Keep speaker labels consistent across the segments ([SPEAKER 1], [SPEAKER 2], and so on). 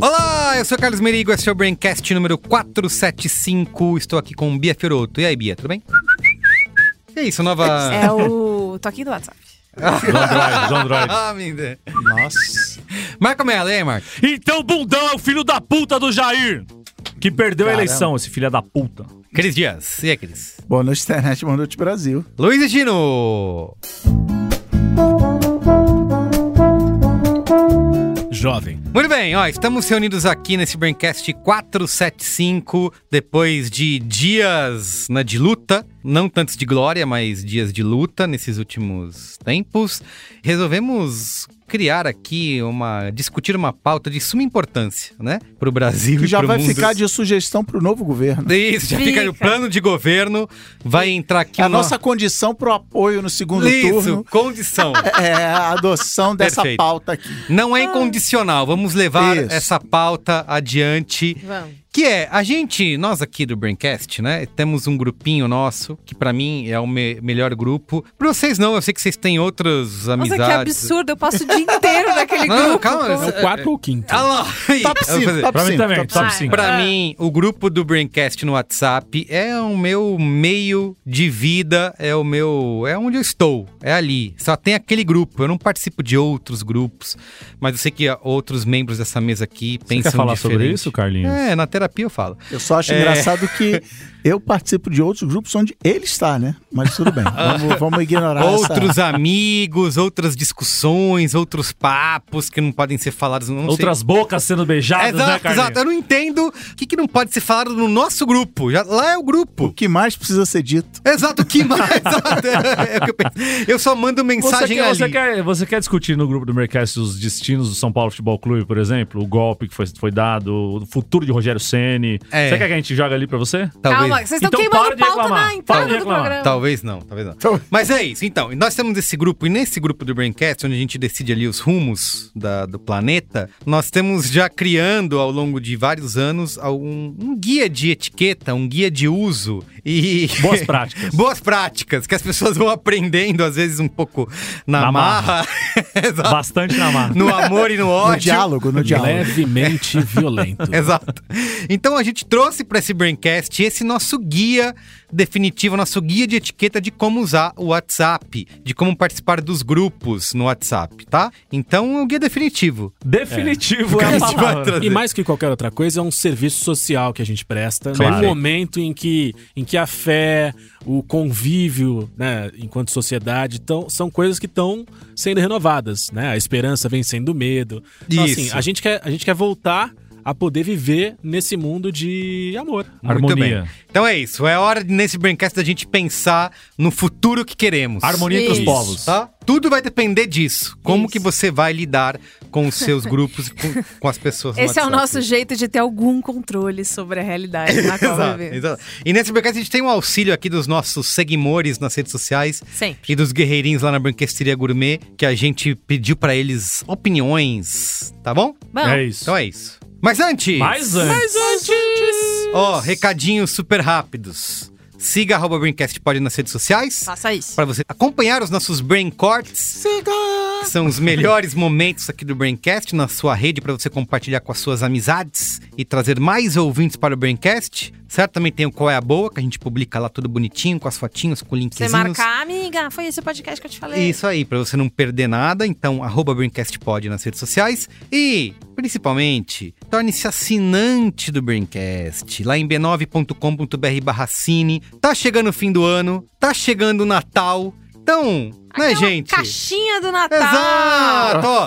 [SPEAKER 1] Olá, eu sou o Carlos Merigo, esse é o Braincast número 475. Estou aqui com Bia Fioroto. E aí, Bia, tudo bem? E aí, sua nova.
[SPEAKER 2] É o toquinho do WhatsApp.
[SPEAKER 3] John Drive, John Drive.
[SPEAKER 1] Ah, minha.
[SPEAKER 3] Nossa.
[SPEAKER 1] Marco Mello, e aí, Marco?
[SPEAKER 3] Então, bundão é o filho da puta do Jair. Que perdeu a eleição, esse filho da puta.
[SPEAKER 1] Cris Dias. E aí, Cris?
[SPEAKER 4] Boa noite, internet. Boa noite, Brasil.
[SPEAKER 1] Luiz e Gino.
[SPEAKER 3] Jovem.
[SPEAKER 1] Muito bem, ó, estamos reunidos aqui nesse Braincast 475, depois de dias né, de luta, não tantos de glória, mas dias de luta nesses últimos tempos. Resolvemos criar aqui uma. discutir uma pauta de suma importância, né? Pro Brasil
[SPEAKER 4] Que
[SPEAKER 1] e
[SPEAKER 4] já
[SPEAKER 1] pro
[SPEAKER 4] vai
[SPEAKER 1] mundo.
[SPEAKER 4] ficar de sugestão pro novo governo.
[SPEAKER 1] Isso, já fica, o
[SPEAKER 2] Fica.
[SPEAKER 1] plano de governo, vai entrar aqui
[SPEAKER 4] É a
[SPEAKER 1] no-
[SPEAKER 4] nossa condição pro apoio no segundo
[SPEAKER 1] Isso,
[SPEAKER 4] turno
[SPEAKER 1] condição.
[SPEAKER 4] é a adoção dessa
[SPEAKER 1] Perfeito.
[SPEAKER 4] pauta aqui.
[SPEAKER 1] Não é incondicional. Vamos levar
[SPEAKER 4] Isso.
[SPEAKER 1] essa pauta adiante.
[SPEAKER 2] Vamos.
[SPEAKER 1] Que é, a gente, nós aqui do Braincast, né? Temos um grupinho nosso, que pra mim é o me- melhor grupo. Pra vocês não, eu sei que vocês têm outras
[SPEAKER 2] Nossa,
[SPEAKER 1] amizades.
[SPEAKER 2] que absurdo. Eu passo o dia inteiro naquele
[SPEAKER 1] Não,
[SPEAKER 2] grupo.
[SPEAKER 1] calma,
[SPEAKER 2] Como-
[SPEAKER 1] isso é-
[SPEAKER 5] Quarto ou quinto?
[SPEAKER 1] Ah, lá, aí,
[SPEAKER 4] Top
[SPEAKER 1] eu vou
[SPEAKER 4] 5,
[SPEAKER 1] fazer.
[SPEAKER 4] top
[SPEAKER 3] Pra mim
[SPEAKER 4] 5.
[SPEAKER 3] também, top
[SPEAKER 2] cinco. Ah.
[SPEAKER 3] 5.
[SPEAKER 1] Pra mim, o grupo do Braincast no WhatsApp é o meu meio de vida, é o meu. É onde eu estou, é ali. Só tem aquele grupo. Eu não participo de outros grupos, mas eu sei que ah, outros membros dessa mesa aqui
[SPEAKER 3] Você
[SPEAKER 1] pensam
[SPEAKER 3] quer falar sobre
[SPEAKER 1] diferente.
[SPEAKER 3] isso, Carlinhos?
[SPEAKER 1] É, na terapia eu falo.
[SPEAKER 4] Eu só acho
[SPEAKER 1] É.
[SPEAKER 4] engraçado que eu participo de outros grupos onde ele está, né? Mas tudo bem, vamos, vamos ignorar
[SPEAKER 1] Outros amigos, outras discussões, outros papos que não podem ser falados. Não sei.
[SPEAKER 3] Outras bocas sendo beijadas, né,
[SPEAKER 1] Exato,
[SPEAKER 3] Carlinhos?
[SPEAKER 1] exato. Eu não entendo o que, que não pode ser falado no nosso grupo. Já- lá é o grupo.
[SPEAKER 4] essa... O que mais precisa ser dito?
[SPEAKER 1] Exato, o que mais? Exato, é o que eu, penso. eu só mando
[SPEAKER 3] Você
[SPEAKER 1] mensagem
[SPEAKER 3] quer,
[SPEAKER 1] ali.
[SPEAKER 3] você, quer, você quer discutir no grupo do Mercast os destinos do São Paulo Futebol Clube, por exemplo? O golpe que foi, foi dado, o futuro de Rogério Ceni.
[SPEAKER 1] É.
[SPEAKER 3] Você quer que a gente joga ali pra você?
[SPEAKER 1] Talvez,
[SPEAKER 2] Calma, vocês estão
[SPEAKER 3] Então para
[SPEAKER 2] queimando
[SPEAKER 3] de
[SPEAKER 2] pauta
[SPEAKER 3] reclamar.
[SPEAKER 2] na entrada
[SPEAKER 3] Para de
[SPEAKER 2] do
[SPEAKER 3] reclamar.
[SPEAKER 2] programa.
[SPEAKER 1] talvez não, talvez não. Mas é isso, então. e Nós temos esse grupo, e nesse grupo do Braincast, onde a gente decide ali os rumos da- do planeta, nós temos já criando ao longo de vários anos algum- um guia de etiqueta, um guia de uso e.
[SPEAKER 3] Boas práticas.
[SPEAKER 1] Boas práticas, que as pessoas vão aprendendo, às vezes, um pouco na,
[SPEAKER 3] Na
[SPEAKER 1] marra.
[SPEAKER 3] marra.
[SPEAKER 1] Exato.
[SPEAKER 3] Bastante na marra.
[SPEAKER 1] No amor e no
[SPEAKER 4] No
[SPEAKER 1] ódio.
[SPEAKER 4] diálogo, no diálogo.
[SPEAKER 5] Levemente violento.
[SPEAKER 1] É Exato. Então a gente trouxe para esse Braincast esse nosso guia definitivo, nosso guia de etiqueta de como usar o WhatsApp, de como participar dos grupos no WhatsApp, tá? Então é um guia definitivo.
[SPEAKER 3] Definitivo
[SPEAKER 1] É. Porque
[SPEAKER 3] é, a
[SPEAKER 1] a gente vai
[SPEAKER 3] palavra.
[SPEAKER 1] trazer.
[SPEAKER 5] E mais que qualquer outra coisa, é um serviço social que a gente presta.
[SPEAKER 3] Claro.
[SPEAKER 5] Num momento em que, em que a fé, o convívio, né, enquanto sociedade, tão, são coisas que estão sendo renovadas, né? A esperança vencendo o medo. Então,
[SPEAKER 1] Isso.
[SPEAKER 5] assim, a gente quer, a gente quer voltar a poder viver nesse mundo de amor.
[SPEAKER 1] Muito
[SPEAKER 3] Harmonia.
[SPEAKER 1] bem. Então é isso. É hora de, nesse Braincast da gente pensar no futuro que queremos.
[SPEAKER 3] Harmonia entre os
[SPEAKER 2] Isso.
[SPEAKER 3] povos.
[SPEAKER 1] Tá? Tudo vai depender disso. Como
[SPEAKER 2] Isso.
[SPEAKER 1] que você vai lidar com os seus grupos, e com, com as pessoas no
[SPEAKER 2] Esse é o
[SPEAKER 1] WhatsApp.
[SPEAKER 2] nosso jeito de ter algum controle sobre a realidade na qual
[SPEAKER 1] Exato,
[SPEAKER 2] vivemos.
[SPEAKER 1] exato. E nesse Braincast a gente tem um auxílio aqui dos nossos seguidores nas redes sociais.
[SPEAKER 2] Sempre.
[SPEAKER 1] e dos guerreirinhos lá na Branquesteria Gourmet, que a gente pediu pra eles opiniões, tá bom?
[SPEAKER 2] Bom,
[SPEAKER 3] É isso.
[SPEAKER 1] Então é isso. Mas antes,
[SPEAKER 3] Mas antes.
[SPEAKER 1] um. ó, recadinhos super rápidos. Siga arroba Braincast Pod nas redes sociais
[SPEAKER 2] faça isso.
[SPEAKER 1] para você acompanhar os nossos Brain Cortes. Que São os melhores momentos aqui do Braincast na sua rede para você compartilhar com as suas amizades e trazer mais ouvintes para o Braincast. Certo? Também tem o Qual é a Boa, que a gente publica lá tudo bonitinho, com as fotinhas, com
[SPEAKER 2] Você
[SPEAKER 1] linkzinhos.
[SPEAKER 2] marcar, amiga, foi esse o podcast que eu te falei.
[SPEAKER 1] Isso aí, pra você não perder nada, então arroba BrincastPod nas redes sociais e, principalmente, torne-se assinante do Brincast lá em b9.com.br barra cine. Tá chegando o fim do ano, tá chegando o Natal, Então, né,
[SPEAKER 6] Aquela
[SPEAKER 1] gente?
[SPEAKER 6] Caixinha do Natal.
[SPEAKER 1] Exato! ó.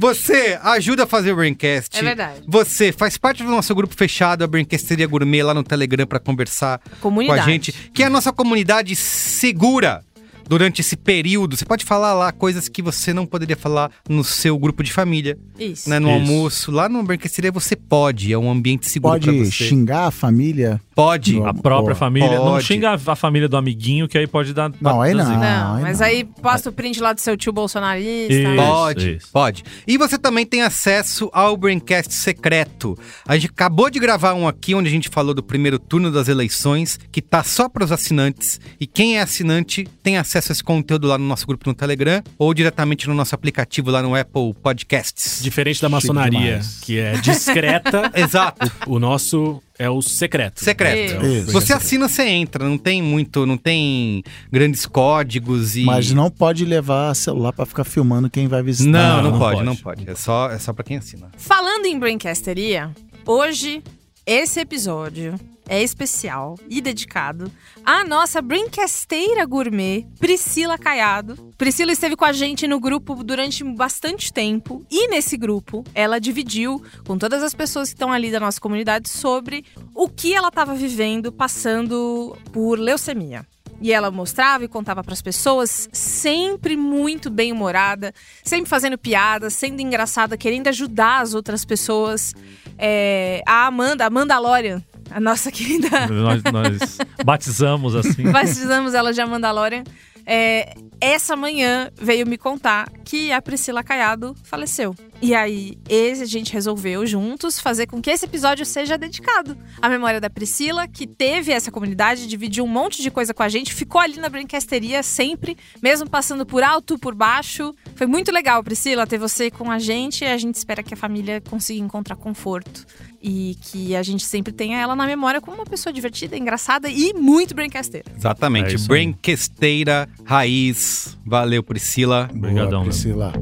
[SPEAKER 1] Você ajuda a fazer o Braincast.
[SPEAKER 6] É verdade.
[SPEAKER 1] Você faz parte do nosso grupo fechado, a Braincasteria Gourmet, lá no Telegram pra conversar
[SPEAKER 2] Comunidade.
[SPEAKER 1] com a gente, que é a nossa comunidade segura. Durante esse período, você pode falar lá coisas que você não poderia falar no seu grupo de família,
[SPEAKER 6] Isso.
[SPEAKER 1] né, no
[SPEAKER 3] Isso.
[SPEAKER 1] almoço, lá no Branquesteria você pode, é um ambiente seguro pra
[SPEAKER 4] Pode
[SPEAKER 1] você.
[SPEAKER 4] xingar a família?
[SPEAKER 1] Pode.
[SPEAKER 4] Não.
[SPEAKER 3] A própria
[SPEAKER 4] Pô,
[SPEAKER 3] família. Não
[SPEAKER 1] pode.
[SPEAKER 3] xinga a a família do amiguinho, que aí pode dar.
[SPEAKER 4] Não, aí não.
[SPEAKER 6] Não,
[SPEAKER 1] Ah, é
[SPEAKER 4] aí
[SPEAKER 6] mas
[SPEAKER 4] não.
[SPEAKER 6] aí posta o print lá do seu tio bolsonarista.
[SPEAKER 3] Isso.
[SPEAKER 1] Pode,
[SPEAKER 3] isso.
[SPEAKER 1] pode. E você também tem acesso ao Braincast secreto. A gente acabou de gravar um aqui onde a gente falou do primeiro turno das eleições, que tá só para os assinantes. E quem é assinante tem acesso a esse conteúdo lá no nosso grupo no Telegram ou diretamente no nosso aplicativo lá no Apple Podcasts.
[SPEAKER 5] Diferente da
[SPEAKER 4] Chique
[SPEAKER 5] maçonaria,
[SPEAKER 4] demais.
[SPEAKER 5] que é discreta,
[SPEAKER 1] Exato,
[SPEAKER 5] o nosso é o secreto.
[SPEAKER 1] secreto.
[SPEAKER 6] Isso.
[SPEAKER 4] Isso.
[SPEAKER 1] Você assina, você entra, não tem muito, não tem grandes códigos e
[SPEAKER 4] Mas não pode levar celular pra ficar filmando quem vai visitar.
[SPEAKER 1] não, não,
[SPEAKER 5] não
[SPEAKER 1] pode,
[SPEAKER 5] pode.
[SPEAKER 1] não pode. É só é só para quem assina.
[SPEAKER 6] Falando em Braincasteria, hoje esse episódio é especial e dedicado à nossa brinquesteira gourmet, Priscila Caiado. Priscila esteve com a gente no grupo durante bastante tempo e nesse grupo ela dividiu com todas as pessoas que estão ali da nossa comunidade sobre o que ela estava vivendo passando por leucemia. E ela mostrava e contava para as pessoas, sempre muito bem humorada, sempre fazendo piada, sendo engraçada, querendo ajudar as outras pessoas. É, a Amanda, a Mandalorian, a nossa querida
[SPEAKER 3] Nós, nós batizamos assim.
[SPEAKER 6] batizamos ela de a Mandalorian. É, essa manhã veio me contar que a Priscila Caiado faleceu. E aí, esse a gente resolveu juntos fazer com que esse episódio seja dedicado à memória da Priscila, que teve essa comunidade, dividiu um monte de coisa com a gente, ficou ali na Brancasteria sempre, mesmo passando por alto, por baixo. Foi muito legal, Priscila, ter você com a gente. A gente espera que a família consiga encontrar conforto e que a gente sempre tenha ela na memória como uma pessoa divertida, engraçada e muito brancasteira.
[SPEAKER 1] Exatamente.
[SPEAKER 3] É isso aí.
[SPEAKER 1] Brainquesteira Raiz. Valeu, Priscila.
[SPEAKER 4] Boa,
[SPEAKER 3] Obrigadão, né?
[SPEAKER 4] Priscila.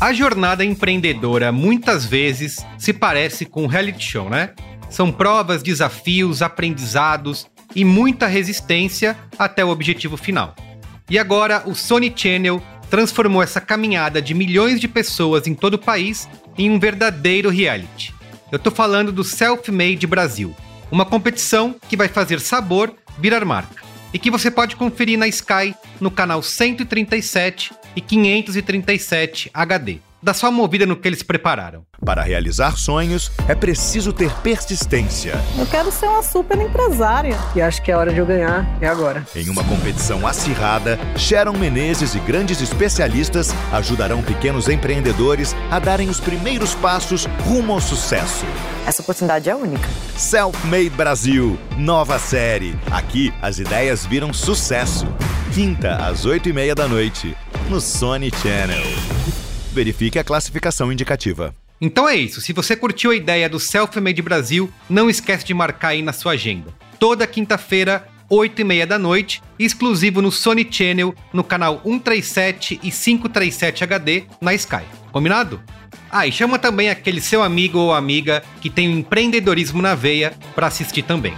[SPEAKER 1] A jornada empreendedora muitas vezes se parece com um reality show, né? São provas, desafios, aprendizados e muita resistência até o objetivo final. E agora o Sony Channel transformou essa caminhada de milhões de pessoas em todo o país em um verdadeiro reality. Eu tô falando do Self-Made Brasil, uma competição que vai fazer sabor virar marca e que você pode conferir na Sky no canal 137 e 537 HD. Dá só uma ouvida no que eles prepararam.
[SPEAKER 7] Para realizar sonhos, é preciso ter persistência.
[SPEAKER 8] Eu quero ser uma super empresária.
[SPEAKER 9] E acho que é hora de eu ganhar, é agora.
[SPEAKER 7] Em uma competição acirrada, Sharon Menezes e grandes especialistas ajudarão pequenos empreendedores a darem os primeiros passos rumo ao sucesso.
[SPEAKER 9] Essa oportunidade é única.
[SPEAKER 7] Self-Made Brasil, nova série. Aqui as ideias viram sucesso. Quinta, às oito e meia da noite, no Sony Channel. Verifique a classificação indicativa.
[SPEAKER 1] Então é isso. Se você curtiu a ideia do Self-Made Brasil, não esquece de marcar aí na sua agenda. Toda quinta-feira, 8h30 da noite, exclusivo no Sony Channel, no canal 137 e 537 HD na Sky. Combinado? Ah, e chama também aquele seu amigo ou amiga que tem o empreendedorismo na veia para assistir também.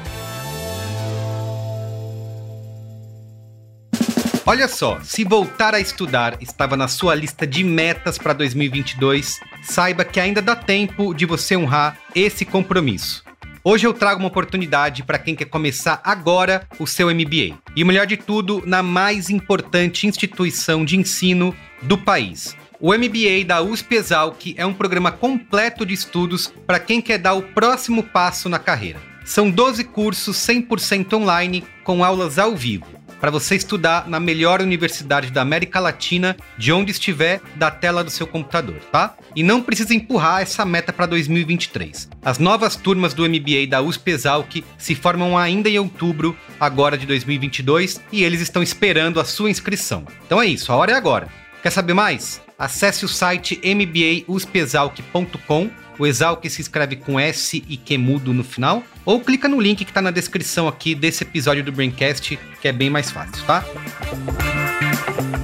[SPEAKER 1] Olha só, se voltar a estudar estava na sua lista de metas para 2022, saiba que ainda dá tempo de você honrar esse compromisso. Hoje eu trago uma oportunidade para quem quer começar agora o seu MBA. E o melhor de tudo, na mais importante instituição de ensino do país. O MBA da USP Exalc é um programa completo de estudos para quem quer dar o próximo passo na carreira. São 12 cursos 100% online com aulas ao vivo para você estudar na melhor universidade da América Latina, de onde estiver, da tela do seu computador, tá? E não precisa empurrar essa meta para 2023. As novas turmas do MBA da USP Exalc se formam ainda em outubro, agora de 2022, e eles estão esperando a sua inscrição. Então é isso, a hora é agora. Quer saber mais? Acesse o site mbauspexalc.com. O Exalc se escreve com S e Q mudo no final. Ou clica no link que está na descrição aqui desse episódio do Braincast, que é bem mais fácil, tá?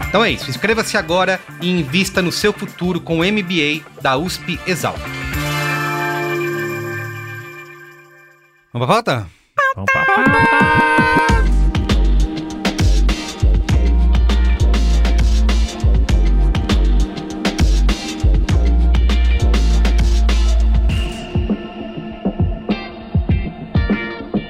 [SPEAKER 1] Então é isso. Inscreva-se agora e invista no seu futuro com o MBA da USP Exalc. Vamos pra pauta?
[SPEAKER 3] Então, pá, pá.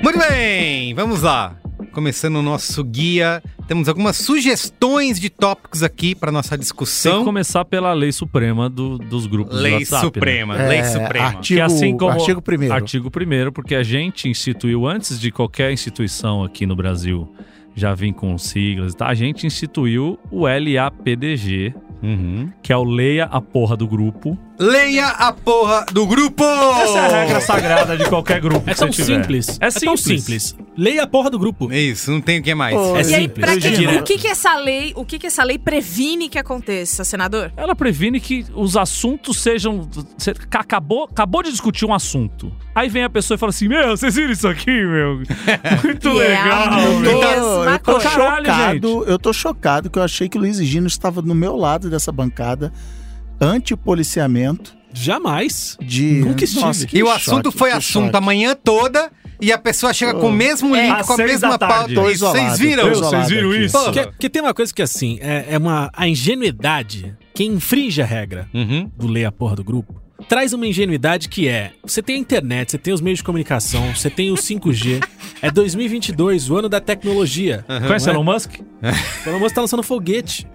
[SPEAKER 1] Muito bem, vamos lá. Começando o nosso guia, temos algumas sugestões de tópicos aqui para nossa
[SPEAKER 3] Tem que
[SPEAKER 1] discussão.
[SPEAKER 3] começar pela lei suprema do- dos grupos do
[SPEAKER 1] Lei
[SPEAKER 3] WhatsApp, né?
[SPEAKER 1] Suprema,
[SPEAKER 4] É,
[SPEAKER 1] Lei Suprema.
[SPEAKER 4] artigo-
[SPEAKER 3] Que assim como-
[SPEAKER 4] artigo primeiro.
[SPEAKER 3] Artigo 1 porque a gente instituiu, antes de qualquer instituição aqui no Brasil já vir com siglas, e tal, a gente instituiu o LAPDG,
[SPEAKER 1] Uhum.
[SPEAKER 3] que é o Leia a Porra do Grupo.
[SPEAKER 1] Leia a porra do grupo!
[SPEAKER 3] Essa é a regra sagrada de qualquer grupo
[SPEAKER 5] É
[SPEAKER 3] que você
[SPEAKER 5] tão
[SPEAKER 3] tiver.
[SPEAKER 5] simples.
[SPEAKER 3] É
[SPEAKER 5] tão
[SPEAKER 3] simples.
[SPEAKER 5] simples. Leia a porra do grupo.
[SPEAKER 1] Isso, não tem o que mais.
[SPEAKER 5] É
[SPEAKER 6] E aí,
[SPEAKER 5] simples.
[SPEAKER 6] pra
[SPEAKER 5] Hoje
[SPEAKER 6] quem-
[SPEAKER 5] em dia,
[SPEAKER 6] o que que essa lei, o que que essa lei previne que aconteça, senador?
[SPEAKER 3] Ela previne que os assuntos sejam. Você acabou, acabou de discutir um assunto. Aí vem a pessoa e fala assim: Meu, vocês viram isso aqui, meu? Muito
[SPEAKER 6] E é
[SPEAKER 3] legal,
[SPEAKER 6] a
[SPEAKER 3] meu.
[SPEAKER 4] Então,
[SPEAKER 6] mesma
[SPEAKER 4] eu tô
[SPEAKER 6] coisa.
[SPEAKER 3] Caralho,
[SPEAKER 4] chocado,
[SPEAKER 3] gente.
[SPEAKER 4] eu tô chocado que eu achei que o Luiz Gino estava do meu lado dessa bancada anti-policiamento
[SPEAKER 5] Jamais.
[SPEAKER 4] de
[SPEAKER 5] Nunca estive.
[SPEAKER 4] que
[SPEAKER 1] E o
[SPEAKER 4] choque,
[SPEAKER 1] assunto foi
[SPEAKER 4] que
[SPEAKER 1] assunto
[SPEAKER 4] choque.
[SPEAKER 1] a manhã toda e a pessoa chega com o mesmo
[SPEAKER 3] É,
[SPEAKER 1] link,
[SPEAKER 3] às
[SPEAKER 1] com a
[SPEAKER 3] seis
[SPEAKER 1] mesma
[SPEAKER 3] da
[SPEAKER 1] pauta.
[SPEAKER 3] tarde.
[SPEAKER 4] Tô
[SPEAKER 1] E Vocês
[SPEAKER 4] isolado,
[SPEAKER 1] viram?
[SPEAKER 4] tô isolado
[SPEAKER 3] Vocês viram
[SPEAKER 4] aqui.
[SPEAKER 3] isso?
[SPEAKER 1] Pô.
[SPEAKER 5] Que, que tem uma coisa que assim, é, é uma a ingenuidade. Quem infringe a regra
[SPEAKER 1] Uhum.
[SPEAKER 5] do ler a porra do grupo traz uma ingenuidade que é: você tem a internet, você tem os meios de comunicação, você tem o 5G. É 2022, o ano da tecnologia.
[SPEAKER 3] Conhece
[SPEAKER 5] Não é?
[SPEAKER 3] Elon Musk?
[SPEAKER 5] O Elon Musk tá lançando foguete.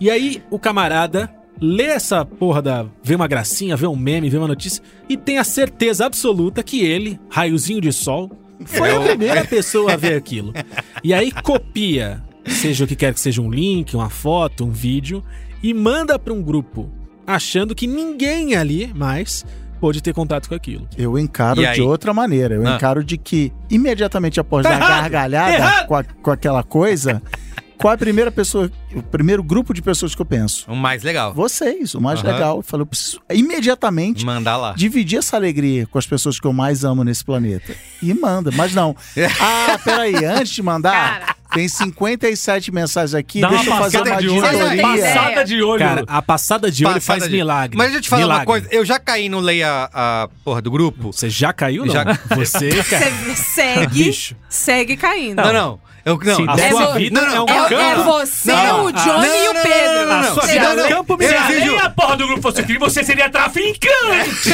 [SPEAKER 5] E aí o camarada lê essa porra da. vê uma gracinha, vê um meme, vê uma notícia e tem a certeza absoluta que ele, raiozinho de sol, foi
[SPEAKER 1] É
[SPEAKER 5] a primeira pessoa a ver aquilo. E aí copia, seja o que quer que seja, um link, uma foto, um vídeo, e manda pra um grupo, achando que ninguém ali mais pôde ter contato com aquilo.
[SPEAKER 4] Eu encaro
[SPEAKER 1] E aí?
[SPEAKER 4] de outra maneira. Eu
[SPEAKER 1] Ah.
[SPEAKER 4] encaro de que imediatamente após
[SPEAKER 5] Tá
[SPEAKER 4] dar a
[SPEAKER 5] errado! Tá
[SPEAKER 4] gargalhada
[SPEAKER 5] errado!
[SPEAKER 4] com, a- com aquela coisa, qual é a primeira pessoa, o primeiro grupo de pessoas que eu penso?
[SPEAKER 1] O mais legal.
[SPEAKER 4] Vocês, o mais
[SPEAKER 1] Aham.
[SPEAKER 4] legal. Eu falei, eu preciso imediatamente
[SPEAKER 1] Mandar lá.
[SPEAKER 4] dividir essa alegria com as pessoas que eu mais amo nesse planeta. E manda, mas não. Ah, peraí, antes de mandar, tem 57 mensagens aqui,
[SPEAKER 3] Dá
[SPEAKER 4] deixa
[SPEAKER 3] uma
[SPEAKER 4] eu fazer
[SPEAKER 3] passada
[SPEAKER 4] uma
[SPEAKER 3] de olho.
[SPEAKER 4] diretoria.
[SPEAKER 3] Passada de olho.
[SPEAKER 5] Cara, a passada de olho
[SPEAKER 1] Passada
[SPEAKER 5] faz
[SPEAKER 1] de-
[SPEAKER 5] milagre.
[SPEAKER 1] Mas deixa eu te falar uma
[SPEAKER 5] Milagre.
[SPEAKER 1] coisa. Eu já caí no Leia a porra do grupo.
[SPEAKER 5] Você já caiu, não?
[SPEAKER 1] Já-
[SPEAKER 5] Você, cara.
[SPEAKER 6] Você segue,
[SPEAKER 5] Bicho.
[SPEAKER 6] segue caindo.
[SPEAKER 1] Não, não. Eu, não.
[SPEAKER 3] Sim,
[SPEAKER 5] A
[SPEAKER 6] É
[SPEAKER 5] sua
[SPEAKER 6] vo-
[SPEAKER 5] vida
[SPEAKER 1] não, não.
[SPEAKER 5] é um
[SPEAKER 6] É, o- é
[SPEAKER 5] campo.
[SPEAKER 6] você,
[SPEAKER 1] Não,
[SPEAKER 6] o
[SPEAKER 1] não.
[SPEAKER 6] Johnny e o
[SPEAKER 1] Não, não,
[SPEAKER 6] Pedro.
[SPEAKER 1] não, não, não,
[SPEAKER 5] A sua
[SPEAKER 6] Você-
[SPEAKER 5] vida é um
[SPEAKER 1] não.
[SPEAKER 5] campo
[SPEAKER 1] Eu
[SPEAKER 5] mineral.
[SPEAKER 1] exijo-
[SPEAKER 3] a porra do grupo fosse crime, você seria traficante!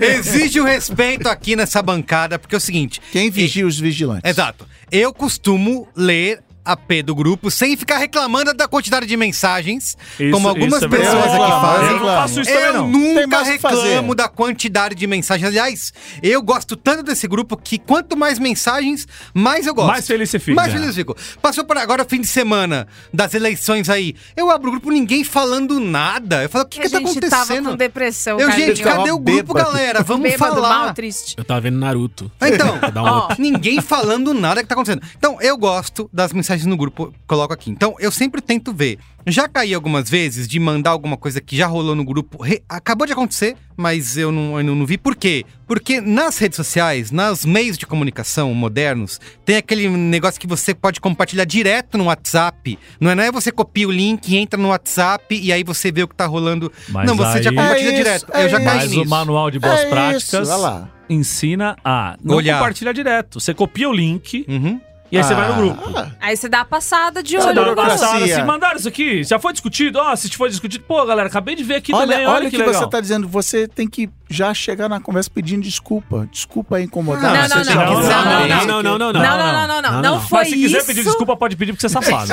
[SPEAKER 1] Exige o respeito aqui nessa bancada, porque é o seguinte.
[SPEAKER 4] Quem vigia os vigilantes?
[SPEAKER 1] Exato. Eu costumo ler a P do grupo sem ficar reclamando da quantidade de mensagens,
[SPEAKER 3] Isso-
[SPEAKER 1] como algumas
[SPEAKER 3] isso é verdade.
[SPEAKER 1] pessoas aqui
[SPEAKER 4] Boa,
[SPEAKER 1] fazem.
[SPEAKER 3] Eu não faço isso também,
[SPEAKER 1] Eu
[SPEAKER 3] não.
[SPEAKER 4] Tem
[SPEAKER 1] nunca
[SPEAKER 4] mais o que fazer.
[SPEAKER 1] reclamo da quantidade de mensagens. Aliás, eu gosto tanto desse grupo que quanto mais mensagens, mais eu gosto.
[SPEAKER 3] Mais feliz você fica.
[SPEAKER 1] Mais feliz eu fico. Passou por agora o fim de semana das eleições aí. Eu abro o grupo, ninguém falando nada. Eu falo, o que,
[SPEAKER 6] Que
[SPEAKER 1] que
[SPEAKER 6] a
[SPEAKER 1] tá
[SPEAKER 6] gente tava com
[SPEAKER 1] acontecendo?
[SPEAKER 6] depressão,
[SPEAKER 1] eu,
[SPEAKER 6] carinho.
[SPEAKER 1] gente, cadê o grupo,
[SPEAKER 4] Bêbado.
[SPEAKER 1] galera? Vamos
[SPEAKER 6] Bêbado,
[SPEAKER 1] falar.
[SPEAKER 6] mal, triste.
[SPEAKER 5] Eu tava vendo Naruto.
[SPEAKER 1] Então,
[SPEAKER 5] Dá um
[SPEAKER 6] Ó,
[SPEAKER 1] Ninguém falando nada que tá acontecendo. Então, eu gosto das mensagens no grupo, coloco aqui. Então, eu sempre tento ver. Já caí algumas vezes de mandar alguma coisa que já rolou no grupo. re- Acabou de acontecer, mas eu não, eu não- não vi. Por quê? Porque nas redes sociais, nos meios de comunicação modernos, tem aquele negócio que você pode compartilhar direto no WhatsApp. Não é, não é você copia o link, entra no WhatsApp e aí você vê o que tá rolando.
[SPEAKER 3] Mas
[SPEAKER 1] não, você já
[SPEAKER 3] aí-
[SPEAKER 1] compartilha
[SPEAKER 4] É isso,
[SPEAKER 1] direto.
[SPEAKER 4] é
[SPEAKER 1] eu já caí
[SPEAKER 3] Mas
[SPEAKER 1] nisso.
[SPEAKER 3] o manual de boas
[SPEAKER 4] É isso,
[SPEAKER 3] práticas
[SPEAKER 4] olha lá.
[SPEAKER 3] ensina a não
[SPEAKER 1] Olhar.
[SPEAKER 3] compartilhar direto. Você copia o link
[SPEAKER 1] Uhum.
[SPEAKER 3] e aí você vai
[SPEAKER 4] Ah,
[SPEAKER 3] no grupo.
[SPEAKER 6] Aí você dá a passada de
[SPEAKER 3] Você
[SPEAKER 6] olho.
[SPEAKER 3] dá uma
[SPEAKER 6] no grupo.
[SPEAKER 4] burocracia.
[SPEAKER 3] passada, assim, mandaram isso aqui? Já foi discutido? Ó, se foi discutido, pô, galera, acabei de ver aqui
[SPEAKER 4] olha,
[SPEAKER 3] também, é
[SPEAKER 4] olha,
[SPEAKER 3] olha,
[SPEAKER 4] o
[SPEAKER 3] que
[SPEAKER 4] que,
[SPEAKER 3] legal.
[SPEAKER 4] você tá dizendo. Você tem que já chegar na conversa pedindo desculpa. Desculpa aí incomodar.
[SPEAKER 6] Não, não,
[SPEAKER 4] você
[SPEAKER 6] não,
[SPEAKER 4] já-
[SPEAKER 6] não, não, não,
[SPEAKER 5] não, não,
[SPEAKER 6] Não,
[SPEAKER 5] não,
[SPEAKER 6] não, não, não, não, não, foi
[SPEAKER 3] Mas se quiser
[SPEAKER 6] isso.
[SPEAKER 3] pedir desculpa, pode pedir, porque você é safado.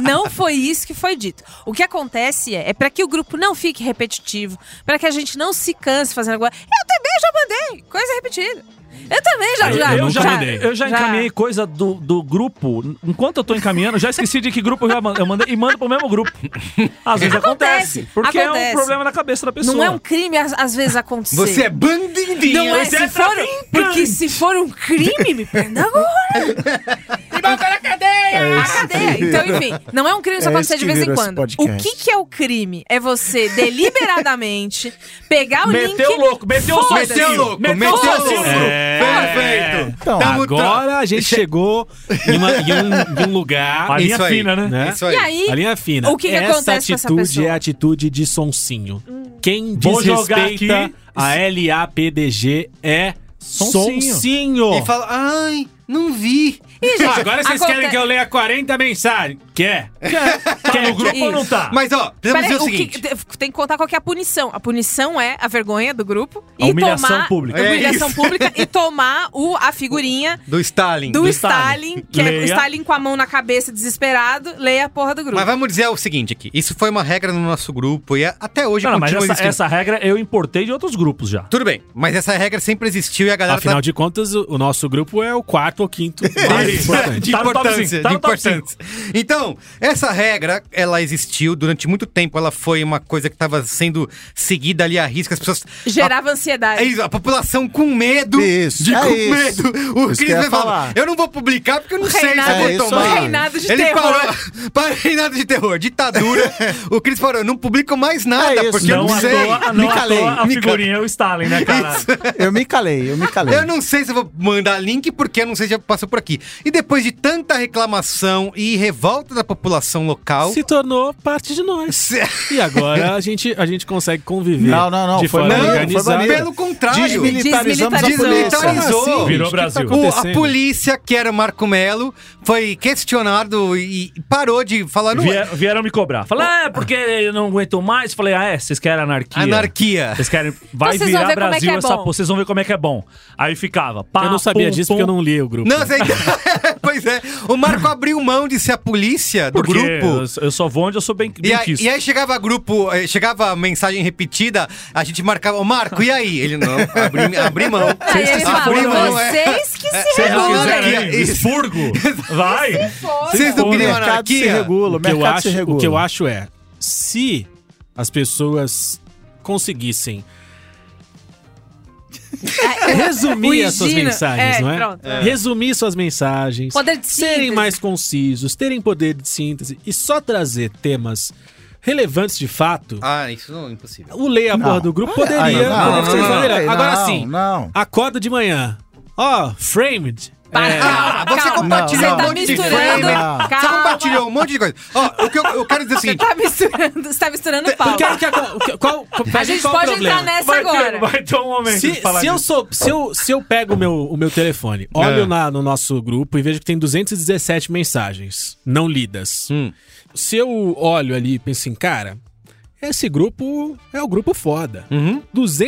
[SPEAKER 6] Não foi isso que foi dito. O que acontece é, é para que o grupo não fique repetitivo, para que a gente não se canse fazendo agora. Eu também já mandei, coisa repetida. Eu também já
[SPEAKER 5] Eu-
[SPEAKER 6] já.
[SPEAKER 5] eu nunca
[SPEAKER 6] já,
[SPEAKER 5] mandei.
[SPEAKER 3] eu já encaminhei coisa do, do grupo. Enquanto eu tô encaminhando, já esqueci de que grupo eu já mandei, eu mandei e mando pro mesmo grupo. Às vezes acontece.
[SPEAKER 6] Acontece,
[SPEAKER 3] porque é
[SPEAKER 6] acontece.
[SPEAKER 3] um problema na cabeça da pessoa.
[SPEAKER 6] Não é um crime às, às vezes acontecer.
[SPEAKER 1] Você é bandidinha.
[SPEAKER 6] não é,
[SPEAKER 3] você
[SPEAKER 6] se
[SPEAKER 3] é
[SPEAKER 6] for,
[SPEAKER 3] traficante.
[SPEAKER 6] porque se for um crime, me prenda agora. Me bota na cadeia! na cadeia. Então, enfim, não é um crime, só
[SPEAKER 4] É
[SPEAKER 6] pode
[SPEAKER 4] isso
[SPEAKER 6] ser de
[SPEAKER 4] que
[SPEAKER 6] vez em
[SPEAKER 4] virou esse
[SPEAKER 6] quando. O
[SPEAKER 4] podcast.
[SPEAKER 6] que, que é o crime? É você deliberadamente pegar o link...
[SPEAKER 3] Meteu o louco, meteu o
[SPEAKER 6] Foda-se.
[SPEAKER 1] Meteu louco,
[SPEAKER 3] Meteu
[SPEAKER 1] meteu
[SPEAKER 6] foda-se.
[SPEAKER 1] louco.
[SPEAKER 3] É.
[SPEAKER 1] Perfeito.
[SPEAKER 4] Então,
[SPEAKER 1] tra-
[SPEAKER 5] Agora a gente chegou em, uma- em um, em um lugar.
[SPEAKER 3] A linha
[SPEAKER 1] Isso aí. É.
[SPEAKER 3] fina, né?
[SPEAKER 5] né?
[SPEAKER 1] Isso
[SPEAKER 6] E
[SPEAKER 1] aí.
[SPEAKER 6] aí,
[SPEAKER 5] A linha fina.
[SPEAKER 6] O que que
[SPEAKER 5] essa
[SPEAKER 6] acontece com essa
[SPEAKER 5] atitude
[SPEAKER 6] pessoa? Hum.
[SPEAKER 5] é a atitude de sonsinho. Quem
[SPEAKER 3] Vou jogar
[SPEAKER 5] desrespeita
[SPEAKER 3] aqui.
[SPEAKER 5] a LAPDG é
[SPEAKER 3] Sonsinho.
[SPEAKER 5] Sonsinho.
[SPEAKER 1] E fala, ai, não vi.
[SPEAKER 6] Ih, gente,
[SPEAKER 5] Agora vocês
[SPEAKER 6] aconte-
[SPEAKER 5] querem que eu leia 40 mensagens. Quer?
[SPEAKER 3] Tá
[SPEAKER 4] é?
[SPEAKER 3] no grupo ou não
[SPEAKER 6] Isso.
[SPEAKER 3] tá?
[SPEAKER 1] Mas ó,
[SPEAKER 6] Peraí,
[SPEAKER 1] precisamos dizer o
[SPEAKER 6] o que-
[SPEAKER 1] seguinte.
[SPEAKER 6] te- tem que contar qual que é a punição. A punição é a vergonha do grupo
[SPEAKER 3] A
[SPEAKER 6] e
[SPEAKER 3] humilhação
[SPEAKER 6] tomar
[SPEAKER 3] pública.
[SPEAKER 1] É
[SPEAKER 6] humilhação
[SPEAKER 1] isso.
[SPEAKER 6] pública e tomar o, a figurinha
[SPEAKER 1] Do Stalin.
[SPEAKER 6] do,
[SPEAKER 3] Do Stalin.
[SPEAKER 6] Stalin, que é
[SPEAKER 3] Leia.
[SPEAKER 6] o Stalin com a mão na cabeça desesperado, leia a porra do grupo.
[SPEAKER 1] Mas vamos dizer o seguinte aqui. Isso foi uma regra no nosso grupo e a- até hoje
[SPEAKER 3] Não, não, mas
[SPEAKER 1] continua
[SPEAKER 3] essa,
[SPEAKER 1] existindo.
[SPEAKER 3] essa regra eu importei de outros grupos já.
[SPEAKER 1] Tudo bem, mas essa regra sempre existiu e a galera tá
[SPEAKER 3] é
[SPEAKER 5] Afinal de contas, o o nosso grupo é o quarto ou quinto mais
[SPEAKER 1] tá...
[SPEAKER 5] importante.
[SPEAKER 1] De
[SPEAKER 3] Tá no top
[SPEAKER 1] importância,
[SPEAKER 3] cinco, tá
[SPEAKER 1] de
[SPEAKER 3] no top cinco.
[SPEAKER 1] importância. Então, essa regra, ela existiu durante muito tempo. Ela foi uma coisa que estava sendo seguida ali à risca. As pessoas...
[SPEAKER 6] Gerava
[SPEAKER 1] É
[SPEAKER 6] ansiedade.
[SPEAKER 1] isso, a população com medo
[SPEAKER 4] Isso,
[SPEAKER 1] de
[SPEAKER 4] é
[SPEAKER 1] com
[SPEAKER 4] isso.
[SPEAKER 1] medo. O
[SPEAKER 4] Isso que
[SPEAKER 1] Cris
[SPEAKER 4] eu ia
[SPEAKER 1] vai falar.
[SPEAKER 4] falar.
[SPEAKER 1] Eu não vou publicar porque eu não sei
[SPEAKER 6] Reinado-
[SPEAKER 1] se
[SPEAKER 4] é
[SPEAKER 1] eu vou
[SPEAKER 4] isso
[SPEAKER 1] tomar.
[SPEAKER 4] aí.
[SPEAKER 6] Reinado de
[SPEAKER 1] Ele
[SPEAKER 6] terror.
[SPEAKER 1] parou. Para reinado de terror, ditadura. o Cris falou: eu não publico mais nada,
[SPEAKER 4] É isso,
[SPEAKER 1] porque eu
[SPEAKER 3] Não
[SPEAKER 1] não
[SPEAKER 3] à
[SPEAKER 1] sei.
[SPEAKER 3] toa,
[SPEAKER 4] Me
[SPEAKER 3] não à
[SPEAKER 4] calei,
[SPEAKER 3] toa a
[SPEAKER 1] me
[SPEAKER 3] figurinha é o Stalin, né, cara?
[SPEAKER 4] Eu me calei, eu me calei.
[SPEAKER 1] Eu não sei se eu vou mandar link, porque eu não sei se já passou por aqui. E depois de tanta reclamação e revolta da população local.
[SPEAKER 5] Se tornou parte de nós.
[SPEAKER 1] se-
[SPEAKER 5] E agora a gente, a gente consegue conviver.
[SPEAKER 4] Não, não, não,
[SPEAKER 5] De
[SPEAKER 4] foi
[SPEAKER 5] forma
[SPEAKER 4] maneiro, foi
[SPEAKER 5] organizada.
[SPEAKER 4] maneiro.
[SPEAKER 1] Pelo contrário.
[SPEAKER 4] Desmilitarizamos a
[SPEAKER 1] Desmilitarizou.
[SPEAKER 4] polícia.
[SPEAKER 1] Sim.
[SPEAKER 3] Virou
[SPEAKER 4] tá
[SPEAKER 3] Brasil.
[SPEAKER 1] O- a
[SPEAKER 5] tá acontecendo?
[SPEAKER 1] polícia, que era o Marco Melo, foi questionado e parou de falar. Ah, Não, é
[SPEAKER 3] Vier- vieram me cobrar. Falei, ah, é porque eu não aguento mais. Falei, ah, é, vocês querem anarquia.
[SPEAKER 1] anarquia.
[SPEAKER 3] Vocês querem.
[SPEAKER 6] vocês
[SPEAKER 3] Vai
[SPEAKER 6] vão
[SPEAKER 3] virar
[SPEAKER 6] ver como é
[SPEAKER 3] Brasil
[SPEAKER 6] que é
[SPEAKER 3] essa
[SPEAKER 6] bom.
[SPEAKER 3] porra. Vocês vão ver como é que é bom. Aí ficava. Pá,
[SPEAKER 5] Eu não sabia
[SPEAKER 3] pum,
[SPEAKER 5] disso
[SPEAKER 3] pum.
[SPEAKER 5] porque eu não li o grupo.
[SPEAKER 1] Não, você... pois é. O Marco abriu mão de ser a polícia do
[SPEAKER 3] Porque
[SPEAKER 1] grupo.
[SPEAKER 3] eu- Eu só vou onde eu sou bem,
[SPEAKER 1] E
[SPEAKER 3] bem
[SPEAKER 1] aí,
[SPEAKER 3] quisto.
[SPEAKER 1] e aí chegava grupo, eh, chegava mensagem repetida, a gente marcava, ô Marco, e aí? Ele não, abri, abri mão.
[SPEAKER 6] Aí ele fala,
[SPEAKER 1] abri mão, é.
[SPEAKER 6] vocês que se
[SPEAKER 3] Vocês não
[SPEAKER 1] Agora
[SPEAKER 3] quiserem,
[SPEAKER 1] aqui, isso.
[SPEAKER 3] expurgo. Vai.
[SPEAKER 1] Vocês não
[SPEAKER 4] O
[SPEAKER 1] queriam
[SPEAKER 4] mercado se
[SPEAKER 1] anarquia?
[SPEAKER 4] regula, o
[SPEAKER 5] O que, eu
[SPEAKER 4] mercado se
[SPEAKER 5] acho,
[SPEAKER 4] regula.
[SPEAKER 5] o que eu acho é, se as pessoas conseguissem resumir
[SPEAKER 6] É, O
[SPEAKER 5] as suas
[SPEAKER 6] Gina-
[SPEAKER 5] mensagens,
[SPEAKER 6] é,
[SPEAKER 5] não é?
[SPEAKER 6] pronto. É.
[SPEAKER 5] Resumir suas mensagens,
[SPEAKER 6] Poder de
[SPEAKER 5] serem
[SPEAKER 6] síntese.
[SPEAKER 5] mais concisos, terem poder de síntese e só trazer temas relevantes de fato,
[SPEAKER 1] Ah, isso não é impossível.
[SPEAKER 5] o leia a
[SPEAKER 4] Não.
[SPEAKER 5] porra do grupo poderia,
[SPEAKER 4] Aí, não,
[SPEAKER 5] poderia
[SPEAKER 4] não,
[SPEAKER 5] ser
[SPEAKER 4] não,
[SPEAKER 5] exonerado.
[SPEAKER 4] não,
[SPEAKER 5] Agora
[SPEAKER 4] não,
[SPEAKER 5] sim,
[SPEAKER 4] Não.
[SPEAKER 5] acorda de manhã, ó, framed,
[SPEAKER 6] Para, calma,
[SPEAKER 1] Ah, você
[SPEAKER 6] calma.
[SPEAKER 1] compartilhou
[SPEAKER 4] Não,
[SPEAKER 1] um
[SPEAKER 6] Você tá
[SPEAKER 1] monte de
[SPEAKER 6] misturando.
[SPEAKER 1] frame.
[SPEAKER 4] Não.
[SPEAKER 1] Você
[SPEAKER 6] Calma.
[SPEAKER 1] compartilhou um monte de coisa. Ó, o que eu, eu quero dizer é o
[SPEAKER 6] Você
[SPEAKER 1] seguinte.
[SPEAKER 6] tá misturando. Você tá misturando pau.
[SPEAKER 5] Porque, que, qual, qual,
[SPEAKER 6] A gente
[SPEAKER 5] qual o
[SPEAKER 6] pode
[SPEAKER 5] problema?
[SPEAKER 6] entrar nessa
[SPEAKER 3] Vai ter,
[SPEAKER 6] agora.
[SPEAKER 3] vai ter um momento
[SPEAKER 5] Se,
[SPEAKER 3] de falar
[SPEAKER 5] se eu
[SPEAKER 3] disso.
[SPEAKER 5] sou, se eu, se eu pego o meu, o meu telefone, olho
[SPEAKER 1] É.
[SPEAKER 5] na- no nosso grupo e vejo que tem 217 mensagens não lidas.
[SPEAKER 1] Hum.
[SPEAKER 5] Se eu olho ali e penso assim, cara, esse grupo é o grupo foda.
[SPEAKER 1] Uhum.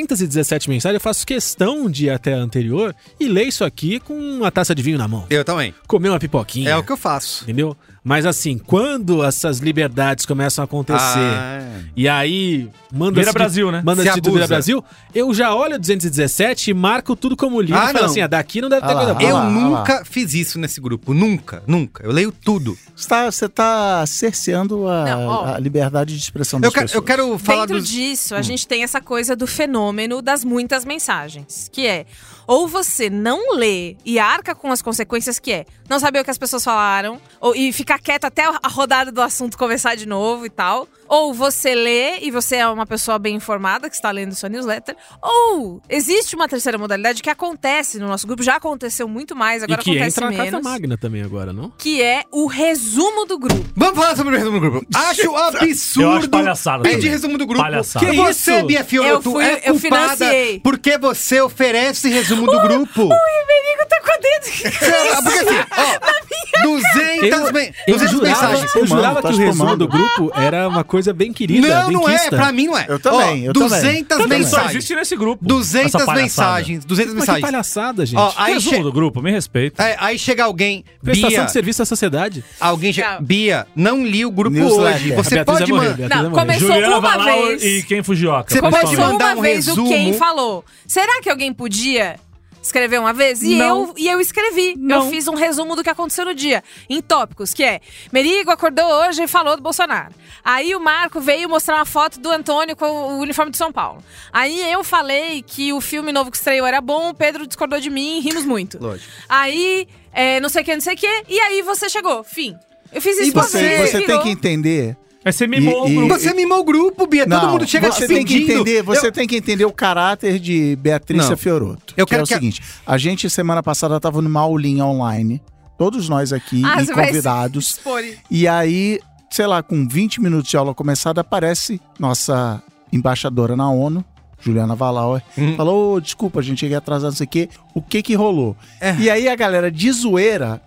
[SPEAKER 5] 217 mensagens, eu faço questão de ir até a anterior e ler isso aqui com uma taça de vinho na mão.
[SPEAKER 1] Eu também.
[SPEAKER 5] Comer uma pipoquinha.
[SPEAKER 1] É o que eu faço.
[SPEAKER 5] Entendeu? Mas assim, quando essas liberdades começam a acontecer,
[SPEAKER 1] Ah.
[SPEAKER 5] e aí manda
[SPEAKER 3] Vira Brasil, né?
[SPEAKER 5] Manda
[SPEAKER 1] Se
[SPEAKER 5] se Vira
[SPEAKER 1] abusa.
[SPEAKER 5] Brasil, eu já olho 217 e marco tudo como lido
[SPEAKER 1] Ah,
[SPEAKER 5] e
[SPEAKER 1] não.
[SPEAKER 5] falo assim, ah, daqui não deve ter
[SPEAKER 4] Ah
[SPEAKER 5] coisa
[SPEAKER 4] lá,
[SPEAKER 5] boa.
[SPEAKER 1] Eu
[SPEAKER 4] ah lá.
[SPEAKER 1] nunca fiz isso nesse grupo. Nunca, nunca. Eu leio tudo.
[SPEAKER 4] Você tá, você tá cerceando a,
[SPEAKER 6] Não, ó.
[SPEAKER 4] a liberdade de expressão das
[SPEAKER 1] Eu quero, eu
[SPEAKER 4] pessoas.
[SPEAKER 1] quero falar
[SPEAKER 6] Dentro
[SPEAKER 1] dos...
[SPEAKER 6] disso,
[SPEAKER 5] Hum.
[SPEAKER 6] a gente tem essa coisa do fenômeno das muitas mensagens, que é ou você não lê e arca com as consequências, que é não saber o que as pessoas falaram ou, e ficar quieto até a rodada do assunto começar de novo e tal. Ou você lê e você é uma pessoa bem informada que está lendo sua newsletter. Ou existe uma terceira modalidade que acontece no nosso grupo, já aconteceu muito mais,
[SPEAKER 5] E
[SPEAKER 6] agora
[SPEAKER 5] que
[SPEAKER 6] acontece
[SPEAKER 5] entra a carta
[SPEAKER 6] menos.
[SPEAKER 5] magna também agora, não?
[SPEAKER 6] que é o resumo do grupo.
[SPEAKER 1] Vamos falar sobre o resumo do grupo. Acho absurdo.
[SPEAKER 3] Eu acho palhaçada
[SPEAKER 1] Pedir
[SPEAKER 3] também.
[SPEAKER 1] resumo do grupo.
[SPEAKER 3] Palhaçada.
[SPEAKER 1] Que
[SPEAKER 5] Que
[SPEAKER 1] você,
[SPEAKER 5] isso?
[SPEAKER 1] Bia
[SPEAKER 6] É Eu
[SPEAKER 1] Fiorotto,
[SPEAKER 6] fui-
[SPEAKER 1] é
[SPEAKER 6] eu
[SPEAKER 1] culpada
[SPEAKER 6] financiei.
[SPEAKER 1] porque você oferece resumo do grupo.
[SPEAKER 6] O Iberico tá com o dedo.
[SPEAKER 5] É,
[SPEAKER 1] Cara, Porque assim, ó, 200, men- 200 mensagens.
[SPEAKER 5] eu
[SPEAKER 4] Fumando,
[SPEAKER 5] jurava
[SPEAKER 4] tá
[SPEAKER 5] que o resumo
[SPEAKER 4] fumando.
[SPEAKER 5] do grupo era uma coisa bem querida,
[SPEAKER 1] Não,
[SPEAKER 5] bem
[SPEAKER 1] não é.
[SPEAKER 5] quista.
[SPEAKER 1] Pra mim não é.
[SPEAKER 4] Eu também,
[SPEAKER 1] Ó,
[SPEAKER 4] eu
[SPEAKER 1] 200
[SPEAKER 3] Também só
[SPEAKER 1] mensagens.
[SPEAKER 3] existe nesse grupo. essa
[SPEAKER 1] 200
[SPEAKER 3] palhaçada.
[SPEAKER 1] mensagens. 200
[SPEAKER 5] Mas que
[SPEAKER 1] mensagens.
[SPEAKER 5] palhaçada, gente.
[SPEAKER 1] Ó, aí,
[SPEAKER 3] Resumo
[SPEAKER 1] che-
[SPEAKER 3] do grupo, me respeita.
[SPEAKER 1] é, aí chega alguém,
[SPEAKER 5] Prestação
[SPEAKER 1] Bia,
[SPEAKER 5] de serviço à sociedade.
[SPEAKER 1] alguém chega,
[SPEAKER 6] Não.
[SPEAKER 1] Bia, não li o grupo
[SPEAKER 4] Newsletter. é
[SPEAKER 1] hoje.
[SPEAKER 4] A
[SPEAKER 5] A
[SPEAKER 1] Você
[SPEAKER 5] Beatriz
[SPEAKER 1] pode
[SPEAKER 5] vai morrer,
[SPEAKER 1] mandar.
[SPEAKER 5] Beatriz
[SPEAKER 6] Não,
[SPEAKER 5] vai morrer.
[SPEAKER 6] começou
[SPEAKER 3] Juliana
[SPEAKER 6] É, uma
[SPEAKER 3] Valau
[SPEAKER 6] vez.
[SPEAKER 3] e quem fugioca.
[SPEAKER 1] Você
[SPEAKER 3] principalmente.
[SPEAKER 1] pode
[SPEAKER 6] Começou
[SPEAKER 1] mandar
[SPEAKER 6] uma
[SPEAKER 1] um
[SPEAKER 6] vez
[SPEAKER 1] resumo?
[SPEAKER 6] o quem falou. Será que alguém podia escrever uma vez? E, eu, e eu escrevi. Eu fiz um resumo do que aconteceu no dia, em tópicos, que é Merigo acordou hoje e falou do Bolsonaro. Aí o Marco veio mostrar uma foto do Antônio com o uniforme de São Paulo. Aí eu falei que o filme novo que estreou era bom, o Pedro discordou de mim e rimos muito.
[SPEAKER 1] Lógico.
[SPEAKER 6] Aí, é, não sei o que, não sei o que, e aí você chegou. Fim. Eu fiz isso
[SPEAKER 4] E
[SPEAKER 6] uma
[SPEAKER 4] você,
[SPEAKER 6] vez,
[SPEAKER 4] você tem
[SPEAKER 6] virou.
[SPEAKER 4] que entender.
[SPEAKER 3] Aí você mimou
[SPEAKER 4] E-
[SPEAKER 3] o
[SPEAKER 4] e-
[SPEAKER 3] grupo.
[SPEAKER 1] Você mimou o grupo, Bia. Todo
[SPEAKER 4] Não,
[SPEAKER 1] mundo chega
[SPEAKER 4] você tem
[SPEAKER 1] pedindo.
[SPEAKER 4] que entender, você
[SPEAKER 1] Eu-
[SPEAKER 4] tem que entender o caráter de Beatriz
[SPEAKER 1] Não.
[SPEAKER 4] Fiorotto.
[SPEAKER 1] Eu
[SPEAKER 4] que
[SPEAKER 1] quero
[SPEAKER 4] é o
[SPEAKER 1] que a-
[SPEAKER 4] seguinte, a gente semana passada estava numa aulinha online, todos nós aqui
[SPEAKER 6] Ah,
[SPEAKER 4] e
[SPEAKER 6] você vai se
[SPEAKER 4] convidados.
[SPEAKER 6] expor.
[SPEAKER 4] E aí, sei lá, com 20 minutos de aula começada, aparece nossa embaixadora na ONU, Juliana Valauer,
[SPEAKER 1] Hum.
[SPEAKER 4] falou: "Ô, desculpa, gente, cheguei atrasado, não sei o quê. O que que rolou?
[SPEAKER 1] É.
[SPEAKER 4] E aí a galera de zoeira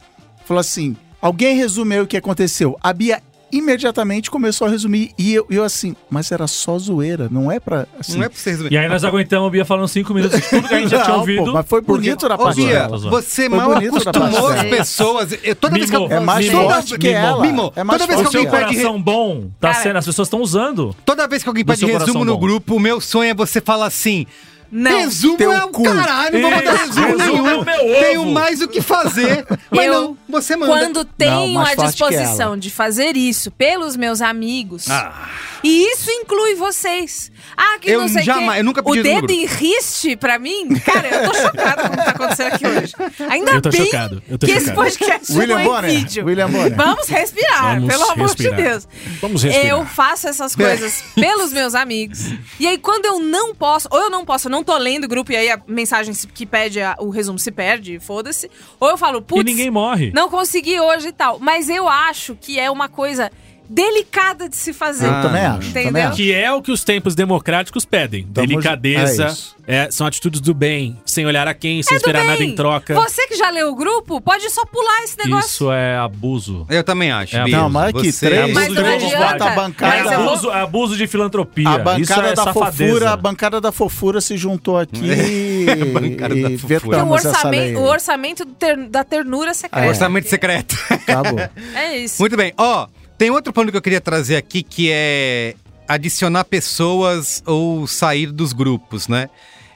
[SPEAKER 4] falou assim: alguém resumeu o que aconteceu. A Bia imediatamente começou a resumir. E eu, eu assim, mas era só zoeira, não é pra. assim,
[SPEAKER 1] Não é pra vocês
[SPEAKER 3] E aí nós aguentamos o Bia falando cinco minutos de tudo que a gente já tinha
[SPEAKER 4] Não,
[SPEAKER 3] ouvido.
[SPEAKER 4] pô, mas foi bonito na
[SPEAKER 1] Ô,
[SPEAKER 4] parte
[SPEAKER 1] Bia,
[SPEAKER 4] dela.
[SPEAKER 3] tá zoando, tô zoando.
[SPEAKER 1] você
[SPEAKER 4] Foi
[SPEAKER 1] mal
[SPEAKER 4] bonito da
[SPEAKER 1] acostumou
[SPEAKER 4] parte
[SPEAKER 1] as
[SPEAKER 4] dela.
[SPEAKER 1] pessoas. Eu, toda vez que eu
[SPEAKER 3] Mimou.
[SPEAKER 4] É mais
[SPEAKER 1] toda-
[SPEAKER 4] forte que ela.
[SPEAKER 1] Mimou.
[SPEAKER 4] É mais
[SPEAKER 1] toda vez
[SPEAKER 4] forte
[SPEAKER 1] que
[SPEAKER 3] O seu
[SPEAKER 1] alguém
[SPEAKER 4] que ela.
[SPEAKER 1] pede re-
[SPEAKER 3] coração bom tá
[SPEAKER 6] Cara.
[SPEAKER 3] sendo. As pessoas estão usando.
[SPEAKER 1] Toda vez que alguém
[SPEAKER 3] Do
[SPEAKER 1] pede
[SPEAKER 3] seu coração
[SPEAKER 1] resumo no
[SPEAKER 3] bom.
[SPEAKER 1] grupo, o meu sonho é você falar assim.
[SPEAKER 6] Não.
[SPEAKER 1] resumo
[SPEAKER 4] teu
[SPEAKER 1] é o
[SPEAKER 4] cu.
[SPEAKER 1] caralho, não vou
[SPEAKER 3] Isso,
[SPEAKER 1] mandar resumo
[SPEAKER 3] resumo é
[SPEAKER 1] nenhum.
[SPEAKER 3] o meu ovo.
[SPEAKER 1] Tenho mais o que fazer. Mas
[SPEAKER 6] Eu-
[SPEAKER 1] não, você manda.
[SPEAKER 6] Quando tenho
[SPEAKER 4] mais
[SPEAKER 6] a
[SPEAKER 4] forte que
[SPEAKER 6] disposição de fazer isso pelos meus amigos, e isso inclui vocês. Ah, que
[SPEAKER 1] Ah. Eu
[SPEAKER 6] não sei
[SPEAKER 1] jamais-
[SPEAKER 6] quê.
[SPEAKER 1] eu nunca pedi
[SPEAKER 6] O
[SPEAKER 1] isso no
[SPEAKER 6] dedo
[SPEAKER 1] grupo.
[SPEAKER 6] em riste, pra mim, cara, eu tô chocada com o que tá acontecendo aqui hoje. Ainda
[SPEAKER 5] Eu tô
[SPEAKER 6] bem
[SPEAKER 5] chocado, eu tô
[SPEAKER 6] que esse
[SPEAKER 5] chocado.
[SPEAKER 6] podcast não
[SPEAKER 1] um
[SPEAKER 4] William
[SPEAKER 6] é em
[SPEAKER 4] Bonner.
[SPEAKER 6] vídeo.
[SPEAKER 4] William Bonner.
[SPEAKER 6] Vamos respirar,
[SPEAKER 5] Vamos
[SPEAKER 6] pelo amor
[SPEAKER 5] respirar.
[SPEAKER 6] de Deus.
[SPEAKER 5] Vamos respirar.
[SPEAKER 6] Eu faço essas coisas pelos meus amigos. E aí, quando eu não posso, ou eu não posso, eu não tô lendo o grupo, e aí a mensagem se- que pede a- o resumo se perde, foda-se. Ou eu falo, putz,
[SPEAKER 3] e ninguém morre.
[SPEAKER 6] não consegui hoje e tal. Mas eu acho que é uma coisa delicada de se fazer. Ah,
[SPEAKER 4] Eu também acho.
[SPEAKER 6] Entendeu?
[SPEAKER 4] Também acho.
[SPEAKER 5] Que é o que os tempos democráticos pedem.
[SPEAKER 4] Tamo ju- um
[SPEAKER 5] Delicadeza,
[SPEAKER 4] é isso.
[SPEAKER 5] é, são atitudes do bem, sem olhar a quem, sem
[SPEAKER 6] É do
[SPEAKER 5] esperar nada
[SPEAKER 6] bem.
[SPEAKER 5] em troca.
[SPEAKER 6] Você que já leu o grupo, pode só pular esse Um negócio.
[SPEAKER 3] Isso é abuso.
[SPEAKER 1] Eu também acho.
[SPEAKER 3] É,
[SPEAKER 1] Bia.
[SPEAKER 4] não, mas que
[SPEAKER 1] Você- é
[SPEAKER 4] três,
[SPEAKER 6] Mas não
[SPEAKER 4] três
[SPEAKER 6] adianta.
[SPEAKER 4] bota a
[SPEAKER 6] Mas
[SPEAKER 3] É
[SPEAKER 6] eu
[SPEAKER 4] bancada.
[SPEAKER 6] vou-
[SPEAKER 3] abuso, é abuso de filantropia.
[SPEAKER 4] A
[SPEAKER 3] Isso
[SPEAKER 4] bancada
[SPEAKER 3] é
[SPEAKER 4] da
[SPEAKER 3] safadeza.
[SPEAKER 4] fofura, a bancada da fofura se juntou aqui e,
[SPEAKER 1] Bancada da
[SPEAKER 4] e
[SPEAKER 1] fofura.
[SPEAKER 6] Porque o
[SPEAKER 4] vetamos essa lei. Ah, é.
[SPEAKER 6] orçamento, o orçamento do ter- da ternura secreta.
[SPEAKER 1] Orçamento secreto.
[SPEAKER 4] Acabou.
[SPEAKER 6] É isso.
[SPEAKER 1] Muito bem. Ó, tem outro plano que eu queria trazer aqui que é adicionar pessoas ou sair dos grupos, né?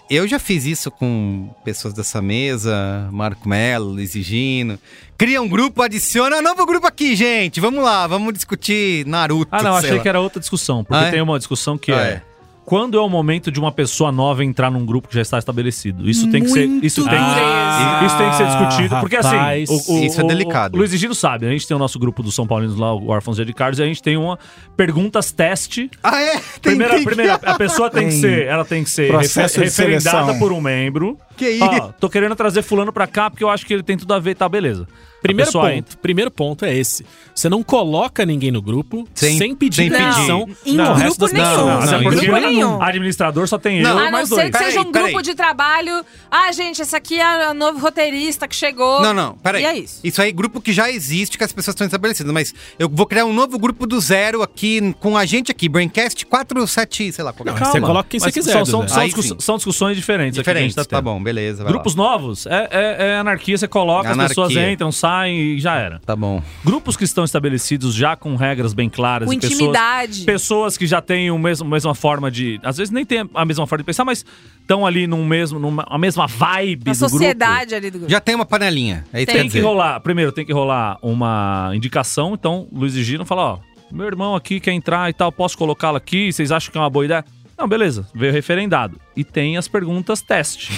[SPEAKER 1] Eu já fiz isso com pessoas dessa mesa, Marco Melo, Luiz e Gino. Cria um grupo, adiciona novo grupo aqui, gente. Vamos lá, vamos discutir Naruto.
[SPEAKER 3] Ah, não,
[SPEAKER 1] Tipo, sei
[SPEAKER 3] achei
[SPEAKER 1] lá.
[SPEAKER 3] que era outra discussão. Porque
[SPEAKER 1] Ah, é?
[SPEAKER 3] tem uma discussão que
[SPEAKER 1] Ah,
[SPEAKER 3] é.
[SPEAKER 1] é.
[SPEAKER 3] Quando é o momento de uma pessoa nova entrar num grupo que já está estabelecido? Isso tem que ser. Isso tem, que ser-
[SPEAKER 5] dureza.
[SPEAKER 3] isso tem que ser discutido. Porque
[SPEAKER 5] Rapaz.
[SPEAKER 3] assim. O, o-
[SPEAKER 1] Isso é
[SPEAKER 3] o-
[SPEAKER 1] delicado.
[SPEAKER 3] O Luiz e Gino sabe. né? A gente tem o nosso grupo do São Paulinos lá, o Órfãos de Carlos, e a gente tem uma perguntas teste
[SPEAKER 1] Ah, é? Tem,
[SPEAKER 3] primeira,
[SPEAKER 1] tem-
[SPEAKER 3] primeira, a pessoa tem que
[SPEAKER 4] Tem
[SPEAKER 3] ser, ela tem que ser
[SPEAKER 4] processo
[SPEAKER 3] refe-
[SPEAKER 4] de
[SPEAKER 3] referendada
[SPEAKER 4] seleção.
[SPEAKER 3] por um membro.
[SPEAKER 1] Que isso?
[SPEAKER 3] Ó, tô querendo trazer fulano pra cá porque eu acho que ele tem tudo a ver, tá beleza.
[SPEAKER 5] Primeiro
[SPEAKER 3] A pessoa
[SPEAKER 5] ponto,
[SPEAKER 3] entra.
[SPEAKER 5] primeiro ponto é esse. Você não coloca ninguém no grupo
[SPEAKER 1] Sem-
[SPEAKER 5] sem, pedir
[SPEAKER 1] sem pedir.
[SPEAKER 5] permissão
[SPEAKER 6] Em
[SPEAKER 5] pro
[SPEAKER 6] grupo
[SPEAKER 5] resto das
[SPEAKER 6] nenhum.
[SPEAKER 1] Não,
[SPEAKER 5] pessoas.
[SPEAKER 3] Não,
[SPEAKER 1] não,
[SPEAKER 3] não,
[SPEAKER 1] em
[SPEAKER 3] porque
[SPEAKER 6] grupo nenhum.
[SPEAKER 3] Administrador só tem
[SPEAKER 1] Não.
[SPEAKER 3] eu
[SPEAKER 6] A
[SPEAKER 3] e
[SPEAKER 6] não
[SPEAKER 3] mais
[SPEAKER 6] ser
[SPEAKER 3] dois.
[SPEAKER 6] que seja
[SPEAKER 1] Peraí,
[SPEAKER 6] um
[SPEAKER 1] peraí.
[SPEAKER 6] grupo de trabalho. Ah, gente, essa aqui é o novo roteirista que chegou.
[SPEAKER 1] Não, não, peraí.
[SPEAKER 6] E é isso.
[SPEAKER 1] Isso aí, grupo que já existe, que as pessoas estão estabelecidas. Mas eu vou criar um novo grupo do zero aqui, com a gente aqui, Braincast 47, sei lá, qualquer
[SPEAKER 5] Não,
[SPEAKER 1] coisa.
[SPEAKER 5] você coloca quem você
[SPEAKER 3] Mas
[SPEAKER 5] quiser.
[SPEAKER 3] São, são,
[SPEAKER 5] Dudu.
[SPEAKER 3] são
[SPEAKER 1] Aí
[SPEAKER 3] discuss-
[SPEAKER 1] sim.
[SPEAKER 3] são discussões diferentes. aqui que a
[SPEAKER 1] Diferente,
[SPEAKER 3] gente tá
[SPEAKER 1] tá
[SPEAKER 3] tendo.
[SPEAKER 1] bom, beleza. vai lá.
[SPEAKER 3] Grupos novos é, é- é anarquia, você coloca, as
[SPEAKER 1] Anarquia.
[SPEAKER 3] pessoas entram, saem e já era.
[SPEAKER 1] Tá bom.
[SPEAKER 3] Grupos que estão estabelecidos já com regras bem claras
[SPEAKER 6] Com
[SPEAKER 3] e pessoas
[SPEAKER 6] intimidade.
[SPEAKER 3] pessoas que já têm o mesmo mesma forma de, às vezes nem tem a mesma forma de pensar, mas estão ali num mesmo numa a mesma vibe
[SPEAKER 6] a
[SPEAKER 3] do
[SPEAKER 6] sociedade ali do grupo.
[SPEAKER 1] Já tem uma panelinha. É isso quer
[SPEAKER 3] grupo. Tem que
[SPEAKER 1] dizer.
[SPEAKER 3] rolar, primeiro tem que rolar uma indicação, então Luiz e Gino fala, ó, meu irmão aqui quer entrar e tal, posso colocá-lo aqui, vocês acham que é uma boa ideia? Não, beleza, veio referendado. E tem as perguntas teste,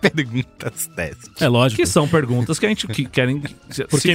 [SPEAKER 1] Perguntas testes.
[SPEAKER 5] É lógico.
[SPEAKER 3] que são perguntas que a gente que querem
[SPEAKER 5] Porque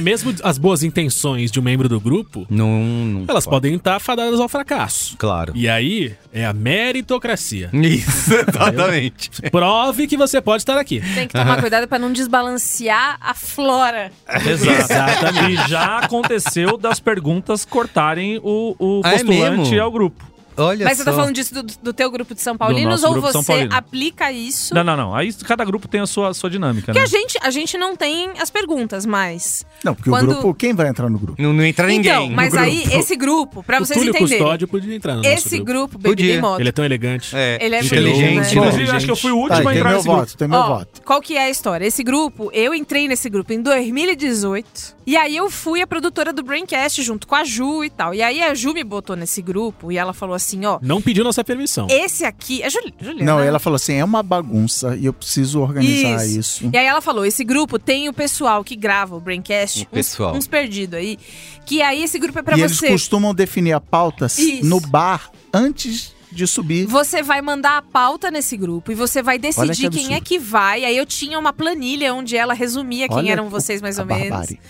[SPEAKER 5] mesmo as boas intenções de um membro do grupo,
[SPEAKER 1] Não, não.
[SPEAKER 5] elas
[SPEAKER 1] pode.
[SPEAKER 5] podem estar fadadas ao fracasso.
[SPEAKER 1] Claro.
[SPEAKER 5] E aí é a meritocracia.
[SPEAKER 1] Isso, exatamente.
[SPEAKER 5] Prove que você pode estar aqui.
[SPEAKER 6] Tem que tomar cuidado pra não desbalancear a flora.
[SPEAKER 3] Exatamente. E já aconteceu das perguntas cortarem o, o
[SPEAKER 1] Ah, é
[SPEAKER 3] postulante
[SPEAKER 1] mesmo?
[SPEAKER 3] ao grupo.
[SPEAKER 1] Olha
[SPEAKER 6] Mas
[SPEAKER 1] só.
[SPEAKER 6] você tá falando disso do, do teu grupo de São Paulinos
[SPEAKER 3] nosso
[SPEAKER 6] ou
[SPEAKER 3] grupo de São
[SPEAKER 6] você
[SPEAKER 3] Paulino.
[SPEAKER 6] aplica isso?
[SPEAKER 3] Não, não, não. Aí cada grupo tem a sua, sua dinâmica,
[SPEAKER 6] Porque
[SPEAKER 3] né?
[SPEAKER 6] a gente, a gente não tem as perguntas, mas.
[SPEAKER 4] Não, porque
[SPEAKER 6] Quando-
[SPEAKER 4] o grupo, quem vai entrar no grupo?
[SPEAKER 1] Não, não entra ninguém.
[SPEAKER 6] então,
[SPEAKER 1] no
[SPEAKER 6] mas
[SPEAKER 1] grupo.
[SPEAKER 6] aí, esse grupo, pra
[SPEAKER 5] o
[SPEAKER 6] vocês
[SPEAKER 5] Túlio
[SPEAKER 6] entenderem.
[SPEAKER 5] Custódio podia entrar no nosso
[SPEAKER 6] esse
[SPEAKER 5] grupo.
[SPEAKER 6] grupo, Baby
[SPEAKER 1] Podia.
[SPEAKER 6] Moto.
[SPEAKER 5] Ele é tão elegante.
[SPEAKER 1] É,
[SPEAKER 6] ele é muito
[SPEAKER 1] inteligente.
[SPEAKER 6] bom, né?
[SPEAKER 3] Inclusive, acho que eu fui o
[SPEAKER 4] Tá,
[SPEAKER 3] último a
[SPEAKER 4] tem
[SPEAKER 3] entrar
[SPEAKER 4] meu
[SPEAKER 3] nesse
[SPEAKER 4] voto, tem meu
[SPEAKER 6] Ó,
[SPEAKER 4] voto.
[SPEAKER 6] Qual que é a história? Esse grupo, eu entrei nesse grupo em 2018. E aí eu fui a produtora do Braincast junto com a Ju e tal. E aí a Ju me botou nesse grupo e ela falou assim, ó,
[SPEAKER 5] Não pediu nossa permissão.
[SPEAKER 6] esse aqui é Juli Juliana.
[SPEAKER 4] Não,
[SPEAKER 6] né?
[SPEAKER 4] ela falou assim: é uma bagunça e eu preciso organizar isso.
[SPEAKER 6] E é aí ela falou, esse grupo tem o pessoal que grava o Braincast,
[SPEAKER 1] O
[SPEAKER 6] uns-
[SPEAKER 1] pessoal.
[SPEAKER 6] uns, perdidos aí, que aí esse grupo é pra
[SPEAKER 4] e eles
[SPEAKER 6] você.
[SPEAKER 4] costumam definir a pauta
[SPEAKER 6] Isso.
[SPEAKER 4] no bar antes de subir.
[SPEAKER 6] Você vai mandar a pauta nesse grupo e você vai decidir
[SPEAKER 4] que
[SPEAKER 6] quem é
[SPEAKER 4] absurdo.
[SPEAKER 6] que vai. Aí eu tinha uma planilha onde ela resumia quem
[SPEAKER 4] Olha
[SPEAKER 6] eram vocês mais
[SPEAKER 4] a
[SPEAKER 6] ou menos.
[SPEAKER 4] barbárie.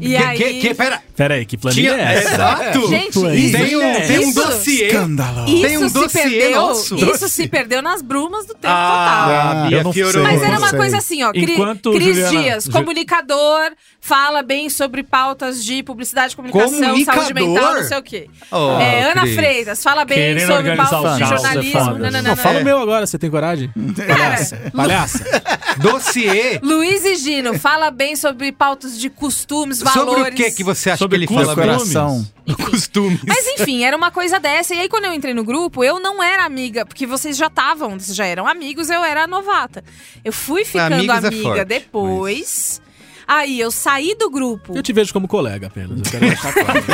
[SPEAKER 6] E aí
[SPEAKER 1] Que, que, que, pera.
[SPEAKER 5] Pera aí, que planilha
[SPEAKER 1] Tinha,
[SPEAKER 5] é essa?
[SPEAKER 1] exato.
[SPEAKER 6] Gente,
[SPEAKER 4] é Isso,
[SPEAKER 1] tem um, tem um
[SPEAKER 6] isso-
[SPEAKER 1] dossiê.
[SPEAKER 4] Escândalo!
[SPEAKER 6] Isso
[SPEAKER 1] Tem um
[SPEAKER 6] se
[SPEAKER 1] dossiê
[SPEAKER 6] perdeu,
[SPEAKER 1] nosso.
[SPEAKER 6] isso se perdeu nas brumas do tempo total.
[SPEAKER 1] Ah,
[SPEAKER 4] Ah,
[SPEAKER 1] Bia
[SPEAKER 3] eu não sei.
[SPEAKER 1] Fioroni.
[SPEAKER 6] Mas
[SPEAKER 4] eu
[SPEAKER 6] era
[SPEAKER 4] não
[SPEAKER 6] uma
[SPEAKER 4] sei.
[SPEAKER 6] coisa assim, ó. Cri-
[SPEAKER 3] Enquanto,
[SPEAKER 6] Cris
[SPEAKER 3] Juliana,
[SPEAKER 6] Dias,
[SPEAKER 3] Ju-
[SPEAKER 6] comunicador, fala bem sobre pautas de publicidade, comunicação, saúde
[SPEAKER 1] Comunicador?
[SPEAKER 6] mental, não sei o quê.
[SPEAKER 1] Oh,
[SPEAKER 6] É, Ana
[SPEAKER 1] Cris.
[SPEAKER 6] Freitas, fala bem
[SPEAKER 3] Querendo
[SPEAKER 6] sobre
[SPEAKER 3] organizar
[SPEAKER 4] fã.
[SPEAKER 3] Salsicha é
[SPEAKER 6] Jornalismo,
[SPEAKER 3] foda.
[SPEAKER 6] não, não, não.
[SPEAKER 5] Não, fala o meu agora, você tem coragem? Palhaça, palhaça.
[SPEAKER 1] Dossiê.
[SPEAKER 6] Luiz e Gino, fala bem sobre pautas de costumes, valores.
[SPEAKER 1] Sobre o que que você acha
[SPEAKER 3] Sobre
[SPEAKER 1] que ele fala
[SPEAKER 3] costumes.
[SPEAKER 1] bem?
[SPEAKER 4] Coração.
[SPEAKER 1] Costumes.
[SPEAKER 6] Mas enfim, era uma coisa dessa. E aí, quando eu entrei no grupo, eu não era amiga, porque vocês já estavam, vocês já eram amigos, eu era novata. Eu fui ficando
[SPEAKER 1] Amigos é
[SPEAKER 6] amiga
[SPEAKER 1] forte,
[SPEAKER 6] depois. Aí eu saí do grupo.
[SPEAKER 5] Eu te vejo como colega apenas. Eu quero deixar claro.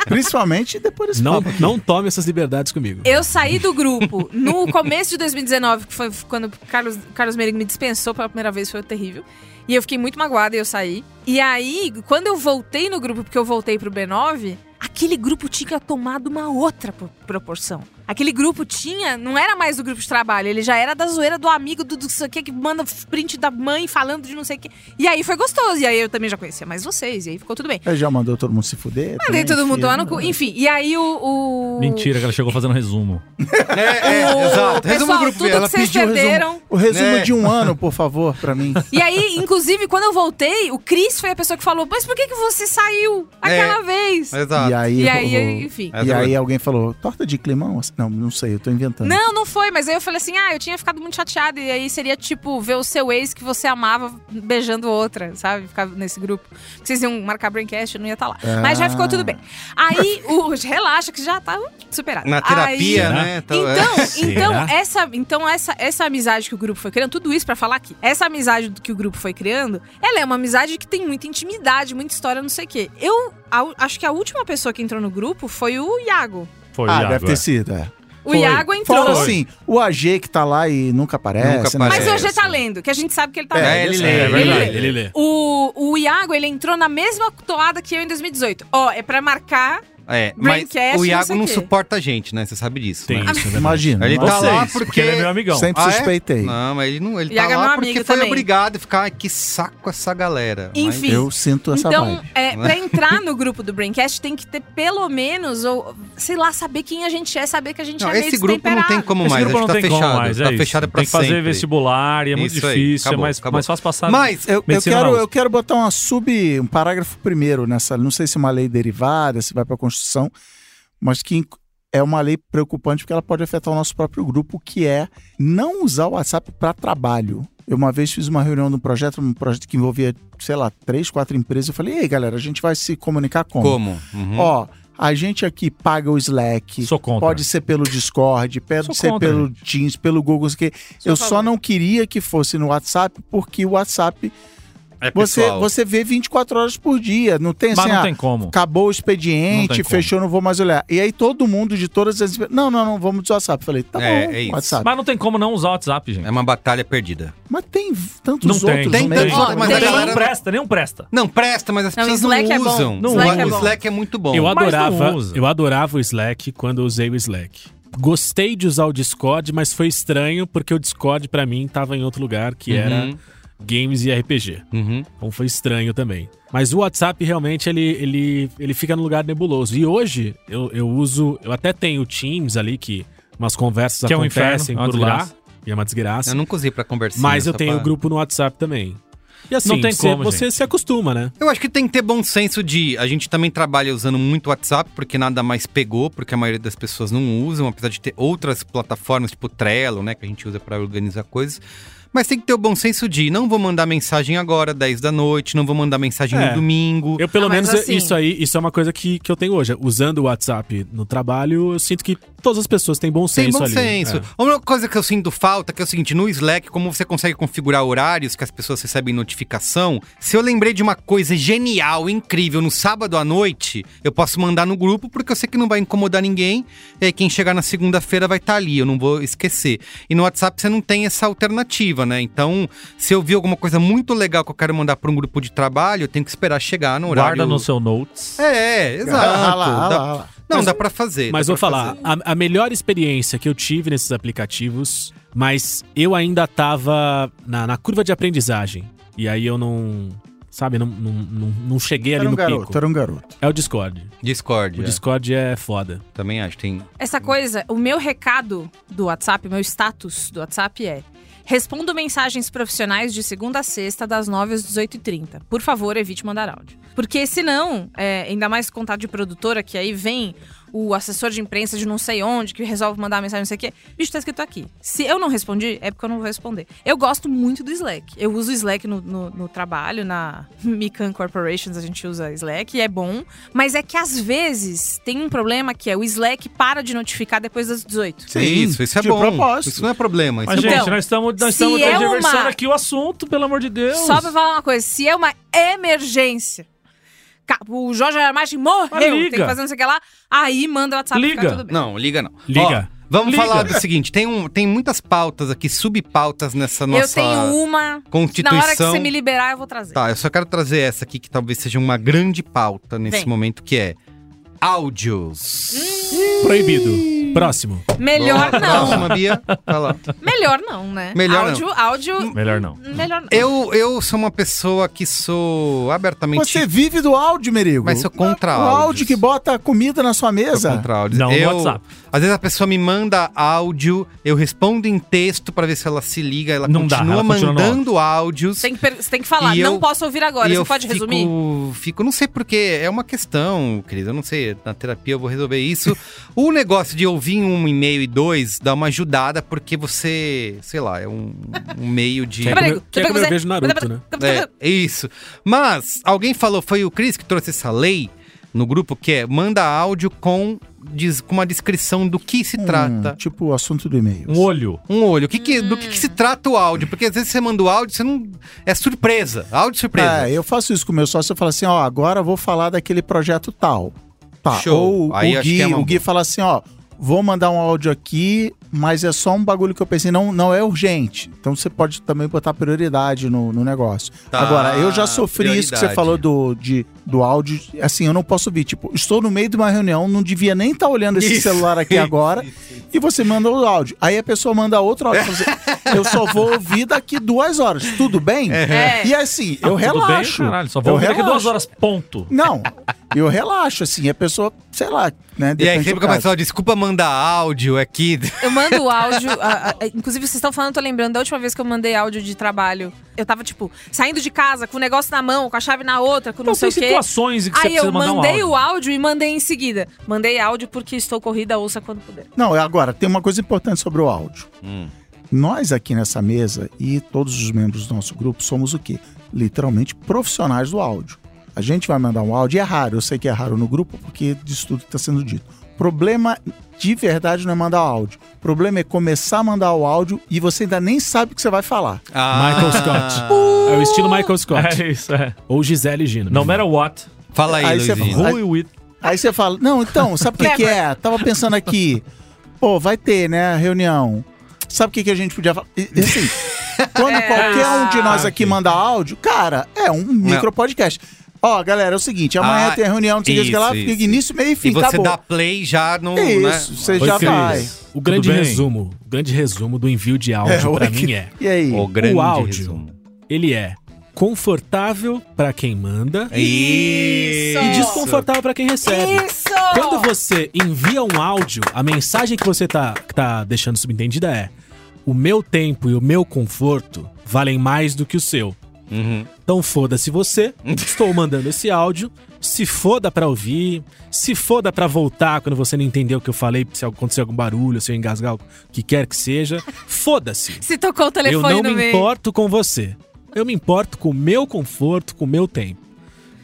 [SPEAKER 4] Principalmente depois desse
[SPEAKER 5] não,
[SPEAKER 4] papo aqui.
[SPEAKER 5] não tome essas liberdades comigo.
[SPEAKER 6] Eu saí do grupo no começo de 2019, que foi quando o Carlos, o Carlos Merigo me dispensou pela primeira vez, foi terrível. E eu fiquei muito magoada e eu saí. E aí, quando eu voltei no grupo, porque eu voltei pro B9, aquele grupo tinha tomado uma outra pro- proporção. Aquele grupo tinha, não era mais do grupo de trabalho, ele já era da zoeira do amigo do, do não sei o que, que manda print da mãe falando de não sei o que. E aí foi gostoso, e aí eu também já conhecia mais vocês, e aí ficou tudo bem.
[SPEAKER 4] Ele já mandou todo mundo se fuder.
[SPEAKER 6] Mandei
[SPEAKER 4] também, né?
[SPEAKER 6] todo mundo
[SPEAKER 4] filho.
[SPEAKER 6] lá no cu. Enfim, e aí o. o-
[SPEAKER 3] Mentira, que ela chegou fazendo resumo.
[SPEAKER 1] É, é,
[SPEAKER 6] O
[SPEAKER 1] exato. Resuma
[SPEAKER 6] pessoal,
[SPEAKER 1] o grupo
[SPEAKER 6] tudo
[SPEAKER 1] dela.
[SPEAKER 6] que vocês
[SPEAKER 4] pediu o resumo.
[SPEAKER 6] perderam.
[SPEAKER 4] O resumo
[SPEAKER 1] É.
[SPEAKER 4] de um ano, por favor, pra mim.
[SPEAKER 6] E aí, inclusive, quando eu voltei, o Cris foi a pessoa que falou: Mas por que, que você saiu
[SPEAKER 1] É.
[SPEAKER 6] aquela vez?
[SPEAKER 1] Exato.
[SPEAKER 4] E aí,
[SPEAKER 6] E aí,
[SPEAKER 4] rolou-
[SPEAKER 6] enfim.
[SPEAKER 4] E aí alguém falou, torta de climão? Não, não sei, eu tô inventando.
[SPEAKER 6] Não, não foi, mas aí eu falei assim: ah, eu tinha ficado muito chateada. E aí seria tipo ver o seu ex que você amava beijando outra, sabe? Ficar nesse grupo. Vocês iam marcar braincast, eu não ia estar lá. Mas já ficou
[SPEAKER 1] Ah.
[SPEAKER 6] tudo bem. Aí, o, relaxa, que já tá superado.
[SPEAKER 1] Na terapia,
[SPEAKER 3] Aí-
[SPEAKER 1] né?
[SPEAKER 6] Então, então
[SPEAKER 5] Será?
[SPEAKER 6] essa, então essa, essa amizade que o grupo foi criando, tudo isso pra falar aqui. Essa amizade que o grupo foi criando, ela é uma amizade que tem muita intimidade, muita história, não sei o quê. Eu a- acho que a última pessoa que entrou no grupo foi o Iago.
[SPEAKER 3] Foi,
[SPEAKER 4] Ah,
[SPEAKER 3] Iago,
[SPEAKER 4] deve
[SPEAKER 3] é.
[SPEAKER 4] ter sido, é.
[SPEAKER 6] O
[SPEAKER 4] Foi.
[SPEAKER 6] Iago entrou.
[SPEAKER 4] Fora assim, o AG que tá lá e nunca aparece.
[SPEAKER 1] Nunca
[SPEAKER 4] né?
[SPEAKER 6] mas
[SPEAKER 1] aparece.
[SPEAKER 6] o AG tá lendo, que a gente sabe que ele tá
[SPEAKER 1] assim. É,
[SPEAKER 6] lendo.
[SPEAKER 1] ele
[SPEAKER 3] É,
[SPEAKER 1] lê.
[SPEAKER 3] é verdade, ele lê.
[SPEAKER 6] O, o Iago, ele entrou na mesma toada que eu em 2018. Ó, é pra marcar.
[SPEAKER 1] É, mas
[SPEAKER 6] Braincast,
[SPEAKER 1] o
[SPEAKER 6] não
[SPEAKER 1] Iago
[SPEAKER 6] sei
[SPEAKER 1] não
[SPEAKER 6] quê.
[SPEAKER 1] suporta a gente, né? Você sabe disso,
[SPEAKER 3] Tem
[SPEAKER 1] né?
[SPEAKER 3] isso, é verdade.
[SPEAKER 4] Imagina.
[SPEAKER 1] Ele tá
[SPEAKER 4] imagina.
[SPEAKER 1] lá
[SPEAKER 3] Vocês,
[SPEAKER 1] porque-
[SPEAKER 3] ele é meu amigão.
[SPEAKER 4] Sempre
[SPEAKER 1] Ah, é?
[SPEAKER 4] suspeitei.
[SPEAKER 1] Não, mas ele não, ele
[SPEAKER 6] Iago é
[SPEAKER 1] tá
[SPEAKER 6] meu
[SPEAKER 1] lá
[SPEAKER 6] amigo
[SPEAKER 1] porque foi
[SPEAKER 6] também.
[SPEAKER 1] obrigado e ficar, "Ai, que saco essa galera. Mas-
[SPEAKER 6] Enfim.
[SPEAKER 4] Eu sinto essa
[SPEAKER 6] então,
[SPEAKER 4] vibe.
[SPEAKER 6] é, pra entrar no grupo do Braincast, tem que ter pelo menos, ou, sei lá, saber quem a gente é, saber que a gente
[SPEAKER 1] Não,
[SPEAKER 6] é meio
[SPEAKER 1] esse grupo não
[SPEAKER 6] destemperado.
[SPEAKER 1] tem como
[SPEAKER 3] Esse
[SPEAKER 1] mais, a
[SPEAKER 3] grupo
[SPEAKER 1] gente
[SPEAKER 3] não
[SPEAKER 1] tá
[SPEAKER 3] tem
[SPEAKER 1] fechado.
[SPEAKER 3] como mais, é
[SPEAKER 1] tá
[SPEAKER 3] isso.
[SPEAKER 1] fechado pra
[SPEAKER 3] Tem que fazer
[SPEAKER 1] sempre.
[SPEAKER 3] vestibular e é muito
[SPEAKER 1] Isso aí,
[SPEAKER 3] difícil,
[SPEAKER 1] acabou,
[SPEAKER 3] é mais,
[SPEAKER 1] acabou.
[SPEAKER 3] mais fácil passar.
[SPEAKER 1] Mas
[SPEAKER 4] Eu, eu
[SPEAKER 3] Medicina
[SPEAKER 4] quero,
[SPEAKER 3] na
[SPEAKER 4] eu quero botar uma sub, um parágrafo primeiro nessa. Não sei se é uma lei derivada, se vai pra Constituição, mas que inc- é uma lei preocupante porque ela pode afetar o nosso próprio grupo, que é não usar o WhatsApp para trabalho. Eu uma vez fiz uma reunião de um projeto, um projeto que envolvia, sei lá, três, quatro empresas. Eu falei, ei, galera, a gente vai se comunicar como?
[SPEAKER 1] como? Uhum.
[SPEAKER 4] Ó, a gente aqui paga o Slack,
[SPEAKER 3] Sou contra.
[SPEAKER 4] Pode ser pelo Discord, pode
[SPEAKER 3] Sou
[SPEAKER 4] ser
[SPEAKER 3] contra,
[SPEAKER 4] pelo Teams, pelo Google, não sei o quê.
[SPEAKER 6] Sou
[SPEAKER 4] Eu
[SPEAKER 6] a
[SPEAKER 4] só
[SPEAKER 6] favor.
[SPEAKER 4] não queria que fosse no WhatsApp, porque o WhatsApp
[SPEAKER 1] é
[SPEAKER 4] você,
[SPEAKER 1] pessoal.
[SPEAKER 4] você vê 24 horas por dia. Não tem
[SPEAKER 3] Mas
[SPEAKER 4] assim,
[SPEAKER 3] não
[SPEAKER 4] ah,
[SPEAKER 3] tem como.
[SPEAKER 4] acabou o
[SPEAKER 3] Não tem
[SPEAKER 4] expediente,
[SPEAKER 3] como.
[SPEAKER 4] fechou, não vou mais olhar. E aí todo mundo de todas as. Não, não, não, vamos do WhatsApp. Falei, tá
[SPEAKER 1] É,
[SPEAKER 4] bom,
[SPEAKER 1] é isso.
[SPEAKER 4] WhatsApp. Mas,
[SPEAKER 3] Mas não tem como não usar o WhatsApp, gente.
[SPEAKER 1] É uma batalha perdida.
[SPEAKER 4] tem tantos
[SPEAKER 3] Não tem,
[SPEAKER 4] outros
[SPEAKER 3] não
[SPEAKER 4] meios.
[SPEAKER 3] tem.
[SPEAKER 1] tantos outros, mas
[SPEAKER 6] Tem.
[SPEAKER 1] a
[SPEAKER 3] Não
[SPEAKER 1] galera...
[SPEAKER 3] presta, nenhum presta.
[SPEAKER 1] Não, presta, mas as
[SPEAKER 6] Não,
[SPEAKER 1] pessoas
[SPEAKER 6] Slack é
[SPEAKER 1] não
[SPEAKER 6] bom.
[SPEAKER 1] usam.
[SPEAKER 3] Não
[SPEAKER 1] O-
[SPEAKER 3] Slack é
[SPEAKER 1] o
[SPEAKER 3] bom.
[SPEAKER 1] Slack é muito bom.
[SPEAKER 5] Eu
[SPEAKER 3] Mas não
[SPEAKER 5] adorava,
[SPEAKER 3] usa.
[SPEAKER 5] eu adorava o Slack quando eu usei o Slack. Gostei de usar o Discord, mas foi estranho porque o Discord pra mim tava em outro lugar que era
[SPEAKER 1] Uhum.
[SPEAKER 5] games e RPG.
[SPEAKER 1] Uhum.
[SPEAKER 5] Então foi estranho também. Mas o WhatsApp realmente ele, ele, ele fica no lugar nebuloso. E hoje eu, eu uso, eu até tenho o Teams ali que umas conversas
[SPEAKER 3] Que é um
[SPEAKER 5] acontecem
[SPEAKER 3] inferno, é uma
[SPEAKER 5] por lá.
[SPEAKER 3] desgraça.
[SPEAKER 5] E é uma desgraça.
[SPEAKER 1] Eu nunca usei pra conversar.
[SPEAKER 5] mas eu
[SPEAKER 1] só
[SPEAKER 3] um
[SPEAKER 5] tenho o
[SPEAKER 1] pra-
[SPEAKER 5] grupo no WhatsApp também. E assim,
[SPEAKER 3] Não tem
[SPEAKER 5] você,
[SPEAKER 3] como,
[SPEAKER 5] você
[SPEAKER 3] gente.
[SPEAKER 5] se acostuma, né?
[SPEAKER 1] Eu acho que tem que ter bom senso de. A gente também trabalha usando muito WhatsApp, porque nada mais pegou, porque a maioria das pessoas não usam, apesar de ter outras plataformas, tipo Trello, né, que a gente usa pra organizar coisas. Mas tem que ter o bom senso de não vou mandar mensagem agora, 10 da noite, não vou mandar mensagem
[SPEAKER 5] É.
[SPEAKER 1] no domingo.
[SPEAKER 5] Eu, pelo
[SPEAKER 6] Ah, mas
[SPEAKER 5] menos,
[SPEAKER 6] assim-
[SPEAKER 5] isso aí, isso é uma coisa que, que eu tenho hoje. Usando o WhatsApp no trabalho, eu sinto que todas as pessoas têm bom
[SPEAKER 1] Tem
[SPEAKER 5] senso
[SPEAKER 1] bom
[SPEAKER 5] ali.
[SPEAKER 1] senso.
[SPEAKER 5] É.
[SPEAKER 1] Uma coisa que eu sinto falta, que é o seguinte, no Slack, como você consegue configurar horários que as pessoas recebem notificação, se eu lembrei de uma coisa genial, incrível, no sábado à noite, eu posso mandar no grupo, porque eu sei que não vai incomodar ninguém, e aí quem chegar na segunda-feira vai estar ali, eu não vou esquecer. E no WhatsApp você não tem essa alternativa, né? Então, se eu vi alguma coisa muito legal que eu quero mandar para um grupo de trabalho, eu tenho que esperar chegar no um horário.
[SPEAKER 3] Guarda no seu notes.
[SPEAKER 1] É, exato.
[SPEAKER 4] Ah lá, ah
[SPEAKER 1] Dá-
[SPEAKER 4] lá, ah lá.
[SPEAKER 1] Não, dá para fazer.
[SPEAKER 5] Mas
[SPEAKER 1] dá
[SPEAKER 5] vou
[SPEAKER 1] pra
[SPEAKER 5] falar,
[SPEAKER 1] fazer.
[SPEAKER 5] a, a melhor experiência que eu tive nesses aplicativos, mas eu ainda tava na, na curva de aprendizagem. E aí eu não. Sabe, não, não, não, não cheguei ali
[SPEAKER 4] Era um
[SPEAKER 5] no
[SPEAKER 4] garoto,
[SPEAKER 5] pico.
[SPEAKER 4] era um garoto.
[SPEAKER 5] É o Discord.
[SPEAKER 1] Discord.
[SPEAKER 5] O
[SPEAKER 1] é.
[SPEAKER 5] Discord é foda.
[SPEAKER 1] Também acho, tem...
[SPEAKER 6] Essa coisa, o meu recado do WhatsApp, o meu status do WhatsApp é: respondo mensagens profissionais de segunda a sexta, das 9 às 18h30. Por favor, evite mandar áudio. Porque senão, é, ainda mais contato de produtora, que aí vem o assessor de imprensa de não sei onde, que resolve mandar mensagem, não sei o quê. Bicho, tá escrito aqui. Se eu não respondi, é porque eu não vou responder. Eu gosto muito do Slack. Eu uso o Slack no, no- no trabalho, na Mikan Corporations a gente usa Slack, e é bom. Mas é que às vezes tem um problema que é o Slack para de notificar depois das 18.
[SPEAKER 1] Sim, isso, isso é
[SPEAKER 4] de
[SPEAKER 1] bom.
[SPEAKER 4] propósito.
[SPEAKER 1] Isso não é problema. Isso
[SPEAKER 3] Mas,
[SPEAKER 1] é bom.
[SPEAKER 3] gente, nós estamos nós
[SPEAKER 6] se
[SPEAKER 3] estamos
[SPEAKER 6] é uma-
[SPEAKER 3] diversando aqui o assunto, pelo amor de Deus.
[SPEAKER 6] Só pra falar uma coisa, se é uma emergência, ca- o Jorge Armati
[SPEAKER 3] Ah,
[SPEAKER 6] morreu, tem
[SPEAKER 3] liga.
[SPEAKER 6] que fazer não sei o que lá, aí manda o WhatsApp
[SPEAKER 3] Liga.
[SPEAKER 6] ficar tudo bem.
[SPEAKER 1] Não, liga não.
[SPEAKER 3] Liga.
[SPEAKER 1] Ó, vamos
[SPEAKER 3] Liga.
[SPEAKER 1] falar do seguinte: tem, um, tem muitas pautas aqui, subpautas nessa nossa.
[SPEAKER 6] Eu tenho uma, na
[SPEAKER 1] Constituição.
[SPEAKER 6] hora que você me liberar eu vou trazer.
[SPEAKER 1] Tá, eu só quero trazer essa aqui que talvez seja uma grande pauta nesse
[SPEAKER 6] Vem. Hum,
[SPEAKER 1] momento, que é áudios.
[SPEAKER 5] Proibido. Próximo.
[SPEAKER 6] Melhor
[SPEAKER 1] Boa,
[SPEAKER 6] não,
[SPEAKER 1] Próxima, Bia. Vai lá.
[SPEAKER 6] melhor não, né?
[SPEAKER 1] Melhor não. Hum,
[SPEAKER 6] áudio, áudio,
[SPEAKER 3] Melhor não.
[SPEAKER 6] melhor não.
[SPEAKER 1] Eu, eu sou uma pessoa que sou abertamente.
[SPEAKER 4] Você vive do áudio, Merigo.
[SPEAKER 1] Mas sou contra
[SPEAKER 4] O áudio
[SPEAKER 1] áudios.
[SPEAKER 4] que bota comida na sua
[SPEAKER 1] sou
[SPEAKER 4] mesa.
[SPEAKER 1] contra áudios.
[SPEAKER 3] Não, no
[SPEAKER 1] eu,
[SPEAKER 3] WhatsApp.
[SPEAKER 1] Às vezes a pessoa me manda áudio, eu respondo em texto pra ver se ela se liga, ela
[SPEAKER 3] Não dá,
[SPEAKER 1] continua
[SPEAKER 3] ela continua no
[SPEAKER 1] mandando áudios.
[SPEAKER 6] Você tem que, per- você tem que falar,
[SPEAKER 1] E
[SPEAKER 6] não
[SPEAKER 1] eu-
[SPEAKER 6] posso ouvir agora,
[SPEAKER 1] e
[SPEAKER 6] você
[SPEAKER 1] eu
[SPEAKER 6] pode
[SPEAKER 1] fico,
[SPEAKER 6] resumir?
[SPEAKER 1] Fico, não sei porquê, é uma questão, querida, eu não sei, na terapia eu vou resolver isso. o negócio de ouvir um e-mail e dois dá uma ajudada, porque você, sei lá, é um, um meio de...
[SPEAKER 5] Quer
[SPEAKER 6] Então, Peraí,
[SPEAKER 3] é
[SPEAKER 5] comer- quer comer
[SPEAKER 6] você-
[SPEAKER 5] o beijo do Naruto, né?
[SPEAKER 1] É, é isso. Mas alguém falou, foi o Cris que trouxe essa lei no grupo que é manda áudio com, diz- com uma descrição do que se trata.
[SPEAKER 4] Tipo o assunto do e-mail.
[SPEAKER 3] Um olho.
[SPEAKER 1] Um olho. O que que- Do que, que se trata o áudio? Porque às vezes você manda o áudio, você não. É surpresa. Áudio surpresa.
[SPEAKER 4] É, eu faço isso com o meu sócio, eu falo assim, ó, agora eu vou falar daquele projeto tal. Tá,
[SPEAKER 1] Show.
[SPEAKER 4] ou
[SPEAKER 1] Aí
[SPEAKER 4] o
[SPEAKER 1] acho
[SPEAKER 4] Gui,
[SPEAKER 1] que é uma
[SPEAKER 4] o Gui
[SPEAKER 1] boa.
[SPEAKER 4] fala assim, ó, vou mandar um áudio aqui, mas é só um bagulho que eu pensei, não, não é urgente. Então você pode também botar prioridade no, no negócio.
[SPEAKER 1] Tá,
[SPEAKER 4] Agora, eu já sofri isso que você
[SPEAKER 1] prioridade.
[SPEAKER 4] falou do, de, do áudio, assim, eu não posso ouvir, tipo, estou no meio de uma reunião, não devia nem estar olhando esse
[SPEAKER 1] Isso.
[SPEAKER 4] celular aqui agora, e você manda o áudio. Aí a pessoa manda outro áudio, fala assim, eu só vou ouvir daqui duas horas, tudo bem?
[SPEAKER 6] É.
[SPEAKER 4] E assim, eu
[SPEAKER 3] Ah, tudo bem,
[SPEAKER 4] relaxo.
[SPEAKER 3] caralho, só vou
[SPEAKER 4] eu
[SPEAKER 3] ouvir daqui
[SPEAKER 4] relaxo.
[SPEAKER 3] duas horas, ponto.
[SPEAKER 4] Não, eu relaxo, assim, a pessoa, sei lá, né?
[SPEAKER 1] E aí é
[SPEAKER 4] depende
[SPEAKER 1] sempre
[SPEAKER 4] do caso.
[SPEAKER 1] começa, ó, desculpa mandar áudio aqui.
[SPEAKER 6] Eu mando o áudio. a- a- inclusive, vocês estão falando, eu tô lembrando da última vez que eu mandei áudio de trabalho. Eu tava, tipo, saindo de casa com o negócio na mão, com a chave na outra, com não
[SPEAKER 3] Então,
[SPEAKER 6] sei
[SPEAKER 3] tem
[SPEAKER 6] o quê.
[SPEAKER 3] situações em que você
[SPEAKER 6] Aí
[SPEAKER 3] precisa
[SPEAKER 6] eu
[SPEAKER 3] mandar um
[SPEAKER 6] mandei
[SPEAKER 3] áudio.
[SPEAKER 6] o áudio e mandei em seguida. Mandei áudio porque estou corrida, ouça quando puder.
[SPEAKER 4] Não, agora, tem uma coisa importante sobre o áudio.
[SPEAKER 1] Hum.
[SPEAKER 4] Nós aqui nessa mesa e todos os membros do nosso grupo somos o quê? Literalmente profissionais do áudio. A gente vai mandar um áudio, e é raro, eu sei que é raro no grupo, porque disso tudo está sendo dito. Problema de verdade não é mandar áudio. O problema é começar a mandar o áudio e você ainda nem sabe o que você vai falar.
[SPEAKER 1] Ah.
[SPEAKER 5] Michael
[SPEAKER 1] Scott.
[SPEAKER 5] É o estilo Michael Scott.
[SPEAKER 3] É isso, é.
[SPEAKER 5] Ou Gisele Gino.
[SPEAKER 3] No matter what,
[SPEAKER 1] Fala aí,
[SPEAKER 4] Aí você
[SPEAKER 1] Luizinho.
[SPEAKER 4] fala,
[SPEAKER 3] who you with.
[SPEAKER 4] Aí você fala, não, então, sabe o que, que é? Tava pensando aqui, pô, vai ter, né, a reunião. Sabe o que, que a gente podia falar? E, e assim, quando qualquer um de
[SPEAKER 1] Ah,
[SPEAKER 4] nós aqui manda áudio, cara, é um micro podcast. Ó, galera, é o seguinte, amanhã
[SPEAKER 1] Ah,
[SPEAKER 4] tem a reunião, não sei o que, não sei o
[SPEAKER 1] isso,
[SPEAKER 4] que lá,
[SPEAKER 1] isso.
[SPEAKER 4] fica início, meio e fim,
[SPEAKER 1] E você
[SPEAKER 4] acabou.
[SPEAKER 1] dá play já no.
[SPEAKER 4] É
[SPEAKER 1] né?
[SPEAKER 4] isso, você já
[SPEAKER 3] Oi, Cris.
[SPEAKER 4] vai.
[SPEAKER 5] O grande
[SPEAKER 3] Tudo bem?
[SPEAKER 5] resumo, o grande resumo do envio de
[SPEAKER 4] É,
[SPEAKER 5] áudio
[SPEAKER 4] o
[SPEAKER 5] pra
[SPEAKER 4] que-
[SPEAKER 5] mim é:
[SPEAKER 4] E aí?
[SPEAKER 1] O grande
[SPEAKER 5] O áudio.
[SPEAKER 1] resumo.
[SPEAKER 5] ele é confortável pra quem manda
[SPEAKER 1] É Isso.
[SPEAKER 5] e desconfortável pra quem recebe.
[SPEAKER 6] Isso!
[SPEAKER 5] Quando você envia um áudio, a mensagem que você tá, que tá deixando subentendida é: o meu tempo e o meu conforto valem mais do que o seu.
[SPEAKER 1] Uhum.
[SPEAKER 5] Então foda-se você, estou mandando esse áudio. Se foda pra ouvir, se foda pra voltar quando você não entendeu o que eu falei, se acontecer algum barulho, se eu engasgar, o que quer que seja, foda-se.
[SPEAKER 6] Se tocou o
[SPEAKER 5] Eu
[SPEAKER 6] telefone
[SPEAKER 5] não
[SPEAKER 6] no
[SPEAKER 5] me
[SPEAKER 6] meio.
[SPEAKER 5] importo com você. Eu me importo com o meu conforto, com o meu tempo.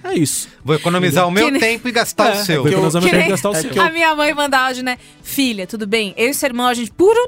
[SPEAKER 5] É isso.
[SPEAKER 1] Vou economizar o meu
[SPEAKER 6] Que nem-
[SPEAKER 1] tempo e gastar o seu.
[SPEAKER 5] Porque
[SPEAKER 4] eu-
[SPEAKER 5] nós vamos
[SPEAKER 6] que
[SPEAKER 5] ter que
[SPEAKER 6] nem-
[SPEAKER 5] gastar o
[SPEAKER 4] é
[SPEAKER 5] seu.
[SPEAKER 4] que eu-
[SPEAKER 6] A minha mãe manda áudio, né? Filha, tudo bem? Eu e seu irmão, a gente. Puro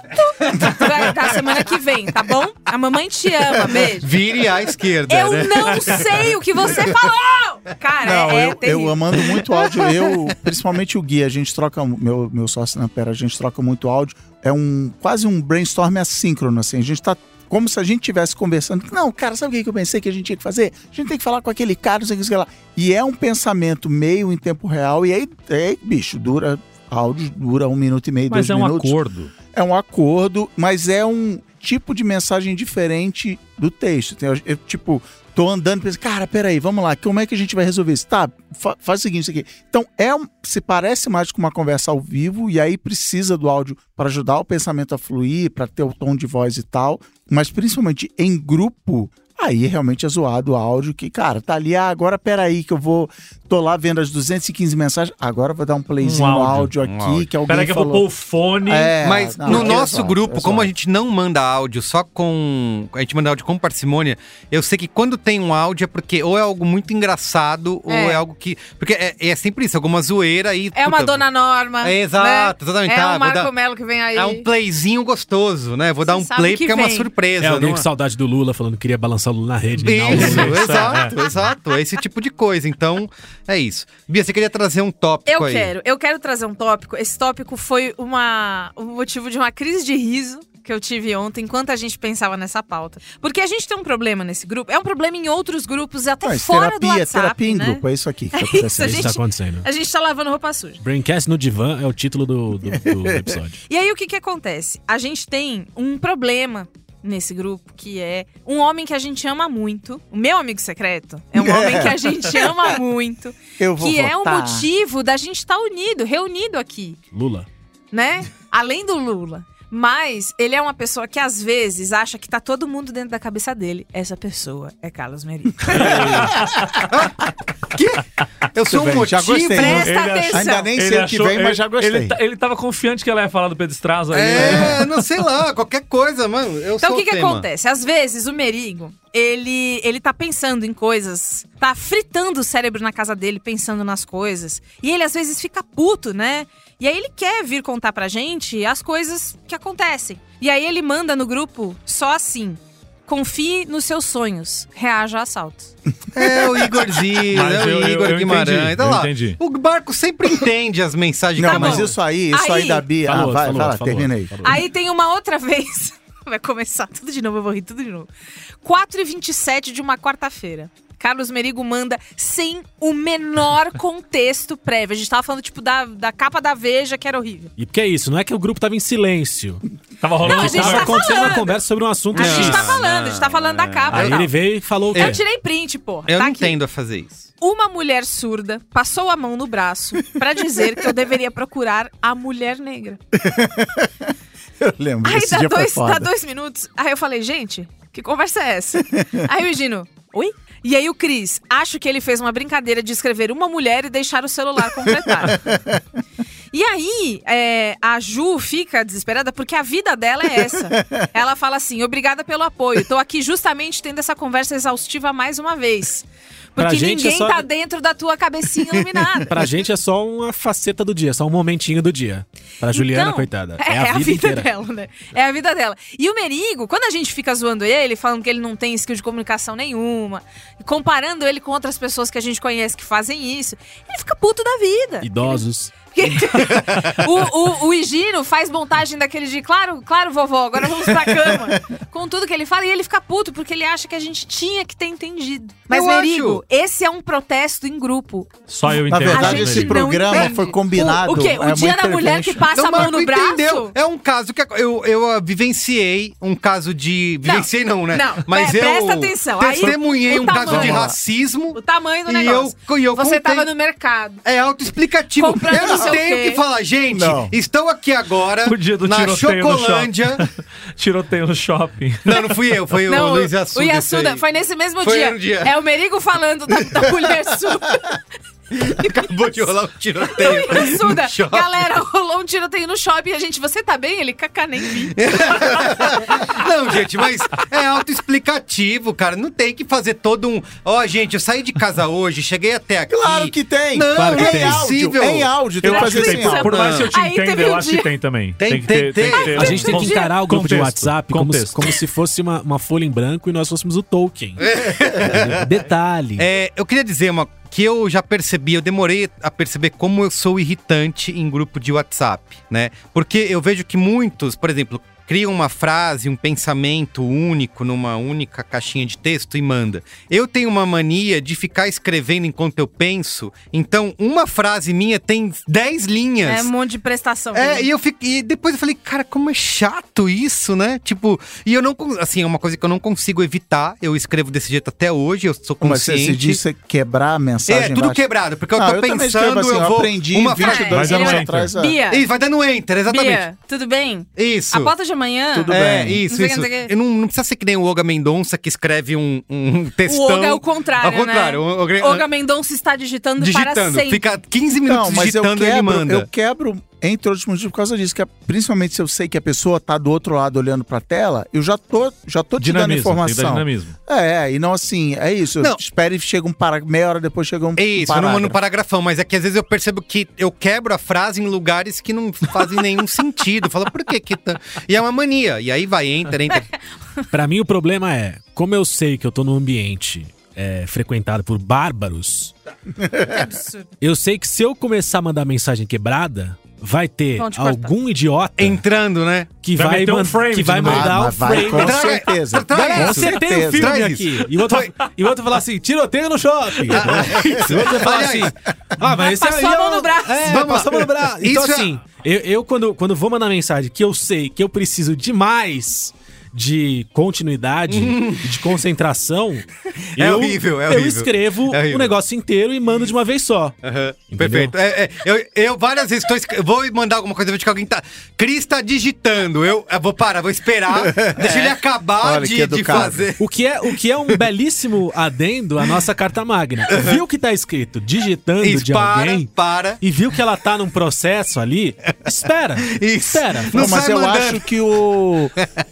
[SPEAKER 6] tutu, tutu. Vai dar semana que vem, tá bom? A mamãe te ama, beijo.
[SPEAKER 1] Vire à esquerda,
[SPEAKER 6] Eu
[SPEAKER 1] né?
[SPEAKER 6] não sei o que você falou! Cara,
[SPEAKER 4] Não,
[SPEAKER 6] é, é
[SPEAKER 4] eu,
[SPEAKER 6] terrível.
[SPEAKER 4] eu mando muito áudio. Eu, principalmente o Gui, a gente troca. Meu, meu sócio na Pera, a gente troca muito áudio. É um quase um brainstorm assíncrono, assim. A gente tá. Como se a gente estivesse conversando. Não, cara, sabe o que que eu pensei que a gente tinha que fazer? A gente tem que falar com aquele cara, não sei o que, não sei o que lá. E é um pensamento meio em tempo real. E aí, aí, bicho, dura. Áudio dura um minuto e meio,
[SPEAKER 3] Mas
[SPEAKER 4] dois
[SPEAKER 3] é um
[SPEAKER 4] minutos.
[SPEAKER 3] acordo.
[SPEAKER 4] É um acordo, mas é um tipo de mensagem diferente do texto. Tem- Eu, eu, tipo, tô andando e penso, cara, peraí, vamos lá, como é que a gente vai resolver isso? Tá, fa- faz o seguinte, isso aqui. Então, é um- se parece mais com uma conversa ao vivo, e aí precisa do áudio para ajudar o pensamento a fluir, para ter o tom de voz e tal, mas principalmente em grupo. Aí realmente é zoado o áudio que, cara, tá ali, ah, agora peraí que eu vou, tô lá vendo as 215 mensagens, agora eu vou dar um playzinho
[SPEAKER 3] Um
[SPEAKER 4] no
[SPEAKER 3] áudio,
[SPEAKER 4] áudio,
[SPEAKER 1] um
[SPEAKER 4] aqui
[SPEAKER 1] áudio.
[SPEAKER 4] que alguém
[SPEAKER 3] Peraí que eu
[SPEAKER 4] falou.
[SPEAKER 3] vou pôr o fone.
[SPEAKER 4] É,
[SPEAKER 1] Mas
[SPEAKER 4] não,
[SPEAKER 1] no
[SPEAKER 4] é
[SPEAKER 1] nosso
[SPEAKER 4] zoado,
[SPEAKER 1] grupo,
[SPEAKER 4] é
[SPEAKER 1] como a
[SPEAKER 4] zoado.
[SPEAKER 1] gente não manda áudio só com. A gente manda áudio com parcimônia, eu sei que quando tem um áudio é porque ou é algo muito engraçado ou
[SPEAKER 6] É.
[SPEAKER 1] é algo que. Porque é, é sempre isso, alguma zoeira aí.
[SPEAKER 6] É uma
[SPEAKER 1] puta,
[SPEAKER 6] dona Norma.
[SPEAKER 1] É, exato,
[SPEAKER 4] Então,
[SPEAKER 6] Né?
[SPEAKER 1] exatamente.
[SPEAKER 6] É
[SPEAKER 1] tá,
[SPEAKER 6] um
[SPEAKER 1] vou
[SPEAKER 6] Marco
[SPEAKER 1] dar-
[SPEAKER 6] Melo que vem aí.
[SPEAKER 1] É um playzinho gostoso, né? Vou dar
[SPEAKER 6] Você
[SPEAKER 1] um
[SPEAKER 6] sabe
[SPEAKER 1] play
[SPEAKER 6] que
[SPEAKER 1] porque é uma
[SPEAKER 6] vem.
[SPEAKER 1] surpresa.
[SPEAKER 5] É alguém
[SPEAKER 1] não
[SPEAKER 5] com saudade do Lula falando que queria balançar o Lula na rede. Não,
[SPEAKER 1] Isso,
[SPEAKER 4] né?
[SPEAKER 5] Lula.
[SPEAKER 4] É.
[SPEAKER 1] exato, exato. É esse tipo de coisa. Então, é isso. Bia, você queria trazer um tópico
[SPEAKER 6] Eu
[SPEAKER 1] aí.
[SPEAKER 6] quero, eu quero trazer um tópico. Esse tópico foi uma, o motivo de uma crise de riso que eu tive ontem, enquanto a gente pensava nessa pauta. Porque a gente tem um problema nesse grupo, é um problema em outros grupos, até
[SPEAKER 4] Não, isso
[SPEAKER 6] fora do
[SPEAKER 4] terapia,
[SPEAKER 6] WhatsApp,
[SPEAKER 4] terapia em
[SPEAKER 6] né?
[SPEAKER 4] grupo, é isso aqui que tá
[SPEAKER 6] É isso,
[SPEAKER 4] acontecendo.
[SPEAKER 6] a
[SPEAKER 5] Isso
[SPEAKER 6] gente-
[SPEAKER 5] tá acontecendo.
[SPEAKER 6] A gente tá lavando roupa suja.
[SPEAKER 5] Braincast no divã é o título do, do- do episódio.
[SPEAKER 6] E aí o que que acontece? A gente tem um problema nesse grupo que é um homem que a gente ama muito. O meu amigo secreto é um homem que a gente ama muito,
[SPEAKER 4] Eu vou
[SPEAKER 6] que é o
[SPEAKER 4] votar.
[SPEAKER 6] motivo da gente estar unido, reunido aqui,
[SPEAKER 5] Lula.
[SPEAKER 6] né? Além do Lula. Mas ele é uma pessoa que às vezes acha que tá todo mundo dentro da cabeça dele. Essa pessoa é Carlos Merino.
[SPEAKER 1] Eu sou um
[SPEAKER 4] Tudo bem, já
[SPEAKER 1] motivo.
[SPEAKER 4] gostei.
[SPEAKER 6] Presta
[SPEAKER 3] Ele achou-
[SPEAKER 6] atenção.
[SPEAKER 4] Ainda nem sei o que vem, mas já gostei.
[SPEAKER 3] Ele, tá- ta- ele tava confiante que ela ia falar do Pedro Straz aí. né?
[SPEAKER 1] É, não sei lá, qualquer coisa, mano. Eu
[SPEAKER 6] Então
[SPEAKER 1] sou
[SPEAKER 6] o que, que
[SPEAKER 1] tema.
[SPEAKER 6] acontece? Às vezes o Merigo, ele, ele tá pensando em coisas, tá fritando o cérebro na casa dele, pensando nas coisas. E ele às vezes fica puto, né? E aí ele quer vir contar pra gente as coisas que acontecem. E aí ele manda no grupo só assim: confie nos seus sonhos, reaja a assaltos.
[SPEAKER 1] É o Igorzinho,
[SPEAKER 3] Mas
[SPEAKER 1] é
[SPEAKER 3] eu-
[SPEAKER 1] o
[SPEAKER 3] eu-
[SPEAKER 1] Igor
[SPEAKER 3] eu
[SPEAKER 1] Guimarães.
[SPEAKER 3] entendi,
[SPEAKER 1] Olha
[SPEAKER 3] eu
[SPEAKER 1] lá,
[SPEAKER 3] entendi.
[SPEAKER 1] O barco sempre entende as mensagens
[SPEAKER 4] Não,
[SPEAKER 1] que eu
[SPEAKER 4] mas
[SPEAKER 1] mando.
[SPEAKER 4] isso aí, isso aí,
[SPEAKER 6] Aí-
[SPEAKER 4] da Bia. Ah,
[SPEAKER 5] Falou,
[SPEAKER 4] vai,
[SPEAKER 5] falou,
[SPEAKER 4] vai lá,
[SPEAKER 5] falou,
[SPEAKER 4] termina aí.
[SPEAKER 5] falou.
[SPEAKER 6] Aí tem uma outra vez. Vai começar tudo de novo, eu vou rir tudo de novo. 4h27 de uma quarta-feira. Carlos Merigo manda sem o menor contexto prévio. A gente tava falando, tipo, da, da capa da Veja, que era horrível.
[SPEAKER 5] E porque é isso, não é que o grupo tava em silêncio.
[SPEAKER 3] Tava rolando
[SPEAKER 6] Não, a gente
[SPEAKER 5] tava
[SPEAKER 6] tá
[SPEAKER 5] acontecendo
[SPEAKER 6] falando.
[SPEAKER 5] uma conversa sobre um assunto
[SPEAKER 6] A
[SPEAKER 5] X.
[SPEAKER 6] gente tá falando, a gente tá falando da capa. e
[SPEAKER 5] Aí
[SPEAKER 6] tal.
[SPEAKER 5] ele veio e falou o quê?
[SPEAKER 6] Eu tirei print, porra.
[SPEAKER 1] Eu
[SPEAKER 6] tá
[SPEAKER 1] não
[SPEAKER 6] aqui.
[SPEAKER 1] entendo a fazer isso.
[SPEAKER 6] Uma mulher surda passou a mão no braço pra dizer que eu deveria procurar a mulher negra.
[SPEAKER 4] Eu lembro,
[SPEAKER 6] Aí
[SPEAKER 4] esse
[SPEAKER 6] dá
[SPEAKER 4] dia foi
[SPEAKER 6] dois, dá
[SPEAKER 4] foda.
[SPEAKER 6] dois minutos. Aí eu falei, gente, que conversa é essa? aí o Gino, oi? E aí o Cris, acho que ele fez uma brincadeira de escrever uma mulher e deixar o celular completar. E aí, é, a Ju fica desesperada porque a vida dela é essa. Ela fala assim: obrigada pelo apoio. Tô aqui justamente tendo essa conversa exaustiva mais uma vez.
[SPEAKER 5] Pra
[SPEAKER 6] Porque
[SPEAKER 5] gente é
[SPEAKER 6] ninguém
[SPEAKER 5] só-
[SPEAKER 6] tá dentro da tua cabecinha iluminada.
[SPEAKER 5] Pra gente é só uma faceta do dia, só um momentinho do dia. Pra Juliana,
[SPEAKER 6] Então,
[SPEAKER 5] coitada. É, a, vida inteira.
[SPEAKER 6] dela, né? É a vida dela. E o Merigo, quando a gente fica zoando ele, falando que ele não tem skill de comunicação nenhuma, comparando ele com outras pessoas que a gente conhece que fazem isso, ele fica puto da vida.
[SPEAKER 5] Idosos.
[SPEAKER 6] o, o, o Higino faz montagem daquele de claro, claro, vovó, agora vamos pra cama. com tudo que ele fala, e ele fica puto, porque ele acha que a gente tinha que ter entendido. Mas,
[SPEAKER 1] Eu
[SPEAKER 6] Merigo, esse é um protesto em grupo.
[SPEAKER 3] Só eu
[SPEAKER 4] Na
[SPEAKER 3] entendo.
[SPEAKER 4] verdade,
[SPEAKER 3] né,
[SPEAKER 6] gente
[SPEAKER 4] esse
[SPEAKER 3] Merigo?
[SPEAKER 6] pro- não
[SPEAKER 4] programa
[SPEAKER 6] entende.
[SPEAKER 4] foi combinado.
[SPEAKER 6] O, o quê? O
[SPEAKER 4] é
[SPEAKER 6] dia
[SPEAKER 4] uma
[SPEAKER 6] da mulher que
[SPEAKER 4] intervention.
[SPEAKER 6] passa
[SPEAKER 1] Não,
[SPEAKER 6] a mão
[SPEAKER 1] Então, Marco,
[SPEAKER 6] no braço?
[SPEAKER 1] entendeu? É um caso que eu, eu ah, vivenciei um caso de. Vivenciei não, né?
[SPEAKER 6] Não,
[SPEAKER 1] mas
[SPEAKER 6] pre-
[SPEAKER 1] eu
[SPEAKER 6] presta atenção. Aí,
[SPEAKER 1] testemunhei
[SPEAKER 6] o
[SPEAKER 1] um caso de
[SPEAKER 6] tamanho.
[SPEAKER 1] racismo.
[SPEAKER 6] O tamanho do
[SPEAKER 1] E
[SPEAKER 6] negócio.
[SPEAKER 1] eu, e eu
[SPEAKER 6] Você
[SPEAKER 1] contei-
[SPEAKER 6] tava no mercado.
[SPEAKER 1] É autoexplicativo.
[SPEAKER 6] Comprando
[SPEAKER 1] Eu
[SPEAKER 6] não
[SPEAKER 1] não
[SPEAKER 6] sei o
[SPEAKER 1] tenho
[SPEAKER 6] quê.
[SPEAKER 1] que falar, gente.
[SPEAKER 4] Não.
[SPEAKER 1] Estou aqui agora
[SPEAKER 3] O dia do
[SPEAKER 1] na
[SPEAKER 3] tiroteio no
[SPEAKER 1] Chocolândia.
[SPEAKER 3] Tiroteio no shopping.
[SPEAKER 1] Não, não fui eu, foi o Luiz Assuda.
[SPEAKER 6] o
[SPEAKER 1] esse
[SPEAKER 6] Yassuda
[SPEAKER 1] aí.
[SPEAKER 6] foi nesse mesmo
[SPEAKER 1] Foi
[SPEAKER 6] dia.
[SPEAKER 1] no dia.
[SPEAKER 6] É o Merigo falando da, da mulher surda.
[SPEAKER 1] Acabou de rolar um tiroteio.
[SPEAKER 6] O Yassuda,
[SPEAKER 1] no shopping.
[SPEAKER 6] galera, rolou um tiroteio no shopping e a gente, você tá bem? Ele, cacá, nem vi.
[SPEAKER 1] Não, gente, mas é autoexplicativo, cara. Não tem que fazer todo um. Ó, gente, eu saí de casa hoje, cheguei até aqui.
[SPEAKER 4] Claro que tem.
[SPEAKER 1] Não,
[SPEAKER 4] claro que
[SPEAKER 1] não é
[SPEAKER 4] tem.
[SPEAKER 1] possível.
[SPEAKER 4] Áudio, em áudio, tem
[SPEAKER 3] Eu
[SPEAKER 4] que é
[SPEAKER 3] acho
[SPEAKER 4] fazer
[SPEAKER 3] que
[SPEAKER 4] sem
[SPEAKER 3] tem.
[SPEAKER 4] áudio.
[SPEAKER 3] Por mais que eu te
[SPEAKER 6] Aí teve
[SPEAKER 3] entenda,
[SPEAKER 6] um
[SPEAKER 3] eu acho que
[SPEAKER 6] dia-
[SPEAKER 3] tem também.
[SPEAKER 1] Tem, tem,
[SPEAKER 3] que ter- tem que
[SPEAKER 1] tem.
[SPEAKER 3] ter.
[SPEAKER 5] A gente tem que encarar o grupo de
[SPEAKER 3] Contexto,
[SPEAKER 5] WhatsApp como,
[SPEAKER 3] contexto.
[SPEAKER 5] como se fosse uma, uma folha em branco e nós fôssemos o Tolkien.
[SPEAKER 6] É.
[SPEAKER 5] Detalhe.
[SPEAKER 1] É, eu queria dizer uma que eu já percebi, eu demorei a perceber como eu sou irritante em grupo de WhatsApp, né? Porque eu vejo que muitos, por exemplo, criam uma frase, um pensamento único numa única caixinha de texto e manda. Eu tenho uma mania de ficar escrevendo enquanto eu penso, então uma frase minha tem 10 linhas.
[SPEAKER 6] É um monte de prestação.
[SPEAKER 1] É, e eu fiquei. E depois eu falei, cara, como é chato isso, né? Tipo, e eu não. con- Assim, é uma coisa que eu não consigo evitar. Eu escrevo desse jeito até hoje, eu sou
[SPEAKER 4] Mas você
[SPEAKER 1] consciente.
[SPEAKER 4] se disse é quebrar a
[SPEAKER 1] é,
[SPEAKER 4] mensagem
[SPEAKER 1] tudo
[SPEAKER 4] embaixo.
[SPEAKER 1] quebrado, porque eu
[SPEAKER 4] Não,
[SPEAKER 1] tô
[SPEAKER 4] eu também escrevo
[SPEAKER 1] pensando,
[SPEAKER 4] assim,
[SPEAKER 1] eu
[SPEAKER 4] eu
[SPEAKER 1] vou.
[SPEAKER 4] aprendi
[SPEAKER 1] uma frase.
[SPEAKER 4] 22
[SPEAKER 6] Mas eu
[SPEAKER 4] anos
[SPEAKER 6] não
[SPEAKER 4] atrás. é.
[SPEAKER 6] Bia,
[SPEAKER 1] Ih, vai dando enter, exatamente.
[SPEAKER 6] Bia, tudo bem?
[SPEAKER 1] Isso.
[SPEAKER 6] A pauta de manhã.
[SPEAKER 4] Tudo
[SPEAKER 1] é,
[SPEAKER 4] bem.
[SPEAKER 1] isso,
[SPEAKER 6] Não sei o que,
[SPEAKER 1] isso.
[SPEAKER 6] não sei o que.
[SPEAKER 1] Eu não, não precisa ser que nem o Olga Mendonça que escreve um, um textão.
[SPEAKER 6] O Oga é o contrário,
[SPEAKER 1] Ao contrário,
[SPEAKER 6] né?
[SPEAKER 1] o Olga-
[SPEAKER 6] Oga Mendonça está digitando, para
[SPEAKER 1] digitando.
[SPEAKER 6] sempre.
[SPEAKER 1] Fica 15 minutos
[SPEAKER 4] Não, Então, mas eu
[SPEAKER 1] digitando e ele
[SPEAKER 4] quebro,
[SPEAKER 1] manda.
[SPEAKER 4] eu quebro, entre outros motivos, por causa disso. Que é- principalmente se eu sei que a pessoa tá do outro lado olhando pra tela, eu já tô, já tô te dando
[SPEAKER 3] Dinamismo, tem que dar
[SPEAKER 4] informação.
[SPEAKER 3] dinamismo.
[SPEAKER 4] É, e não assim, é isso.
[SPEAKER 1] Não.
[SPEAKER 4] Espere e chega um para meia hora depois chega um
[SPEAKER 1] É Isso, eu não mando um paragrafão, mas é que às vezes eu percebo que eu quebro a frase em lugares que não fazem nenhum sentido. Fala, por que que tá... E é uma mania. E aí vai, entra, entra.
[SPEAKER 5] Pra mim, o problema é, como eu sei que eu tô num ambiente é, frequentado por bárbaros,
[SPEAKER 6] É
[SPEAKER 5] eu sei que se eu começar a mandar mensagem quebrada, vai ter
[SPEAKER 6] Vão te cortar.
[SPEAKER 5] algum idiota
[SPEAKER 1] Entrando, né?
[SPEAKER 5] que
[SPEAKER 3] vai
[SPEAKER 5] vai,
[SPEAKER 3] meter um
[SPEAKER 5] man-
[SPEAKER 3] frame
[SPEAKER 5] que vai
[SPEAKER 3] de novo.
[SPEAKER 5] mandar
[SPEAKER 4] Ah,
[SPEAKER 5] o
[SPEAKER 4] mas vai,
[SPEAKER 5] frame.
[SPEAKER 4] com
[SPEAKER 1] Traga-
[SPEAKER 4] certeza.
[SPEAKER 1] Tra- traga
[SPEAKER 4] Com
[SPEAKER 1] isso.
[SPEAKER 5] Você tem um
[SPEAKER 4] certeza.
[SPEAKER 5] filme
[SPEAKER 1] Traz
[SPEAKER 5] aqui.
[SPEAKER 1] isso.
[SPEAKER 5] E o outro, e o outro falar assim, tiroteio no shopping. e o outro fala
[SPEAKER 1] Aliás,
[SPEAKER 5] assim, ah, mas esse aí
[SPEAKER 6] Passou a
[SPEAKER 5] é
[SPEAKER 6] mão
[SPEAKER 5] o-
[SPEAKER 6] no braço.
[SPEAKER 5] É,
[SPEAKER 1] é. Vamos lá.
[SPEAKER 5] passou a mão no braço. Então
[SPEAKER 1] Isso é-
[SPEAKER 5] assim, eu, eu quando, quando vou mandar mensagem que eu sei que eu preciso demais de continuidade, de concentração,
[SPEAKER 1] Hum. É
[SPEAKER 5] eu,
[SPEAKER 1] horrível, é
[SPEAKER 5] eu
[SPEAKER 1] horrível.
[SPEAKER 5] escrevo
[SPEAKER 1] É horrível.
[SPEAKER 5] o negócio inteiro e mando de uma vez só.
[SPEAKER 1] Aham, Perfeito. É, é, eu, eu várias vezes tô, esc- eu vou mandar alguma coisa, eu vejo que alguém tá. Cris tá digitando. Eu, eu vou parar, vou esperar. Deixa ele acabar
[SPEAKER 4] Olha, que
[SPEAKER 1] de, de
[SPEAKER 4] educado.
[SPEAKER 1] fazer.
[SPEAKER 5] O que, é, o que é um belíssimo adendo à nossa carta magna. Viu que tá escrito digitando
[SPEAKER 1] Isso,
[SPEAKER 5] de
[SPEAKER 1] para,
[SPEAKER 5] alguém
[SPEAKER 1] para.
[SPEAKER 5] e viu que ela tá num processo ali, espera.
[SPEAKER 1] Isso.
[SPEAKER 5] Espera.
[SPEAKER 4] Não,
[SPEAKER 1] Não
[SPEAKER 4] mas
[SPEAKER 1] sai
[SPEAKER 4] eu
[SPEAKER 1] mandando.
[SPEAKER 4] acho que o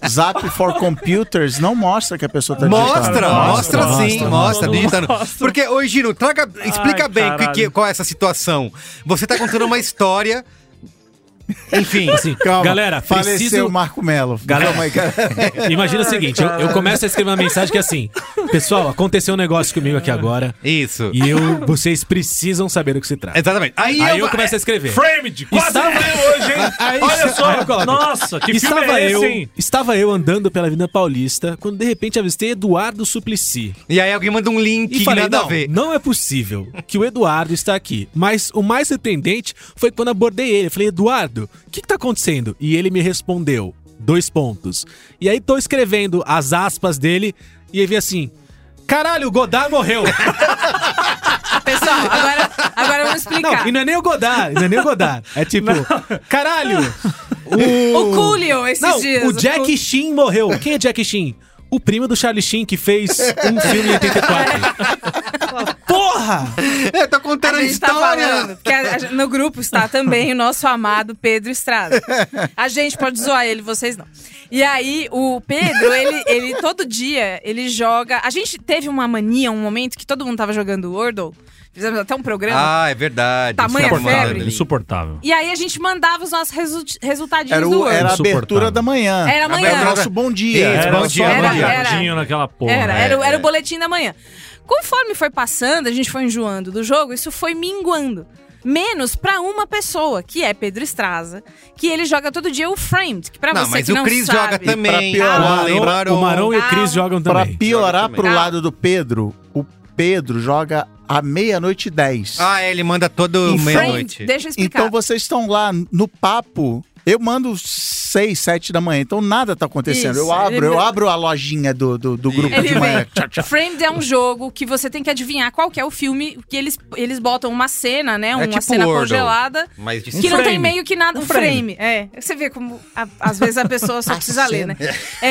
[SPEAKER 4] Zap for Computers não mostra que a pessoa tá
[SPEAKER 1] Mostra,
[SPEAKER 4] digitando.
[SPEAKER 1] mostra,
[SPEAKER 3] mostra,
[SPEAKER 1] sim,
[SPEAKER 3] mostra,
[SPEAKER 1] mostra,
[SPEAKER 3] mostra.
[SPEAKER 1] digitando. Porque, ô Giro, traga, explica
[SPEAKER 3] Ai,
[SPEAKER 1] bem que,
[SPEAKER 3] caralho.
[SPEAKER 1] que- qual é essa situação. Você tá contando uma história. Enfim,
[SPEAKER 5] Assim,
[SPEAKER 4] Calma,
[SPEAKER 5] galera,
[SPEAKER 4] faleceu
[SPEAKER 5] preciso.
[SPEAKER 4] o Marco Melo.
[SPEAKER 5] Galera-
[SPEAKER 4] Calma aí, galera.
[SPEAKER 5] Imagina o seguinte: eu, eu começo a escrever uma mensagem que é assim, pessoal, aconteceu um negócio comigo aqui agora
[SPEAKER 1] isso.
[SPEAKER 5] e eu, vocês precisam saber do que se trata.
[SPEAKER 1] Exatamente. Aí,
[SPEAKER 5] Aí
[SPEAKER 1] eu,
[SPEAKER 5] eu começo a escrever.
[SPEAKER 3] Frame de
[SPEAKER 5] quase
[SPEAKER 3] quase
[SPEAKER 5] Estava-
[SPEAKER 3] eu hoje, hein?
[SPEAKER 5] Aí-
[SPEAKER 3] Olha só.
[SPEAKER 5] Aí eu coloco.
[SPEAKER 3] Nossa, que
[SPEAKER 5] estava
[SPEAKER 3] filme é esse,
[SPEAKER 5] eu,
[SPEAKER 3] hein?
[SPEAKER 5] Estava eu andando pela Avenida Paulista quando de repente avistei Eduardo Suplicy.
[SPEAKER 1] E aí alguém manda um link
[SPEAKER 5] E
[SPEAKER 1] que
[SPEAKER 5] falei,
[SPEAKER 1] nada
[SPEAKER 5] não,
[SPEAKER 1] a ver.
[SPEAKER 5] não é possível que o Eduardo está aqui. Mas o mais surpreendente foi quando abordei ele. Eu Falei, Eduardo, o que, que tá acontecendo? E ele me respondeu, dois pontos. E aí tô escrevendo as aspas dele e aí vi assim, caralho, o Godard morreu.
[SPEAKER 6] Pessoal, agora, agora vamos
[SPEAKER 5] não,
[SPEAKER 6] explicar.
[SPEAKER 5] e não é nem o Godard, não é nem o Godard. É tipo, caralho,
[SPEAKER 6] O Coolio esses
[SPEAKER 5] Não,
[SPEAKER 6] dias.
[SPEAKER 5] o Jack Shin morreu. Quem é Jack Shin? O primo do Charlie Sheen que fez um filme em 84. Porra!
[SPEAKER 1] Eu tô contando a,
[SPEAKER 6] A gente tá
[SPEAKER 1] história.
[SPEAKER 6] falando, porque a- a- no grupo está também o nosso amado Pedro Estrada. A gente pode zoar ele, vocês não. E aí, o Pedro, ele, ele todo dia, ele joga... A gente teve uma mania, um momento, que todo mundo tava jogando Wordle. Fizemos até um programa.
[SPEAKER 1] ah, é verdade.
[SPEAKER 6] Tamanha
[SPEAKER 1] Isso é
[SPEAKER 6] febre.
[SPEAKER 1] armado ali.
[SPEAKER 3] Insuportável.
[SPEAKER 6] E aí, a gente mandava os nossos resu resultadinhos
[SPEAKER 4] Era,
[SPEAKER 6] do
[SPEAKER 4] o,
[SPEAKER 6] Wordle.
[SPEAKER 4] era a
[SPEAKER 3] Insuportável.
[SPEAKER 4] abertura da manhã.
[SPEAKER 6] Era amanhã.
[SPEAKER 4] Era o nosso bom dia.
[SPEAKER 1] Isso,
[SPEAKER 4] Era
[SPEAKER 3] Era
[SPEAKER 1] bom
[SPEAKER 3] só
[SPEAKER 1] dia,
[SPEAKER 3] um
[SPEAKER 1] bom dia.
[SPEAKER 3] viadinho naquela porra.
[SPEAKER 6] era,
[SPEAKER 3] né?
[SPEAKER 6] era, o- era
[SPEAKER 1] é.
[SPEAKER 6] o boletim da manhã. Conforme foi passando, a gente foi enjoando do jogo, isso foi minguando. Menos pra uma pessoa, que é Pedro Estraza, que ele joga todo dia o Framed, que pra
[SPEAKER 1] Não,
[SPEAKER 6] você
[SPEAKER 1] mas
[SPEAKER 6] que
[SPEAKER 1] o
[SPEAKER 6] não
[SPEAKER 1] Cris
[SPEAKER 6] sabe...
[SPEAKER 1] joga também.
[SPEAKER 4] pra piorar,
[SPEAKER 1] Marlon,
[SPEAKER 5] O Maron, o Maron e o Cris
[SPEAKER 6] Ah,
[SPEAKER 5] jogam
[SPEAKER 4] Pra
[SPEAKER 5] também.
[SPEAKER 4] piorar pro
[SPEAKER 6] também.
[SPEAKER 4] lado do Pedro, o Pedro joga à meia-noite e 10.
[SPEAKER 1] Ah, é, ele manda todo
[SPEAKER 4] Em
[SPEAKER 1] meia-noite.
[SPEAKER 6] Framed, deixa eu explicar.
[SPEAKER 4] Então vocês estão lá no papo. Eu mando seis, sete da manhã, então nada tá acontecendo.
[SPEAKER 6] Isso,
[SPEAKER 4] eu abro,
[SPEAKER 6] ele-
[SPEAKER 4] eu abro a lojinha do, do, do grupo
[SPEAKER 6] Ele
[SPEAKER 4] de manhã.
[SPEAKER 6] vem. Framed é um jogo que você tem que adivinhar qual que é o filme, que eles, eles botam uma cena, né? Uma
[SPEAKER 1] tipo
[SPEAKER 6] cena
[SPEAKER 1] Wordle.
[SPEAKER 6] congelada.
[SPEAKER 1] Mas de
[SPEAKER 6] que não tem
[SPEAKER 3] frame.
[SPEAKER 6] meio que nada. Um, frame. É. Você vê como a- às vezes a pessoa só precisa ler, né?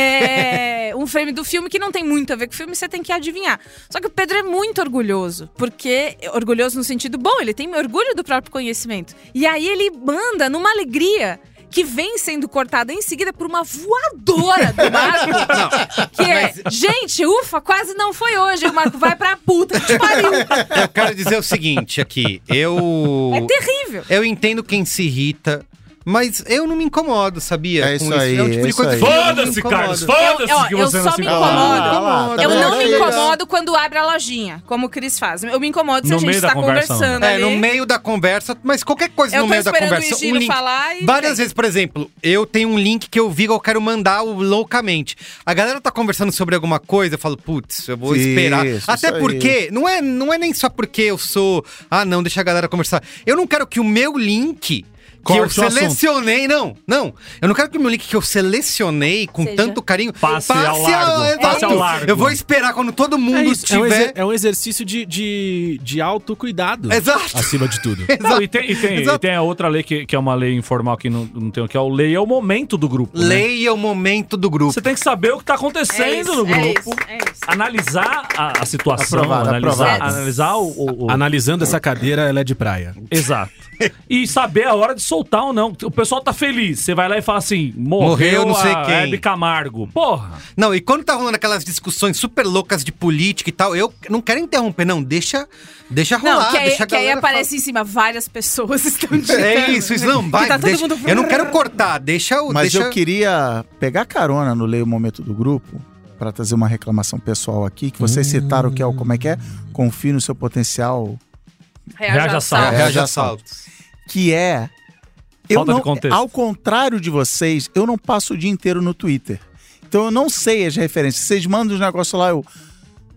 [SPEAKER 6] É, um frame do filme que não tem muito a ver com o filme, você tem que adivinhar. Só que o Pedro é muito orgulhoso. Porque, orgulhoso no sentido bom, ele tem orgulho do próprio conhecimento. E aí ele manda numa alegria. Que vem sendo cortada em seguida por uma voadora do Marco. que é, gente, ufa, quase não foi hoje. O Marco vai pra puta Tipo, que te pariu.
[SPEAKER 1] Eu quero dizer o seguinte aqui.
[SPEAKER 6] É
[SPEAKER 1] Eu.
[SPEAKER 6] terrível.
[SPEAKER 1] Eu entendo quem se irrita, mas eu não me incomodo, sabia?
[SPEAKER 4] É
[SPEAKER 1] com
[SPEAKER 4] isso aí,
[SPEAKER 1] É um tipo
[SPEAKER 4] é
[SPEAKER 1] de
[SPEAKER 4] isso
[SPEAKER 1] coisa
[SPEAKER 4] aí.
[SPEAKER 1] que eu não me
[SPEAKER 3] Foda-se,
[SPEAKER 1] incomodo.
[SPEAKER 3] Carlos.
[SPEAKER 6] Eu- ó,
[SPEAKER 3] Foda-se que
[SPEAKER 6] eu
[SPEAKER 3] você não
[SPEAKER 6] só
[SPEAKER 3] se
[SPEAKER 6] me
[SPEAKER 4] Olha lá,
[SPEAKER 6] incomoda.
[SPEAKER 4] olha lá, tá
[SPEAKER 6] eu
[SPEAKER 4] vendo?
[SPEAKER 6] não me
[SPEAKER 4] Olha aí, ó.
[SPEAKER 6] incomodo quando abre a lojinha, como o Cris faz. Eu me incomodo se
[SPEAKER 3] No
[SPEAKER 6] a gente
[SPEAKER 3] meio da
[SPEAKER 6] está
[SPEAKER 3] conversa, não.
[SPEAKER 6] conversando
[SPEAKER 1] É,
[SPEAKER 6] ali.
[SPEAKER 1] no meio da conversa, mas qualquer coisa
[SPEAKER 6] eu
[SPEAKER 1] no
[SPEAKER 6] tô
[SPEAKER 1] meio da
[SPEAKER 6] esperando
[SPEAKER 1] conversa.
[SPEAKER 6] o
[SPEAKER 1] Um
[SPEAKER 6] Giro
[SPEAKER 1] link.
[SPEAKER 6] falar e.
[SPEAKER 1] Várias vezes, por exemplo, eu tenho um link que eu vi que eu quero mandar o- loucamente. A galera tá conversando sobre alguma coisa, eu falo, putz, eu vou
[SPEAKER 4] Isso,
[SPEAKER 1] esperar.
[SPEAKER 4] isso
[SPEAKER 1] Até
[SPEAKER 4] aí.
[SPEAKER 1] porque, não é, não é nem só porque eu sou, ah não, deixa a galera conversar. Eu não quero que o meu link que eu
[SPEAKER 5] Corte o assunto.
[SPEAKER 1] selecionei, não, não. Eu não quero que o meu link que eu selecionei com
[SPEAKER 6] Seja.
[SPEAKER 1] tanto carinho
[SPEAKER 3] Passe ao largo,
[SPEAKER 1] exato.
[SPEAKER 3] passe ao largo.
[SPEAKER 1] Eu vou esperar quando todo
[SPEAKER 5] É,
[SPEAKER 1] mundo
[SPEAKER 5] isso, é um
[SPEAKER 1] tiver.
[SPEAKER 5] exer- é um exercício de, de, de autocuidado.
[SPEAKER 1] Exato.
[SPEAKER 5] Acima de tudo.
[SPEAKER 3] Não, e tem, e tem,
[SPEAKER 1] Exato.
[SPEAKER 3] e tem a outra lei que, que é uma lei informal que não, não tem o que é o lei, é o momento do grupo. né?
[SPEAKER 1] Leia o momento do grupo.
[SPEAKER 3] Você tem que saber o que tá acontecendo
[SPEAKER 6] É
[SPEAKER 3] no
[SPEAKER 6] isso,
[SPEAKER 3] grupo.
[SPEAKER 6] é isso, é isso.
[SPEAKER 3] Analisar a, a situação,
[SPEAKER 4] Aprovado,
[SPEAKER 3] analisar,
[SPEAKER 6] aprovado.
[SPEAKER 3] analisar o. o- o-
[SPEAKER 5] Analisando essa cadeira, ela é de praia.
[SPEAKER 3] Exato. E saber a hora de soltar ou não. O pessoal tá feliz. Você vai lá e fala assim: morreu,
[SPEAKER 1] Morreu não sei
[SPEAKER 3] a
[SPEAKER 1] quem."
[SPEAKER 3] Hebe Camargo. Porra!
[SPEAKER 1] Não, e quando tá rolando aquelas discussões super loucas de política e tal, eu não quero interromper, não. Deixa, deixa rolar.
[SPEAKER 2] Não, que aí,
[SPEAKER 1] deixa a
[SPEAKER 2] que aí
[SPEAKER 1] galera
[SPEAKER 2] aparece em cima, várias pessoas estão digitando.
[SPEAKER 1] falar. É isso, isso não, vai.
[SPEAKER 2] Que tá todo
[SPEAKER 1] deixa-
[SPEAKER 2] mundo-
[SPEAKER 1] Eu não quero cortar, deixa o.
[SPEAKER 4] Mas
[SPEAKER 1] deixa...
[SPEAKER 4] eu queria pegar carona no Leio Momento do Grupo para trazer uma reclamação pessoal aqui, que vocês citaram que é o como é que é? Confie no seu potencial,
[SPEAKER 3] Reaja
[SPEAKER 1] Ah,
[SPEAKER 4] É,
[SPEAKER 3] assalto.
[SPEAKER 1] reage a assaltos.
[SPEAKER 4] que é eu
[SPEAKER 3] Falta de
[SPEAKER 4] não,
[SPEAKER 3] contexto.
[SPEAKER 4] ao contrário de vocês, eu não passo o dia inteiro no Twitter. Então eu não sei as referências. Vocês mandam os negócios lá, eu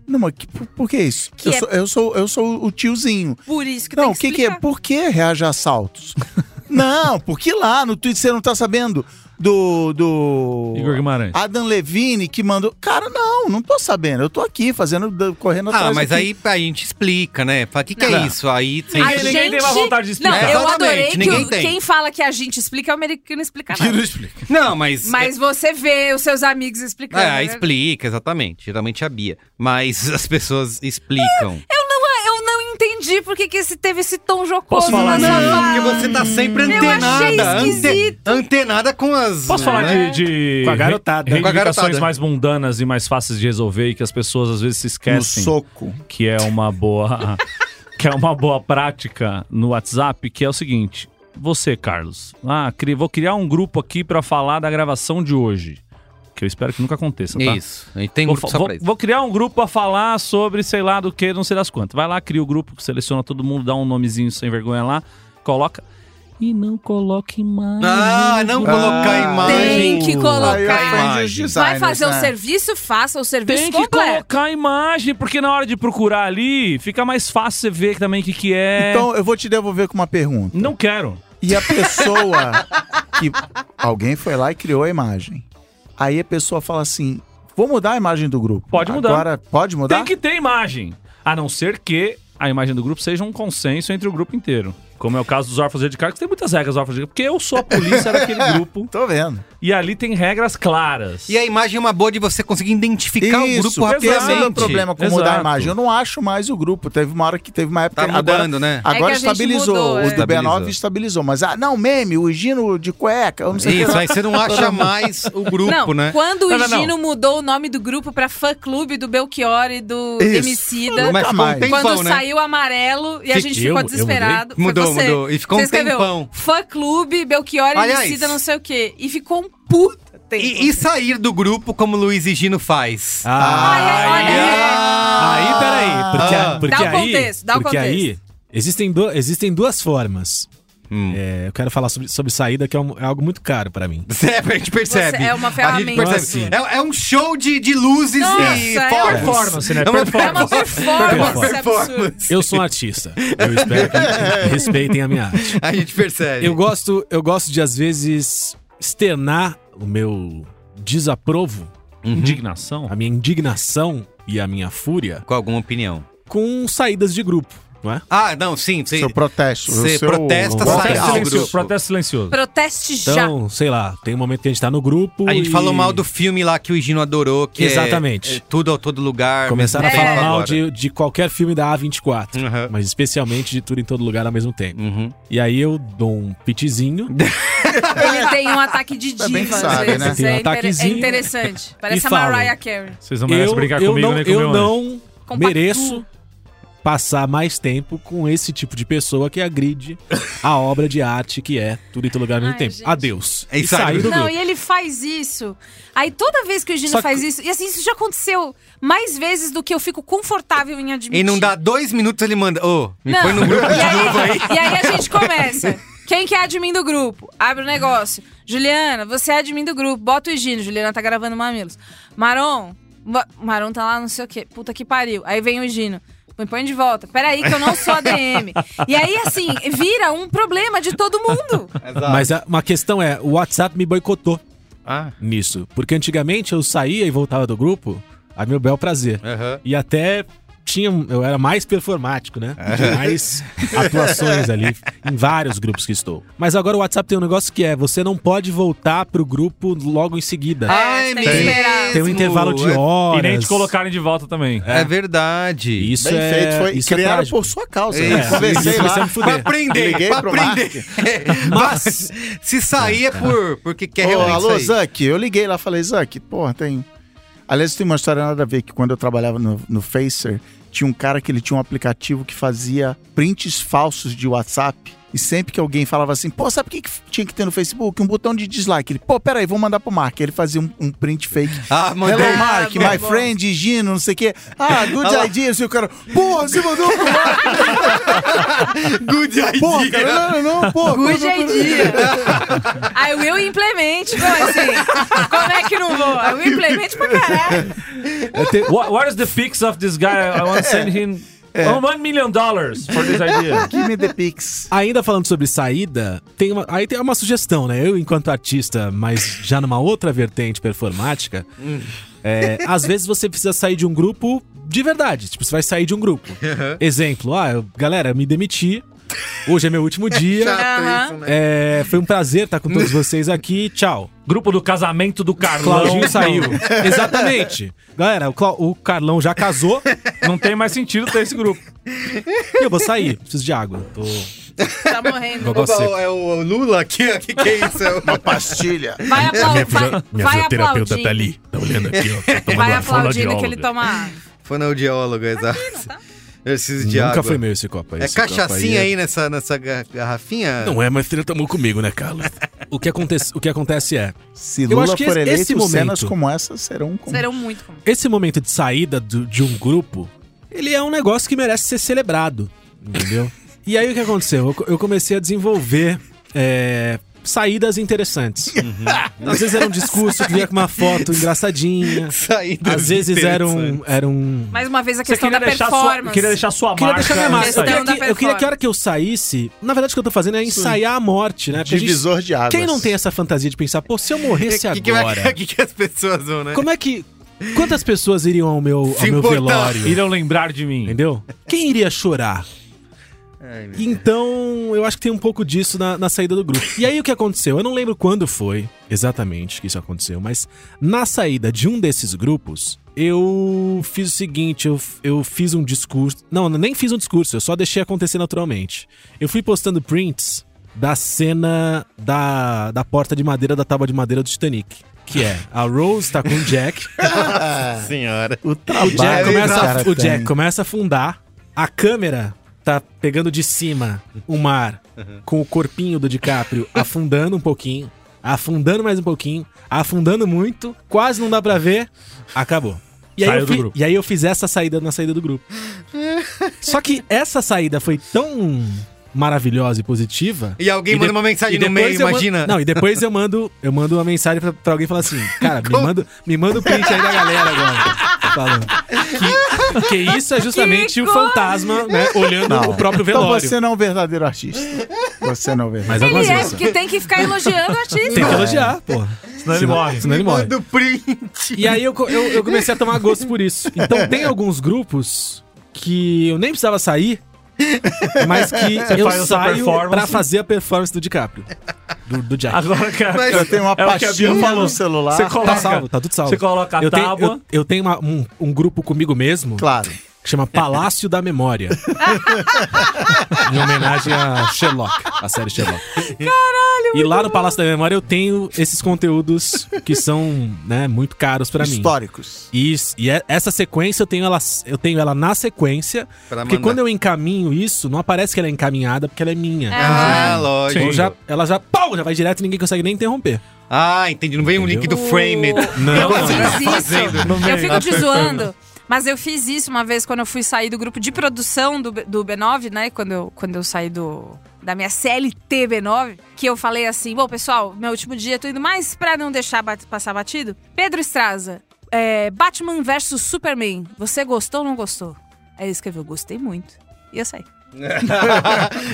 [SPEAKER 4] não, mas que- por, por que isso?
[SPEAKER 6] Que
[SPEAKER 4] eu,
[SPEAKER 6] é-
[SPEAKER 4] sou, eu sou eu sou o tiozinho.
[SPEAKER 6] Por isso que
[SPEAKER 4] não,
[SPEAKER 6] tem
[SPEAKER 4] o que, que é?
[SPEAKER 6] explicar.
[SPEAKER 4] Por que reage a assaltos? não, porque lá no Twitter você não tá sabendo do do
[SPEAKER 3] Igor Guimarães.
[SPEAKER 4] Adam Levine que mandou. Cara, não, não tô sabendo. Eu tô aqui fazendo, da- correndo atrás.
[SPEAKER 1] Ah, mas
[SPEAKER 4] aqui.
[SPEAKER 1] aí a gente explica, né? Fala, o que, que
[SPEAKER 4] Não.
[SPEAKER 1] é isso? Aí tem
[SPEAKER 6] A
[SPEAKER 3] Ninguém- ninguém
[SPEAKER 6] gente-
[SPEAKER 3] tem mais vontade de explicar.
[SPEAKER 6] Não, eu
[SPEAKER 1] Exatamente,
[SPEAKER 6] adorei que
[SPEAKER 1] ninguém
[SPEAKER 6] o-
[SPEAKER 1] tem.
[SPEAKER 6] quem fala que a gente explica é o americano explicar nada.
[SPEAKER 1] Não, mas.
[SPEAKER 6] Mas você vê os seus amigos
[SPEAKER 1] É,
[SPEAKER 6] explicando.
[SPEAKER 1] é,
[SPEAKER 6] né?
[SPEAKER 1] explica, exatamente. Geralmente é a Bia. Mas as pessoas explicam.
[SPEAKER 6] Eu não, eu não entendi por que que esse, teve esse tom jocoso
[SPEAKER 3] Posso falar
[SPEAKER 6] na sua
[SPEAKER 3] de-
[SPEAKER 6] fala.
[SPEAKER 1] porque você tá sempre
[SPEAKER 6] Eu
[SPEAKER 1] antenada.
[SPEAKER 6] achei
[SPEAKER 1] ante-
[SPEAKER 6] esquisito.
[SPEAKER 1] antenada com as. né?
[SPEAKER 3] Posso falar de, de
[SPEAKER 5] Com a garotada.
[SPEAKER 3] re-
[SPEAKER 1] Com a
[SPEAKER 3] reivindicações
[SPEAKER 1] garotada.
[SPEAKER 3] mais mundanas e mais fáceis de resolver e que as pessoas às vezes se
[SPEAKER 4] No
[SPEAKER 3] esquecem?
[SPEAKER 4] soco.
[SPEAKER 3] que é uma boa que é uma boa prática no WhatsApp, que é o seguinte: você, Carlos, ah, cri- vou criar um grupo aqui pra falar da gravação de hoje, que eu espero que nunca aconteça, tá?
[SPEAKER 1] Isso. A gente tem
[SPEAKER 3] Vou,
[SPEAKER 1] grupo
[SPEAKER 3] fa-
[SPEAKER 1] só
[SPEAKER 3] vou-
[SPEAKER 1] pra isso.
[SPEAKER 3] vou criar um grupo pra falar sobre sei lá do que, não sei das quantas. Vai lá, cria o grupo, seleciona todo mundo, dá um nomezinho sem vergonha lá, coloca e não coloque mais.
[SPEAKER 1] Ah,
[SPEAKER 3] Uhum.
[SPEAKER 1] não colocar
[SPEAKER 6] Tem
[SPEAKER 1] imagem.
[SPEAKER 6] que
[SPEAKER 4] Aí
[SPEAKER 6] colocar.
[SPEAKER 1] imagem.
[SPEAKER 4] ofende os
[SPEAKER 6] Vai
[SPEAKER 4] designers,
[SPEAKER 6] fazer o
[SPEAKER 4] né?
[SPEAKER 6] serviço, faça o serviço
[SPEAKER 3] Tem que
[SPEAKER 6] completo.
[SPEAKER 3] colocar a imagem, porque na hora de procurar ali, fica mais fácil você ver também o que, que é.
[SPEAKER 4] Então eu vou te devolver com uma pergunta.
[SPEAKER 3] Não quero.
[SPEAKER 4] E a pessoa que. Alguém foi lá e criou a imagem. Aí a pessoa fala assim: vou mudar a imagem do grupo.
[SPEAKER 3] Pode mudar.
[SPEAKER 4] Agora, pode mudar?
[SPEAKER 3] Tem que ter imagem. A não ser que a imagem do grupo seja um consenso entre o grupo inteiro. Como é o caso dos órfãos de Edgar, que tem muitas regras dos órfãos de Edgar, porque eu sou a polícia daquele grupo
[SPEAKER 4] Tô vendo.
[SPEAKER 3] e ali tem regras claras.
[SPEAKER 1] E a imagem é uma boa de você conseguir identificar o grupo
[SPEAKER 4] porque esse é o meu
[SPEAKER 1] rapidamente.
[SPEAKER 4] problema com
[SPEAKER 3] Exato.
[SPEAKER 4] mudar a imagem. Eu não acho mais o grupo. Teve uma hora que teve uma época
[SPEAKER 1] Tá
[SPEAKER 4] agora,
[SPEAKER 1] mudando, né?
[SPEAKER 4] Agora
[SPEAKER 6] É que a gente
[SPEAKER 4] estabilizou.
[SPEAKER 6] mudou, é.
[SPEAKER 4] o do B9 estabilizou. Mas, ah, não, meme, o Gino de cueca, eu não sei o que
[SPEAKER 1] Isso, aí você não acha mais o grupo,
[SPEAKER 6] não,
[SPEAKER 1] né?
[SPEAKER 6] quando
[SPEAKER 3] Não,
[SPEAKER 6] o
[SPEAKER 3] não, não.
[SPEAKER 6] Gino mudou o nome do grupo pra fã clube do Belchior e do
[SPEAKER 4] Isso.
[SPEAKER 6] Emicida,
[SPEAKER 1] Mas ficou um
[SPEAKER 4] mais.
[SPEAKER 1] tempão,
[SPEAKER 6] quando
[SPEAKER 1] né?
[SPEAKER 6] saiu amarelo e a
[SPEAKER 5] Que-
[SPEAKER 6] gente
[SPEAKER 5] eu-
[SPEAKER 6] ficou
[SPEAKER 5] eu
[SPEAKER 6] desesperado. Foi você.
[SPEAKER 1] Mudou, mudou. E ficou
[SPEAKER 6] Você
[SPEAKER 1] um
[SPEAKER 6] escreveu
[SPEAKER 1] tempão.
[SPEAKER 6] Fã clube, Belchior e
[SPEAKER 1] Aliás-
[SPEAKER 6] Emicida, não sei o quê. E ficou um puta tempo.
[SPEAKER 1] E, e sair do grupo como Luiz e Gino
[SPEAKER 5] Ah.
[SPEAKER 1] faz.
[SPEAKER 6] Olha, olha,
[SPEAKER 5] Aí, peraí, porque, a-
[SPEAKER 1] Ah.
[SPEAKER 5] porque
[SPEAKER 6] Dá o
[SPEAKER 5] aí,
[SPEAKER 6] contexto, dá o
[SPEAKER 5] porque
[SPEAKER 6] contexto.
[SPEAKER 5] aí existem, du- existem duas formas.
[SPEAKER 1] Hum.
[SPEAKER 5] É, eu quero falar sobre, sobre saída, que é, um- é algo muito caro pra mim.
[SPEAKER 1] É, a gente percebe.
[SPEAKER 6] Você- é uma
[SPEAKER 1] A gente
[SPEAKER 6] ferramenta
[SPEAKER 1] percebe.
[SPEAKER 6] sua.
[SPEAKER 1] É, é um show de, de luzes
[SPEAKER 6] Nossa,
[SPEAKER 1] e
[SPEAKER 6] é
[SPEAKER 1] fogos.
[SPEAKER 3] performance, né?
[SPEAKER 1] É uma
[SPEAKER 6] é uma performance, absurda.
[SPEAKER 5] Eu sou um artista. Eu espero que respeitem a minha arte.
[SPEAKER 1] A gente percebe.
[SPEAKER 5] Eu gosto, eu gosto de, às vezes, externar o meu desaprovo,
[SPEAKER 3] Uhum. Indignação.
[SPEAKER 5] a minha indignação e a minha fúria
[SPEAKER 1] Com alguma opinião.
[SPEAKER 5] com saídas de grupo, não é?
[SPEAKER 1] Ah, não, sim.
[SPEAKER 4] é.
[SPEAKER 1] Você,
[SPEAKER 4] Seu protesto.
[SPEAKER 1] você
[SPEAKER 4] o seu
[SPEAKER 1] protesta,
[SPEAKER 4] golpe
[SPEAKER 1] sai
[SPEAKER 3] Protesto
[SPEAKER 1] do
[SPEAKER 4] alto.
[SPEAKER 3] silencioso.
[SPEAKER 1] grupo.
[SPEAKER 3] Protesto silencioso.
[SPEAKER 6] Proteste já.
[SPEAKER 5] Então, sei lá, tem um momento que a gente tá no grupo.
[SPEAKER 1] A gente
[SPEAKER 5] e
[SPEAKER 1] falou mal do filme lá que o Gino adorou, que é-
[SPEAKER 5] Exatamente.
[SPEAKER 1] é tudo ao todo lugar.
[SPEAKER 5] Começaram a
[SPEAKER 1] mesmo
[SPEAKER 5] falar
[SPEAKER 1] tempo
[SPEAKER 5] mal
[SPEAKER 1] né? É. agora.
[SPEAKER 5] de, de qualquer filme da A24.
[SPEAKER 1] Uhum.
[SPEAKER 5] Mas especialmente de tudo em todo lugar ao mesmo tempo.
[SPEAKER 1] Uhum.
[SPEAKER 5] E aí eu dou um pitizinho.
[SPEAKER 6] Ele tem um ataque de
[SPEAKER 4] Tá É. bem que
[SPEAKER 6] diva.
[SPEAKER 4] sabe,
[SPEAKER 6] às vezes.
[SPEAKER 4] né?
[SPEAKER 5] Tem um
[SPEAKER 6] é, inter- é
[SPEAKER 5] ataquezinho.
[SPEAKER 6] interessante. Parece a
[SPEAKER 5] falo.
[SPEAKER 6] Mariah Carey.
[SPEAKER 3] Vocês não merecem
[SPEAKER 5] Eu,
[SPEAKER 3] brincar
[SPEAKER 5] eu
[SPEAKER 3] comigo
[SPEAKER 5] não,
[SPEAKER 1] né,
[SPEAKER 3] nem com o meu
[SPEAKER 5] eu
[SPEAKER 3] anjo.
[SPEAKER 5] não
[SPEAKER 6] Compactua.
[SPEAKER 5] mereço passar mais tempo com esse tipo de pessoa que agride a obra de arte que é tudo em todo lugar ao mesmo
[SPEAKER 6] Ai,
[SPEAKER 5] tempo.
[SPEAKER 6] gente.
[SPEAKER 5] Adeus.
[SPEAKER 1] É
[SPEAKER 5] E
[SPEAKER 1] isso aí.
[SPEAKER 5] saí do
[SPEAKER 6] Não,
[SPEAKER 5] grupo.
[SPEAKER 6] e ele faz isso. Aí toda vez que o Gino
[SPEAKER 5] Só que-
[SPEAKER 6] faz isso, e assim, isso já aconteceu mais vezes do que eu fico confortável em admitir.
[SPEAKER 1] E não dá dois minutos, ele manda. Ô, me
[SPEAKER 6] Não.
[SPEAKER 1] põe no grupo
[SPEAKER 6] e
[SPEAKER 1] de
[SPEAKER 6] aí,
[SPEAKER 1] novo aí.
[SPEAKER 6] E aí a gente começa. Quem que é admin do grupo? Abre o negócio. Juliana, você é admin do grupo. Bota o Gino. Juliana tá gravando Mamilos. Maron, Ma- Maron tá lá, não sei o quê. Puta que pariu. Aí vem o Gino. Me põe de volta. Peraí, que eu não sou ADM. e aí, assim, vira um problema de todo mundo.
[SPEAKER 5] Mas a, uma questão é, o WhatsApp me boicotou
[SPEAKER 1] Ah,
[SPEAKER 5] nisso. Porque antigamente eu saía e voltava do grupo, a meu bel prazer.
[SPEAKER 1] aham.
[SPEAKER 5] E até tinha, eu era mais performático, né? Tinha mais atuações ali em vários grupos que estou. Mas agora o WhatsApp tem um negócio que é, você não pode voltar pro grupo logo em seguida.
[SPEAKER 1] Ai,
[SPEAKER 6] É, tem que
[SPEAKER 1] mesmo!
[SPEAKER 6] esperar.
[SPEAKER 5] tem um intervalo de
[SPEAKER 1] É-
[SPEAKER 5] horas.
[SPEAKER 3] E nem te colocarem de volta também.
[SPEAKER 1] É, verdade.
[SPEAKER 5] E Isso
[SPEAKER 4] Bem
[SPEAKER 5] é,
[SPEAKER 4] feito, foi.
[SPEAKER 5] isso é
[SPEAKER 4] criaram
[SPEAKER 5] trágico.
[SPEAKER 4] por sua causa.
[SPEAKER 1] É,
[SPEAKER 4] né?
[SPEAKER 1] isso,
[SPEAKER 4] Conversei
[SPEAKER 5] isso,
[SPEAKER 4] lá.
[SPEAKER 5] você me
[SPEAKER 1] Pra
[SPEAKER 5] fuder.
[SPEAKER 1] aprender,
[SPEAKER 4] Liguei
[SPEAKER 1] pra
[SPEAKER 4] pro
[SPEAKER 1] aprender. É,
[SPEAKER 5] Mas-
[SPEAKER 1] Se sair é por, porque quer
[SPEAKER 4] Ô,
[SPEAKER 1] realmente
[SPEAKER 4] alô,
[SPEAKER 1] sair.
[SPEAKER 4] Zuck, eu liguei lá falei, Zuck, porra, tem. Aliás, tem uma história nada a ver que quando eu trabalhava no, no Facer, tinha um cara que ele tinha um aplicativo que fazia prints falsos de WhatsApp. E sempre que alguém falava assim, pô, sabe o que, que tinha que ter no Facebook? Um botão de dislike. Ele, pô, peraí, vou mandar pro Mark. Ele fazia um, um print fake.
[SPEAKER 1] Ah, mandei.
[SPEAKER 4] Hello, Mark,
[SPEAKER 6] Ah,
[SPEAKER 4] my
[SPEAKER 6] bom.
[SPEAKER 4] friend, Gino, não sei o quê. Ah, good ideas. E o cara, porra, você mandou pro Mark.
[SPEAKER 1] Good idea.
[SPEAKER 4] Porra, cara, não, não, não, porra.
[SPEAKER 6] Good idea. I will implement. Como assim? Como é que não vou? I will implement pra caralho.
[SPEAKER 3] What, what is the fix of this guy? I
[SPEAKER 5] É.
[SPEAKER 3] want to send him um one million dollars for this idea.
[SPEAKER 4] Give me the pics.
[SPEAKER 5] Ainda falando sobre saída, tem uma, aí tem uma sugestão, né? Eu, enquanto artista, mas já numa outra vertente performática, é, às vezes você precisa sair de um grupo de verdade. Tipo, você vai sair de um grupo. Exemplo, ah, eu- galera, eu me demiti. Hoje é meu último dia.
[SPEAKER 6] Aham.
[SPEAKER 5] é, foi um prazer estar com todos vocês aqui. Tchau.
[SPEAKER 3] Grupo do casamento do Carlão.
[SPEAKER 5] Claudinho saiu. Exatamente. Galera, o, Clau- o Carlão já casou
[SPEAKER 3] Não tem mais sentido ter esse grupo.
[SPEAKER 5] e eu vou sair. Preciso de água. Tô...
[SPEAKER 6] Tá morrendo.
[SPEAKER 5] Negócio seco.
[SPEAKER 1] Opa, é o Lula aqui? O que, que é isso? É o-
[SPEAKER 4] Pastilha.
[SPEAKER 6] Vai aplaudir. Vai, vai aplaudindo.
[SPEAKER 3] Tá olhando aqui, ó. Tá
[SPEAKER 5] É,
[SPEAKER 3] tomando
[SPEAKER 6] Vai
[SPEAKER 3] uma
[SPEAKER 6] aplaudindo que
[SPEAKER 3] fonoaudióloga.
[SPEAKER 6] ele toma água.
[SPEAKER 1] Fonoaudiólogo, exato.
[SPEAKER 6] tá?
[SPEAKER 1] Eu preciso de
[SPEAKER 5] Nunca
[SPEAKER 1] água.
[SPEAKER 5] foi meu esse copo aí.
[SPEAKER 1] É
[SPEAKER 5] Esse copo
[SPEAKER 1] cachaçinha
[SPEAKER 5] é-
[SPEAKER 1] aí nessa, nessa ga- garrafinha?
[SPEAKER 5] Não é, mas ele tomou comigo, né, Carlos? o, que acontece, o que acontece é.
[SPEAKER 4] Se
[SPEAKER 5] Eu
[SPEAKER 4] Lula
[SPEAKER 5] acho que
[SPEAKER 4] for
[SPEAKER 5] esse-
[SPEAKER 4] eleito,
[SPEAKER 5] esse
[SPEAKER 4] cenas
[SPEAKER 5] momento-
[SPEAKER 4] como essa serão como...
[SPEAKER 6] Serão muito comuns.
[SPEAKER 5] Esse momento de saída do- de um grupo, ele é um negócio que merece ser celebrado. Entendeu? e aí o que aconteceu? Eu, co- eu comecei a desenvolver. é, Saídas interessantes.
[SPEAKER 1] Uhum.
[SPEAKER 5] Às vezes era um discurso que vinha com uma foto engraçadinha.
[SPEAKER 1] Saídas
[SPEAKER 5] Às vezes era um,
[SPEAKER 1] interessantes.
[SPEAKER 5] era um
[SPEAKER 6] Mais uma vez a
[SPEAKER 3] Você
[SPEAKER 6] questão da
[SPEAKER 3] queria deixar,
[SPEAKER 6] performance.
[SPEAKER 3] sua, queria deixar sua
[SPEAKER 5] Eu queria
[SPEAKER 3] marca.
[SPEAKER 5] deixar minha marca.
[SPEAKER 3] nisso
[SPEAKER 5] Eu
[SPEAKER 3] aí.
[SPEAKER 6] Questão
[SPEAKER 5] queria,
[SPEAKER 6] da
[SPEAKER 5] que, eu queria que a hora que eu saísse. Na verdade, o que eu tô fazendo é ensaiar a morte, né? Porque a gente-
[SPEAKER 4] Divisor de águas.
[SPEAKER 5] quem não tem essa fantasia de pensar, pô, se eu morresse
[SPEAKER 1] que, que, vai-
[SPEAKER 5] agora,
[SPEAKER 1] que, que as pessoas vão, né?
[SPEAKER 5] como é que. Quantas pessoas iriam ao meu,
[SPEAKER 1] Se
[SPEAKER 5] ao meu
[SPEAKER 1] importar.
[SPEAKER 5] velório?
[SPEAKER 3] Irão lembrar de mim.
[SPEAKER 5] Entendeu? Quem iria chorar?
[SPEAKER 1] Ai, meu
[SPEAKER 5] Então, eu acho que tem um pouco disso na, na saída do grupo. E aí, o que aconteceu? Eu não lembro quando foi exatamente que isso aconteceu, mas na saída de um desses grupos, eu fiz o seguinte: eu, eu fiz um discurso. Não, eu nem fiz um discurso, eu só deixei acontecer naturalmente. Eu fui postando prints da cena da, da porta de madeira, da tábua de madeira do Titanic. Que é, a Rose tá com o Jack. assim,
[SPEAKER 1] senhora.
[SPEAKER 4] O
[SPEAKER 5] O
[SPEAKER 4] trabalho
[SPEAKER 5] Jack,
[SPEAKER 4] que
[SPEAKER 5] começa, a,
[SPEAKER 4] cara
[SPEAKER 5] o Jack
[SPEAKER 4] tem.
[SPEAKER 5] começa a afundar, a câmera tá pegando de cima o mar com o corpinho do DiCaprio afundando um pouquinho, afundando mais um pouquinho, afundando muito, quase não dá pra ver, acabou. E aí,
[SPEAKER 3] Saiu
[SPEAKER 5] eu
[SPEAKER 3] do
[SPEAKER 5] fi-
[SPEAKER 3] grupo.
[SPEAKER 5] e aí eu fiz essa saída na saída do grupo. Só que essa saída foi tão maravilhosa e positiva
[SPEAKER 1] E alguém
[SPEAKER 5] E
[SPEAKER 1] manda
[SPEAKER 5] de-
[SPEAKER 1] uma mensagem
[SPEAKER 5] e
[SPEAKER 1] no
[SPEAKER 5] depois
[SPEAKER 1] meio,
[SPEAKER 5] eu mando-
[SPEAKER 1] imagina.
[SPEAKER 5] Não, e depois eu mando, eu mando uma mensagem pra, pra alguém falar assim, cara, me manda, me manda o print aí da galera agora. Falando. Que, que isso é justamente
[SPEAKER 6] Que
[SPEAKER 5] o fantasma, né? Olhando
[SPEAKER 4] Não.
[SPEAKER 5] o próprio
[SPEAKER 4] Então
[SPEAKER 5] velório.
[SPEAKER 4] você não é um verdadeiro artista. Você não é um verdadeiro.
[SPEAKER 5] Mas algumas
[SPEAKER 6] Ele é,
[SPEAKER 5] vezes.
[SPEAKER 6] porque tem que ficar elogiando o artista.
[SPEAKER 5] Tem que elogiar, pô.
[SPEAKER 3] Senão ele morre.
[SPEAKER 5] É. Senão ele morre.
[SPEAKER 1] Do print.
[SPEAKER 5] E aí eu, co- eu, eu comecei a tomar gosto por isso. Então tem alguns grupos que eu nem precisava sair, mas que eu
[SPEAKER 3] faz essa
[SPEAKER 5] saio
[SPEAKER 3] performance.
[SPEAKER 5] pra fazer a performance Ah, do DiCaprio. Do, do Jack.
[SPEAKER 3] Agora, cara.
[SPEAKER 4] Eu tenho uma
[SPEAKER 3] É o que a Bia
[SPEAKER 4] pastinha
[SPEAKER 3] falou.
[SPEAKER 4] no celular.
[SPEAKER 3] Você coloca,
[SPEAKER 5] Tá salvo, tá tudo salvo.
[SPEAKER 3] Você coloca a
[SPEAKER 5] eu tenho,
[SPEAKER 3] tábua.
[SPEAKER 5] eu, eu tenho uma- um, um grupo comigo mesmo
[SPEAKER 4] Claro.
[SPEAKER 5] que chama Palácio da Memória. em homenagem a Sherlock, a série Sherlock. Caralho! E lá no Palácio da Memória eu tenho esses conteúdos que são né, muito caros pra mim.
[SPEAKER 4] Históricos.
[SPEAKER 5] E, s- e é- essa sequência eu tenho ela, eu tenho ela na sequência,
[SPEAKER 1] Pra
[SPEAKER 5] porque
[SPEAKER 1] mandar.
[SPEAKER 5] quando eu encaminho isso, não aparece que ela é encaminhada, porque ela é minha.
[SPEAKER 1] Ah,
[SPEAKER 5] Então
[SPEAKER 1] lógico.
[SPEAKER 5] já, ela já, pau, já vai direto e ninguém consegue nem
[SPEAKER 3] É
[SPEAKER 5] interromper.
[SPEAKER 1] Ah, entendi. Não vem um link do Framed.
[SPEAKER 5] Não,
[SPEAKER 6] eu
[SPEAKER 5] não.
[SPEAKER 6] fiz isso.
[SPEAKER 1] Fazendo.
[SPEAKER 6] Eu fico te zoando. Mas eu fiz isso uma vez quando eu fui sair do grupo de produção do, B- do B9, né? Quando eu, quando eu saí do, da minha CLT B9, que eu falei assim: bom, pessoal, meu último dia, tô indo mais pra não deixar bat- passar batido. Pedro Estraza, é, Batman versus Superman, você gostou ou não gostou? Aí ele escreveu, gostei muito. E eu saí.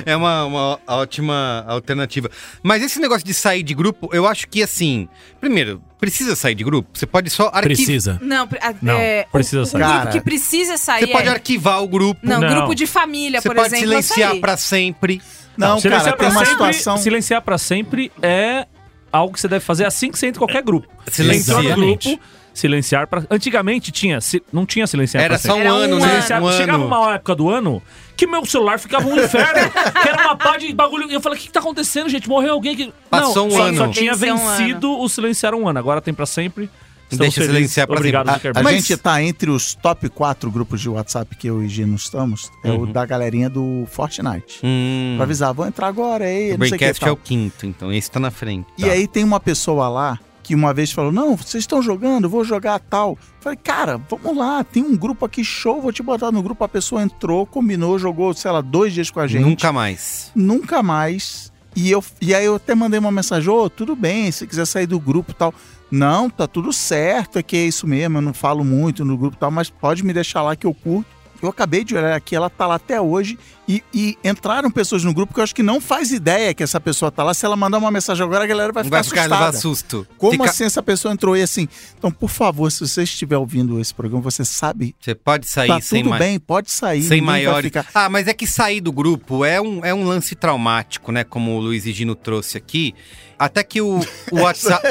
[SPEAKER 1] é uma, uma ótima alternativa. Mas esse negócio de sair de grupo, eu acho que assim. Primeiro, precisa sair de grupo? Você pode só arquivar.
[SPEAKER 5] Precisa.
[SPEAKER 6] Não, pre- a-
[SPEAKER 3] Não,
[SPEAKER 6] é, o-
[SPEAKER 3] precisa
[SPEAKER 6] o,
[SPEAKER 3] sair.
[SPEAKER 6] grupo
[SPEAKER 4] Cara,
[SPEAKER 6] que precisa sair
[SPEAKER 1] Você pode
[SPEAKER 6] é-
[SPEAKER 1] arquivar o grupo.
[SPEAKER 6] Não,
[SPEAKER 3] Não.
[SPEAKER 6] grupo de família,
[SPEAKER 1] Você
[SPEAKER 6] por
[SPEAKER 1] pode
[SPEAKER 6] exemplo, é eu
[SPEAKER 1] silenciar
[SPEAKER 6] saí.
[SPEAKER 1] pra sempre.
[SPEAKER 4] Não, cara,
[SPEAKER 3] silenciar
[SPEAKER 4] tem
[SPEAKER 3] pra
[SPEAKER 4] uma
[SPEAKER 3] sempre-
[SPEAKER 4] situação.
[SPEAKER 3] Silenciar pra sempre é algo que você deve fazer assim que você entra em qualquer grupo.
[SPEAKER 1] Silencia.
[SPEAKER 3] Entrou no grupo, silenciar pra. Antigamente tinha, si- não tinha silenciar
[SPEAKER 1] Era
[SPEAKER 3] pra
[SPEAKER 1] só
[SPEAKER 3] sempre.
[SPEAKER 1] um
[SPEAKER 6] Era um
[SPEAKER 1] ano, né?
[SPEAKER 3] Silenciar-
[SPEAKER 1] Um
[SPEAKER 3] Chegava
[SPEAKER 1] ano.
[SPEAKER 3] uma época do ano que meu celular ficava um inferno, que era uma pá de bagulho. E eu falei, o que, que tá acontecendo, gente? Morreu alguém que.
[SPEAKER 1] Passou
[SPEAKER 3] não,
[SPEAKER 1] um
[SPEAKER 3] só,
[SPEAKER 1] ano.
[SPEAKER 3] Só tinha
[SPEAKER 6] Venceu um
[SPEAKER 3] vencido o silenciar um ano. Agora tem pra sempre. Estamos
[SPEAKER 1] Deixa silenciar pra
[SPEAKER 3] Obrigado,
[SPEAKER 1] sempre. Ah,
[SPEAKER 4] A
[SPEAKER 3] Zuckerberg.
[SPEAKER 1] Mas-
[SPEAKER 4] gente tá entre os top 4 grupos de WhatsApp que eu e Gino estamos. É o da galerinha do Fortnite.
[SPEAKER 1] Hum,
[SPEAKER 4] Pra avisar, vão entrar agora, aí,
[SPEAKER 1] o
[SPEAKER 4] não sei o que.
[SPEAKER 1] Braincast é
[SPEAKER 4] tal.
[SPEAKER 1] o quinto, então esse tá na frente.
[SPEAKER 4] E
[SPEAKER 1] Tá.
[SPEAKER 4] aí tem uma pessoa lá que uma vez falou: Não, vocês estão jogando, eu vou jogar tal. Falei, cara, vamos lá, tem um grupo aqui show, vou te botar no grupo. A pessoa entrou, combinou, jogou, sei lá, dois dias com a gente.
[SPEAKER 1] Nunca mais.
[SPEAKER 4] Nunca mais. E, eu, e aí eu até mandei uma mensagem, ô, tudo bem, se quiser sair do grupo e tal. Não, tá tudo certo, é que é isso mesmo, eu não falo muito no grupo e tal, mas pode me deixar lá que eu curto. Eu acabei de olhar aqui, ela tá lá até hoje, e, e entraram pessoas no grupo que eu acho que não faz ideia que essa pessoa tá lá. Se ela mandar uma mensagem agora, a galera vai
[SPEAKER 1] Não
[SPEAKER 4] ficar
[SPEAKER 1] vai ficar levar
[SPEAKER 4] assustada.
[SPEAKER 1] susto.
[SPEAKER 4] Como
[SPEAKER 1] Fica-
[SPEAKER 4] assim essa pessoa entrou e assim? Então, por favor, se você estiver ouvindo esse programa, você sabe,
[SPEAKER 1] Você pode sair
[SPEAKER 4] tá
[SPEAKER 1] sem
[SPEAKER 4] tudo
[SPEAKER 1] mais.
[SPEAKER 4] bem, pode sair.
[SPEAKER 1] Sem
[SPEAKER 4] ninguém vai
[SPEAKER 1] maiores.
[SPEAKER 4] ficar-
[SPEAKER 1] Ah, mas é que sair do grupo é um, é um lance traumático, né? Como o Luiz e Gino trouxe aqui. Até que o, o WhatsApp,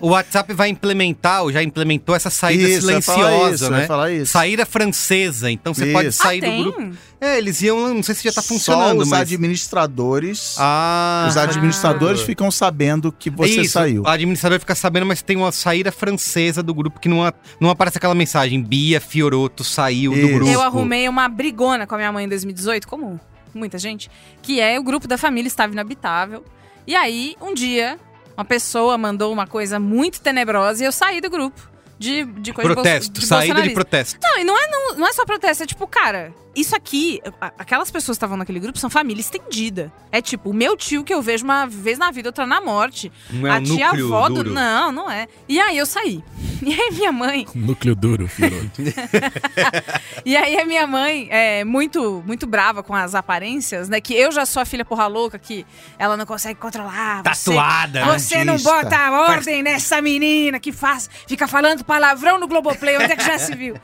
[SPEAKER 1] o WhatsApp vai implementar, ou já implementou essa saída
[SPEAKER 4] Isso, eu ia falar
[SPEAKER 1] silenciosa,
[SPEAKER 4] isso, eu ia
[SPEAKER 1] né?
[SPEAKER 4] falar isso.
[SPEAKER 1] Saída francesa. Então você pode
[SPEAKER 4] Isso.
[SPEAKER 1] sair
[SPEAKER 6] ah,
[SPEAKER 1] do
[SPEAKER 6] tem?
[SPEAKER 1] grupo. É, eles iam. Não sei se já tá funcionando,
[SPEAKER 4] Só os
[SPEAKER 1] mas.
[SPEAKER 4] administradores.
[SPEAKER 1] Ah,
[SPEAKER 4] Os administradores ficam sabendo que você
[SPEAKER 1] É Isso,
[SPEAKER 4] saiu.
[SPEAKER 1] O administrador fica sabendo, mas tem uma saída francesa do grupo que não, a- não aparece aquela mensagem. Bia Fioroto saiu do
[SPEAKER 4] Isso.
[SPEAKER 1] grupo.
[SPEAKER 6] Eu arrumei uma brigona com a minha mãe em 2018, comum, muita gente, que é o grupo da família estava inabitável. E aí, um dia, uma pessoa mandou uma coisa muito tenebrosa e eu saí do grupo. De, de coisa de
[SPEAKER 1] Protesto,
[SPEAKER 6] bolso- de
[SPEAKER 1] saída de
[SPEAKER 6] bolsonarista.
[SPEAKER 1] protesto.
[SPEAKER 6] Não, e não é, não, não é só protesto, é tipo, cara, isso aqui, a- aquelas pessoas que estavam naquele grupo são família estendida. É tipo, o meu tio que eu vejo uma vez na vida, outra na morte.
[SPEAKER 1] Não é
[SPEAKER 6] a
[SPEAKER 1] um
[SPEAKER 6] tia
[SPEAKER 1] núcleo
[SPEAKER 6] avó
[SPEAKER 1] duro.
[SPEAKER 6] do. Não, não é. E aí eu saí. E aí minha mãe.
[SPEAKER 5] Núcleo duro, filho.
[SPEAKER 6] E aí a minha mãe é muito, muito brava com as aparências, né? Que eu já sou a filha porra louca, que ela não consegue controlar. você-
[SPEAKER 1] Tatuada.
[SPEAKER 6] Você não
[SPEAKER 4] Artista.
[SPEAKER 6] bota a ordem nessa menina que faz, fica falando palavrão no Globoplay, onde é que já se viu?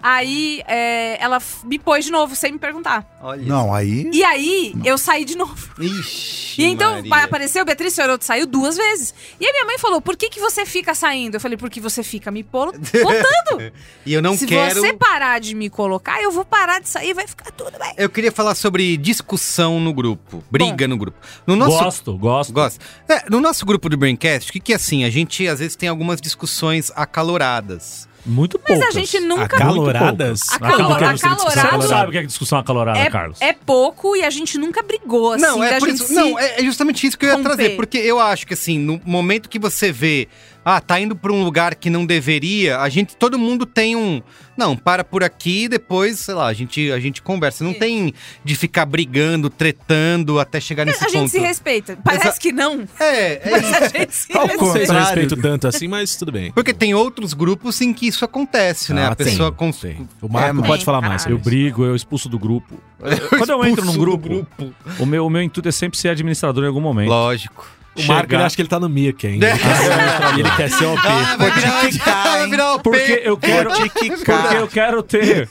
[SPEAKER 6] Aí é, ela f- me pôs de novo, sem me perguntar.
[SPEAKER 1] Olha.
[SPEAKER 4] Não, aí.
[SPEAKER 6] E aí eu saí de novo.
[SPEAKER 1] Ixi,
[SPEAKER 6] E então
[SPEAKER 1] Maria.
[SPEAKER 6] apareceu Beatriz Fiorotto, saiu duas vezes. E aí minha mãe falou: por que, que você fica saindo? Eu falei: porque você fica me pol- botando.
[SPEAKER 1] E eu não
[SPEAKER 6] Se
[SPEAKER 1] quero.
[SPEAKER 6] você parar de me colocar, eu vou parar de sair, vai ficar tudo bem.
[SPEAKER 1] Eu queria falar sobre discussão no grupo, briga no grupo. No nosso
[SPEAKER 3] Gosto, gosto.
[SPEAKER 1] Gosto. É, no nosso grupo do Braincast, o que, que é assim? A gente às vezes tem algumas discussões acaloradas.
[SPEAKER 3] Muito pouco.
[SPEAKER 6] Mas a gente nunca.
[SPEAKER 5] Acaloradas?
[SPEAKER 3] Muito poucas.
[SPEAKER 6] Acalo-
[SPEAKER 5] Acaba que é você
[SPEAKER 6] acalorado-
[SPEAKER 3] Você
[SPEAKER 5] discussão
[SPEAKER 3] não
[SPEAKER 5] acalorada.
[SPEAKER 3] sabe o que é discussão acalorada, Carlos.
[SPEAKER 6] É, é pouco e a gente nunca brigou assim.
[SPEAKER 1] não, é
[SPEAKER 6] da
[SPEAKER 1] por
[SPEAKER 6] gente
[SPEAKER 1] isso,
[SPEAKER 6] se-
[SPEAKER 1] não, é é justamente isso que eu ia
[SPEAKER 6] romper.
[SPEAKER 1] trazer, porque eu acho que assim, no momento que você vê, ah, tá indo pra um lugar que não deveria, a gente todo mundo tem um, não, para por aqui e depois, sei lá, a gente a gente conversa, não
[SPEAKER 6] Sim.
[SPEAKER 1] tem de ficar brigando, tretando até chegar nesse
[SPEAKER 6] É, A
[SPEAKER 1] ponto.
[SPEAKER 6] gente se respeita. Parece que não,
[SPEAKER 1] É, é
[SPEAKER 6] mas a gente se
[SPEAKER 4] Ao
[SPEAKER 5] Não sei se eu
[SPEAKER 4] contrário.
[SPEAKER 5] respeito tanto assim, mas tudo bem.
[SPEAKER 1] Porque tem outros grupos em que isso acontece, né?
[SPEAKER 5] Ah,
[SPEAKER 1] A
[SPEAKER 5] tem,
[SPEAKER 1] pessoa com
[SPEAKER 5] tem. O Marco
[SPEAKER 4] É,
[SPEAKER 5] pode falar mais.
[SPEAKER 6] cara.
[SPEAKER 5] sobre
[SPEAKER 3] Eu
[SPEAKER 5] isso.
[SPEAKER 3] brigo, eu expulso do grupo. Quando eu entro num
[SPEAKER 1] expulso do
[SPEAKER 3] grupo, O, meu, o meu intuito é sempre ser administrador em algum momento.
[SPEAKER 1] Lógico.
[SPEAKER 5] O Marco, ele acha que ele tá no Mickey ainda. Ele quer ser administrador, ele quer ser OP.
[SPEAKER 1] Ah, vai virar, vai virar o
[SPEAKER 3] Porque
[SPEAKER 1] P.
[SPEAKER 3] eu quero. Porque eu quero ter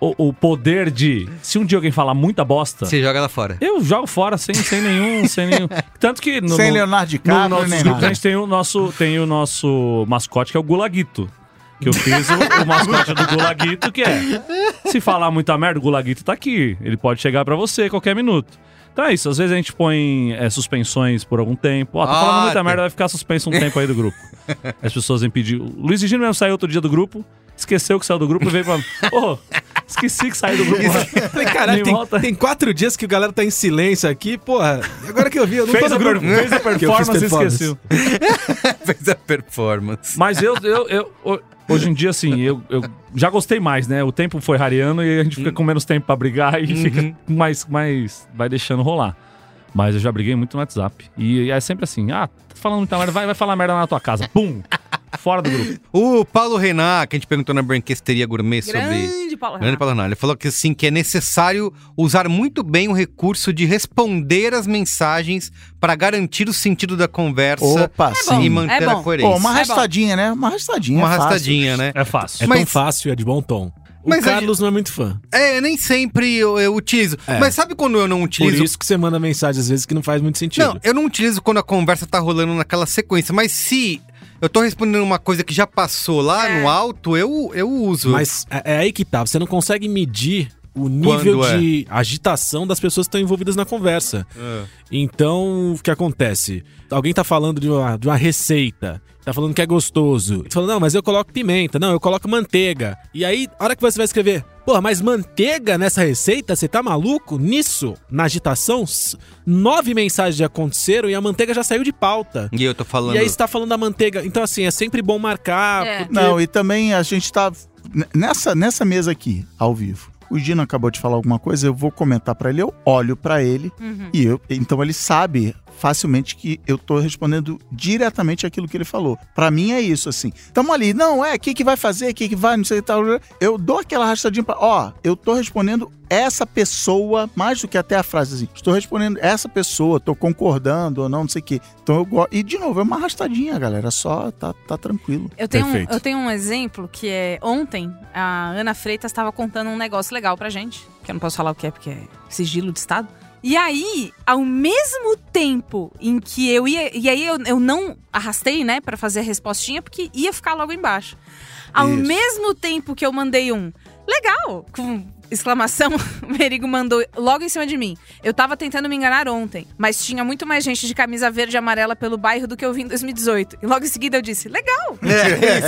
[SPEAKER 3] o, o poder de. Se um dia alguém falar muita bosta,
[SPEAKER 1] Você joga ela fora.
[SPEAKER 3] eu jogo fora sem, sem nenhum. sem nenhum. Tanto que no,
[SPEAKER 4] sem
[SPEAKER 3] no,
[SPEAKER 4] Leonardo
[SPEAKER 3] no
[SPEAKER 4] DiCaprio,
[SPEAKER 3] nossos
[SPEAKER 4] nem
[SPEAKER 3] grupos a
[SPEAKER 4] nada.
[SPEAKER 3] gente tem o nosso, tem o nosso mascote, que é o Gulaguito. Que eu fiz o, o mascote do Gulaguito, que é. Se falar muita merda, o Gulaguito tá aqui. Ele pode chegar pra você a qualquer minuto. Então é isso. Às vezes a gente põe é, suspensões por algum tempo. Ó, tá
[SPEAKER 1] Ah,
[SPEAKER 3] falando muita
[SPEAKER 1] tem.
[SPEAKER 3] merda, vai ficar suspenso um tempo aí do grupo. As pessoas impediram. O Luiz Gino mesmo saiu outro dia do grupo, esqueceu que saiu do grupo e veio pra. Ô, esqueci que saiu do grupo.
[SPEAKER 5] Falei, caralho,
[SPEAKER 3] Me
[SPEAKER 5] tem,
[SPEAKER 3] volta.
[SPEAKER 5] tem quatro dias que o galera tá em silêncio aqui, porra. Agora que eu vi, eu não
[SPEAKER 3] Fez,
[SPEAKER 5] tô
[SPEAKER 3] a
[SPEAKER 5] no
[SPEAKER 3] per-
[SPEAKER 5] grupo.
[SPEAKER 3] fez a
[SPEAKER 5] Que eu fiz
[SPEAKER 3] performance e
[SPEAKER 5] performance.
[SPEAKER 3] esqueceu.
[SPEAKER 1] Fez a performance.
[SPEAKER 3] Mas eu, eu, eu- ho- hoje em dia, assim, eu, eu já gostei mais, né? O tempo foi rareando e a gente fica com menos tempo pra brigar e fica mais, mais. Vai deixando rolar. Mas eu já briguei muito no WhatsApp. E é sempre assim: ah, tá falando muita merda, vai, vai falar merda na tua casa. Pum! Fora do grupo.
[SPEAKER 1] O Paulo Renan, que a gente perguntou na Branquesteria Gourmet sobre.
[SPEAKER 6] Grande Paulo
[SPEAKER 1] Grande
[SPEAKER 6] Renato.
[SPEAKER 1] Paulo Renan. Ele falou que assim, que é necessário usar muito bem o recurso de responder as mensagens para garantir o sentido da conversa
[SPEAKER 4] Opa, sim.
[SPEAKER 1] e manter
[SPEAKER 6] é
[SPEAKER 1] a
[SPEAKER 6] bom.
[SPEAKER 1] coerência.
[SPEAKER 4] Pô, uma arrastadinha, né? Uma arrastadinha.
[SPEAKER 1] Uma
[SPEAKER 4] é fácil.
[SPEAKER 1] arrastadinha, né?
[SPEAKER 3] É fácil.
[SPEAKER 5] É tão
[SPEAKER 1] Mas-
[SPEAKER 5] fácil, é de bom tom. O
[SPEAKER 1] Mas a
[SPEAKER 5] Carlos não é muito fã.
[SPEAKER 1] É, nem sempre eu, eu utilizo.
[SPEAKER 5] É.
[SPEAKER 1] Mas sabe quando eu não
[SPEAKER 5] Por
[SPEAKER 1] utilizo?
[SPEAKER 5] isso que você manda mensagem às vezes que não é faz muito sentido.
[SPEAKER 1] Não, eu não utilizo quando a conversa tá rolando naquela sequência, mas se eu tô respondendo uma coisa que já passou lá
[SPEAKER 6] É.
[SPEAKER 1] no alto, eu, eu uso.
[SPEAKER 5] Mas é é aí que tá. Você não consegue medir o nível
[SPEAKER 1] Quando é?
[SPEAKER 5] de agitação das pessoas que estão envolvidas na conversa. Então, o que acontece? Alguém tá falando de uma, de uma receita. Tá falando que é gostoso. Você fala, não, mas eu coloco pimenta. Não, eu coloco manteiga. E aí, a hora que você vai escrever, porra, mas manteiga nessa receita? Você tá maluco? Nisso, na agitação, s- nove mensagens já aconteceram e a manteiga já saiu de pauta.
[SPEAKER 1] E eu tô falando.
[SPEAKER 5] E aí você tá falando da manteiga. Então, assim, é sempre bom
[SPEAKER 1] Ah,
[SPEAKER 5] marcar.
[SPEAKER 6] É.
[SPEAKER 5] porque-
[SPEAKER 4] Não, e também a gente tá n- nessa, nessa mesa aqui, ao vivo. O Dino acabou de falar alguma coisa, eu vou comentar pra ele, eu olho pra ele
[SPEAKER 6] Uhum.
[SPEAKER 4] e eu, então ele sabe facilmente que eu tô respondendo diretamente aquilo que ele falou. Pra mim é isso assim. Tamo ali, não é, o que que vai fazer, o que que vai, não sei tal. Eu dou aquela arrastadinha pra, ó, eu tô respondendo essa pessoa, mais do que até a frase assim, estou respondendo essa pessoa, tô concordando ou não, não sei o quê. Então eu gosto. E de novo, é uma arrastadinha, galera, só tá, tá tranquilo.
[SPEAKER 6] Eu tenho, um,
[SPEAKER 5] Perfeito.
[SPEAKER 6] eu tenho um exemplo que é. Ontem, a Ana Freitas estava contando um negócio legal pra gente. Que eu não posso falar o que é, porque é sigilo de Estado. E aí, ao mesmo tempo em que eu ia. E aí eu, eu não arrastei, né, pra fazer a respostinha, porque ia ficar logo embaixo. Ao
[SPEAKER 4] Isso.
[SPEAKER 6] mesmo tempo que eu mandei um legal, com exclamação, o Merigo mandou logo em cima de mim. Eu tava tentando me enganar ontem, mas tinha muito mais gente de camisa verde e amarela pelo bairro do que eu vi em 2018. E logo em seguida eu disse, legal!
[SPEAKER 1] É,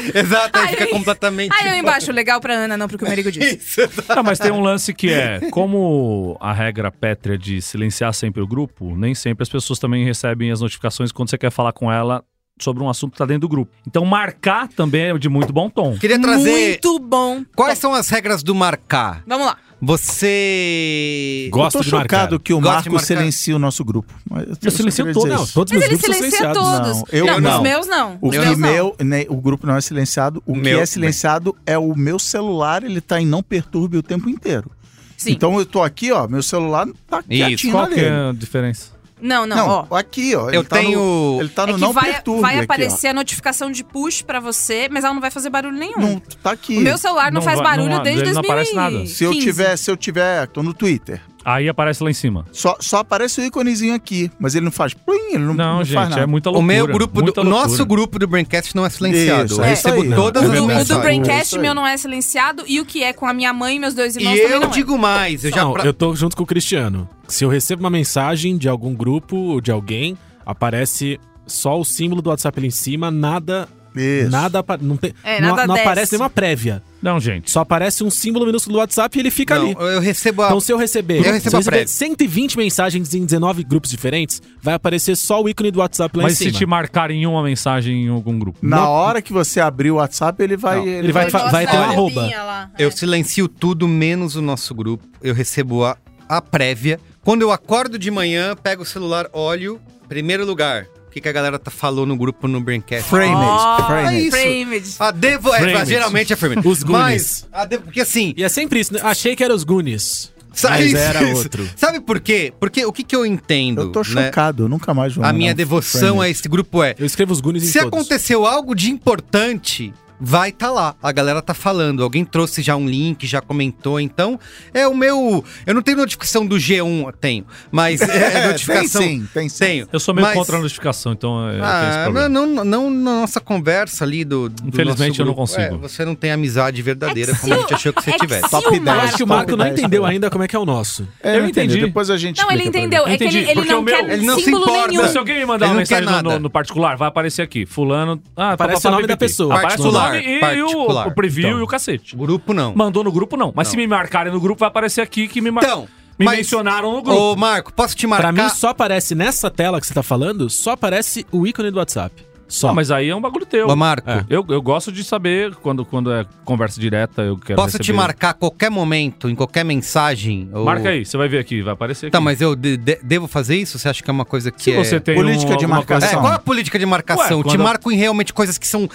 [SPEAKER 1] isso é. Exato, aí
[SPEAKER 6] Aí-
[SPEAKER 1] fica completamente.
[SPEAKER 6] Aí eu embaixo, legal pra Ana, não, porque o Merigo disse.
[SPEAKER 1] Isso.
[SPEAKER 3] Não, mas tem um lance que é, como a regra pétrea de silenciar sempre o grupo, nem sempre as pessoas também recebem as notificações quando você quer falar com ela sobre um assunto que tá dentro do grupo. Então marcar também é de muito bom tom.
[SPEAKER 1] Queria trazer.
[SPEAKER 6] Muito bom.
[SPEAKER 1] Quais são as regras do marcar?
[SPEAKER 6] Vamos lá.
[SPEAKER 1] Você.
[SPEAKER 5] Gosto
[SPEAKER 4] eu tô
[SPEAKER 5] de marcar.
[SPEAKER 4] chocado que o
[SPEAKER 1] Gosto de
[SPEAKER 4] Marco
[SPEAKER 1] marcar.
[SPEAKER 4] silencia o nosso grupo. Mas
[SPEAKER 3] Eu
[SPEAKER 4] só
[SPEAKER 3] silencio
[SPEAKER 4] queria
[SPEAKER 3] todo-
[SPEAKER 4] dizer
[SPEAKER 5] Não,
[SPEAKER 4] isso.
[SPEAKER 5] todos os
[SPEAKER 6] Mas ele
[SPEAKER 5] grupos são
[SPEAKER 6] silencia
[SPEAKER 5] silenciados.
[SPEAKER 6] todos.
[SPEAKER 4] Não, eu
[SPEAKER 6] não, os
[SPEAKER 4] não.
[SPEAKER 6] meus não.
[SPEAKER 4] O
[SPEAKER 6] Os
[SPEAKER 4] que
[SPEAKER 6] meus não.
[SPEAKER 4] meu, né, o grupo não é silenciado, o
[SPEAKER 1] Meu
[SPEAKER 4] que é silenciado é o meu celular, ele tá em não perturbe o tempo inteiro.
[SPEAKER 6] Sim.
[SPEAKER 4] Então eu tô aqui, ó, meu celular tá quietinho
[SPEAKER 3] Qual
[SPEAKER 4] na
[SPEAKER 3] que
[SPEAKER 4] dele.
[SPEAKER 3] é a diferença?
[SPEAKER 6] Não, não, ó.
[SPEAKER 4] Não, aqui, ó,
[SPEAKER 1] Eu
[SPEAKER 4] ele tá no-
[SPEAKER 1] tenho-
[SPEAKER 4] ele tá
[SPEAKER 6] É
[SPEAKER 4] no
[SPEAKER 6] que
[SPEAKER 4] não
[SPEAKER 6] vai,
[SPEAKER 4] perturbe
[SPEAKER 6] vai
[SPEAKER 4] aqui, ó.
[SPEAKER 6] aparecer a notificação de push pra você, mas ela não vai fazer barulho nenhum.
[SPEAKER 4] Não, tá aqui.
[SPEAKER 6] o meu celular não,
[SPEAKER 3] Não
[SPEAKER 6] faz
[SPEAKER 3] vai-
[SPEAKER 6] barulho
[SPEAKER 3] não-
[SPEAKER 6] desde
[SPEAKER 3] dele não
[SPEAKER 6] 2015.
[SPEAKER 3] aparece nada.
[SPEAKER 4] Se eu tiver, se eu tiver, tô no Twitter.
[SPEAKER 3] Aí aparece lá em cima.
[SPEAKER 4] Só, só aparece o íconezinho aqui, mas ele não faz plim, ele
[SPEAKER 3] Não,
[SPEAKER 4] não, não faz
[SPEAKER 3] gente,
[SPEAKER 4] nada.
[SPEAKER 3] é muita
[SPEAKER 1] O
[SPEAKER 3] loucura.
[SPEAKER 1] meu grupo, do,
[SPEAKER 3] muita
[SPEAKER 1] o
[SPEAKER 3] loucura.
[SPEAKER 1] nosso grupo do Braincast não é silenciado.
[SPEAKER 4] Isso,
[SPEAKER 1] eu
[SPEAKER 4] é
[SPEAKER 1] recebo
[SPEAKER 4] isso aí.
[SPEAKER 1] todas
[SPEAKER 4] É
[SPEAKER 1] as
[SPEAKER 6] O,
[SPEAKER 4] verdade.
[SPEAKER 6] o
[SPEAKER 1] mensagens.
[SPEAKER 6] do
[SPEAKER 4] Isso
[SPEAKER 6] Braincast
[SPEAKER 4] aí.
[SPEAKER 6] meu não é silenciado e o que é com a minha mãe e meus dois irmãos
[SPEAKER 1] E
[SPEAKER 6] também
[SPEAKER 1] eu
[SPEAKER 6] não é.
[SPEAKER 1] digo mais, eu já.
[SPEAKER 5] Não,
[SPEAKER 1] pra-
[SPEAKER 5] eu tô junto com o Cristiano. Se eu recebo uma mensagem de algum grupo ou de alguém, aparece só o símbolo do WhatsApp ali em cima, nada,
[SPEAKER 4] Isso.
[SPEAKER 5] nada, apa- não tem,
[SPEAKER 6] É,
[SPEAKER 5] não,
[SPEAKER 6] nada
[SPEAKER 5] não
[SPEAKER 6] desce.
[SPEAKER 5] aparece nenhuma prévia.
[SPEAKER 3] Não, gente.
[SPEAKER 5] Só aparece um símbolo minúsculo do WhatsApp e ele fica
[SPEAKER 1] não,
[SPEAKER 5] ali.
[SPEAKER 1] eu recebo a.
[SPEAKER 5] Então se eu receber,
[SPEAKER 1] Eu
[SPEAKER 5] se
[SPEAKER 1] recebo a prévia.
[SPEAKER 5] 120 mensagens em 19 grupos diferentes, vai aparecer só o ícone do WhatsApp lá
[SPEAKER 3] Mas
[SPEAKER 5] em
[SPEAKER 3] se
[SPEAKER 5] cima.
[SPEAKER 3] te marcarem uma mensagem em algum grupo.
[SPEAKER 4] Na hora que você abrir o WhatsApp, ele vai.
[SPEAKER 5] Não, ele vai
[SPEAKER 6] é.
[SPEAKER 5] fa-
[SPEAKER 6] Gosta
[SPEAKER 5] vai ter
[SPEAKER 6] da
[SPEAKER 5] um arroba.
[SPEAKER 6] roupinha lá.
[SPEAKER 1] Eu silencio tudo menos o nosso grupo. Eu recebo a, a prévia. Quando eu acordo de manhã, pego o celular, olho. Primeiro lugar, o que, que a galera tá falou no grupo no Braincast?
[SPEAKER 4] Framed.
[SPEAKER 5] Ah,
[SPEAKER 6] Ó,
[SPEAKER 4] framed.
[SPEAKER 1] isso.
[SPEAKER 6] Framed.
[SPEAKER 1] A devo... é,
[SPEAKER 5] Framed.
[SPEAKER 1] geralmente é framed.
[SPEAKER 5] Os Goonies.
[SPEAKER 1] Mas, a devo- porque assim...
[SPEAKER 5] E é sempre isso, né? Achei que era os Goonies.
[SPEAKER 1] sa-
[SPEAKER 5] Mas
[SPEAKER 1] isso,
[SPEAKER 5] era
[SPEAKER 1] isso.
[SPEAKER 5] outro.
[SPEAKER 1] Sabe por quê? Porque o que, que eu entendo,
[SPEAKER 4] Eu tô
[SPEAKER 1] né?
[SPEAKER 4] chocado, eu nunca mais vou
[SPEAKER 1] A
[SPEAKER 4] mandar
[SPEAKER 1] minha
[SPEAKER 4] um
[SPEAKER 1] devoção
[SPEAKER 4] framed.
[SPEAKER 1] a esse grupo é...
[SPEAKER 5] Eu escrevo os Goonies em
[SPEAKER 1] Se
[SPEAKER 5] todos.
[SPEAKER 1] aconteceu algo de importante, vai tá lá. A galera tá falando. Alguém trouxe já um link, já comentou. Então, é o meu. Eu não tenho notificação do G1, tenho. Mas é, notificação.
[SPEAKER 4] tem sim, tem sim.
[SPEAKER 1] Tenho.
[SPEAKER 3] Eu sou meio
[SPEAKER 1] Mas-
[SPEAKER 3] contra a notificação, então é, eu tenho esse
[SPEAKER 1] Ah,
[SPEAKER 3] problema.
[SPEAKER 1] mas não, não na nossa conversa ali do. do
[SPEAKER 3] Infelizmente,
[SPEAKER 1] nosso
[SPEAKER 3] eu não
[SPEAKER 1] grupo.
[SPEAKER 3] consigo.
[SPEAKER 1] É, você não tem amizade verdadeira,
[SPEAKER 6] É que
[SPEAKER 1] como a
[SPEAKER 6] se
[SPEAKER 1] gente
[SPEAKER 6] o-
[SPEAKER 1] achou que você
[SPEAKER 6] é que
[SPEAKER 1] tivesse.
[SPEAKER 6] se o
[SPEAKER 4] Top 10,
[SPEAKER 5] Eu acho que o Marco
[SPEAKER 4] top
[SPEAKER 5] não
[SPEAKER 4] 10,
[SPEAKER 5] entendeu
[SPEAKER 4] top 10.
[SPEAKER 5] ainda como é que é o nosso.
[SPEAKER 4] É,
[SPEAKER 3] Eu
[SPEAKER 4] entendo,
[SPEAKER 3] entendi.
[SPEAKER 4] Depois a gente.
[SPEAKER 6] Não, ele
[SPEAKER 4] explica pra
[SPEAKER 6] entendeu. É que
[SPEAKER 3] Entendi,
[SPEAKER 6] ele, ele
[SPEAKER 3] porque o
[SPEAKER 6] não
[SPEAKER 3] meu-
[SPEAKER 6] quer
[SPEAKER 1] ele não se
[SPEAKER 6] símbolo
[SPEAKER 1] importa.
[SPEAKER 6] nenhum.
[SPEAKER 3] Não, se alguém me mandar
[SPEAKER 1] Ele
[SPEAKER 3] uma
[SPEAKER 1] não quer
[SPEAKER 3] mensagem no- no,
[SPEAKER 1] nada.
[SPEAKER 3] no particular, vai aparecer aqui. Fulano. Ah,
[SPEAKER 5] Aparece o nome da pessoa.
[SPEAKER 3] Aparece o
[SPEAKER 1] Particular,
[SPEAKER 3] nome e,
[SPEAKER 1] particular.
[SPEAKER 3] o, o preview
[SPEAKER 1] Então.
[SPEAKER 3] e o cacete.
[SPEAKER 1] Grupo não.
[SPEAKER 3] Mandou no grupo, não. Mas se me marcarem no grupo, vai aparecer aqui que me mar...
[SPEAKER 1] Então,
[SPEAKER 3] Me
[SPEAKER 1] mas-
[SPEAKER 3] mencionaram no grupo.
[SPEAKER 1] Ô, Marco, posso te marcar?
[SPEAKER 5] Pra mim, só aparece nessa tela que você tá falando, só aparece o ícone do WhatsApp. Só.
[SPEAKER 3] Não, mas aí é um bagulho teu.
[SPEAKER 1] Ô, Marco.
[SPEAKER 3] É. Eu, eu gosto de saber quando, quando é conversa direta, eu quero
[SPEAKER 1] Posso te
[SPEAKER 3] receber-
[SPEAKER 1] marcar a qualquer momento, em qualquer mensagem? ou-
[SPEAKER 3] Marca aí, você vai ver aqui, vai aparecer aqui.
[SPEAKER 1] Tá, mas eu de- de- devo fazer isso? Você acha que é uma coisa que
[SPEAKER 3] Se
[SPEAKER 1] é...
[SPEAKER 3] você tem
[SPEAKER 4] Política
[SPEAKER 3] um,
[SPEAKER 4] de
[SPEAKER 3] alguma coisa-
[SPEAKER 1] É,
[SPEAKER 4] marcação.
[SPEAKER 1] qual é a política de marcação?
[SPEAKER 3] Ué,
[SPEAKER 1] Te
[SPEAKER 3] quando-
[SPEAKER 1] marco em realmente coisas que são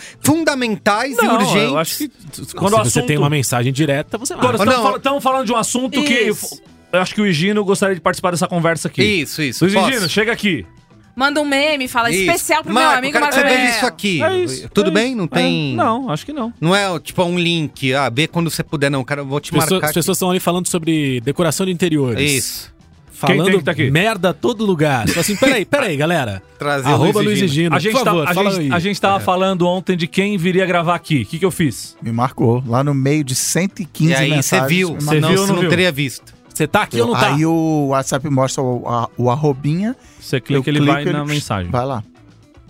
[SPEAKER 1] fundamentais e
[SPEAKER 3] Não,
[SPEAKER 1] urgentes.
[SPEAKER 3] eu acho que t-
[SPEAKER 5] Não,
[SPEAKER 3] quando
[SPEAKER 5] se
[SPEAKER 3] o assunto...
[SPEAKER 5] você tem uma mensagem direta, você
[SPEAKER 3] Agora,
[SPEAKER 5] marca.
[SPEAKER 1] Não.
[SPEAKER 3] estamos falando, de um assunto
[SPEAKER 6] Isso.
[SPEAKER 3] que... Eu acho que o Higino gostaria de participar dessa conversa aqui.
[SPEAKER 1] Isso, isso.
[SPEAKER 3] Luiz
[SPEAKER 1] posso?
[SPEAKER 3] Higino, chega aqui.
[SPEAKER 6] Manda um meme, fala
[SPEAKER 1] Isso.
[SPEAKER 6] especial pro
[SPEAKER 1] Marco,
[SPEAKER 6] meu amigo
[SPEAKER 1] quero que você
[SPEAKER 6] Marco
[SPEAKER 1] veja
[SPEAKER 6] Melo.
[SPEAKER 1] isso aqui.
[SPEAKER 3] É isso.
[SPEAKER 1] Tudo
[SPEAKER 3] é
[SPEAKER 1] bem?
[SPEAKER 3] isso.
[SPEAKER 1] Não tem...
[SPEAKER 3] É, não, acho que não.
[SPEAKER 1] Não é tipo um link, ah, vê quando você puder, não, cara, eu vou te
[SPEAKER 5] As pessoas-
[SPEAKER 1] marcar.
[SPEAKER 5] as pessoas estão ali falando sobre decoração de
[SPEAKER 1] aqui.
[SPEAKER 5] interiores.
[SPEAKER 1] Isso.
[SPEAKER 5] Falando
[SPEAKER 3] tem que tá aqui?
[SPEAKER 5] merda a todo lugar. Você fala assim, peraí, peraí, galera.
[SPEAKER 1] Trazer o
[SPEAKER 5] Arroba
[SPEAKER 1] Luiz
[SPEAKER 5] Luiz
[SPEAKER 1] e Gino.
[SPEAKER 5] Egino.
[SPEAKER 3] A gente,
[SPEAKER 5] por
[SPEAKER 3] tá-
[SPEAKER 5] favor,
[SPEAKER 3] a
[SPEAKER 5] fala
[SPEAKER 3] gente-
[SPEAKER 5] aí.
[SPEAKER 3] a gente tava falando ontem de quem viria gravar aqui. O que, que eu fiz?
[SPEAKER 4] Me marcou. Lá no meio de 115
[SPEAKER 1] E aí
[SPEAKER 4] mensagens.
[SPEAKER 1] você viu,
[SPEAKER 4] me
[SPEAKER 1] senão você
[SPEAKER 3] viu ou não
[SPEAKER 1] não
[SPEAKER 3] viu?
[SPEAKER 1] teria visto.
[SPEAKER 6] É,
[SPEAKER 5] Você tá aqui ou não tá?
[SPEAKER 4] Aí o WhatsApp mostra o, a- o arrobinha.
[SPEAKER 3] Você
[SPEAKER 4] eu
[SPEAKER 3] clica, ele
[SPEAKER 4] clico,
[SPEAKER 3] vai na mensagem.
[SPEAKER 4] Vai lá.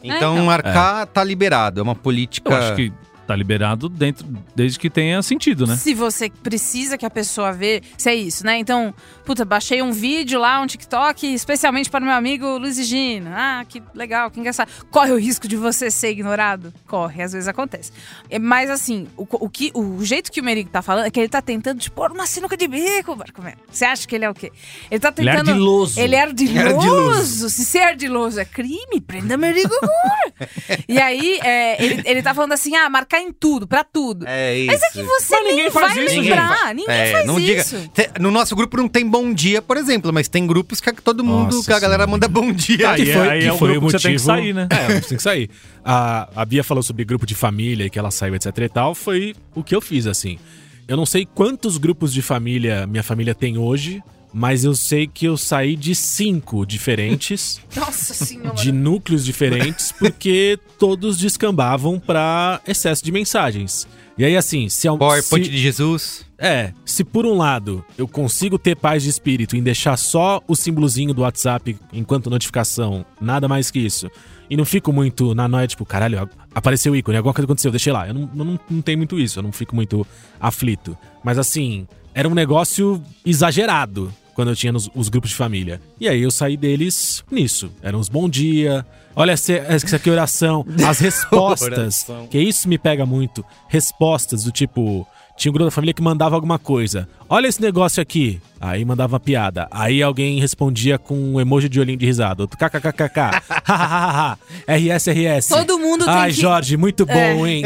[SPEAKER 1] Então, marcar tá liberado, é uma política...
[SPEAKER 3] Eu acho que tá liberado dentro, desde que tenha sentido, né?
[SPEAKER 6] Se você precisa que a pessoa vê, se é isso, né? Então, puta, baixei um vídeo lá, um TikTok, especialmente para o meu amigo Luiz e Gino. Ah, que legal, que engraçado. Corre o risco de você ser ignorado? Corre, às vezes acontece. É, Mas assim, o, co- o que, o jeito que o Merigo tá falando é que ele tá tentando te pôr uma sinuca de bico, Marco Melo. Você acha que ele é o quê? Ele tá
[SPEAKER 3] Ele é
[SPEAKER 6] tentando.
[SPEAKER 3] ardiloso.
[SPEAKER 6] Ele é ardiloso.
[SPEAKER 1] Ardiloso.
[SPEAKER 6] Se ser ardiloso é crime, prenda Merigo agora. e aí, é, ele, ele tá falando assim: ah, marcar em tudo, pra tudo.
[SPEAKER 1] É isso.
[SPEAKER 6] Mas é que você
[SPEAKER 3] Mas ninguém
[SPEAKER 6] nem
[SPEAKER 3] faz
[SPEAKER 6] vai
[SPEAKER 3] isso,
[SPEAKER 6] lembrar, ninguém
[SPEAKER 1] É,
[SPEAKER 6] faz
[SPEAKER 1] não diga.
[SPEAKER 6] isso.
[SPEAKER 1] Te- No nosso grupo não tem bom dia, por exemplo, mas tem grupos que todo mundo,
[SPEAKER 5] Nossa
[SPEAKER 1] que a galera manda bom dia. Tipo,
[SPEAKER 5] Aí
[SPEAKER 3] que
[SPEAKER 5] é-
[SPEAKER 3] foi-
[SPEAKER 5] aí
[SPEAKER 3] que
[SPEAKER 5] é o
[SPEAKER 3] foi
[SPEAKER 5] grupo
[SPEAKER 3] o
[SPEAKER 5] que você tem que
[SPEAKER 3] motivo.
[SPEAKER 5] sair, né? É, você tem que sair. A, a Bia falou sobre grupo de família e que ela saiu, etc e tal. Foi o que eu fiz, assim. Eu não sei quantos grupos de família minha família tem hoje, mas eu sei que eu saí de cinco diferentes,
[SPEAKER 6] Nossa senhora.
[SPEAKER 5] de núcleos diferentes, porque todos descambavam pra excesso de mensagens. E aí, assim, se... al-
[SPEAKER 1] PowerPoint
[SPEAKER 5] se-
[SPEAKER 1] de Jesus.
[SPEAKER 5] é, se por um lado eu consigo ter paz de espírito em deixar só o símbolozinho do WhatsApp enquanto notificação, nada mais que isso, e não fico muito na noia, tipo, caralho, a- apareceu o ícone, alguma coisa aconteceu, deixei lá. Eu não, eu não, não tenho muito isso, eu não fico muito aflito. Mas assim, era um negócio exagerado quando eu tinha nos, os grupos de família. E aí eu saí deles nisso. Eram os bom dia, olha essa, essa aqui é oração, as respostas.
[SPEAKER 1] Oração.
[SPEAKER 5] que isso me pega muito. Respostas do tipo... Tinha um grupo da família que mandava alguma coisa. Olha esse negócio aqui. Aí mandava uma piada. Aí alguém respondia com um emoji de olhinho de risada. Outro kkkk. Hahaha. RS, RS.
[SPEAKER 6] Todo mundo tem
[SPEAKER 5] Ai,
[SPEAKER 6] que- É.
[SPEAKER 5] Jorge, muito bom, hein?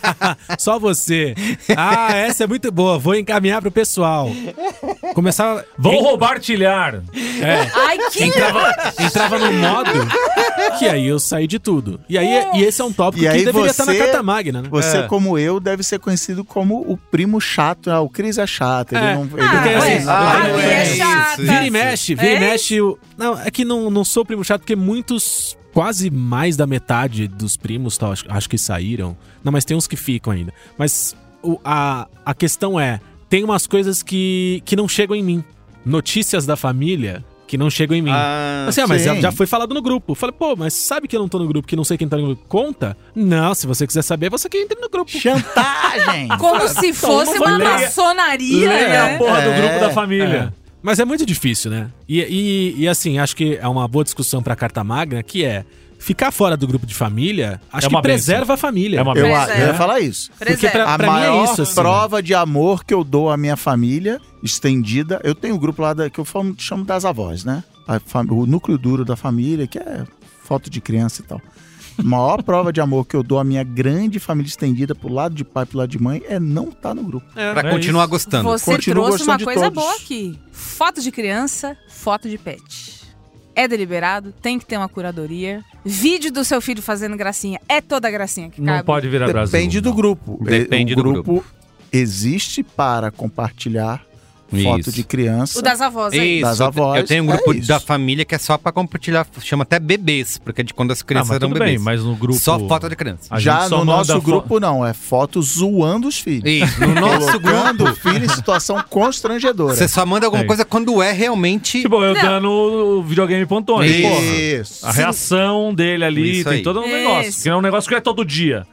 [SPEAKER 5] Só você. Ah, essa é muito boa. Vou encaminhar pro pessoal. Começava...
[SPEAKER 3] Vão roubar tilhar.
[SPEAKER 6] Ai, que
[SPEAKER 5] Entrava, entrava no modo que aí eu saí de tudo. E aí e esse é um tópico
[SPEAKER 4] E aí
[SPEAKER 5] que deveria estar na
[SPEAKER 4] você-
[SPEAKER 5] carta magna, né?
[SPEAKER 4] Você,
[SPEAKER 1] É.
[SPEAKER 4] como eu, deve ser conhecido como o primo chato. Ah, o Cris é chato. Ele
[SPEAKER 5] É.
[SPEAKER 4] não. Ele
[SPEAKER 5] Ah,
[SPEAKER 4] não
[SPEAKER 5] porque,
[SPEAKER 4] faz
[SPEAKER 5] assim,
[SPEAKER 4] nada.
[SPEAKER 5] ah,
[SPEAKER 1] não
[SPEAKER 5] Bia é
[SPEAKER 6] chata.
[SPEAKER 1] isso,
[SPEAKER 5] Vira e
[SPEAKER 1] isso.
[SPEAKER 5] mexe, vira
[SPEAKER 6] É?
[SPEAKER 5] e mexe. o- Não, é que não, não sou primo chato, porque muitos, quase mais da metade dos primos, tal, acho, acho que saíram. Não, mas tem uns que ficam ainda. Mas o- a, a questão é: tem umas coisas que, que não chegam em mim. Notícias da família que não chegam em mim.
[SPEAKER 1] Ah,
[SPEAKER 5] Assim, ah, mas já,
[SPEAKER 4] sim.
[SPEAKER 5] já foi falado no grupo. Falei, pô, mas sabe que eu não tô no grupo, que não sei quem tá no grupo. Conta? Não, se você quiser saber, você que entra no grupo.
[SPEAKER 4] Chantagem!
[SPEAKER 6] como se fosse
[SPEAKER 3] vou
[SPEAKER 6] uma
[SPEAKER 3] ler.
[SPEAKER 6] maçonaria,
[SPEAKER 3] Leia a
[SPEAKER 6] né?
[SPEAKER 3] porra do
[SPEAKER 4] É.
[SPEAKER 3] grupo da família.
[SPEAKER 5] É. Mas é muito difícil, né? E, e- e, assim, acho que é uma boa discussão pra carta magna, que é ficar fora do grupo de família, acho
[SPEAKER 3] É uma
[SPEAKER 5] que preserva a família.
[SPEAKER 3] É uma
[SPEAKER 4] Eu,
[SPEAKER 3] merda.
[SPEAKER 6] Pois
[SPEAKER 4] a- eu
[SPEAKER 6] é.
[SPEAKER 4] ia falar isso.
[SPEAKER 5] Porque
[SPEAKER 6] Preserva.
[SPEAKER 5] pra,
[SPEAKER 4] a
[SPEAKER 5] pra mim
[SPEAKER 4] maior
[SPEAKER 5] é isso, assim.
[SPEAKER 4] prova de amor que eu dou à minha família estendida. Eu tenho um grupo lá da- que eu famo- chamo das avós, né? A fam- o núcleo duro da família, que é foto de criança e tal. A maior prova de amor que eu dou à minha grande família estendida pro lado de pai e pro lado de mãe é não estar no grupo.
[SPEAKER 3] É,
[SPEAKER 1] pra
[SPEAKER 3] é
[SPEAKER 1] continuar
[SPEAKER 3] isso.
[SPEAKER 1] gostando.
[SPEAKER 6] Você
[SPEAKER 4] Continuo
[SPEAKER 6] trouxe
[SPEAKER 4] gostando
[SPEAKER 6] uma
[SPEAKER 4] de
[SPEAKER 6] coisa
[SPEAKER 4] todos.
[SPEAKER 6] boa aqui. Foto de criança, foto de pet. É deliberado, tem que ter uma curadoria. Vídeo do seu filho fazendo gracinha. É toda gracinha que
[SPEAKER 3] Não
[SPEAKER 6] cabe.
[SPEAKER 3] pode virar Brasil.
[SPEAKER 4] Depende do
[SPEAKER 3] não.
[SPEAKER 4] grupo.
[SPEAKER 1] Depende
[SPEAKER 4] o
[SPEAKER 1] do
[SPEAKER 4] grupo. existe para compartilhar foto
[SPEAKER 1] Isso.
[SPEAKER 4] de criança.
[SPEAKER 6] O das avós aí.
[SPEAKER 1] Isso,
[SPEAKER 4] Das avós,
[SPEAKER 1] eu tenho um
[SPEAKER 4] é
[SPEAKER 1] grupo
[SPEAKER 4] isso.
[SPEAKER 1] da família que é só pra compartilhar, chama até bebês, porque é de quando as
[SPEAKER 3] Ah,
[SPEAKER 1] crianças
[SPEAKER 3] mas
[SPEAKER 1] eram
[SPEAKER 3] tudo bem,
[SPEAKER 1] bebês.
[SPEAKER 3] mas no grupo...
[SPEAKER 1] Só foto de criança.
[SPEAKER 3] a gente
[SPEAKER 4] Já
[SPEAKER 3] só
[SPEAKER 4] no
[SPEAKER 3] manda
[SPEAKER 4] nosso
[SPEAKER 3] fo-
[SPEAKER 4] grupo, não. É foto zoando os filhos.
[SPEAKER 1] Isso, no nosso
[SPEAKER 4] Colocando
[SPEAKER 1] grupo,
[SPEAKER 4] o filho em situação constrangedora.
[SPEAKER 1] você só manda alguma
[SPEAKER 3] É.
[SPEAKER 1] coisa quando é realmente...
[SPEAKER 3] Tipo, eu
[SPEAKER 6] Não.
[SPEAKER 3] dando o videogame pro Antônio,
[SPEAKER 1] Isso.
[SPEAKER 3] porra.
[SPEAKER 4] Isso.
[SPEAKER 3] A reação dele ali,
[SPEAKER 1] Isso
[SPEAKER 3] tem
[SPEAKER 1] aí.
[SPEAKER 3] todo um
[SPEAKER 6] Isso.
[SPEAKER 3] negócio. Porque é um negócio que é todo dia.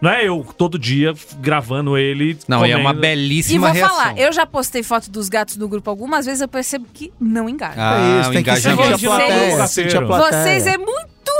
[SPEAKER 3] Não é eu todo dia f- gravando ele.
[SPEAKER 1] Não, e é uma
[SPEAKER 3] comendo.
[SPEAKER 6] E
[SPEAKER 1] belíssima
[SPEAKER 6] vou
[SPEAKER 1] reação.
[SPEAKER 6] falar, eu já postei foto dos gatos do grupo algumas vezes, eu percebo que não engaja.
[SPEAKER 1] Ah,
[SPEAKER 4] É isso,
[SPEAKER 1] o
[SPEAKER 4] tem que
[SPEAKER 1] engajamento.
[SPEAKER 4] sentir a plateia.
[SPEAKER 3] Vocês-
[SPEAKER 6] é
[SPEAKER 4] sentir a plateia.
[SPEAKER 6] Vocês é muito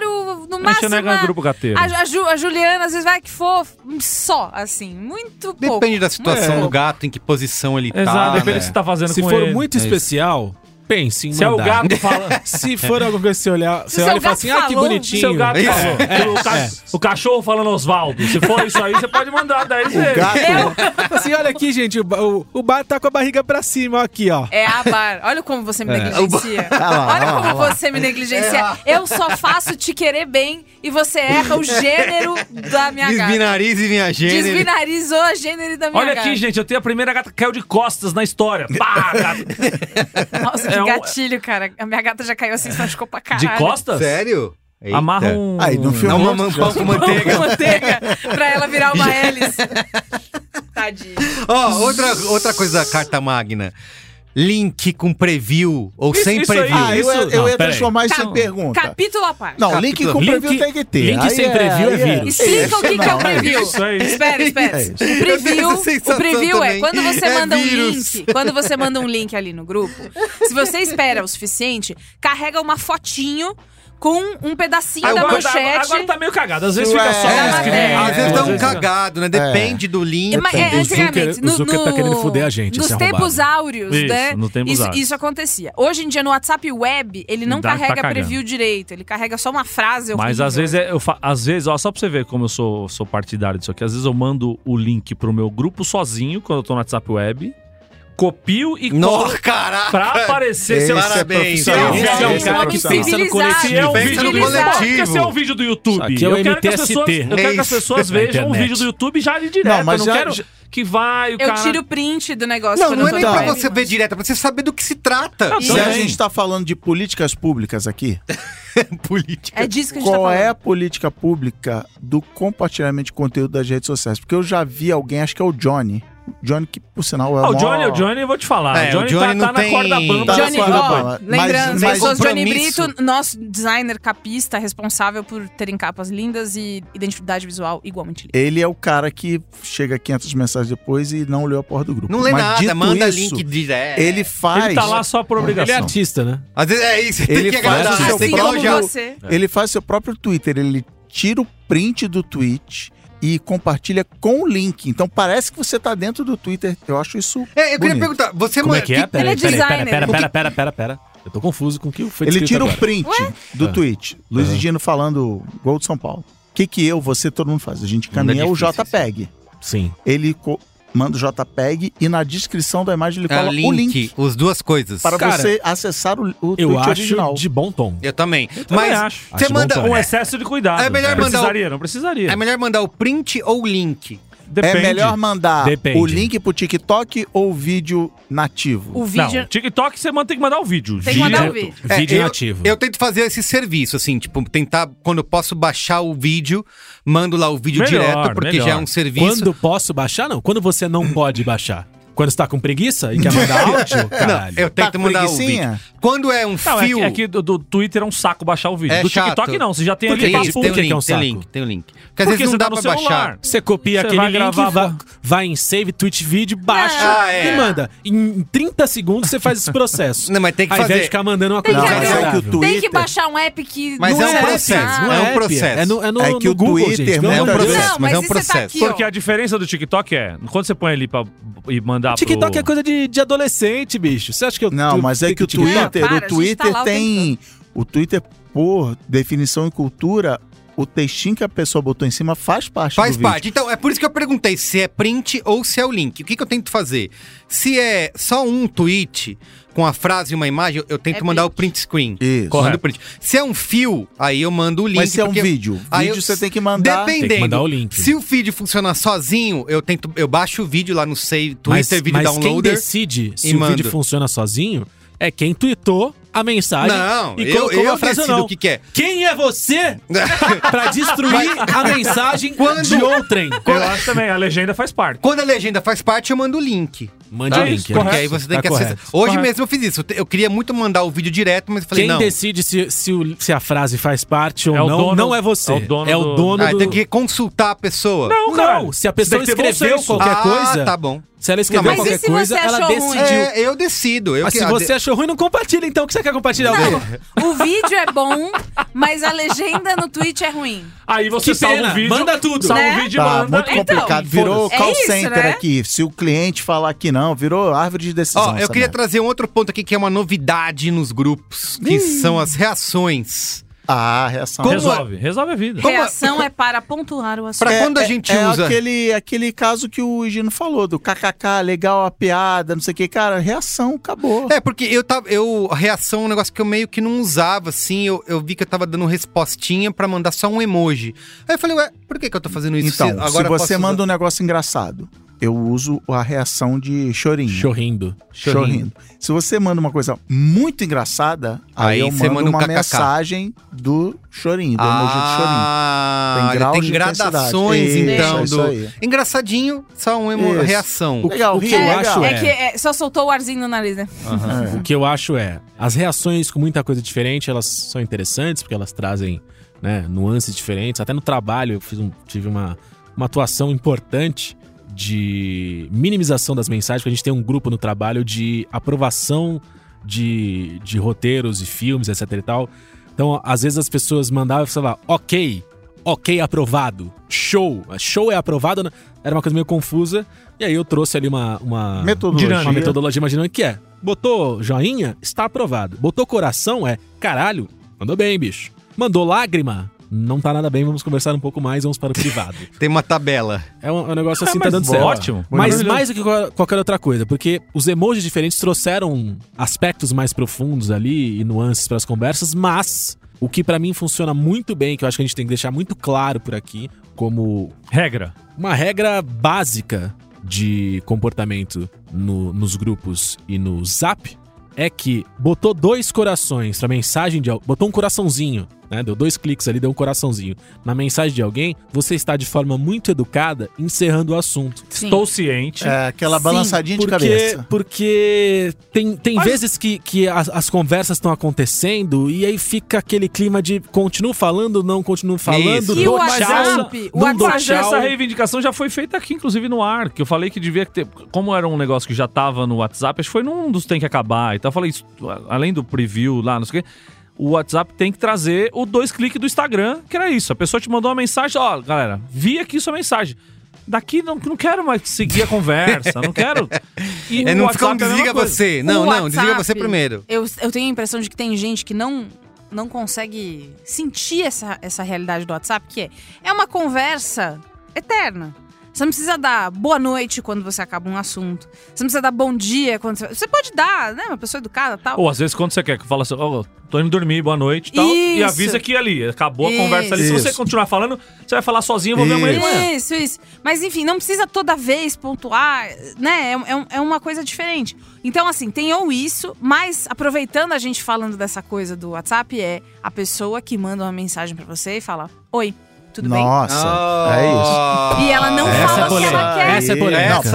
[SPEAKER 6] raro, no
[SPEAKER 3] gente não é
[SPEAKER 6] máxima-
[SPEAKER 3] grupo gateiro.
[SPEAKER 6] A, a Ju- a Juliana, às vezes, vai que for só, assim. Muito pouco.
[SPEAKER 1] Depende da situação
[SPEAKER 6] É.
[SPEAKER 1] do gato, em que posição ele
[SPEAKER 3] Exato,
[SPEAKER 1] tá.
[SPEAKER 3] depende
[SPEAKER 1] né?
[SPEAKER 3] do que você tá fazendo
[SPEAKER 5] Se
[SPEAKER 3] com
[SPEAKER 5] for
[SPEAKER 3] ele.
[SPEAKER 1] É
[SPEAKER 5] muito
[SPEAKER 1] isso.
[SPEAKER 5] especial, pense em
[SPEAKER 3] Se é o
[SPEAKER 5] mandar.
[SPEAKER 3] gato fala-
[SPEAKER 5] Se for alguma coisa que você olhar,
[SPEAKER 6] Se
[SPEAKER 5] você
[SPEAKER 6] o
[SPEAKER 5] olha
[SPEAKER 6] seu
[SPEAKER 5] e fala
[SPEAKER 6] gato
[SPEAKER 5] assim, ah, que
[SPEAKER 6] falou,
[SPEAKER 5] bonitinho.
[SPEAKER 3] Seu gato
[SPEAKER 5] Isso.
[SPEAKER 3] falou. o, ca- o cachorro falando Osvaldo. Se for isso aí, você pode mandar 10 vezes.
[SPEAKER 5] Fala assim, olha aqui, gente, o, ba- o, o bar tá com a barriga pra cima, ó, aqui, ó.
[SPEAKER 6] É a bar. Olha como você me
[SPEAKER 1] É.
[SPEAKER 6] negligencia. Olha como você me negligencia. Eu só faço te querer bem e você erra o gênero da minha gata.
[SPEAKER 1] Desbinarize minha gênero.
[SPEAKER 6] Desbinarizou o gênero da minha
[SPEAKER 3] Olha
[SPEAKER 6] gata.
[SPEAKER 3] aqui, gente, eu tenho a primeira gata que caiu de costas na história. Pá, gato.
[SPEAKER 6] Nossa, que
[SPEAKER 3] É um-
[SPEAKER 6] gatilho, cara. A minha gata já caiu assim, só ficou pra caralho.
[SPEAKER 3] De costas?
[SPEAKER 1] Sério? Eita.
[SPEAKER 3] Amarra um.
[SPEAKER 4] Aí, não
[SPEAKER 1] Dá
[SPEAKER 4] filmou.
[SPEAKER 1] uma mão pão com manteiga.
[SPEAKER 6] manteiga pra ela virar uma hélice. Tadinho.
[SPEAKER 1] Ó, outra, outra coisa da carta magna. Link com preview ou sem
[SPEAKER 3] isso aí.
[SPEAKER 1] preview.
[SPEAKER 4] Ah, eu, eu
[SPEAKER 3] Não,
[SPEAKER 4] ia
[SPEAKER 3] peraí.
[SPEAKER 4] transformar isso em
[SPEAKER 3] Tá.
[SPEAKER 4] pergunta.
[SPEAKER 6] Capítulo à parte.
[SPEAKER 4] Não, link com
[SPEAKER 5] Link-
[SPEAKER 4] preview tem que ter.
[SPEAKER 5] link sem preview é
[SPEAKER 4] aí
[SPEAKER 5] vírus.
[SPEAKER 6] Explica o que, que é o
[SPEAKER 4] não,
[SPEAKER 6] preview.
[SPEAKER 3] isso aí.
[SPEAKER 6] Espera, espera.
[SPEAKER 4] É
[SPEAKER 6] o
[SPEAKER 4] isso.
[SPEAKER 6] preview,
[SPEAKER 1] Eu tenho essa sensação
[SPEAKER 6] o preview é
[SPEAKER 1] também.
[SPEAKER 6] quando você
[SPEAKER 1] É
[SPEAKER 6] manda
[SPEAKER 1] vírus.
[SPEAKER 6] um link. Quando você manda um link ali no grupo, se você espera o suficiente, carrega uma fotinho com um pedacinho da
[SPEAKER 3] Agora, tá-
[SPEAKER 6] manchete.
[SPEAKER 3] agora tá meio cagado. Às vezes fica
[SPEAKER 4] Ué,
[SPEAKER 3] só.
[SPEAKER 6] é,
[SPEAKER 3] escrito.
[SPEAKER 6] é.
[SPEAKER 1] Às vezes
[SPEAKER 3] Às
[SPEAKER 1] dá um
[SPEAKER 3] vezes-
[SPEAKER 1] cagado,
[SPEAKER 4] É.
[SPEAKER 1] né? Depende do link.
[SPEAKER 6] Mas é,
[SPEAKER 5] O Zucker-
[SPEAKER 6] antigamente,
[SPEAKER 5] o Zucker tá querendo fuder a gente,
[SPEAKER 6] Nos
[SPEAKER 5] esse
[SPEAKER 6] tempos áureos,
[SPEAKER 3] é Isso,
[SPEAKER 6] né?
[SPEAKER 3] no tempos
[SPEAKER 6] isso,
[SPEAKER 3] áureos.
[SPEAKER 6] isso acontecia. Hoje em dia, no WhatsApp web, ele não
[SPEAKER 3] Dá- tá
[SPEAKER 6] carrega
[SPEAKER 3] cagando.
[SPEAKER 6] preview direito. Ele carrega só uma frase.
[SPEAKER 3] Mas
[SPEAKER 6] horrível.
[SPEAKER 3] às vezes, é- eu fa- às vezes, ó, só pra você ver como eu sou, sou partidário disso aqui, às vezes eu mando o link pro meu grupo sozinho, quando eu tô no WhatsApp Web, copio e colo
[SPEAKER 1] Nossa, caraca!
[SPEAKER 3] pra aparecer. Se eu-
[SPEAKER 1] Esse é
[SPEAKER 3] se eu-
[SPEAKER 1] profissional.
[SPEAKER 3] se eu-
[SPEAKER 5] Esse é um cara que
[SPEAKER 3] se eu-
[SPEAKER 6] Então,
[SPEAKER 5] pensa
[SPEAKER 3] se
[SPEAKER 5] no
[SPEAKER 3] é um
[SPEAKER 5] coletivo.
[SPEAKER 3] vídeo
[SPEAKER 1] Pensa
[SPEAKER 3] do
[SPEAKER 1] no
[SPEAKER 3] YouTube,
[SPEAKER 1] coletivo.
[SPEAKER 3] porque se é um vídeo do
[SPEAKER 5] Isso
[SPEAKER 3] YouTube,
[SPEAKER 5] aqui é o
[SPEAKER 3] eu quero que as
[SPEAKER 5] MTST.
[SPEAKER 3] pessoas, eu quero que as
[SPEAKER 1] É isso.
[SPEAKER 3] pessoas vejam o
[SPEAKER 5] internet.
[SPEAKER 3] vídeo do YouTube já de direto.
[SPEAKER 4] Não, mas
[SPEAKER 3] eu
[SPEAKER 4] já-
[SPEAKER 3] não quero
[SPEAKER 4] já-
[SPEAKER 3] que vai o
[SPEAKER 6] Eu
[SPEAKER 3] cara...
[SPEAKER 6] tiro o print do negócio.
[SPEAKER 4] Não,
[SPEAKER 6] quando eu
[SPEAKER 4] não é
[SPEAKER 6] tô
[SPEAKER 4] nem
[SPEAKER 6] na
[SPEAKER 4] pra
[SPEAKER 6] web,
[SPEAKER 1] você ver
[SPEAKER 6] mas-
[SPEAKER 1] direto, é pra você saber do que se é trata.
[SPEAKER 3] Não,
[SPEAKER 4] Se a
[SPEAKER 3] Também.
[SPEAKER 4] gente está falando de políticas públicas aqui,
[SPEAKER 1] Política.
[SPEAKER 6] É disso que a gente tá
[SPEAKER 4] qual
[SPEAKER 6] falando.
[SPEAKER 4] é a política pública do compartilhamento de conteúdo das redes sociais? Porque eu já vi alguém, acho que é o Johnny. O Johnny, que por sinal é
[SPEAKER 3] Ah, o
[SPEAKER 4] mó-
[SPEAKER 3] Johnny, o Johnny, eu vou te falar.
[SPEAKER 1] É,
[SPEAKER 3] o Johnny,
[SPEAKER 1] o Johnny
[SPEAKER 3] tá, tá
[SPEAKER 1] não
[SPEAKER 3] na
[SPEAKER 1] tem-
[SPEAKER 3] corda bamba.
[SPEAKER 4] Tá
[SPEAKER 6] Johnny,
[SPEAKER 4] na corda
[SPEAKER 6] ó,
[SPEAKER 4] bamba.
[SPEAKER 6] lembrando,
[SPEAKER 4] Mas-
[SPEAKER 6] eu
[SPEAKER 4] mas
[SPEAKER 6] sou Johnny
[SPEAKER 1] um compromisso.
[SPEAKER 6] Brito, nosso designer capista, responsável por terem capas lindas e identidade visual igualmente linda.
[SPEAKER 4] Ele é o cara que chega 500 mensagens depois e não leu a porra do grupo.
[SPEAKER 1] Não lê
[SPEAKER 4] Mas
[SPEAKER 1] nada,
[SPEAKER 4] dito
[SPEAKER 1] manda
[SPEAKER 4] isso,
[SPEAKER 1] link É. direto.
[SPEAKER 4] Ele faz.
[SPEAKER 3] Ele tá lá só por
[SPEAKER 5] Ele é
[SPEAKER 3] obrigação.
[SPEAKER 5] artista, né?
[SPEAKER 1] Às vezes é isso, tem
[SPEAKER 4] Ele
[SPEAKER 1] que
[SPEAKER 4] faz
[SPEAKER 1] agradar,
[SPEAKER 4] o seu
[SPEAKER 1] tem
[SPEAKER 6] Assim
[SPEAKER 1] que
[SPEAKER 6] como
[SPEAKER 4] próprio-
[SPEAKER 1] elogiar.
[SPEAKER 6] você.
[SPEAKER 5] é.
[SPEAKER 4] Ele faz seu próprio Twitter, ele tira o print do tweet e compartilha com o link. Então parece que você tá dentro do Twitter. Eu acho isso.
[SPEAKER 1] É, eu queria
[SPEAKER 4] bonito.
[SPEAKER 1] perguntar, você
[SPEAKER 5] Como é
[SPEAKER 1] manda.
[SPEAKER 5] que é?
[SPEAKER 6] Ele é designer.
[SPEAKER 5] Pera,
[SPEAKER 6] O
[SPEAKER 5] pera, pera, pera, pera. Eu tô confuso com o que foi
[SPEAKER 4] Ele
[SPEAKER 5] descrito
[SPEAKER 4] tira o
[SPEAKER 3] tá
[SPEAKER 5] agora.
[SPEAKER 4] print do
[SPEAKER 5] Ah.
[SPEAKER 4] tweet. Luiz
[SPEAKER 5] Aham.
[SPEAKER 4] Gino falando Gol de São Paulo. O que, que eu, você, todo mundo faz? A gente caminha o
[SPEAKER 1] difícil
[SPEAKER 4] JPEG.
[SPEAKER 5] é Sim.
[SPEAKER 4] Ele co- manda o JPEG e na descrição da imagem ele
[SPEAKER 1] Ah,
[SPEAKER 4] coloca o link
[SPEAKER 1] Os duas coisas.
[SPEAKER 4] para
[SPEAKER 5] Cara,
[SPEAKER 4] você acessar o, o
[SPEAKER 5] Eu
[SPEAKER 4] tweet
[SPEAKER 5] acho
[SPEAKER 4] original.
[SPEAKER 5] de bom tom.
[SPEAKER 1] Eu também.
[SPEAKER 3] também
[SPEAKER 1] Mas
[SPEAKER 3] acho.
[SPEAKER 1] você
[SPEAKER 5] Acho
[SPEAKER 1] manda.
[SPEAKER 5] bom
[SPEAKER 3] Um excesso de cuidado.
[SPEAKER 1] É melhor
[SPEAKER 3] Não
[SPEAKER 1] mandar o-
[SPEAKER 3] Precisaria, não precisaria.
[SPEAKER 1] É melhor mandar o print ou o link?
[SPEAKER 3] Depende.
[SPEAKER 4] É melhor mandar
[SPEAKER 5] Depende.
[SPEAKER 4] o link pro TikTok ou o vídeo nativo?
[SPEAKER 6] O
[SPEAKER 3] Não,
[SPEAKER 6] vídeo.
[SPEAKER 3] TikTok você manda- tem que mandar o vídeo.
[SPEAKER 6] Tem que mandar o
[SPEAKER 3] Direto.
[SPEAKER 6] vídeo.
[SPEAKER 1] É,
[SPEAKER 5] Vídeo
[SPEAKER 1] eu-
[SPEAKER 5] nativo.
[SPEAKER 1] Eu tento fazer esse serviço, assim, tipo, tentar, quando eu posso baixar o vídeo, mando lá o vídeo
[SPEAKER 3] Melhor,
[SPEAKER 1] direto, porque
[SPEAKER 3] melhor.
[SPEAKER 1] já é um serviço.
[SPEAKER 5] Quando posso baixar, não. Quando você não pode baixar. Quando você tá com preguiça e quer mandar áudio, caralho.
[SPEAKER 1] Eu tento
[SPEAKER 4] com
[SPEAKER 1] mandar o
[SPEAKER 4] preguicinha?
[SPEAKER 1] vídeo. Quando é um
[SPEAKER 3] Não, é que-
[SPEAKER 1] fio.
[SPEAKER 3] é que do, do Twitter é um saco baixar o vídeo.
[SPEAKER 1] é
[SPEAKER 3] do
[SPEAKER 1] chato.
[SPEAKER 3] TikTok não, você já tem ali
[SPEAKER 1] tem,
[SPEAKER 3] pra
[SPEAKER 1] isso,
[SPEAKER 3] pum,
[SPEAKER 1] tem o
[SPEAKER 3] que
[SPEAKER 1] link,
[SPEAKER 3] que é um
[SPEAKER 1] tem o
[SPEAKER 3] saco.
[SPEAKER 1] link, tem o link. Porque às
[SPEAKER 3] Porque
[SPEAKER 1] vezes
[SPEAKER 3] você
[SPEAKER 1] não dá
[SPEAKER 3] tá
[SPEAKER 1] pra
[SPEAKER 3] no
[SPEAKER 1] baixar.
[SPEAKER 3] celular.
[SPEAKER 5] Você copia
[SPEAKER 3] Você
[SPEAKER 5] aquele
[SPEAKER 3] vai
[SPEAKER 5] link,
[SPEAKER 3] gravar,
[SPEAKER 5] va-
[SPEAKER 3] pô.
[SPEAKER 5] vai em Save Tweet Video, baixa
[SPEAKER 1] Ah, é.
[SPEAKER 5] e manda. Em 30 segundos você faz esse processo.
[SPEAKER 1] Não, mas tem que
[SPEAKER 5] Ao invés
[SPEAKER 1] fazer.
[SPEAKER 5] de ficar mandando uma
[SPEAKER 6] Tem
[SPEAKER 5] coisa
[SPEAKER 6] que
[SPEAKER 4] mas
[SPEAKER 6] abrir
[SPEAKER 4] é que o
[SPEAKER 5] agradável.
[SPEAKER 4] Twitter.
[SPEAKER 6] Tem que baixar um app que
[SPEAKER 1] Mas
[SPEAKER 6] não
[SPEAKER 1] é um
[SPEAKER 6] app,
[SPEAKER 1] processo,
[SPEAKER 6] não
[SPEAKER 1] é um
[SPEAKER 5] app,
[SPEAKER 1] processo.
[SPEAKER 5] assim, É, no, é, no,
[SPEAKER 4] É que
[SPEAKER 5] no
[SPEAKER 4] o
[SPEAKER 5] Google,
[SPEAKER 4] Twitter
[SPEAKER 5] gente. pelo
[SPEAKER 4] muda
[SPEAKER 1] É um
[SPEAKER 5] amor de Deus.
[SPEAKER 1] processo,
[SPEAKER 6] Não,
[SPEAKER 1] mas
[SPEAKER 6] mas
[SPEAKER 1] é um
[SPEAKER 6] esse tá
[SPEAKER 1] processo.
[SPEAKER 6] aqui, ó.
[SPEAKER 3] Porque a diferença do TikTok é, quando você põe ali pra, e mandar
[SPEAKER 5] TikTok
[SPEAKER 3] pro...
[SPEAKER 5] é coisa de, de adolescente, bicho. Você acha que eu
[SPEAKER 4] Não,
[SPEAKER 5] eu-
[SPEAKER 4] mas é que o
[SPEAKER 5] TikTok-
[SPEAKER 4] Twitter,
[SPEAKER 6] Não, para, a
[SPEAKER 4] o
[SPEAKER 6] gente
[SPEAKER 4] Twitter
[SPEAKER 6] tá lá o
[SPEAKER 4] tem. O Twitter, por definição e cultura, o textinho que a pessoa botou em cima faz parte
[SPEAKER 1] Faz
[SPEAKER 4] do vídeo.
[SPEAKER 1] parte. Então, é por isso que eu perguntei se é print ou se é o link. O que, que eu tento fazer? Se é só um tweet com a frase e uma imagem, eu- eu tento
[SPEAKER 6] É
[SPEAKER 1] mandar
[SPEAKER 6] print.
[SPEAKER 1] o print screen.
[SPEAKER 4] Isso.
[SPEAKER 1] Mando o print. Se é um fio, aí eu mando o link.
[SPEAKER 4] Mas se é um
[SPEAKER 1] porque-
[SPEAKER 4] vídeo,
[SPEAKER 1] aí
[SPEAKER 4] vídeo
[SPEAKER 1] eu-
[SPEAKER 4] você tem que mandar.
[SPEAKER 1] Dependendo.
[SPEAKER 5] Tem que mandar o link.
[SPEAKER 1] Se o feed funcionar sozinho, eu tento, eu baixo o vídeo lá no save,
[SPEAKER 5] Mas,
[SPEAKER 1] Twitter, é vídeo
[SPEAKER 5] mas quem
[SPEAKER 1] downloader.
[SPEAKER 5] decide se
[SPEAKER 1] e
[SPEAKER 5] o
[SPEAKER 1] manda.
[SPEAKER 5] vídeo funciona sozinho é quem tweetou a mensagem
[SPEAKER 1] Não,
[SPEAKER 5] e
[SPEAKER 1] eu,
[SPEAKER 5] colocou
[SPEAKER 1] eu
[SPEAKER 5] a frase ou
[SPEAKER 1] decido
[SPEAKER 5] não.
[SPEAKER 1] o que, que é.
[SPEAKER 5] Quem é você pra destruir a mensagem de outrem?
[SPEAKER 3] Eu acho também, a legenda faz parte.
[SPEAKER 1] Quando a legenda faz parte, eu mando o link.
[SPEAKER 5] Mande
[SPEAKER 1] Tá?
[SPEAKER 5] o link.
[SPEAKER 1] Porque
[SPEAKER 5] né?
[SPEAKER 1] aí você tem
[SPEAKER 5] Tá
[SPEAKER 1] que
[SPEAKER 5] correto.
[SPEAKER 1] acessar. Hoje
[SPEAKER 3] Correto.
[SPEAKER 1] mesmo eu fiz isso. Eu te- Eu queria muito mandar o vídeo direto, mas eu falei,
[SPEAKER 5] Quem
[SPEAKER 1] não.
[SPEAKER 5] decide se, se, o- se a frase faz parte ou
[SPEAKER 3] É o
[SPEAKER 5] não,
[SPEAKER 3] dono-
[SPEAKER 5] não é você.
[SPEAKER 3] é o dono do-
[SPEAKER 1] Ah,
[SPEAKER 5] do-
[SPEAKER 1] tem que consultar a pessoa.
[SPEAKER 5] Não,
[SPEAKER 3] cara.
[SPEAKER 5] não. Se a
[SPEAKER 3] Você
[SPEAKER 5] pessoa
[SPEAKER 3] tem que ter bom
[SPEAKER 5] escreveu
[SPEAKER 3] senso.
[SPEAKER 5] qualquer
[SPEAKER 1] ah,
[SPEAKER 5] coisa,
[SPEAKER 1] tá bom.
[SPEAKER 5] se ela
[SPEAKER 1] Não,
[SPEAKER 5] escreveu
[SPEAKER 1] mas e
[SPEAKER 5] qualquer
[SPEAKER 6] se você
[SPEAKER 5] coisa, ela
[SPEAKER 6] achou ruim?
[SPEAKER 5] decidiu.
[SPEAKER 1] É, eu decido. Eu
[SPEAKER 5] Mas
[SPEAKER 1] que-
[SPEAKER 5] se
[SPEAKER 1] a
[SPEAKER 5] você achou ruim, não compartilha então, que você você quer compartilhar o quê?
[SPEAKER 6] O vídeo é bom, mas a legenda no tweet é ruim.
[SPEAKER 3] Aí você
[SPEAKER 5] Que
[SPEAKER 3] salva
[SPEAKER 5] pena,
[SPEAKER 3] o vídeo.
[SPEAKER 5] manda tudo.
[SPEAKER 3] Salva
[SPEAKER 6] Né?
[SPEAKER 3] o vídeo e
[SPEAKER 4] Tá,
[SPEAKER 3] manda.
[SPEAKER 4] muito
[SPEAKER 6] Então,
[SPEAKER 4] complicado. virou
[SPEAKER 6] foda-se.
[SPEAKER 4] call
[SPEAKER 6] É isso,
[SPEAKER 4] center
[SPEAKER 6] né?
[SPEAKER 4] aqui. Se o cliente falar que não, virou árvore de decisão.
[SPEAKER 1] Ó, eu
[SPEAKER 4] essa
[SPEAKER 1] queria
[SPEAKER 4] merda.
[SPEAKER 1] trazer um outro ponto aqui que é uma novidade nos grupos, que são as reações.
[SPEAKER 4] Ah, a reação.
[SPEAKER 1] Como-
[SPEAKER 3] Resolve, resolve a vida.
[SPEAKER 6] Reação é para pontuar o assunto.
[SPEAKER 1] Pra
[SPEAKER 4] É-
[SPEAKER 1] quando a
[SPEAKER 4] é-
[SPEAKER 1] gente
[SPEAKER 4] é
[SPEAKER 1] usa.
[SPEAKER 4] Aquele, aquele caso que o Higino falou, do kkk, legal a piada, não sei o que. Cara, reação, acabou.
[SPEAKER 1] É, porque eu tava. Eu, a reação é um negócio que eu meio que não usava, assim. Eu, eu vi que eu tava dando respostinha pra mandar só um emoji. Aí eu falei, ué, por que, que eu tô fazendo isso?
[SPEAKER 4] então, se
[SPEAKER 1] eu
[SPEAKER 4] você
[SPEAKER 1] posso
[SPEAKER 4] manda
[SPEAKER 1] usar-
[SPEAKER 4] um negócio engraçado, eu uso a reação de chorinho.
[SPEAKER 5] Chorrindo.
[SPEAKER 4] Chorrindo. Se você manda uma coisa muito engraçada,
[SPEAKER 1] Aí
[SPEAKER 4] aí, eu
[SPEAKER 1] você
[SPEAKER 4] mando
[SPEAKER 1] manda um
[SPEAKER 4] uma
[SPEAKER 1] kkk.
[SPEAKER 4] mensagem do chorinho, do um emoji do chorinho. Tem
[SPEAKER 1] Ah,
[SPEAKER 4] graus
[SPEAKER 1] tem,
[SPEAKER 4] de
[SPEAKER 1] gradações,
[SPEAKER 4] intensidade.
[SPEAKER 1] então.
[SPEAKER 4] Isso,
[SPEAKER 1] do...
[SPEAKER 4] isso aí.
[SPEAKER 1] Engraçadinho, só um emo...
[SPEAKER 4] Isso.
[SPEAKER 1] reação.
[SPEAKER 5] O-
[SPEAKER 4] Legal,
[SPEAKER 5] o que
[SPEAKER 4] ri,
[SPEAKER 5] eu
[SPEAKER 4] legal.
[SPEAKER 5] acho
[SPEAKER 6] É que é, só soltou o arzinho no nariz, né?
[SPEAKER 5] O que eu acho é, as reações com muita coisa diferente, elas são interessantes, porque elas trazem né, nuances diferentes. Até no trabalho eu fiz um- tive uma, uma atuação importante de minimização das mensagens, porque a gente tem um grupo no trabalho de aprovação de, de roteiros e filmes, etc e tal. Então, às vezes as pessoas mandavam, sei lá, ok, ok, aprovado, show, show é aprovado, né? era uma coisa meio confusa. E aí eu trouxe ali uma... uma
[SPEAKER 4] Metodologia.
[SPEAKER 5] uma metodologia imaginando que é. Botou joinha, está aprovado. Botou coração, é caralho, mandou bem, bicho. Mandou lágrima, não tá nada bem, vamos conversar um pouco mais, vamos para o privado.
[SPEAKER 1] Tem uma tabela.
[SPEAKER 5] É um, é um negócio assim,
[SPEAKER 3] Ah,
[SPEAKER 5] tá
[SPEAKER 3] mas
[SPEAKER 5] dando certo.
[SPEAKER 3] ótimo.
[SPEAKER 5] Mas
[SPEAKER 3] Maravilhoso.
[SPEAKER 5] mais do que qual- qualquer outra coisa, porque os emojis diferentes trouxeram aspectos mais profundos ali e nuances para as conversas, mas o que pra mim funciona muito bem, que eu acho que a gente tem que deixar muito claro por aqui, como
[SPEAKER 3] Regra.
[SPEAKER 5] uma regra básica de comportamento no- nos grupos e no Zap é que botou dois corações pra mensagem de al- botou um coraçãozinho, né? Deu dois cliques ali, deu um coraçãozinho na mensagem de alguém. Você está de forma muito educada encerrando o assunto.
[SPEAKER 3] Estou ciente.
[SPEAKER 4] É, aquela
[SPEAKER 5] Sim,
[SPEAKER 4] balançadinha de
[SPEAKER 5] porque-
[SPEAKER 4] cabeça.
[SPEAKER 5] Porque tem, tem
[SPEAKER 3] Mas-
[SPEAKER 5] vezes que, que as, as conversas estão acontecendo e aí fica aquele clima de continuo falando, não continuo falando,
[SPEAKER 1] Isso.
[SPEAKER 6] E o
[SPEAKER 5] dou
[SPEAKER 3] é
[SPEAKER 5] tchau,
[SPEAKER 6] WhatsApp, o
[SPEAKER 5] é não dou
[SPEAKER 6] WhatsApp
[SPEAKER 3] Mas
[SPEAKER 5] tchau.
[SPEAKER 3] essa reivindicação já foi feita aqui, inclusive, no ar. Que eu falei que devia ter. Como era um negócio que já tava no WhatsApp, acho que foi num dos tem que acabar e tal. Eu falei isso, além do preview lá, não sei o quê. O WhatsApp tem que trazer o dois cliques do Instagram, que era isso. A pessoa te mandou uma mensagem, ó, galera, vi aqui sua mensagem. Daqui não, não quero mais seguir a conversa, não quero. E
[SPEAKER 1] É,
[SPEAKER 3] o
[SPEAKER 1] não
[SPEAKER 3] WhatsApp
[SPEAKER 1] fica um
[SPEAKER 3] é a mesma
[SPEAKER 1] desliga
[SPEAKER 3] coisa.
[SPEAKER 1] você.
[SPEAKER 6] O
[SPEAKER 1] Não, não,
[SPEAKER 6] Um WhatsApp,
[SPEAKER 1] desliga você primeiro.
[SPEAKER 6] Eu, eu tenho a impressão de que tem gente que não não consegue sentir essa, essa realidade do WhatsApp, que é, é uma conversa eterna. Você não precisa dar boa noite quando você acaba um assunto. Você não precisa dar bom dia quando você. Você pode dar, né? Uma pessoa educada e tal.
[SPEAKER 3] Ou às vezes quando você quer, que fala assim, ó, tô indo dormir, boa noite e tal. E
[SPEAKER 6] Isso.
[SPEAKER 3] avisa que ali, acabou a conversa ali. Se
[SPEAKER 4] Isso.
[SPEAKER 3] você continuar falando, você vai falar sozinho, eu vou ver amanhã de manhã.
[SPEAKER 6] Isso, isso. Mas enfim, não precisa toda vez pontuar, né? É, um- é um- é uma coisa diferente. Então, assim, tem ou isso, mas aproveitando a gente falando dessa coisa do WhatsApp, é a pessoa que manda uma mensagem pra você e fala: Oi, tudo
[SPEAKER 4] Nossa, é isso.
[SPEAKER 1] Ah,
[SPEAKER 6] bem? E ela não
[SPEAKER 1] é.
[SPEAKER 5] Essa
[SPEAKER 6] fala o que
[SPEAKER 5] é
[SPEAKER 6] ela
[SPEAKER 5] polêmica,
[SPEAKER 6] quer.
[SPEAKER 5] essa é polêmica.
[SPEAKER 4] Não,
[SPEAKER 1] Essa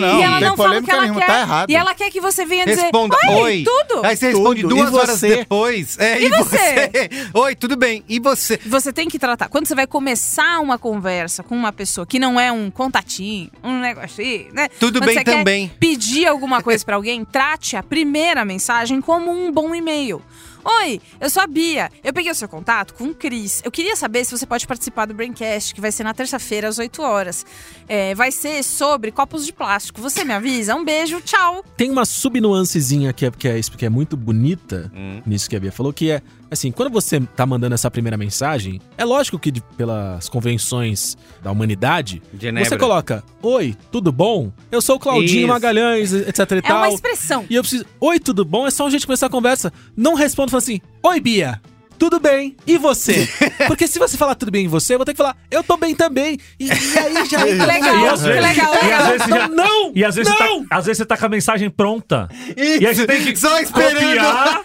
[SPEAKER 1] daí.
[SPEAKER 4] não.
[SPEAKER 6] E
[SPEAKER 4] não
[SPEAKER 6] ela
[SPEAKER 4] tem
[SPEAKER 6] não fala o que
[SPEAKER 4] polêmica
[SPEAKER 6] ela
[SPEAKER 4] nenhuma,
[SPEAKER 6] quer.
[SPEAKER 4] tá errado.
[SPEAKER 6] E ela quer que você venha dizer:
[SPEAKER 1] Responda,
[SPEAKER 6] Oi,
[SPEAKER 1] oi.
[SPEAKER 6] tudo.
[SPEAKER 1] Aí você
[SPEAKER 4] Tudo.
[SPEAKER 1] responde
[SPEAKER 4] E
[SPEAKER 1] duas horas
[SPEAKER 4] você?
[SPEAKER 1] depois. É, e,
[SPEAKER 6] E você?
[SPEAKER 1] Oi, tudo bem. E você?
[SPEAKER 6] Você tem que tratar. Quando você vai começar uma conversa com uma pessoa que não é um contatinho, um negocinho, né?
[SPEAKER 1] Tudo
[SPEAKER 6] Quando
[SPEAKER 1] bem
[SPEAKER 6] você quer
[SPEAKER 1] também.
[SPEAKER 6] pedir alguma coisa pra alguém, trate a primeira mensagem como um bom e-mail. Oi, eu sou a Bia. Eu peguei o seu contato com o Cris. Eu queria saber se você pode participar do Braincast, que vai ser na terça-feira às 8 horas. É, vai ser sobre copos de plástico. Você me avisa? Um beijo, tchau.
[SPEAKER 5] tem uma subnuancezinha que é, que é isso que é muito bonita nisso que a Bia falou, que é assim, quando você tá mandando essa primeira mensagem, é lógico que de- pelas convenções da humanidade, você coloca: "Oi, tudo bom? Eu sou o Claudinho
[SPEAKER 1] Isso.
[SPEAKER 5] Magalhães, etc e
[SPEAKER 6] É uma
[SPEAKER 5] tal".
[SPEAKER 6] expressão.
[SPEAKER 5] E eu preciso. Oi, tudo bom? É só um jeito de começar a conversa. Não respondo falando assim: Oi, Bia. Tudo bem? E você? Porque se você falar tudo bem e você, eu vou ter que falar, eu tô bem também. E, e aí já.
[SPEAKER 6] Que legal,
[SPEAKER 3] E às
[SPEAKER 6] que
[SPEAKER 3] vezes-
[SPEAKER 6] legal,
[SPEAKER 3] e às
[SPEAKER 6] legal.
[SPEAKER 3] vezes já-
[SPEAKER 5] Então, Não!
[SPEAKER 3] E às vezes,
[SPEAKER 5] não!
[SPEAKER 3] Você tá, às vezes você tá com a mensagem pronta. E aí você tem que
[SPEAKER 1] Só esperando.
[SPEAKER 3] copiar,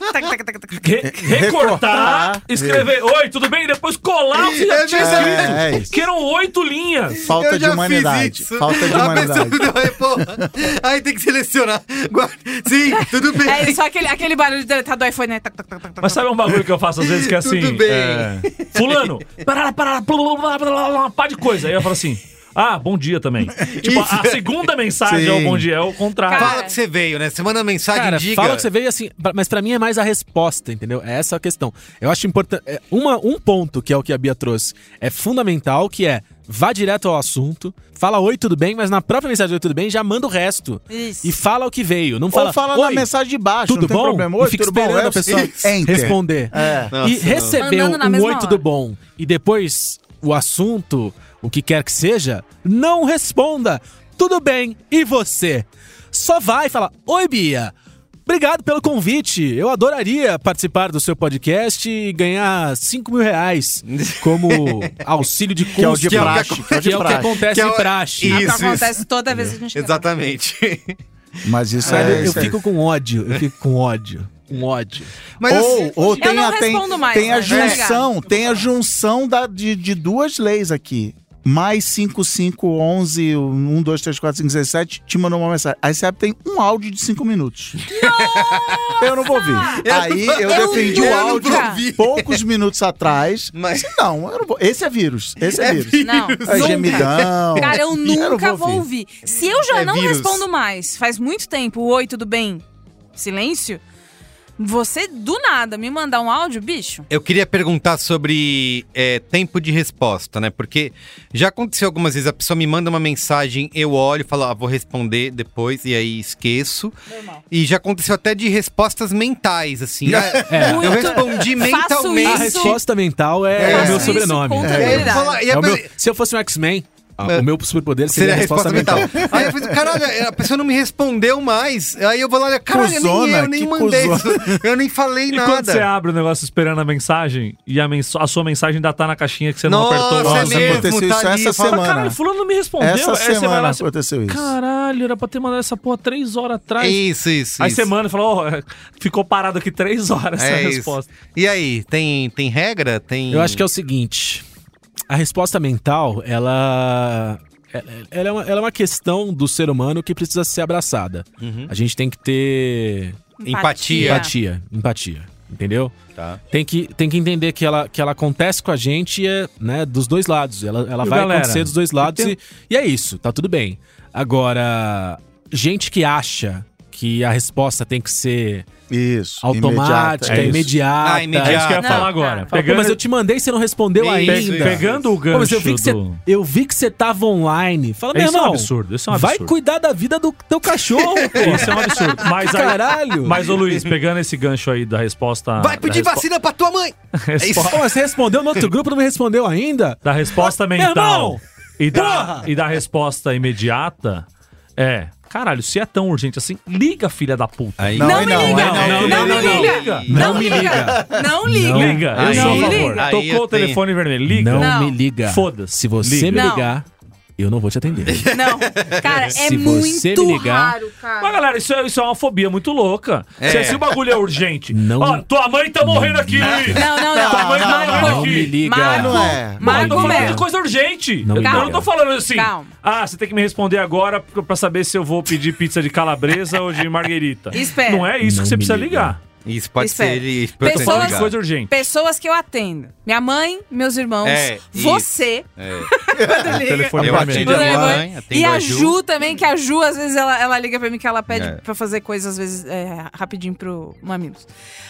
[SPEAKER 3] re- recortar,
[SPEAKER 4] Recortar.
[SPEAKER 3] escrever oi, tudo bem? E depois colar o que
[SPEAKER 1] É
[SPEAKER 3] já tinha
[SPEAKER 1] verdade.
[SPEAKER 3] escrito.
[SPEAKER 4] É, é isso.
[SPEAKER 3] Que eram oito linhas.
[SPEAKER 4] Falta
[SPEAKER 1] Eu
[SPEAKER 4] de
[SPEAKER 1] já
[SPEAKER 4] humanidade.
[SPEAKER 1] fiz isso.
[SPEAKER 4] Falta de
[SPEAKER 1] A
[SPEAKER 4] humanidade.
[SPEAKER 1] pessoa não é, porra. Aí tem que selecionar. Guarda. Sim, tudo bem.
[SPEAKER 6] É só aquele, aquele barulho do, tá do iPhone, né? Tac, tac, tac, tac,
[SPEAKER 3] Mas sabe um bagulho que eu faço às vezes que é assim?
[SPEAKER 1] Tudo bem.
[SPEAKER 3] é, fulano, parará, parará, blá, blá, blá, blá, blá, blá, pá de coisa. Aí eu falo assim. Ah, bom dia também. tipo, a segunda mensagem ao
[SPEAKER 1] Sim.
[SPEAKER 3] bom dia é o contrário.
[SPEAKER 1] Fala que você veio, né? Você manda mensagem,
[SPEAKER 5] Cara,
[SPEAKER 1] diga.
[SPEAKER 5] fala que você veio assim, pra- mas pra mim é mais a resposta, entendeu? É essa a questão. Eu acho importante. é, uma- um ponto que é o que a Bia trouxe é fundamental, que é vá direto ao assunto, fala oi, tudo bem, mas na própria mensagem oi, tudo bem, já manda o resto.
[SPEAKER 6] Isso.
[SPEAKER 5] E fala o que veio. Não fala.
[SPEAKER 4] Ou fala na
[SPEAKER 5] "Oi,
[SPEAKER 4] mensagem de baixo,
[SPEAKER 5] Tudo
[SPEAKER 4] não tem
[SPEAKER 5] bom?
[SPEAKER 4] problema.
[SPEAKER 5] e
[SPEAKER 4] Oi,
[SPEAKER 5] fica
[SPEAKER 4] tudo bom?
[SPEAKER 5] esperando
[SPEAKER 4] É,
[SPEAKER 5] a pessoa
[SPEAKER 4] Enter.
[SPEAKER 5] responder.
[SPEAKER 4] É.
[SPEAKER 1] Nossa,
[SPEAKER 5] e
[SPEAKER 1] não.
[SPEAKER 5] receber
[SPEAKER 6] Mandando na
[SPEAKER 5] um
[SPEAKER 6] mesma
[SPEAKER 5] oi,
[SPEAKER 6] hora.
[SPEAKER 5] tudo bom e depois o assunto, o que quer que seja, não responda. Tudo bem, e você? Só vai falar: Oi, Bia. Obrigado pelo convite. Eu adoraria participar do seu podcast e ganhar 5 mil reais como auxílio de custo.
[SPEAKER 4] Que é o de praxe,
[SPEAKER 5] Que é o que,
[SPEAKER 4] praxe.
[SPEAKER 5] acontece
[SPEAKER 1] Que é o-
[SPEAKER 5] em praxe.
[SPEAKER 1] Isso,
[SPEAKER 6] acontece toda vez que a gente quer
[SPEAKER 1] Exatamente.
[SPEAKER 4] Mas isso
[SPEAKER 5] Velho,
[SPEAKER 4] é.
[SPEAKER 5] eu fico com ódio. Eu fico com ódio. Com ódio.
[SPEAKER 1] Mas
[SPEAKER 4] ou, ou
[SPEAKER 6] assim, Eu
[SPEAKER 4] tem,
[SPEAKER 6] não
[SPEAKER 4] a, tem,
[SPEAKER 6] respondo mais,
[SPEAKER 4] tem a
[SPEAKER 6] mas tá
[SPEAKER 4] junção, tem a junção da, de, de duas leis aqui. Mais 5, 5, 11, 1, 2, 3, 4, 5, 6, 7, te mandou uma mensagem. Aí você tem um áudio de 5 minutos. Eu não vou ver. Aí eu
[SPEAKER 6] eu
[SPEAKER 4] defendi o
[SPEAKER 6] nunca.
[SPEAKER 4] áudio poucos minutos atrás.
[SPEAKER 1] Mas-
[SPEAKER 4] Mas não, eu não vou. Esse é vírus. Esse é, vírus.
[SPEAKER 6] Não.
[SPEAKER 4] É
[SPEAKER 6] nunca.
[SPEAKER 4] gemidão.
[SPEAKER 6] Cara, eu
[SPEAKER 4] não
[SPEAKER 6] nunca
[SPEAKER 4] vou
[SPEAKER 6] vou ouvir. Se eu já
[SPEAKER 1] É
[SPEAKER 6] não
[SPEAKER 1] vírus.
[SPEAKER 6] respondo mais, faz muito tempo, oi, tudo bem? Silêncio. Você, do nada, me mandar um áudio, bicho?
[SPEAKER 1] Eu queria perguntar sobre é, tempo de resposta, né? Porque já aconteceu algumas vezes, a pessoa me manda uma mensagem, eu olho e falo, ah, vou responder depois, e aí esqueço. E já aconteceu até de respostas mentais, assim. ah, Eu respondi
[SPEAKER 6] Faço
[SPEAKER 1] mentalmente.
[SPEAKER 6] Isso.
[SPEAKER 5] A resposta mental
[SPEAKER 1] É.
[SPEAKER 5] é, o
[SPEAKER 6] Faço
[SPEAKER 5] meu
[SPEAKER 6] isso
[SPEAKER 5] sobrenome.
[SPEAKER 6] com
[SPEAKER 1] E aí eu
[SPEAKER 6] tranquilidade.
[SPEAKER 1] falo- "Ah, e a
[SPEAKER 5] É o
[SPEAKER 1] pessoa-
[SPEAKER 5] meu- se eu fosse um X-Men, ah,
[SPEAKER 1] É.
[SPEAKER 5] o meu superpoder
[SPEAKER 1] Seria
[SPEAKER 5] seria, a resposta mental.
[SPEAKER 1] aí eu falei, caralho, a pessoa não me respondeu mais. Aí eu vou lá, olha, caralho, nem
[SPEAKER 4] Cusona,
[SPEAKER 1] eu nem
[SPEAKER 4] que
[SPEAKER 1] mandei
[SPEAKER 4] cusona.
[SPEAKER 1] isso. Eu nem falei
[SPEAKER 3] E quando
[SPEAKER 1] nada.
[SPEAKER 3] você abre o negócio esperando a mensagem e a, mens- a sua mensagem ainda tá na caixinha que você não apertou
[SPEAKER 1] Nossa,
[SPEAKER 3] lá,
[SPEAKER 1] é
[SPEAKER 3] você
[SPEAKER 4] Nossa,
[SPEAKER 1] mesmo,
[SPEAKER 4] aconteceu
[SPEAKER 1] tá
[SPEAKER 4] isso
[SPEAKER 1] ali, fala,
[SPEAKER 4] essa
[SPEAKER 3] fala,
[SPEAKER 4] semana.
[SPEAKER 3] caralho, fulano não me respondeu.
[SPEAKER 4] Essa
[SPEAKER 3] aí você vai
[SPEAKER 4] semana
[SPEAKER 3] lá e
[SPEAKER 4] aconteceu isso.
[SPEAKER 3] Caralho, era pra ter mandado essa porra três horas atrás.
[SPEAKER 1] Isso, isso,
[SPEAKER 3] Aí
[SPEAKER 1] isso.
[SPEAKER 3] você manda e fala, ó, ficou parado aqui três horas essa
[SPEAKER 1] É isso.
[SPEAKER 3] resposta.
[SPEAKER 1] E aí, tem, tem regra? Tem...
[SPEAKER 5] Eu acho que é o seguinte: a resposta mental, ela. Ela é, uma, ela é uma questão do ser humano que precisa ser abraçada. A gente tem que ter
[SPEAKER 1] Empatia.
[SPEAKER 5] empatia. Empatia. Entendeu?
[SPEAKER 1] Tá.
[SPEAKER 5] Tem que, tem que entender que ela, que ela acontece com a gente e é, né, dos dois lados. Ela, ela
[SPEAKER 3] E,
[SPEAKER 5] vai
[SPEAKER 3] galera,
[SPEAKER 5] acontecer dos dois lados
[SPEAKER 3] tem-
[SPEAKER 5] e, e é isso, tá tudo bem. Agora, gente que acha que a resposta tem que ser
[SPEAKER 4] Isso. imediata,
[SPEAKER 5] automática,
[SPEAKER 3] é
[SPEAKER 4] isso.
[SPEAKER 5] imediata.
[SPEAKER 1] Ah, imediata.
[SPEAKER 3] É isso que eu ia
[SPEAKER 6] Não,
[SPEAKER 3] falar
[SPEAKER 6] tá.
[SPEAKER 3] agora.
[SPEAKER 6] Fala,
[SPEAKER 5] Fala, pô, mas eu te mandei e você não respondeu
[SPEAKER 1] Isso,
[SPEAKER 5] ainda.
[SPEAKER 1] isso.
[SPEAKER 3] Pegando o gancho
[SPEAKER 5] Pô, mas eu vi que você,
[SPEAKER 3] do...
[SPEAKER 5] eu vi que você tava online. Fala, meu
[SPEAKER 3] Isso é um
[SPEAKER 5] irmão,
[SPEAKER 3] absurdo, isso é um
[SPEAKER 5] vai
[SPEAKER 3] absurdo.
[SPEAKER 5] cuidar da vida do teu cachorro, pô.
[SPEAKER 3] Isso é um absurdo. Mas, aí-
[SPEAKER 5] Caralho.
[SPEAKER 3] mas, ô Luiz, pegando esse gancho aí da resposta...
[SPEAKER 1] Vai pedir
[SPEAKER 3] da respo-
[SPEAKER 1] vacina pra tua mãe! É isso.
[SPEAKER 5] Pô, você respondeu no outro grupo, não me respondeu ainda?
[SPEAKER 3] Da resposta
[SPEAKER 5] Meu
[SPEAKER 3] mental
[SPEAKER 5] irmão!
[SPEAKER 3] e da,
[SPEAKER 5] Porra!
[SPEAKER 3] e da resposta imediata é... Caralho, se é tão urgente assim, liga, filha da puta.
[SPEAKER 1] Aí-
[SPEAKER 4] Não,
[SPEAKER 6] Não,
[SPEAKER 4] aí
[SPEAKER 6] me
[SPEAKER 4] não, aí
[SPEAKER 6] liga!
[SPEAKER 4] não, aí
[SPEAKER 6] Não,
[SPEAKER 4] não,
[SPEAKER 6] me
[SPEAKER 4] aí
[SPEAKER 3] não.
[SPEAKER 6] liga!
[SPEAKER 3] Não
[SPEAKER 6] Não
[SPEAKER 3] me
[SPEAKER 6] me liga! Não
[SPEAKER 3] Liga.
[SPEAKER 6] liga!
[SPEAKER 3] eu
[SPEAKER 1] Aí
[SPEAKER 3] sou a
[SPEAKER 6] eu
[SPEAKER 3] favor.
[SPEAKER 6] liga.
[SPEAKER 1] Aí eu
[SPEAKER 3] Tocou
[SPEAKER 1] tenho.
[SPEAKER 3] o telefone vermelho, liga.
[SPEAKER 5] Não,
[SPEAKER 6] Não.
[SPEAKER 5] me liga.
[SPEAKER 3] Foda-se.
[SPEAKER 5] Se você
[SPEAKER 3] Liga.
[SPEAKER 5] me
[SPEAKER 6] Não.
[SPEAKER 5] ligar, eu não vou te atender.
[SPEAKER 6] Não, cara, é
[SPEAKER 5] Se você
[SPEAKER 6] muito
[SPEAKER 5] me ligar-
[SPEAKER 6] raro,
[SPEAKER 3] Mas,
[SPEAKER 6] cara.
[SPEAKER 3] galera, isso é, isso é uma fobia muito louca.
[SPEAKER 1] É.
[SPEAKER 3] Se, se o bagulho é urgente.
[SPEAKER 5] Não.
[SPEAKER 3] Ó, tua mãe tá morrendo aqui.
[SPEAKER 6] Não, não, não.
[SPEAKER 3] Tua mãe tá
[SPEAKER 6] Marco,
[SPEAKER 3] morrendo
[SPEAKER 5] não me
[SPEAKER 3] aqui.
[SPEAKER 5] liga.
[SPEAKER 6] Marco,
[SPEAKER 4] Não é.
[SPEAKER 3] Eu tô
[SPEAKER 6] Marco,
[SPEAKER 3] falando
[SPEAKER 6] Melo.
[SPEAKER 3] de coisa urgente.
[SPEAKER 5] Não
[SPEAKER 3] eu,
[SPEAKER 5] me
[SPEAKER 3] eu não
[SPEAKER 5] liga.
[SPEAKER 3] tô falando assim.
[SPEAKER 6] Calma.
[SPEAKER 3] Ah, você tem que me responder agora pra pra saber se eu vou pedir pizza de calabresa ou de marguerita.
[SPEAKER 6] Espera.
[SPEAKER 3] Não é isso
[SPEAKER 5] Não
[SPEAKER 3] que você
[SPEAKER 5] me
[SPEAKER 3] precisa
[SPEAKER 5] liga.
[SPEAKER 3] ligar.
[SPEAKER 1] Isso pode
[SPEAKER 6] Espera.
[SPEAKER 1] ser ele.
[SPEAKER 6] Pessoas-
[SPEAKER 3] Falando de
[SPEAKER 6] Ligar.
[SPEAKER 3] coisa urgente.
[SPEAKER 6] Pessoas que eu atendo. Minha mãe, meus irmãos,
[SPEAKER 1] É,
[SPEAKER 6] você. Quando liga.
[SPEAKER 3] Telefone
[SPEAKER 1] Eu
[SPEAKER 3] vermelho.
[SPEAKER 1] atendo a
[SPEAKER 6] Quando liga,
[SPEAKER 1] mãe, atendo
[SPEAKER 6] e a
[SPEAKER 1] a
[SPEAKER 6] Ju.
[SPEAKER 1] Ju
[SPEAKER 6] também, que a Ju, às vezes, ela, ela liga pra mim que ela pede
[SPEAKER 1] É.
[SPEAKER 6] pra fazer coisas, às vezes, é, rapidinho pro Mamilos.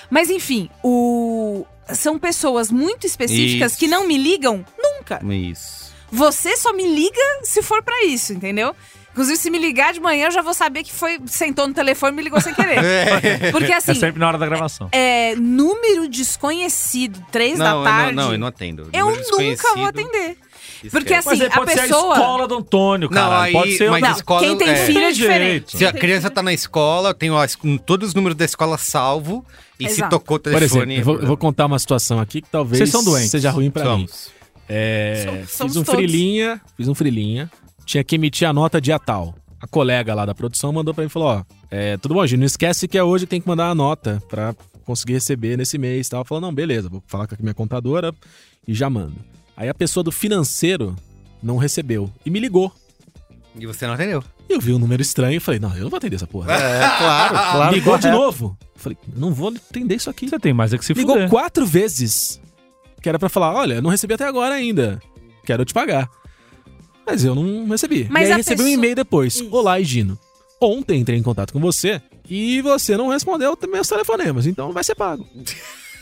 [SPEAKER 6] Mas, enfim, o... são pessoas muito específicas
[SPEAKER 1] Isso.
[SPEAKER 6] que não me ligam nunca.
[SPEAKER 1] Isso.
[SPEAKER 6] Você só me liga se for pra isso, entendeu? Inclusive, se me ligar de manhã, eu já vou saber que foi sentou no telefone e me ligou sem querer.
[SPEAKER 1] É.
[SPEAKER 6] Porque, assim,
[SPEAKER 3] É sempre na hora da gravação.
[SPEAKER 6] é, número desconhecido, três
[SPEAKER 1] Não, eu
[SPEAKER 6] da tarde,
[SPEAKER 1] não, não, eu não atendo.
[SPEAKER 6] eu
[SPEAKER 1] Número
[SPEAKER 6] nunca
[SPEAKER 1] desconhecido,
[SPEAKER 6] vou atender.
[SPEAKER 1] esquece.
[SPEAKER 6] Porque,
[SPEAKER 3] mas
[SPEAKER 6] assim,
[SPEAKER 3] aí
[SPEAKER 6] a
[SPEAKER 3] pode ser a
[SPEAKER 6] pessoa...
[SPEAKER 3] escola do Antônio, cara.
[SPEAKER 1] Não, aí-
[SPEAKER 3] pode ser
[SPEAKER 1] mas
[SPEAKER 6] Não,
[SPEAKER 1] escola-
[SPEAKER 6] quem tem
[SPEAKER 1] é.
[SPEAKER 6] filho é
[SPEAKER 3] Tem
[SPEAKER 6] diferente.
[SPEAKER 3] jeito.
[SPEAKER 1] Se a criança tá na escola, eu tenho as- com todos os números da escola salvo. E se
[SPEAKER 6] Exato.
[SPEAKER 1] tocou o
[SPEAKER 5] Por
[SPEAKER 1] telefone.
[SPEAKER 5] exemplo, eu vou, eu vou contar uma situação aqui que talvez
[SPEAKER 3] Vocês são doentes.
[SPEAKER 5] seja ruim pra mim.
[SPEAKER 1] Vamos.
[SPEAKER 5] É,
[SPEAKER 6] Somos-
[SPEAKER 5] fiz
[SPEAKER 6] somos
[SPEAKER 5] um
[SPEAKER 6] todos.
[SPEAKER 5] frilinha, fiz um frilinha, tinha que emitir a nota dia tal. A colega lá da produção mandou pra mim e falou, ó, é, tudo bom, Gino, não esquece que é hoje que tem que mandar a nota pra conseguir receber nesse mês e tal. Eu falei, não, beleza, vou falar com a minha contadora e já mando. Aí a pessoa do financeiro não recebeu e me ligou.
[SPEAKER 1] E você não atendeu.
[SPEAKER 5] Eu vi um número estranho e falei, não, eu não vou atender essa porra.
[SPEAKER 4] É, claro, claro.
[SPEAKER 5] Ligou de
[SPEAKER 4] correto.
[SPEAKER 5] novo. Eu Falei, não vou atender isso aqui.
[SPEAKER 3] Você tem mais é que se
[SPEAKER 5] Ligou
[SPEAKER 3] fuder.
[SPEAKER 5] quatro vezes. Que era pra falar, olha, eu não recebi até agora ainda. Quero te pagar. mas eu não recebi.
[SPEAKER 6] Mas
[SPEAKER 5] e aí
[SPEAKER 6] a
[SPEAKER 5] recebi um
[SPEAKER 6] pessoa-
[SPEAKER 5] e-mail depois.
[SPEAKER 6] Isso.
[SPEAKER 5] Olá, Higino. Ontem entrei em contato com você e você não respondeu meus telefonemas, então vai ser pago.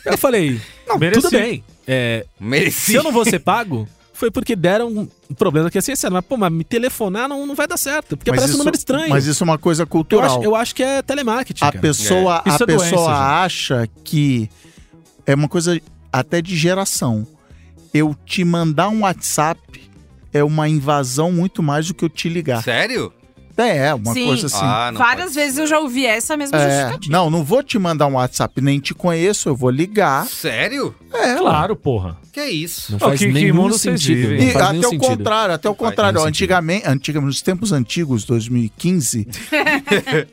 [SPEAKER 5] Eu falei, não,
[SPEAKER 3] Mereci.
[SPEAKER 5] tudo bem. É,
[SPEAKER 1] Mereci.
[SPEAKER 5] se eu não vou ser pago, foi porque deram um problema que é sincero. Mas, pô, mas me telefonar não, não vai dar certo, porque
[SPEAKER 4] Mas
[SPEAKER 5] parece
[SPEAKER 4] isso-
[SPEAKER 5] um número estranho.
[SPEAKER 4] Mas isso é uma coisa
[SPEAKER 5] eu,
[SPEAKER 4] cultural.
[SPEAKER 5] acho, eu acho que é telemarketing,
[SPEAKER 4] a
[SPEAKER 5] cara.
[SPEAKER 4] pessoa,
[SPEAKER 3] É. Isso
[SPEAKER 4] a
[SPEAKER 3] é
[SPEAKER 4] pessoa
[SPEAKER 3] doença, gente.
[SPEAKER 4] acha que é uma coisa até de geração. Eu te mandar um WhatsApp é uma invasão muito mais do que eu te ligar.
[SPEAKER 1] Sério?
[SPEAKER 4] É, é uma
[SPEAKER 6] Sim.
[SPEAKER 4] coisa assim.
[SPEAKER 1] Ah, não
[SPEAKER 6] Várias
[SPEAKER 1] pode
[SPEAKER 6] vezes eu já ouvi essa mesma
[SPEAKER 4] É,
[SPEAKER 6] justificativa.
[SPEAKER 4] não, não vou te mandar um WhatsApp, nem te conheço, eu vou ligar.
[SPEAKER 1] ser. Sério?
[SPEAKER 4] É,
[SPEAKER 3] Claro, porra.
[SPEAKER 1] Que é isso?
[SPEAKER 3] Não faz que, que mundo vocês vivem?
[SPEAKER 4] E
[SPEAKER 5] Não faz
[SPEAKER 4] até
[SPEAKER 5] nenhum
[SPEAKER 4] o
[SPEAKER 5] sentido.
[SPEAKER 4] contrário, até o
[SPEAKER 1] faz
[SPEAKER 4] contrário.
[SPEAKER 5] nenhum
[SPEAKER 4] Antigamente, antigamente, nos tempos antigos, 2015,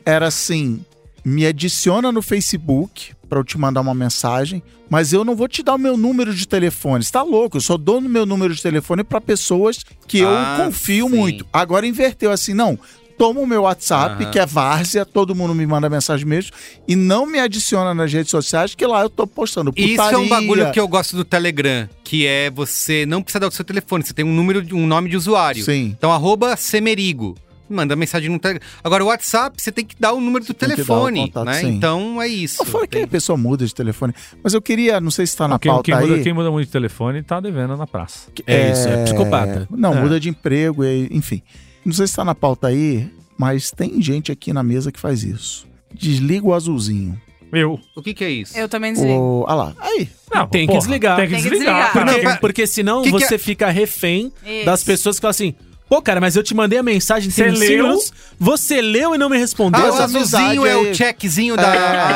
[SPEAKER 4] era assim: me adiciona no Facebook pra eu te mandar uma mensagem, mas eu não vou te dar o meu número de telefone. Você tá louco? Eu só dou o meu número de telefone pra pessoas que
[SPEAKER 1] Ah,
[SPEAKER 4] eu confio
[SPEAKER 1] sim.
[SPEAKER 4] muito. Agora inverteu assim, não. Toma o meu WhatsApp,
[SPEAKER 1] Aham.
[SPEAKER 4] que é várzea, todo mundo me manda mensagem mesmo, e não me adiciona nas redes sociais, que lá eu tô postando putaria.
[SPEAKER 1] Isso é um bagulho que eu gosto do Telegram, que é você não precisa dar o seu telefone, você tem um número, de- um nome de usuário.
[SPEAKER 4] Sim.
[SPEAKER 1] Então, arroba Semerigo. Manda mensagem no Telegram. Agora, o WhatsApp, você tem que dar o número do
[SPEAKER 4] Tem que dar o
[SPEAKER 1] telefone,
[SPEAKER 4] contato,
[SPEAKER 1] né?
[SPEAKER 4] sim.
[SPEAKER 1] Então, é isso.
[SPEAKER 4] Não, fora que
[SPEAKER 1] Tem-
[SPEAKER 4] a pessoa muda de telefone. Mas eu queria, não sei se tá na
[SPEAKER 3] Quem,
[SPEAKER 4] pauta
[SPEAKER 3] quem muda,
[SPEAKER 4] aí.
[SPEAKER 3] quem muda muito de telefone tá devendo na praça.
[SPEAKER 5] É isso, é psicopata.
[SPEAKER 4] Não,
[SPEAKER 3] É.
[SPEAKER 4] muda de emprego, e- enfim. Não sei se tá na pauta aí, mas tem gente aqui na mesa que faz isso. Desliga o azulzinho.
[SPEAKER 3] Eu.
[SPEAKER 1] O que, que é isso?
[SPEAKER 6] Eu também desligo.
[SPEAKER 4] O... Ah lá. Aí.
[SPEAKER 3] Não,
[SPEAKER 5] Tem que desligar.
[SPEAKER 3] Tem que
[SPEAKER 6] Tem que
[SPEAKER 3] desligar.
[SPEAKER 6] desligar.
[SPEAKER 3] cara.
[SPEAKER 5] Porque,
[SPEAKER 1] Não,
[SPEAKER 5] porque senão
[SPEAKER 1] que que
[SPEAKER 5] você fica refém das
[SPEAKER 6] Isso.
[SPEAKER 5] pessoas que falam assim: pô, cara, mas eu te mandei a mensagem,
[SPEAKER 3] Você
[SPEAKER 5] tem cinco
[SPEAKER 3] leu?
[SPEAKER 5] minutos, você leu e não me respondeu.
[SPEAKER 1] Ah,
[SPEAKER 4] Deus,
[SPEAKER 1] o
[SPEAKER 4] a
[SPEAKER 1] azulzinho
[SPEAKER 4] amizade
[SPEAKER 1] é o
[SPEAKER 4] aí.
[SPEAKER 1] checkzinho da.
[SPEAKER 4] É.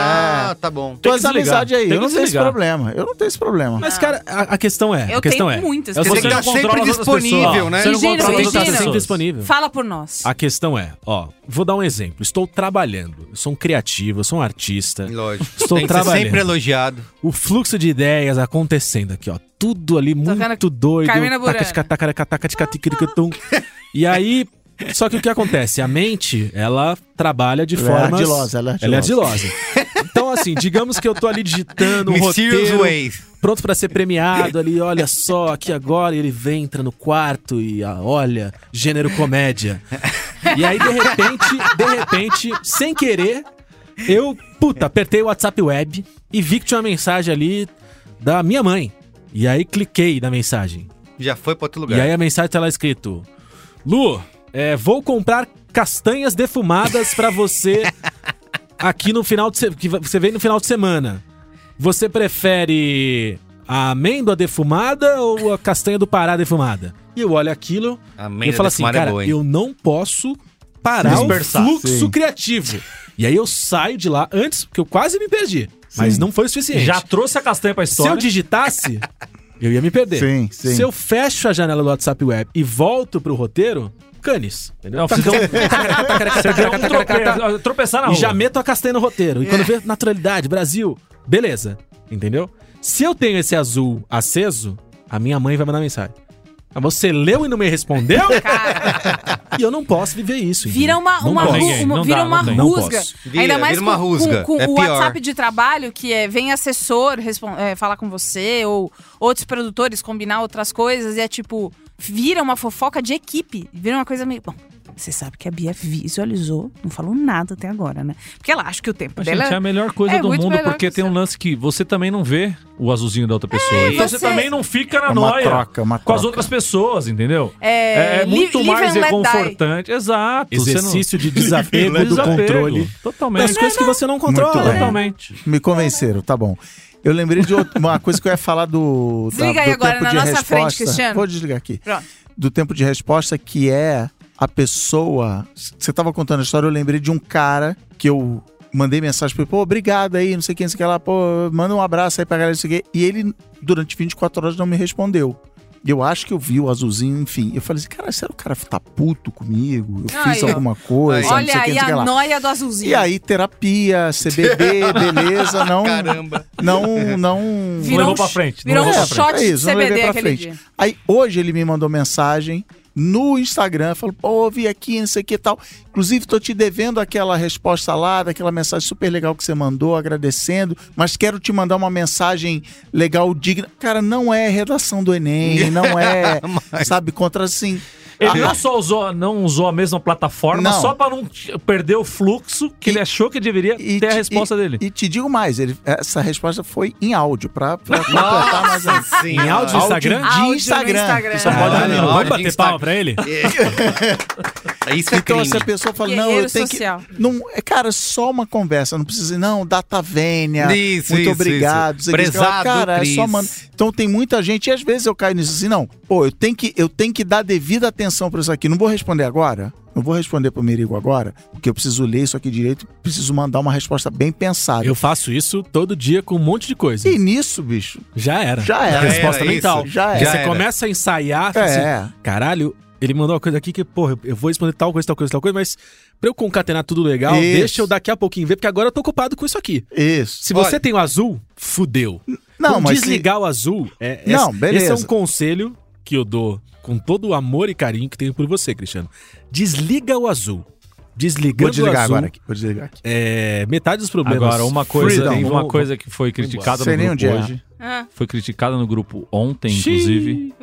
[SPEAKER 1] Ah, tá bom.
[SPEAKER 5] Então,
[SPEAKER 4] Tuas
[SPEAKER 3] desligar.
[SPEAKER 4] amizades aí.
[SPEAKER 3] Tem
[SPEAKER 4] eu
[SPEAKER 3] que
[SPEAKER 4] não tenho esse
[SPEAKER 3] desligar.
[SPEAKER 4] problema. Eu não tenho esse problema.
[SPEAKER 5] Mas, cara, a, a questão é.
[SPEAKER 6] Eu
[SPEAKER 5] a questão
[SPEAKER 6] tenho
[SPEAKER 5] é,
[SPEAKER 6] muitas
[SPEAKER 5] é
[SPEAKER 6] questões.
[SPEAKER 1] Você tem que estar
[SPEAKER 5] não
[SPEAKER 1] sempre
[SPEAKER 5] controla as outras
[SPEAKER 1] disponível,
[SPEAKER 5] pessoas.
[SPEAKER 1] né?
[SPEAKER 5] Você não
[SPEAKER 6] Regina,
[SPEAKER 5] controla as outras
[SPEAKER 6] Regina.
[SPEAKER 5] pessoas. sempre disponível.
[SPEAKER 6] Fala por nós.
[SPEAKER 5] A questão é, ó, vou dar um exemplo. Estou trabalhando, eu sou um criativo, eu sou um artista.
[SPEAKER 1] Lógico.
[SPEAKER 5] Estou
[SPEAKER 1] tem que ser
[SPEAKER 5] trabalhando.
[SPEAKER 1] sempre elogiado.
[SPEAKER 5] O fluxo de ideias acontecendo aqui, ó. Tudo ali muito
[SPEAKER 6] Tocando
[SPEAKER 5] doido.
[SPEAKER 6] Carmina Burana.
[SPEAKER 5] Taca, taca, taca, taca, taca, ticaricatum. E aí, só que o que acontece? A mente, ela trabalha de
[SPEAKER 4] Ela é
[SPEAKER 5] forma
[SPEAKER 4] ardilosa, ela é
[SPEAKER 5] Ela é ardilosa. Então, assim, digamos que eu tô ali digitando um
[SPEAKER 1] Mysterious
[SPEAKER 5] roteiro,
[SPEAKER 1] Ways.
[SPEAKER 5] pronto pra ser premiado ali, olha só, aqui agora e ele vem, entra no quarto e ah, olha, gênero comédia. E aí, de repente, de repente, sem querer, eu, puta, apertei o WhatsApp Web e vi que tinha uma mensagem ali da minha mãe. E aí cliquei na mensagem.
[SPEAKER 1] Já foi pra outro lugar.
[SPEAKER 5] E aí a mensagem tá lá escrito: Lu, é, vou comprar castanhas defumadas pra você aqui no final de se... que você vem no final de semana. Você prefere a amêndoa defumada ou a castanha do Pará defumada? E eu olho aquilo
[SPEAKER 1] Amém.
[SPEAKER 5] e eu falo assim, cara, eu não posso parar
[SPEAKER 3] Dispersar.
[SPEAKER 5] o fluxo
[SPEAKER 4] Sim.
[SPEAKER 5] criativo. E aí eu saio de lá antes, que eu quase me perdi. Mas não foi o suficiente.
[SPEAKER 3] Já trouxe a castanha pra
[SPEAKER 5] Se
[SPEAKER 3] história.
[SPEAKER 5] eu digitasse, eu ia me perder.
[SPEAKER 4] Sim, sim.
[SPEAKER 5] Se eu fecho a janela do WhatsApp Web e volto pro roteiro, canis. Entendeu?
[SPEAKER 3] Não, você deu um- você deu um trope- tropeçar na
[SPEAKER 5] E
[SPEAKER 3] rua.
[SPEAKER 5] já meto a castanha no roteiro. E quando vê naturalidade, Brasil, beleza. Entendeu? Se eu tenho esse azul aceso, a minha mãe vai mandar mensagem. Ah, Você leu e não me respondeu?
[SPEAKER 6] Cara,
[SPEAKER 5] e eu não posso viver isso.
[SPEAKER 6] vira
[SPEAKER 5] entendeu?
[SPEAKER 6] uma,
[SPEAKER 5] Não
[SPEAKER 6] uma,
[SPEAKER 5] posso.
[SPEAKER 6] ru-
[SPEAKER 3] ninguém,
[SPEAKER 6] uma-
[SPEAKER 3] não
[SPEAKER 6] vira
[SPEAKER 3] dá,
[SPEAKER 6] uma
[SPEAKER 3] não
[SPEAKER 5] tem. Não
[SPEAKER 6] rusga.
[SPEAKER 5] posso.
[SPEAKER 1] Vira,
[SPEAKER 6] Ainda mais
[SPEAKER 1] vira uma
[SPEAKER 6] com,
[SPEAKER 1] rusga.
[SPEAKER 6] com- com
[SPEAKER 1] É
[SPEAKER 6] o
[SPEAKER 1] pior.
[SPEAKER 6] WhatsApp de trabalho, que é vem assessor respon- é, falar com você, ou outros produtores combinar outras coisas, e é tipo, vira uma fofoca de equipe. Vira uma coisa meio. Bom, você sabe que a Bia visualizou, não falou nada até agora, né? Porque ela acha que o tempo
[SPEAKER 3] Mas,
[SPEAKER 6] dela.
[SPEAKER 3] Gente, é a melhor coisa
[SPEAKER 6] é
[SPEAKER 3] do
[SPEAKER 6] muito
[SPEAKER 3] mundo,
[SPEAKER 6] melhor
[SPEAKER 3] porque
[SPEAKER 6] que
[SPEAKER 3] tem um
[SPEAKER 6] você.
[SPEAKER 3] lance que você também não vê o azulzinho da outra pessoa. então você...
[SPEAKER 6] você-
[SPEAKER 3] também não fica na
[SPEAKER 4] É uma
[SPEAKER 3] noia
[SPEAKER 4] troca, é uma
[SPEAKER 3] com as
[SPEAKER 4] troca.
[SPEAKER 3] outras pessoas, entendeu?
[SPEAKER 6] É,
[SPEAKER 3] É, é
[SPEAKER 6] li-
[SPEAKER 3] muito
[SPEAKER 6] live
[SPEAKER 3] mais
[SPEAKER 6] and let die.
[SPEAKER 3] reconfortante. Exato.
[SPEAKER 5] Exercício de
[SPEAKER 3] você não...
[SPEAKER 5] desapego do
[SPEAKER 3] é Desapego.
[SPEAKER 5] controle.
[SPEAKER 3] Totalmente.
[SPEAKER 5] Das coisas que você não controla.
[SPEAKER 4] Muito bem.
[SPEAKER 5] Totalmente.
[SPEAKER 3] Totalmente.
[SPEAKER 4] Me convenceram, tá bom. Eu lembrei de outra- uma coisa que eu ia falar do.
[SPEAKER 6] Desliga
[SPEAKER 4] da-
[SPEAKER 6] aí
[SPEAKER 4] do
[SPEAKER 6] agora,
[SPEAKER 4] tempo
[SPEAKER 6] na
[SPEAKER 4] de
[SPEAKER 6] nossa
[SPEAKER 4] resposta.
[SPEAKER 6] frente, Cristiano.
[SPEAKER 4] Vou desligar aqui.
[SPEAKER 6] Pronto.
[SPEAKER 4] Do tempo de resposta, que é a pessoa. Você tava contando a história, eu lembrei de um cara que eu mandei mensagem pra ele, pô, obrigado aí, não sei quem, não sei o que lá, pô, manda um abraço aí pra galera, não sei o que. E ele, durante 24 horas, não me respondeu. E Eu acho que eu vi o azulzinho, enfim. Eu falei assim, cara, será que o cara tá puto comigo? Eu
[SPEAKER 6] Aí,
[SPEAKER 4] fiz
[SPEAKER 6] ó.
[SPEAKER 4] alguma coisa, não sei
[SPEAKER 6] Olha
[SPEAKER 4] quem,
[SPEAKER 6] aí
[SPEAKER 4] não sei o que
[SPEAKER 6] a
[SPEAKER 4] lá.
[SPEAKER 6] noia do azulzinho.
[SPEAKER 4] E aí, terapia, CBD, beleza, não.
[SPEAKER 1] Caramba.
[SPEAKER 4] Não, não.
[SPEAKER 3] Não
[SPEAKER 6] Virou
[SPEAKER 3] levou
[SPEAKER 6] um
[SPEAKER 3] pra
[SPEAKER 6] ch-
[SPEAKER 3] frente. não
[SPEAKER 6] virou
[SPEAKER 3] levou
[SPEAKER 6] um
[SPEAKER 3] pra
[SPEAKER 6] choque.
[SPEAKER 3] frente.
[SPEAKER 6] shot de
[SPEAKER 4] É não levei
[SPEAKER 6] CBD
[SPEAKER 4] pra
[SPEAKER 6] aquele
[SPEAKER 4] frente.
[SPEAKER 6] dia.
[SPEAKER 4] Aí hoje ele me mandou mensagem no Instagram, falou: pô, vi aqui, não sei o que e tal. Inclusive, tô te devendo aquela resposta lá, daquela mensagem super legal que você mandou, agradecendo, mas quero te mandar uma mensagem legal, digna. Cara, não é redação do Enem, não é, sabe, contra assim.
[SPEAKER 3] Ele não só usou, não usou a mesma plataforma,
[SPEAKER 4] Não.
[SPEAKER 3] só pra não t- perder o fluxo que
[SPEAKER 4] E-
[SPEAKER 3] ele achou que deveria
[SPEAKER 4] E
[SPEAKER 3] ter a
[SPEAKER 4] te-
[SPEAKER 3] resposta
[SPEAKER 4] e-
[SPEAKER 3] dele.
[SPEAKER 4] E te digo mais, ele- essa resposta foi em áudio, pra, pra completar mais ainda.
[SPEAKER 5] Em áudio no
[SPEAKER 4] Áudio
[SPEAKER 5] Instagram?
[SPEAKER 4] de
[SPEAKER 6] Áudio no
[SPEAKER 4] Instagram.
[SPEAKER 6] Instagram.
[SPEAKER 5] Só pode,
[SPEAKER 1] Caralho,
[SPEAKER 5] não
[SPEAKER 1] áudio
[SPEAKER 5] pode
[SPEAKER 1] de
[SPEAKER 4] tá
[SPEAKER 1] Instagram.
[SPEAKER 5] bater palma pra ele?
[SPEAKER 1] É. Isso é
[SPEAKER 4] Então,
[SPEAKER 1] crime.
[SPEAKER 4] se a pessoa fala, não,
[SPEAKER 6] Guerreiro
[SPEAKER 4] eu tenho
[SPEAKER 6] social.
[SPEAKER 4] que. Não, é, cara, só uma conversa, não precisa, não, data vênia.
[SPEAKER 1] Isso,
[SPEAKER 4] muito
[SPEAKER 1] isso,
[SPEAKER 4] obrigado.
[SPEAKER 1] isso.
[SPEAKER 4] sei que, sei lá.
[SPEAKER 1] Prezado,
[SPEAKER 4] cara, é só
[SPEAKER 1] Cris.
[SPEAKER 4] mano. Então tem muita gente, e às vezes eu caio nisso assim, não, pô, eu tenho que, eu tenho que dar devida atenção pra isso aqui. Não vou responder agora. Não vou responder pro Merigo agora, porque eu preciso ler isso aqui direito, preciso mandar uma resposta bem pensada.
[SPEAKER 5] Eu faço isso todo dia com um monte de coisa.
[SPEAKER 4] E nisso, bicho,
[SPEAKER 5] Já era.
[SPEAKER 4] já era.
[SPEAKER 1] era
[SPEAKER 5] Resposta
[SPEAKER 1] isso.
[SPEAKER 5] mental.
[SPEAKER 4] Já
[SPEAKER 5] Aí
[SPEAKER 4] era.
[SPEAKER 5] Você começa a ensaiar, fala assim,
[SPEAKER 4] É.
[SPEAKER 5] caralho, ele mandou uma coisa aqui que, porra, eu- eu vou responder tal coisa, tal coisa, tal coisa, mas pra eu concatenar tudo legal,
[SPEAKER 4] Isso.
[SPEAKER 5] deixa eu daqui a pouquinho ver, porque agora eu tô ocupado com isso aqui.
[SPEAKER 4] Isso.
[SPEAKER 5] Se
[SPEAKER 1] Olha.
[SPEAKER 5] você tem o azul, fudeu.
[SPEAKER 4] Não,
[SPEAKER 5] Não,
[SPEAKER 4] mas.
[SPEAKER 5] desligar o azul é é-
[SPEAKER 4] Não,
[SPEAKER 5] Esse é
[SPEAKER 4] beleza.
[SPEAKER 5] um conselho que eu dou com todo o amor e carinho que tenho por você, Cristiano. Desliga o azul.
[SPEAKER 4] Se... Vou
[SPEAKER 5] Desligando o
[SPEAKER 4] desligar
[SPEAKER 5] azul,
[SPEAKER 4] agora aqui. Vou desligar aqui.
[SPEAKER 5] é metade dos problemas.
[SPEAKER 3] Agora, uma coisa,
[SPEAKER 4] freedom,
[SPEAKER 3] uma
[SPEAKER 4] vamos-
[SPEAKER 3] coisa que foi criticada
[SPEAKER 4] Sei
[SPEAKER 3] no
[SPEAKER 4] nem
[SPEAKER 3] grupo
[SPEAKER 4] onde é.
[SPEAKER 3] hoje,
[SPEAKER 6] Ah,
[SPEAKER 3] foi criticada no grupo ontem,
[SPEAKER 5] Xiii.
[SPEAKER 3] inclusive,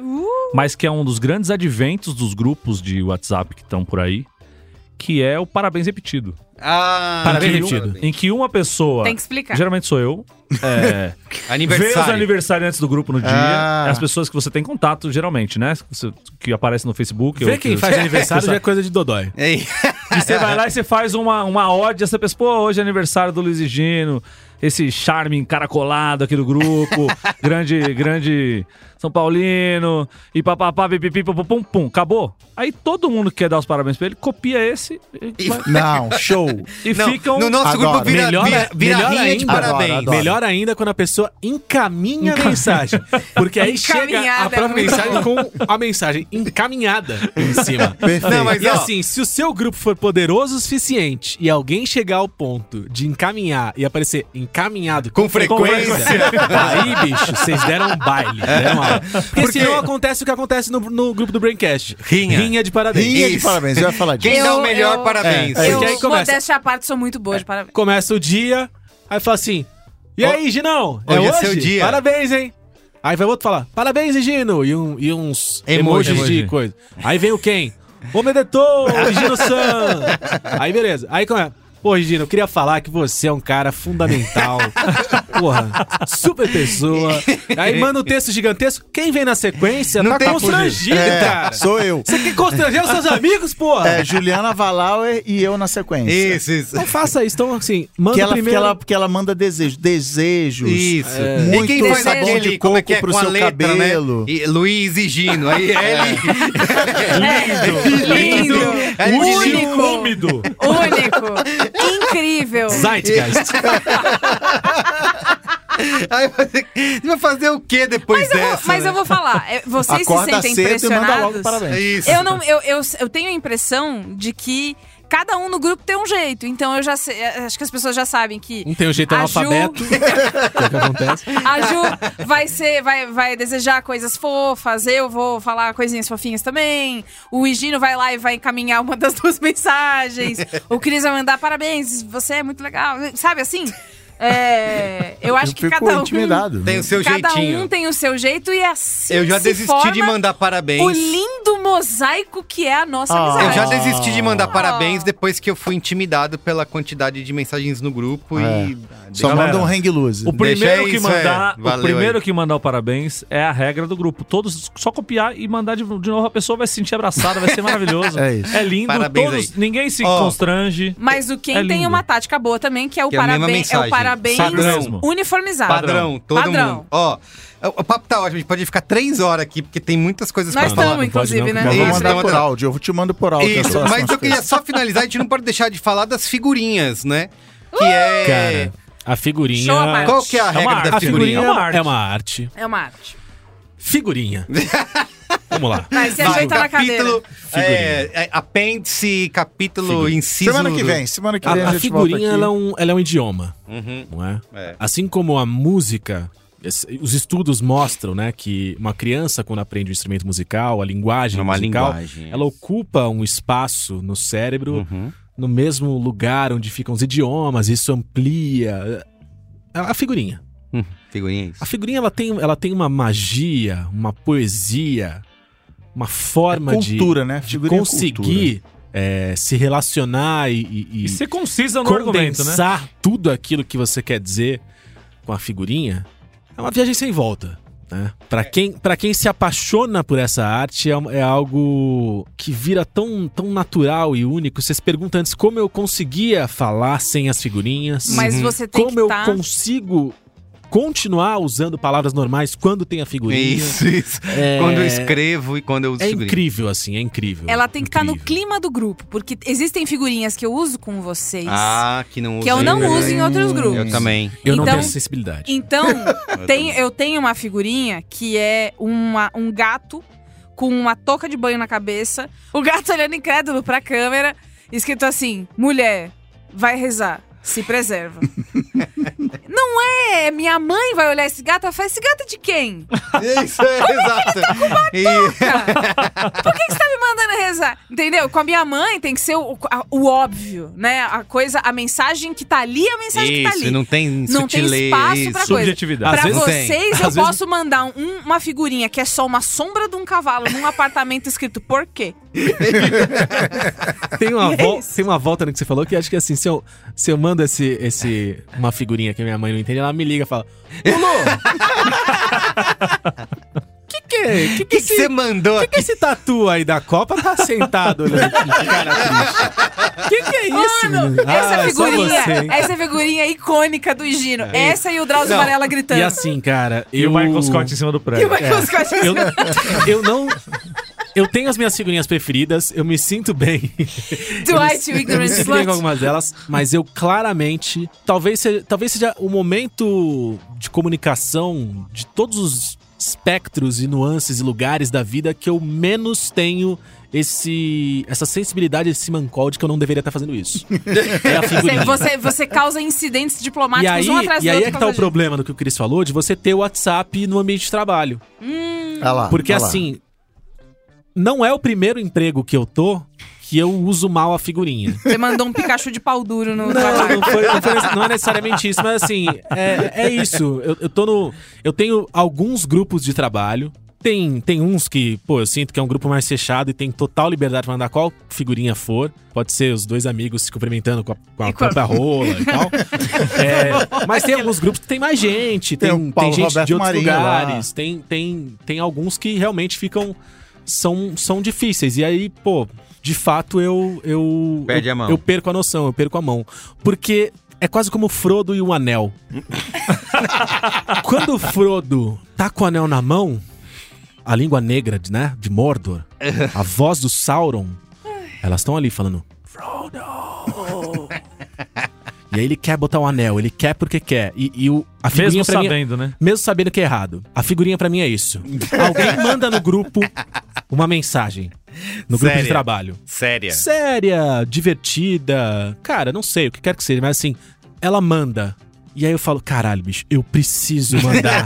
[SPEAKER 3] mas que é um dos grandes adventos dos grupos de WhatsApp que estão por aí, que é o parabéns repetido.
[SPEAKER 1] Ah,
[SPEAKER 5] Parabéns
[SPEAKER 1] que
[SPEAKER 5] repetido.
[SPEAKER 1] uma-
[SPEAKER 3] Em que uma pessoa,
[SPEAKER 6] tem que explicar.
[SPEAKER 3] geralmente sou eu, é, Vê os
[SPEAKER 1] Aniversário.
[SPEAKER 3] aniversariantes do grupo no dia. É
[SPEAKER 4] Ah.
[SPEAKER 3] As pessoas que você tem contato, geralmente, né? Que você- Que aparece no Facebook.
[SPEAKER 5] Vê
[SPEAKER 3] ou
[SPEAKER 5] quem
[SPEAKER 3] que-
[SPEAKER 5] faz aniversário já é coisa de Dodói.
[SPEAKER 1] Ei,
[SPEAKER 3] E você vai lá e você faz uma, uma ode a essa pessoa. Pô, hoje é aniversário do Luiz e Gino. Esse charme encaracolado aqui do grupo. grande, grande São Paulino. E papapá, pipipi, pum, pum, pum. Acabou. Aí todo mundo que quer dar os parabéns pra ele, copia esse e,
[SPEAKER 1] E-
[SPEAKER 4] Não, show.
[SPEAKER 3] e um
[SPEAKER 1] não,
[SPEAKER 3] ficam...
[SPEAKER 1] No nosso
[SPEAKER 4] Adoro.
[SPEAKER 1] grupo vira,
[SPEAKER 5] Melhor,
[SPEAKER 1] vira, vira
[SPEAKER 5] melhor
[SPEAKER 1] rinha de
[SPEAKER 5] ainda.
[SPEAKER 1] parabéns.
[SPEAKER 4] Adoro, adoro.
[SPEAKER 5] Melhor ainda quando a pessoa encaminha a mensagem. Porque aí chega a
[SPEAKER 6] Encaminhada,
[SPEAKER 5] própria
[SPEAKER 6] muito
[SPEAKER 5] mensagem com a mensagem encaminhada em cima.
[SPEAKER 4] Perfeito.
[SPEAKER 1] Não, mas
[SPEAKER 5] e
[SPEAKER 1] ó,
[SPEAKER 5] assim, se o seu grupo for poderoso o suficiente e alguém chegar ao ponto de encaminhar e aparecer encaminhado
[SPEAKER 1] Com frequência.
[SPEAKER 5] aí, bicho, vocês deram um baile. Deram uma... Porque,
[SPEAKER 1] Porque-
[SPEAKER 5] senão acontece o que acontece no, no grupo do Braincast.
[SPEAKER 1] Rinha.
[SPEAKER 5] Rinha de parabéns.
[SPEAKER 4] Rinha de
[SPEAKER 1] assim, Isso.
[SPEAKER 4] parabéns, eu ia falar disso.
[SPEAKER 1] quem dá o
[SPEAKER 6] Eu-
[SPEAKER 1] melhor
[SPEAKER 6] eu-
[SPEAKER 1] parabéns?
[SPEAKER 4] É,
[SPEAKER 6] Eu,
[SPEAKER 5] Porque aí começa.
[SPEAKER 6] modéstia à parte, sou muito
[SPEAKER 3] É.
[SPEAKER 6] boa de parabéns.
[SPEAKER 5] Começa o dia, aí fala assim: E aí, Ginão?
[SPEAKER 1] hoje é seu dia."
[SPEAKER 5] Parabéns, hein? Aí vai o outro falar: Parabéns, Gino! E, um- e uns
[SPEAKER 1] Emoji.
[SPEAKER 5] emojis
[SPEAKER 3] Emoji.
[SPEAKER 5] de coisa. Aí vem o quem? Ô, Medetor! Gino-san! Aí beleza. Aí como é? Pô, Gino, eu queria falar que você é um cara fundamental. Porra, super pessoa. Aí manda um texto gigantesco. Quem vem na sequência
[SPEAKER 1] Não
[SPEAKER 5] tá
[SPEAKER 1] tem
[SPEAKER 5] constrangido,
[SPEAKER 4] É,
[SPEAKER 5] cara.
[SPEAKER 4] Sou eu.
[SPEAKER 5] Você quer constranger os seus amigos, porra?
[SPEAKER 4] É, Juliana Valauer e eu na sequência.
[SPEAKER 1] Isso, isso.
[SPEAKER 5] Não faça isso. Então, assim, manda
[SPEAKER 4] Que ela,
[SPEAKER 5] primeiro...
[SPEAKER 4] que, ela, que ela manda desejo. Desejos.
[SPEAKER 1] Isso.
[SPEAKER 4] Muito
[SPEAKER 1] e quem faz
[SPEAKER 4] sabão
[SPEAKER 1] aquele
[SPEAKER 4] de
[SPEAKER 1] como é
[SPEAKER 4] coco
[SPEAKER 1] que é,
[SPEAKER 4] pro
[SPEAKER 1] com a
[SPEAKER 4] seu
[SPEAKER 1] letra,
[SPEAKER 4] cabelo.
[SPEAKER 1] Né? E Luiz e Gino. Aí ele.
[SPEAKER 6] Lindo,
[SPEAKER 1] É
[SPEAKER 6] único,
[SPEAKER 3] úmido.
[SPEAKER 6] único, incrível.
[SPEAKER 5] Zeitgeist.
[SPEAKER 1] Aí você você vai fazer o que depois
[SPEAKER 6] Mas eu,
[SPEAKER 1] dessa? né?
[SPEAKER 6] vou, mas eu vou
[SPEAKER 3] né?
[SPEAKER 6] falar, é, vocês
[SPEAKER 4] Acorda
[SPEAKER 6] se sentem
[SPEAKER 4] cedo e manda logo
[SPEAKER 6] pressionados?
[SPEAKER 4] parabéns.
[SPEAKER 1] É isso.
[SPEAKER 6] Eu não, eu, eu, eu tenho a impressão de que cada um no grupo tem um jeito, então eu já sei, acho que as pessoas já sabem que
[SPEAKER 5] Um tem o jeito
[SPEAKER 6] A
[SPEAKER 5] analfabeto.
[SPEAKER 6] Ju-
[SPEAKER 5] É o que acontece.
[SPEAKER 6] a Ju vai ser, vai, vai desejar coisas fofas, eu vou falar coisinhas fofinhas também, o Higino vai lá e vai encaminhar uma das duas mensagens, o Cris vai mandar parabéns, você é muito legal, sabe assim? É, eu acho que
[SPEAKER 4] fico
[SPEAKER 6] cada um
[SPEAKER 4] intimidado.
[SPEAKER 1] Tem o seu
[SPEAKER 6] Cada
[SPEAKER 1] jeitinho.
[SPEAKER 6] um tem o seu jeito e é assim
[SPEAKER 1] Eu já
[SPEAKER 6] que se
[SPEAKER 1] desisti
[SPEAKER 6] forma
[SPEAKER 1] de mandar parabéns.
[SPEAKER 6] o lindo mosaico que é a nossa
[SPEAKER 4] Ah.
[SPEAKER 1] Eu
[SPEAKER 6] amizade.
[SPEAKER 1] já desisti de mandar parabéns depois que eu fui intimidado pela quantidade de mensagens no grupo e.
[SPEAKER 4] Só
[SPEAKER 3] Galera,
[SPEAKER 4] manda um hang loose.
[SPEAKER 3] O primeiro,
[SPEAKER 1] Deixa
[SPEAKER 3] que
[SPEAKER 1] isso,
[SPEAKER 3] mandar,
[SPEAKER 1] é. Valeu
[SPEAKER 3] o primeiro
[SPEAKER 1] aí.
[SPEAKER 3] que mandar o parabéns é a regra do grupo. Todos só copiar e mandar de, de novo. A pessoa vai se sentir abraçada, vai ser maravilhoso.
[SPEAKER 4] É isso.
[SPEAKER 3] lindo.
[SPEAKER 1] Parabéns
[SPEAKER 3] todos-
[SPEAKER 1] aí.
[SPEAKER 3] ninguém se
[SPEAKER 1] Ó.
[SPEAKER 3] constrange.
[SPEAKER 6] Mas o Ken
[SPEAKER 3] É
[SPEAKER 6] tem
[SPEAKER 3] lindo.
[SPEAKER 6] uma tática boa também, que é o
[SPEAKER 1] Que é a mesma
[SPEAKER 6] parabéns, é,
[SPEAKER 1] mensagem.
[SPEAKER 6] o parabéns
[SPEAKER 3] Padrão.
[SPEAKER 6] uniformizado.
[SPEAKER 1] Padrão, todo
[SPEAKER 6] Padrão.
[SPEAKER 1] mundo. Ó, o papo tá ótimo, a gente pode ficar três horas aqui, porque tem muitas coisas
[SPEAKER 6] Nós
[SPEAKER 1] pra falar.
[SPEAKER 6] estamos, inclusive,
[SPEAKER 5] não,
[SPEAKER 6] né?
[SPEAKER 4] Eu vou
[SPEAKER 1] Isso,
[SPEAKER 4] mandar
[SPEAKER 1] não,
[SPEAKER 4] por
[SPEAKER 1] não.
[SPEAKER 4] áudio. Eu te mando por áudio. as
[SPEAKER 1] é Isso,
[SPEAKER 4] próximas
[SPEAKER 1] mas eu queria
[SPEAKER 4] coisas.
[SPEAKER 1] só finalizar, a gente não pode deixar de falar das figurinhas, né? Que é.
[SPEAKER 5] Cara, a figurinha.
[SPEAKER 6] Show, Amaro.
[SPEAKER 1] Qual que é a
[SPEAKER 3] É uma
[SPEAKER 1] regra
[SPEAKER 3] arte.
[SPEAKER 1] da
[SPEAKER 5] A figurinha
[SPEAKER 1] figurinha?
[SPEAKER 5] é uma arte. É uma arte.
[SPEAKER 6] É uma arte.
[SPEAKER 5] Figurinha. Vamos lá.
[SPEAKER 6] Mas você
[SPEAKER 1] Vai, um
[SPEAKER 6] ajeita na cadeira.
[SPEAKER 1] capítulo, é, é, apêndice, capítulo, inciso.
[SPEAKER 4] Semana que
[SPEAKER 1] do-
[SPEAKER 4] vem, semana que
[SPEAKER 5] A,
[SPEAKER 4] vem a,
[SPEAKER 5] a
[SPEAKER 4] gente
[SPEAKER 5] figurinha
[SPEAKER 4] volta
[SPEAKER 5] ela é, um, ela é um idioma,
[SPEAKER 1] Uhum,
[SPEAKER 5] não é?
[SPEAKER 1] é.
[SPEAKER 5] Assim como a música, es- os estudos mostram, né, que uma criança quando aprende um instrumento musical, a linguagem
[SPEAKER 1] É uma
[SPEAKER 5] musical,
[SPEAKER 1] linguagem,
[SPEAKER 5] ela ocupa um espaço no cérebro,
[SPEAKER 1] Uhum.
[SPEAKER 5] no mesmo lugar onde ficam os idiomas, isso amplia a, a figurinha.
[SPEAKER 1] Figurinha é isso.
[SPEAKER 5] A figurinha ela tem, ela tem uma magia, uma poesia uma forma
[SPEAKER 4] É
[SPEAKER 5] de-
[SPEAKER 4] cultura, né?
[SPEAKER 5] de
[SPEAKER 4] Figurinha é
[SPEAKER 5] conseguir é, se relacionar e, e-
[SPEAKER 3] E
[SPEAKER 5] e
[SPEAKER 3] ser concisa no argumento, né?
[SPEAKER 5] condensar tudo aquilo que você quer dizer com a figurinha é uma viagem sem volta. Né? Para quem, pra quem se apaixona por essa arte, é, um- é algo que vira tão, tão natural e único. Você se pergunta antes como eu conseguia falar sem as figurinhas.
[SPEAKER 6] Mas você tem
[SPEAKER 5] Uhum. como
[SPEAKER 6] que tá.
[SPEAKER 5] eu
[SPEAKER 6] estar.
[SPEAKER 5] consigo continuar usando palavras normais quando tem a figurinha.
[SPEAKER 1] Isso, isso.
[SPEAKER 5] É,
[SPEAKER 1] Quando eu escrevo e quando eu uso
[SPEAKER 5] É
[SPEAKER 1] figurinha.
[SPEAKER 5] incrível, assim, é incrível.
[SPEAKER 6] Ela tem que estar no
[SPEAKER 5] Incrível.
[SPEAKER 6] clima do grupo, porque existem figurinhas que eu uso com vocês
[SPEAKER 1] Ah, que não uso.
[SPEAKER 6] que eu
[SPEAKER 1] em
[SPEAKER 6] não
[SPEAKER 1] verdade.
[SPEAKER 6] uso em outros grupos.
[SPEAKER 1] Eu também.
[SPEAKER 5] Eu não
[SPEAKER 6] Então-
[SPEAKER 5] tenho essa sensibilidade.
[SPEAKER 6] Então,
[SPEAKER 1] Eu
[SPEAKER 6] tem-
[SPEAKER 1] também.
[SPEAKER 6] eu tenho uma figurinha que é uma- um gato com uma touca de banho na cabeça, o gato olhando incrédulo pra câmera, escrito assim: mulher, vai rezar. Se preserva. Não é, minha mãe vai olhar esse gato e vai falar: esse gato é de quem?
[SPEAKER 1] Isso, é, exato. E-
[SPEAKER 6] mandando rezar. Entendeu? Com a minha mãe tem que ser o, a- o óbvio, né? A coisa, a mensagem que tá ali, a mensagem que tá
[SPEAKER 1] Isso,
[SPEAKER 6] ali.
[SPEAKER 1] e não tem
[SPEAKER 6] Não tem
[SPEAKER 1] sutileza.
[SPEAKER 6] espaço pra
[SPEAKER 1] isso.
[SPEAKER 6] coisa.
[SPEAKER 3] Subjetividade.
[SPEAKER 6] Pra
[SPEAKER 5] vezes
[SPEAKER 6] vocês,
[SPEAKER 1] tem.
[SPEAKER 6] eu
[SPEAKER 5] Às vezes-
[SPEAKER 6] posso mandar um- uma figurinha que é só uma sombra de um cavalo num apartamento escrito por quê?
[SPEAKER 5] Tem uma,
[SPEAKER 6] É
[SPEAKER 5] vol-
[SPEAKER 6] isso.
[SPEAKER 5] tem uma volta no que você falou que acho que assim, se eu, se eu mando esse, esse, uma figurinha que minha mãe não entende, ela me liga e fala: Ô Lu! que que é? Que que,
[SPEAKER 1] O que, que
[SPEAKER 5] esse,
[SPEAKER 1] você mandou
[SPEAKER 5] que que esse tatu aí da Copa tá sentado olhando aqui, de cara triste? Que que é isso? menino?
[SPEAKER 6] essa
[SPEAKER 5] Ah, é só
[SPEAKER 6] figurinha,
[SPEAKER 5] você, hein?
[SPEAKER 6] essa figurinha icônica do Gino. Essa e o Drauzio
[SPEAKER 5] Não.
[SPEAKER 6] Varela gritando.
[SPEAKER 5] E assim, cara, eu.
[SPEAKER 3] E o Michael Scott em cima
[SPEAKER 6] E
[SPEAKER 3] do
[SPEAKER 6] o
[SPEAKER 3] prédio. É.
[SPEAKER 6] Michael Scott-
[SPEAKER 5] Eu, eu não. Eu tenho as minhas figurinhas preferidas, eu me sinto bem.
[SPEAKER 6] Dwight, o
[SPEAKER 5] Eu me
[SPEAKER 6] Ignorant
[SPEAKER 5] sinto bem
[SPEAKER 6] Slut.
[SPEAKER 5] com algumas delas, mas eu claramente. Talvez seja, talvez seja o momento de comunicação de todos os espectros e nuances e lugares da vida que eu menos tenho esse essa sensibilidade, esse mancol de que eu não deveria estar fazendo isso. É a figurinha.
[SPEAKER 6] Você, você causa incidentes
[SPEAKER 5] E
[SPEAKER 6] diplomáticos
[SPEAKER 5] aí,
[SPEAKER 6] um atrás
[SPEAKER 5] e
[SPEAKER 6] do
[SPEAKER 5] aí
[SPEAKER 6] outro.
[SPEAKER 5] é que
[SPEAKER 6] por
[SPEAKER 5] tá o
[SPEAKER 6] causa
[SPEAKER 5] problema do que o Cris falou, de você ter o WhatsApp no ambiente de trabalho.
[SPEAKER 4] Olha
[SPEAKER 1] Ah,
[SPEAKER 4] lá,
[SPEAKER 5] Porque
[SPEAKER 1] tá
[SPEAKER 4] olha lá.
[SPEAKER 5] assim, não é o primeiro emprego que eu tô que eu uso mal a figurinha.
[SPEAKER 6] disso. Você mandou um Pikachu de pau duro no. no
[SPEAKER 5] Não,
[SPEAKER 6] ataque.
[SPEAKER 5] não, foi- não foi- não é necessariamente isso, mas assim, é, é isso. Eu, eu tô no. Eu tenho alguns grupos de trabalho. Tem, tem uns que, pô, eu sinto que é um grupo mais fechado e tem total liberdade pra mandar qual figurinha for. Pode ser os dois amigos se cumprimentando com a, com a
[SPEAKER 6] E com a-
[SPEAKER 5] própria rola e tal. É, mas tem alguns grupos que tem mais gente, tem,
[SPEAKER 4] Tem o
[SPEAKER 5] tem,
[SPEAKER 4] Paulo
[SPEAKER 5] gente
[SPEAKER 4] Roberto
[SPEAKER 5] de outros
[SPEAKER 4] Marinho lá.
[SPEAKER 5] lugares, tem, tem, tem alguns que realmente ficam. São, são difíceis. E aí, pô, de fato eu. eu
[SPEAKER 1] Perde
[SPEAKER 5] eu,
[SPEAKER 1] a mão.
[SPEAKER 5] Eu perco a noção, eu perco a mão. Porque é quase como o Frodo e o anel. Quando o Frodo tá com o anel na mão, a língua negra, de- né? De Mordor, a voz do Sauron, elas estão ali falando: Frodo! e aí ele quer botar o anel, ele quer porque quer. E, e o, a figurinha
[SPEAKER 3] Mesmo
[SPEAKER 5] pra mim é-
[SPEAKER 3] sabendo, né?
[SPEAKER 5] mesmo sabendo que é errado. A figurinha pra mim é isso. Alguém manda no grupo uma mensagem. No grupo
[SPEAKER 1] Séria. É.
[SPEAKER 5] de trabalho.
[SPEAKER 1] Séria.
[SPEAKER 5] Séria, divertida. Cara, não sei o que quer que seja, mas assim, ela manda. E aí eu falo, caralho, bicho, eu preciso mandar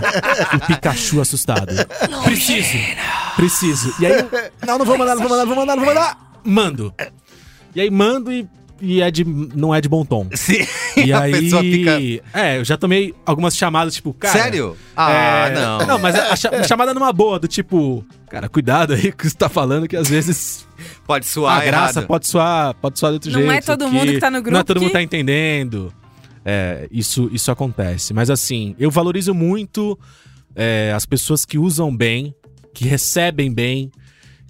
[SPEAKER 5] o Pikachu assustado. Preciso. Preciso. E aí, eu, não, não vou mandar, não vou mandar, não vou mandar, não vou mandar. Mando. E aí mando e, e é de, não é de bom tom.
[SPEAKER 1] Sim.
[SPEAKER 5] E
[SPEAKER 1] a
[SPEAKER 5] aí,
[SPEAKER 1] pessoa fica...
[SPEAKER 5] é, eu já tomei algumas chamadas, tipo, cara...
[SPEAKER 1] Sério? Ah,
[SPEAKER 5] É,
[SPEAKER 1] não. É.
[SPEAKER 5] Não, mas a, a cha- chamada numa boa, do tipo, cara, cuidado aí com o que você tá falando, que às vezes
[SPEAKER 1] Pode soar
[SPEAKER 5] a graça
[SPEAKER 1] errado.
[SPEAKER 5] pode soar, pode soar de outro
[SPEAKER 6] Não
[SPEAKER 5] jeito.
[SPEAKER 6] é todo mundo que tá no grupo
[SPEAKER 5] Não é todo mundo
[SPEAKER 6] que-
[SPEAKER 5] que tá entendendo. É, isso, isso acontece. Mas assim, eu valorizo muito é, as pessoas que usam bem, que recebem bem,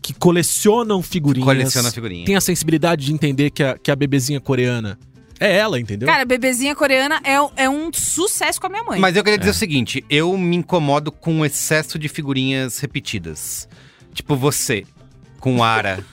[SPEAKER 5] que colecionam figurinhas.
[SPEAKER 1] Coleciona figurinha.
[SPEAKER 5] Tem a sensibilidade de entender que a, que a bebezinha coreana é ela, entendeu?
[SPEAKER 6] Cara, bebezinha coreana é, um- é um sucesso com a minha mãe.
[SPEAKER 1] Mas eu queria
[SPEAKER 5] É.
[SPEAKER 1] dizer o seguinte: eu me incomodo com o excesso de figurinhas repetidas. Tipo você, com Ara.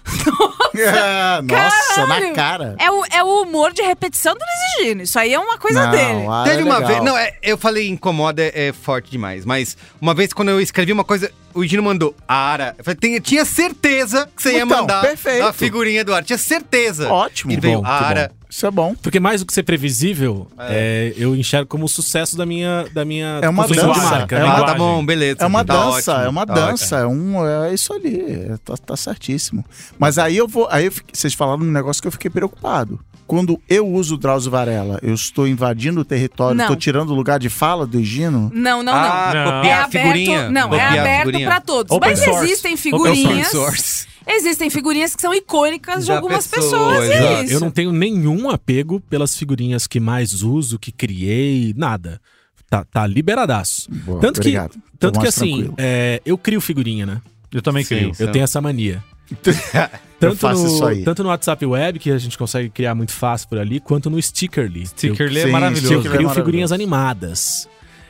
[SPEAKER 4] É, nossa, na cara.
[SPEAKER 6] É, o, é o humor de repetição do Luiz Gino. Isso aí é uma coisa
[SPEAKER 4] não,
[SPEAKER 6] dele.
[SPEAKER 4] ah,
[SPEAKER 1] Teve
[SPEAKER 4] é
[SPEAKER 1] uma
[SPEAKER 4] legal.
[SPEAKER 1] vez. Não, é- eu falei incomoda é, é forte demais, mas uma vez quando eu escrevi uma coisa, o Gino mandou Ara. Eu falei, "Tem- tinha certeza que você ia
[SPEAKER 4] Então,
[SPEAKER 1] mandar
[SPEAKER 4] perfeito.
[SPEAKER 1] a figurinha do Ara. Tinha certeza.
[SPEAKER 4] Ótimo.
[SPEAKER 1] E veio
[SPEAKER 5] bom, que
[SPEAKER 1] Ara.
[SPEAKER 4] Isso é bom.
[SPEAKER 5] Porque mais do que ser previsível, é, eu enxergo como o sucesso da minha, da minha
[SPEAKER 4] É uma
[SPEAKER 5] construção de
[SPEAKER 4] dança,
[SPEAKER 5] marca.
[SPEAKER 4] é
[SPEAKER 5] né?
[SPEAKER 4] uma-
[SPEAKER 1] Ah, tá bom, beleza.
[SPEAKER 4] É uma
[SPEAKER 1] Tá
[SPEAKER 4] dança,
[SPEAKER 1] ótimo,
[SPEAKER 4] é uma
[SPEAKER 1] tá
[SPEAKER 4] dança, é um, é isso ali, é, tá, tá certíssimo. Mas aí eu vou, aí eu fiquei- vocês falaram um negócio que eu fiquei preocupado. Quando eu uso o Drauzio Varela, eu estou invadindo o território,
[SPEAKER 6] Não.
[SPEAKER 4] estou tirando o lugar de fala do Higino?
[SPEAKER 6] Não, não, não.
[SPEAKER 1] Ah,
[SPEAKER 3] não.
[SPEAKER 6] É
[SPEAKER 1] copiar a
[SPEAKER 6] aberto,
[SPEAKER 1] figurinha.
[SPEAKER 6] não,
[SPEAKER 1] copiar
[SPEAKER 6] é
[SPEAKER 1] a
[SPEAKER 6] aberto
[SPEAKER 1] figurinha.
[SPEAKER 6] pra todos.
[SPEAKER 3] Open
[SPEAKER 6] mas
[SPEAKER 3] source.
[SPEAKER 6] existem
[SPEAKER 1] Open
[SPEAKER 6] figurinhas,
[SPEAKER 1] source.
[SPEAKER 6] existem figurinhas que são icônicas de
[SPEAKER 1] Da
[SPEAKER 6] algumas
[SPEAKER 1] pessoa,
[SPEAKER 6] pessoas, e é
[SPEAKER 1] exato.
[SPEAKER 6] isso.
[SPEAKER 5] Eu não tenho nenhum apego pelas figurinhas que mais uso, que criei, nada. Tá, tá liberadaço.
[SPEAKER 4] Boa,
[SPEAKER 5] tanto
[SPEAKER 4] obrigado.
[SPEAKER 5] que,
[SPEAKER 4] Tô
[SPEAKER 5] tanto que
[SPEAKER 4] mais
[SPEAKER 5] assim,
[SPEAKER 4] tranquilo.
[SPEAKER 5] é, eu crio figurinha, né?
[SPEAKER 3] Eu também
[SPEAKER 1] Sim.
[SPEAKER 3] queria.
[SPEAKER 1] Então.
[SPEAKER 5] Eu tenho essa mania.
[SPEAKER 4] Eu
[SPEAKER 5] Tanto
[SPEAKER 4] faço
[SPEAKER 5] no,
[SPEAKER 4] isso aí.
[SPEAKER 5] Tanto no WhatsApp Web, que a gente consegue criar muito fácil por ali, quanto no Stickerly.
[SPEAKER 3] Stickerly é
[SPEAKER 4] Sim,
[SPEAKER 3] maravilhoso.
[SPEAKER 4] Stickerly
[SPEAKER 5] Eu crio
[SPEAKER 4] é
[SPEAKER 5] figurinhas animadas.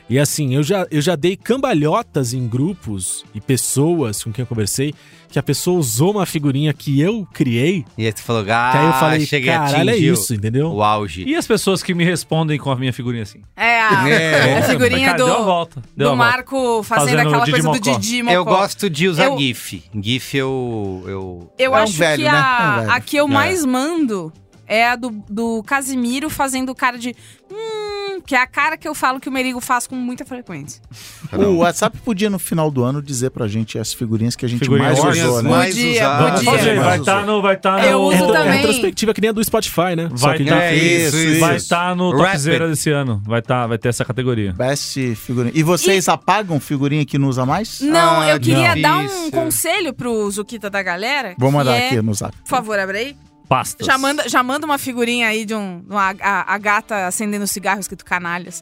[SPEAKER 5] E assim, eu já, eu já dei cambalhotas em grupos e pessoas com quem eu conversei que a pessoa usou uma figurinha que eu criei, que
[SPEAKER 1] E aí você falou, ah,
[SPEAKER 5] aí eu falei,
[SPEAKER 1] cheguei
[SPEAKER 5] caralho,
[SPEAKER 1] a
[SPEAKER 5] é
[SPEAKER 1] atingir
[SPEAKER 5] isso, entendeu?
[SPEAKER 1] o auge.
[SPEAKER 3] E as pessoas que me respondem com a minha figurinha assim?
[SPEAKER 6] É a,
[SPEAKER 1] É.
[SPEAKER 6] a figurinha
[SPEAKER 3] Cara, deu a
[SPEAKER 6] do,
[SPEAKER 3] volta. Deu a
[SPEAKER 6] do
[SPEAKER 3] volta.
[SPEAKER 6] Marco fazendo,
[SPEAKER 3] Fazendo
[SPEAKER 6] aquela
[SPEAKER 3] o Didi
[SPEAKER 6] coisa do
[SPEAKER 3] Mocó.
[SPEAKER 6] Didi
[SPEAKER 1] Eu
[SPEAKER 6] Mocó.
[SPEAKER 1] gosto de usar
[SPEAKER 6] Eu-
[SPEAKER 1] GIF. GIF eu. eu...
[SPEAKER 6] Eu
[SPEAKER 4] É um
[SPEAKER 6] acho
[SPEAKER 4] velho,
[SPEAKER 6] que
[SPEAKER 4] né?
[SPEAKER 6] a,
[SPEAKER 4] É um velho.
[SPEAKER 6] a que eu
[SPEAKER 1] É.
[SPEAKER 6] mais mando é a do, do Casimiro fazendo o cara de. Hum, que é a cara que eu falo que o Merigo faz com muita frequência.
[SPEAKER 1] Ah,
[SPEAKER 4] O WhatsApp podia no final do ano dizer pra gente as figurinhas que a gente
[SPEAKER 3] Figurinha
[SPEAKER 4] mais
[SPEAKER 3] ordens,
[SPEAKER 4] usou, né?
[SPEAKER 1] mais né?
[SPEAKER 6] Podia,
[SPEAKER 1] usadas.
[SPEAKER 6] podia.
[SPEAKER 3] Fazer,
[SPEAKER 4] Mas
[SPEAKER 3] vai
[SPEAKER 4] usou.
[SPEAKER 3] estar no. Vai tá
[SPEAKER 6] Eu
[SPEAKER 3] no-
[SPEAKER 6] uso
[SPEAKER 5] é,
[SPEAKER 6] também.
[SPEAKER 5] É retrospectiva que nem a do Spotify, né? Só
[SPEAKER 3] Vai
[SPEAKER 5] que
[SPEAKER 3] tá-
[SPEAKER 5] tá...
[SPEAKER 1] É isso, isso.
[SPEAKER 3] Vai estar no
[SPEAKER 1] Wrap
[SPEAKER 3] top zero
[SPEAKER 1] it.
[SPEAKER 3] desse ano. Vai, tá, vai ter essa categoria.
[SPEAKER 4] Best figurinha. E vocês apagam figurinha que não usa mais?
[SPEAKER 6] Não,
[SPEAKER 1] Ah,
[SPEAKER 6] eu queria
[SPEAKER 1] difícil.
[SPEAKER 6] dar um conselho pro Zuquita da galera.
[SPEAKER 4] Vou
[SPEAKER 6] que
[SPEAKER 4] mandar
[SPEAKER 6] é-
[SPEAKER 4] aqui no zap.
[SPEAKER 6] Por favor, abre aí.
[SPEAKER 3] Pastas.
[SPEAKER 6] Já manda, já manda uma figurinha aí de um, de uma- a, a gata acendendo cigarro escrito canalhas,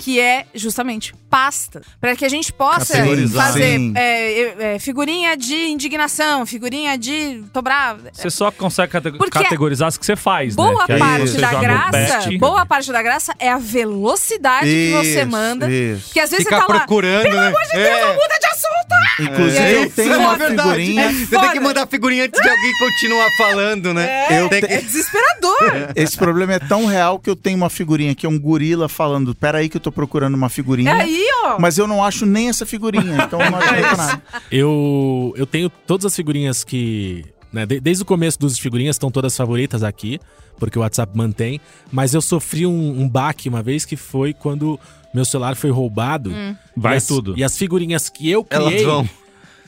[SPEAKER 6] que é justamente pasta. Pra que a gente possa
[SPEAKER 4] Categorizar.
[SPEAKER 6] fazer
[SPEAKER 4] Sim.
[SPEAKER 6] é, é, é, figurinha de indignação, figurinha de. tô brava.
[SPEAKER 3] Você só consegue cate-
[SPEAKER 6] Porque
[SPEAKER 3] categorizar as que você faz,
[SPEAKER 6] Boa
[SPEAKER 3] né? Que aí
[SPEAKER 6] parte
[SPEAKER 3] você
[SPEAKER 6] da
[SPEAKER 3] joga o
[SPEAKER 6] graça,
[SPEAKER 3] pet.
[SPEAKER 6] boa parte da graça é a velocidade que você
[SPEAKER 4] Isso,
[SPEAKER 6] manda.
[SPEAKER 4] Isso.
[SPEAKER 6] Porque às vezes
[SPEAKER 1] Ficar
[SPEAKER 6] você tá lá,
[SPEAKER 1] procurando, né? é.
[SPEAKER 6] muda de assunto!
[SPEAKER 4] Inclusive,
[SPEAKER 6] É.
[SPEAKER 4] eu tenho uma
[SPEAKER 6] Foda.
[SPEAKER 4] figurinha.
[SPEAKER 6] É
[SPEAKER 1] Você tem que
[SPEAKER 6] foda.
[SPEAKER 1] mandar figurinha antes de alguém continuar falando, né?
[SPEAKER 4] Eu
[SPEAKER 1] Tem
[SPEAKER 6] É
[SPEAKER 1] que-
[SPEAKER 6] desesperador!
[SPEAKER 4] Esse problema é tão real que eu tenho uma figurinha que é um gorila falando: peraí, que eu tô procurando uma figurinha.
[SPEAKER 6] Aí, ó.
[SPEAKER 4] Mas eu não acho nem essa figurinha, então
[SPEAKER 6] É
[SPEAKER 4] não adianta nada.
[SPEAKER 5] Eu, eu tenho todas as figurinhas que. né, de- desde o começo dos figurinhas estão todas favoritas aqui, porque o WhatsApp mantém. Mas eu sofri um, um baque uma vez que foi quando meu celular foi roubado.
[SPEAKER 3] Vai
[SPEAKER 5] E as-
[SPEAKER 3] tudo.
[SPEAKER 5] E as figurinhas que eu
[SPEAKER 1] Elas
[SPEAKER 5] criei,
[SPEAKER 1] vão.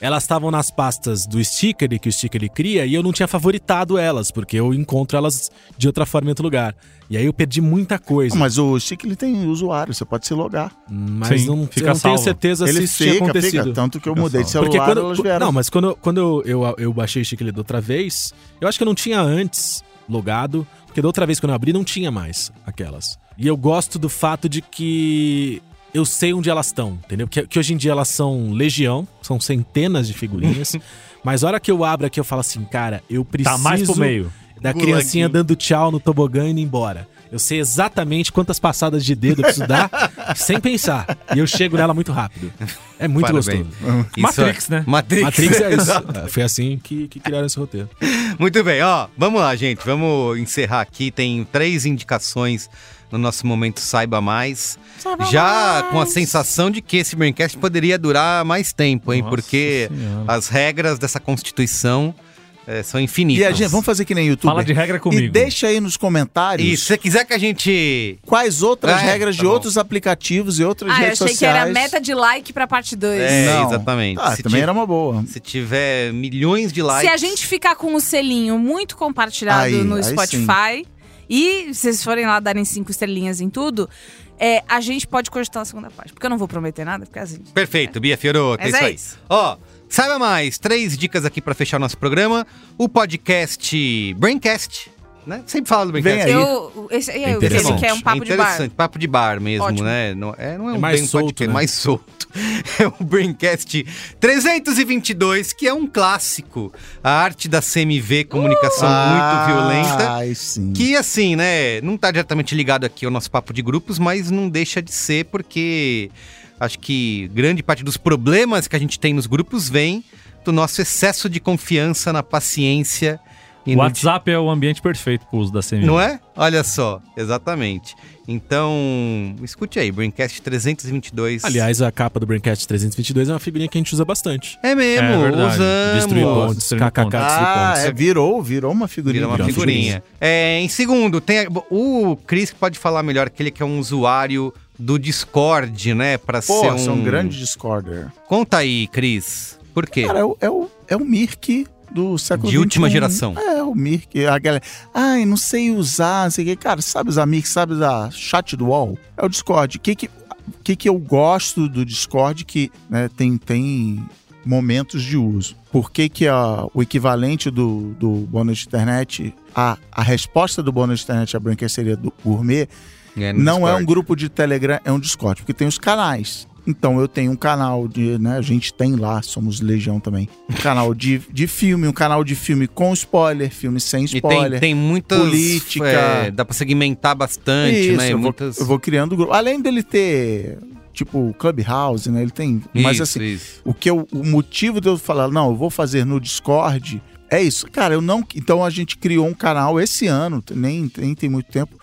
[SPEAKER 5] elas estavam nas pastas do sticker que o sticker cria e eu não tinha favoritado elas, porque eu encontro elas de outra forma em outro lugar. E aí eu perdi muita coisa.
[SPEAKER 4] Não, Ah, Mas o Chique ele tem usuário, você pode se logar.
[SPEAKER 5] Mas
[SPEAKER 3] Sim,
[SPEAKER 5] não,
[SPEAKER 3] fica
[SPEAKER 5] eu não tenho
[SPEAKER 3] salvo.
[SPEAKER 5] certeza se
[SPEAKER 4] Ele
[SPEAKER 5] isso tinha
[SPEAKER 4] fica, então
[SPEAKER 5] acontecido.
[SPEAKER 4] fica. Tanto que eu mudei de celular,
[SPEAKER 5] Porque quando,
[SPEAKER 4] elas
[SPEAKER 5] qu-
[SPEAKER 4] vieram.
[SPEAKER 5] Não, mas quando, eu- quando eu, eu, eu baixei o Chicle da outra vez, eu acho que eu não tinha antes logado, porque da outra vez quando eu abri não tinha mais aquelas. E eu gosto do fato de que eu sei onde elas estão, entendeu? Que, que hoje em dia elas são legião, são centenas de figurinhas. mas a hora que eu abro aqui eu falo assim, cara, eu preciso
[SPEAKER 3] Tá mais pro meio.
[SPEAKER 5] da criancinha dando tchau no tobogã e indo embora. Eu sei exatamente quantas passadas de dedo eu preciso dar, sem pensar. E eu chego nela muito rápido. É muito
[SPEAKER 1] Parabéns.
[SPEAKER 5] gostoso.
[SPEAKER 1] Isso, é
[SPEAKER 3] Matrix, né?
[SPEAKER 1] Matrix.
[SPEAKER 5] Matrix é isso. É, Foi assim que, que criaram esse roteiro.
[SPEAKER 1] Muito bem, ó. Vamos lá, gente. Vamos encerrar aqui. Tem três indicações no nosso momento Saiba Mais. Já com a sensação de que esse Braincast poderia durar mais tempo, hein?
[SPEAKER 3] Nossa
[SPEAKER 1] porque
[SPEAKER 3] Senhora.
[SPEAKER 1] as regras dessa Constituição eh, são infinitas.
[SPEAKER 4] E a gente, vamos fazer que nem YouTube.
[SPEAKER 3] Fala de regra comigo.
[SPEAKER 4] E deixa aí nos comentários
[SPEAKER 1] E se você quiser que a gente.
[SPEAKER 4] quais outras
[SPEAKER 1] Ah, é,
[SPEAKER 4] regras
[SPEAKER 1] tá
[SPEAKER 4] de
[SPEAKER 1] bom.
[SPEAKER 4] outros aplicativos e outras
[SPEAKER 6] Ah, eu
[SPEAKER 4] redes
[SPEAKER 6] achei
[SPEAKER 4] sociais.
[SPEAKER 6] que era meta de like pra parte 2.
[SPEAKER 1] É,
[SPEAKER 4] Não.
[SPEAKER 1] exatamente.
[SPEAKER 4] Ah,
[SPEAKER 1] se,
[SPEAKER 4] também
[SPEAKER 1] ti-
[SPEAKER 4] era uma boa.
[SPEAKER 1] se tiver É, milhões de likes.
[SPEAKER 6] Se a gente ficar com o selinho muito compartilhado
[SPEAKER 4] Aí,
[SPEAKER 6] no
[SPEAKER 4] aí
[SPEAKER 6] Spotify e vocês forem lá darem cinco estrelinhas em tudo, é, a gente pode cogitar a segunda parte. Porque eu não vou prometer nada, porque assim.
[SPEAKER 1] Perfeito, Bia Fiorotto, é
[SPEAKER 6] Mas
[SPEAKER 1] isso
[SPEAKER 6] é
[SPEAKER 1] aí.
[SPEAKER 6] isso.
[SPEAKER 1] Ó, saiba mais, três dicas aqui pra fechar nosso programa. O podcast Braincast, né? Sempre falo do Braincast.
[SPEAKER 4] Vem aí.
[SPEAKER 6] Eu, esse, é, eu-
[SPEAKER 5] interessante.
[SPEAKER 6] aquele que é um papo
[SPEAKER 1] é
[SPEAKER 6] de bar.
[SPEAKER 1] interessante, papo de bar mesmo,
[SPEAKER 6] Ótimo.
[SPEAKER 1] né? Não é, não é,
[SPEAKER 5] É
[SPEAKER 1] um
[SPEAKER 5] mais
[SPEAKER 1] bem um
[SPEAKER 5] solto,
[SPEAKER 1] podcast, é
[SPEAKER 5] né?
[SPEAKER 1] mais solto. É o Braincast 322, que é um clássico. A arte da CMV, comunicação
[SPEAKER 5] Uh!
[SPEAKER 4] Ah,
[SPEAKER 1] muito violenta.
[SPEAKER 4] Ai, sim.
[SPEAKER 1] Que assim, né? Não tá diretamente ligado aqui ao nosso papo de grupos, mas não deixa de ser, porque acho que grande parte dos problemas que a gente tem nos grupos vem do nosso excesso de confiança na paciência E
[SPEAKER 3] O
[SPEAKER 1] não
[SPEAKER 3] WhatsApp é o ambiente perfeito pro uso da
[SPEAKER 1] ti-
[SPEAKER 3] CMM.
[SPEAKER 1] Não é? Olha só, exatamente. Então, escute aí, Braincast 322.
[SPEAKER 5] Aliás, a capa do Braincast 322 é uma figurinha que a gente usa bastante.
[SPEAKER 1] É mesmo,
[SPEAKER 3] É verdade.
[SPEAKER 1] usamos.
[SPEAKER 5] Destruir pontes,
[SPEAKER 3] destruir
[SPEAKER 5] kkk,
[SPEAKER 3] pontes.
[SPEAKER 5] destruir
[SPEAKER 4] Ah,
[SPEAKER 5] pontes.
[SPEAKER 4] é, virou, virou uma figurinha.
[SPEAKER 1] Vira uma
[SPEAKER 5] Virou uma
[SPEAKER 1] figurinha. É, em segundo, tem a- o Chris que pode falar melhor, que ele que é um usuário do Discord, né? Pra
[SPEAKER 4] Pô,
[SPEAKER 1] ser um...
[SPEAKER 4] você é um grande discorder.
[SPEAKER 1] Conta aí, Cris. Por quê?
[SPEAKER 4] Cara, é o, é o, é o Mirk do século
[SPEAKER 1] De última
[SPEAKER 4] 21.
[SPEAKER 1] geração.
[SPEAKER 4] É, o Mirk. A galera, ai, não sei usar, não sei o que. Cara, sabe usar Mirk, sabe usar chat do UOL? É o Discord. O que que, o que, que eu gosto do Discord que né, tem, tem momentos de uso? Por que que a- o equivalente do, do bônus de internet, a, a resposta do bônus de internet à branqueceria do gourmet
[SPEAKER 1] É, no
[SPEAKER 4] não é
[SPEAKER 1] Discord.
[SPEAKER 4] um grupo de Telegram, é um Discord, porque tem os canais. Então eu tenho um canal de, né, a gente tem lá, somos Legião também, um canal de, de filme, um canal de filme com spoiler, filme sem
[SPEAKER 1] E tem,
[SPEAKER 4] spoiler.
[SPEAKER 1] tem muitas.
[SPEAKER 4] política.
[SPEAKER 1] é, dá pra segmentar bastante,
[SPEAKER 4] Isso,
[SPEAKER 1] né?
[SPEAKER 4] eu, vou,
[SPEAKER 1] muitas...
[SPEAKER 4] eu vou criando grupo. Além dele ter, tipo, Clubhouse, né, ele tem, mas
[SPEAKER 1] Isso,
[SPEAKER 4] assim,
[SPEAKER 1] isso.
[SPEAKER 4] o que eu- o motivo de eu falar, não, eu vou fazer no Discord, é isso. Cara, eu não. Então a gente criou um canal esse ano, nem, nem tem muito tempo,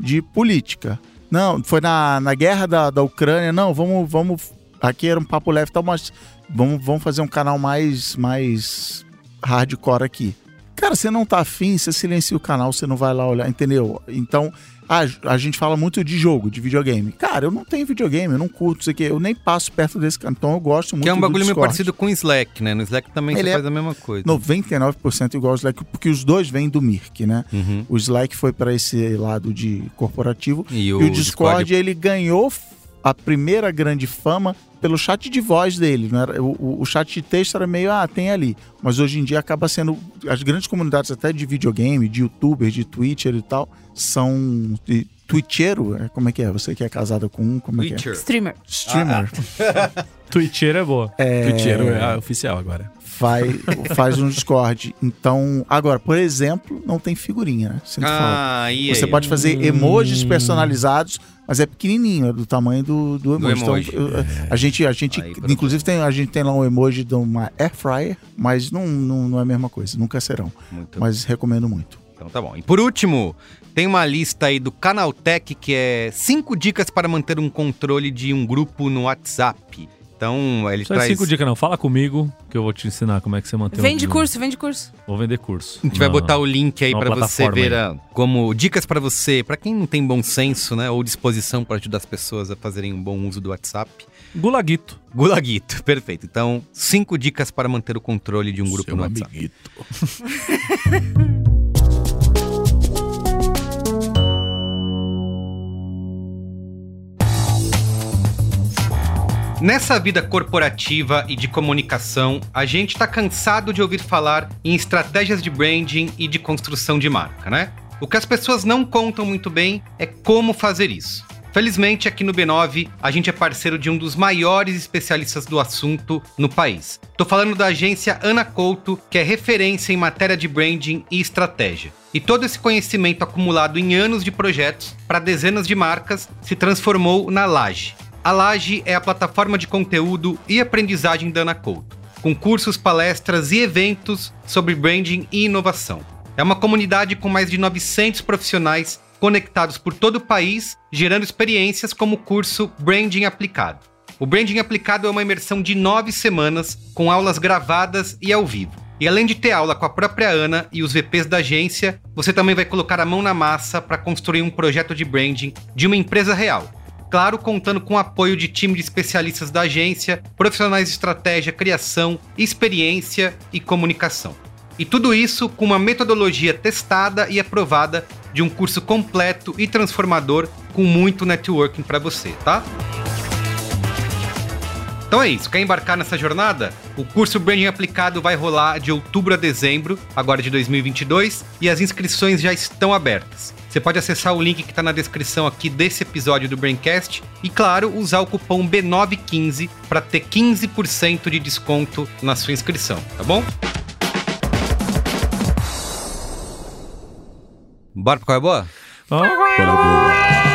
[SPEAKER 4] de política. Não, foi na, na guerra da, da Ucrânia, não, vamos, vamos. Aqui era um papo leve e tal, mas vamos, vamos fazer um canal mais, mais hardcore aqui. Cara, você não tá afim, você silencia o canal, você não vai lá olhar, entendeu? Então, a, a gente fala muito de jogo, de videogame. Cara, eu não tenho videogame, eu não curto isso aqui, eu nem passo perto desse canal, então eu gosto muito
[SPEAKER 1] Que é um
[SPEAKER 4] do
[SPEAKER 1] bagulho meio
[SPEAKER 4] Discord.
[SPEAKER 1] parecido com o Slack, né? No Slack também
[SPEAKER 4] Ele
[SPEAKER 1] você
[SPEAKER 4] é-
[SPEAKER 1] faz a mesma coisa.
[SPEAKER 4] 99% igual ao Slack, porque os dois vêm do Mirk, né?
[SPEAKER 1] Uhum.
[SPEAKER 4] O Slack foi para esse lado de corporativo
[SPEAKER 1] E
[SPEAKER 4] e o Discord, ele ganhou f- a primeira grande fama pelo chat de voz dele. Não era, o- o, o chat de texto era meio, ah, tem ali. Mas hoje em dia acaba sendo. As grandes comunidades, até de videogame, de youtuber, de Twitcher e tal, são. De, Twitcheiro? É, Como é que é? Você que é casado com um, como é que é?
[SPEAKER 1] Witcher.
[SPEAKER 6] Streamer.
[SPEAKER 4] Streamer.
[SPEAKER 3] Twitcheira é boa.
[SPEAKER 5] É... Twitcheiro é oficial agora.
[SPEAKER 4] Vai, faz um Discord. Então, agora, por exemplo, não tem figurinha, né? Sinto falta.
[SPEAKER 1] Ah, e aí?
[SPEAKER 4] Você pode fazer emojis personalizados, mas é pequenininho, é do tamanho do, do
[SPEAKER 1] Do
[SPEAKER 4] emoji. Então,
[SPEAKER 1] emoji. É.
[SPEAKER 4] eu- a gente, a gente
[SPEAKER 1] Aí, pronto.
[SPEAKER 4] inclusive, tem, a gente tem lá um emoji de uma air fryer, mas não, não, não é a mesma coisa, nunca serão.
[SPEAKER 1] Muito
[SPEAKER 4] Mas recomendo muito.
[SPEAKER 1] Então tá bom. E por último, tem uma lista aí do Canaltech que é cinco dicas para manter um controle de um grupo no WhatsApp. Então, ele
[SPEAKER 3] Só é
[SPEAKER 1] traz.
[SPEAKER 3] cinco dicas não. Fala comigo que eu vou te ensinar como é que você mantém um
[SPEAKER 6] Vende
[SPEAKER 3] grupo.
[SPEAKER 6] curso, vende curso.
[SPEAKER 3] Vou vender curso.
[SPEAKER 1] A gente vai
[SPEAKER 3] Não.
[SPEAKER 1] botar o link aí
[SPEAKER 3] Uma
[SPEAKER 1] pra você
[SPEAKER 3] plataforma
[SPEAKER 1] ver
[SPEAKER 3] aí.
[SPEAKER 1] a- como dicas pra você, pra quem não tem bom senso, né, ou disposição pra ajudar as pessoas a fazerem um bom uso do WhatsApp.
[SPEAKER 3] Gulaguito.
[SPEAKER 1] Gulaguito, perfeito. Então, cinco dicas para manter o controle de um
[SPEAKER 3] é
[SPEAKER 1] grupo
[SPEAKER 5] Seu
[SPEAKER 1] no WhatsApp.
[SPEAKER 5] amiguito.
[SPEAKER 1] Nessa vida corporativa e de comunicação, a gente está cansado de ouvir falar em estratégias de branding e de construção de marca, né? O que as pessoas não contam muito bem é como fazer isso. Felizmente, aqui no B9, a gente é parceiro de um dos maiores especialistas do assunto no país. Tô falando da agência Ana Couto, que é referência em matéria de branding e estratégia. E todo esse conhecimento acumulado em anos de projetos para dezenas de marcas se transformou na Laje. A Laje é a plataforma de conteúdo e aprendizagem da Ana Couto, com cursos, palestras e eventos sobre branding e inovação. É uma comunidade com mais de 900 profissionais conectados por todo o país, gerando experiências como o curso Branding Aplicado. O Branding Aplicado é uma imersão de nove semanas, com aulas gravadas e ao vivo. E além de ter aula com a própria Ana e os VPs da agência, você também vai colocar a mão na massa para construir um projeto de branding de uma empresa real. Claro, contando com o apoio de time de especialistas da agência, profissionais de estratégia, criação, experiência e comunicação. E tudo isso com uma metodologia testada e aprovada de um curso completo e transformador com muito networking para você, tá? Então é isso, quer embarcar nessa jornada? O curso Branding Aplicado vai rolar de outubro a dezembro, agora de 2022, e as inscrições já estão abertas. Você pode acessar o link que está na descrição aqui desse episódio do Braincast e, claro, usar o cupom B915 para ter 15% de desconto na sua inscrição, tá bom? Bora pra qual é boa?
[SPEAKER 3] Ah,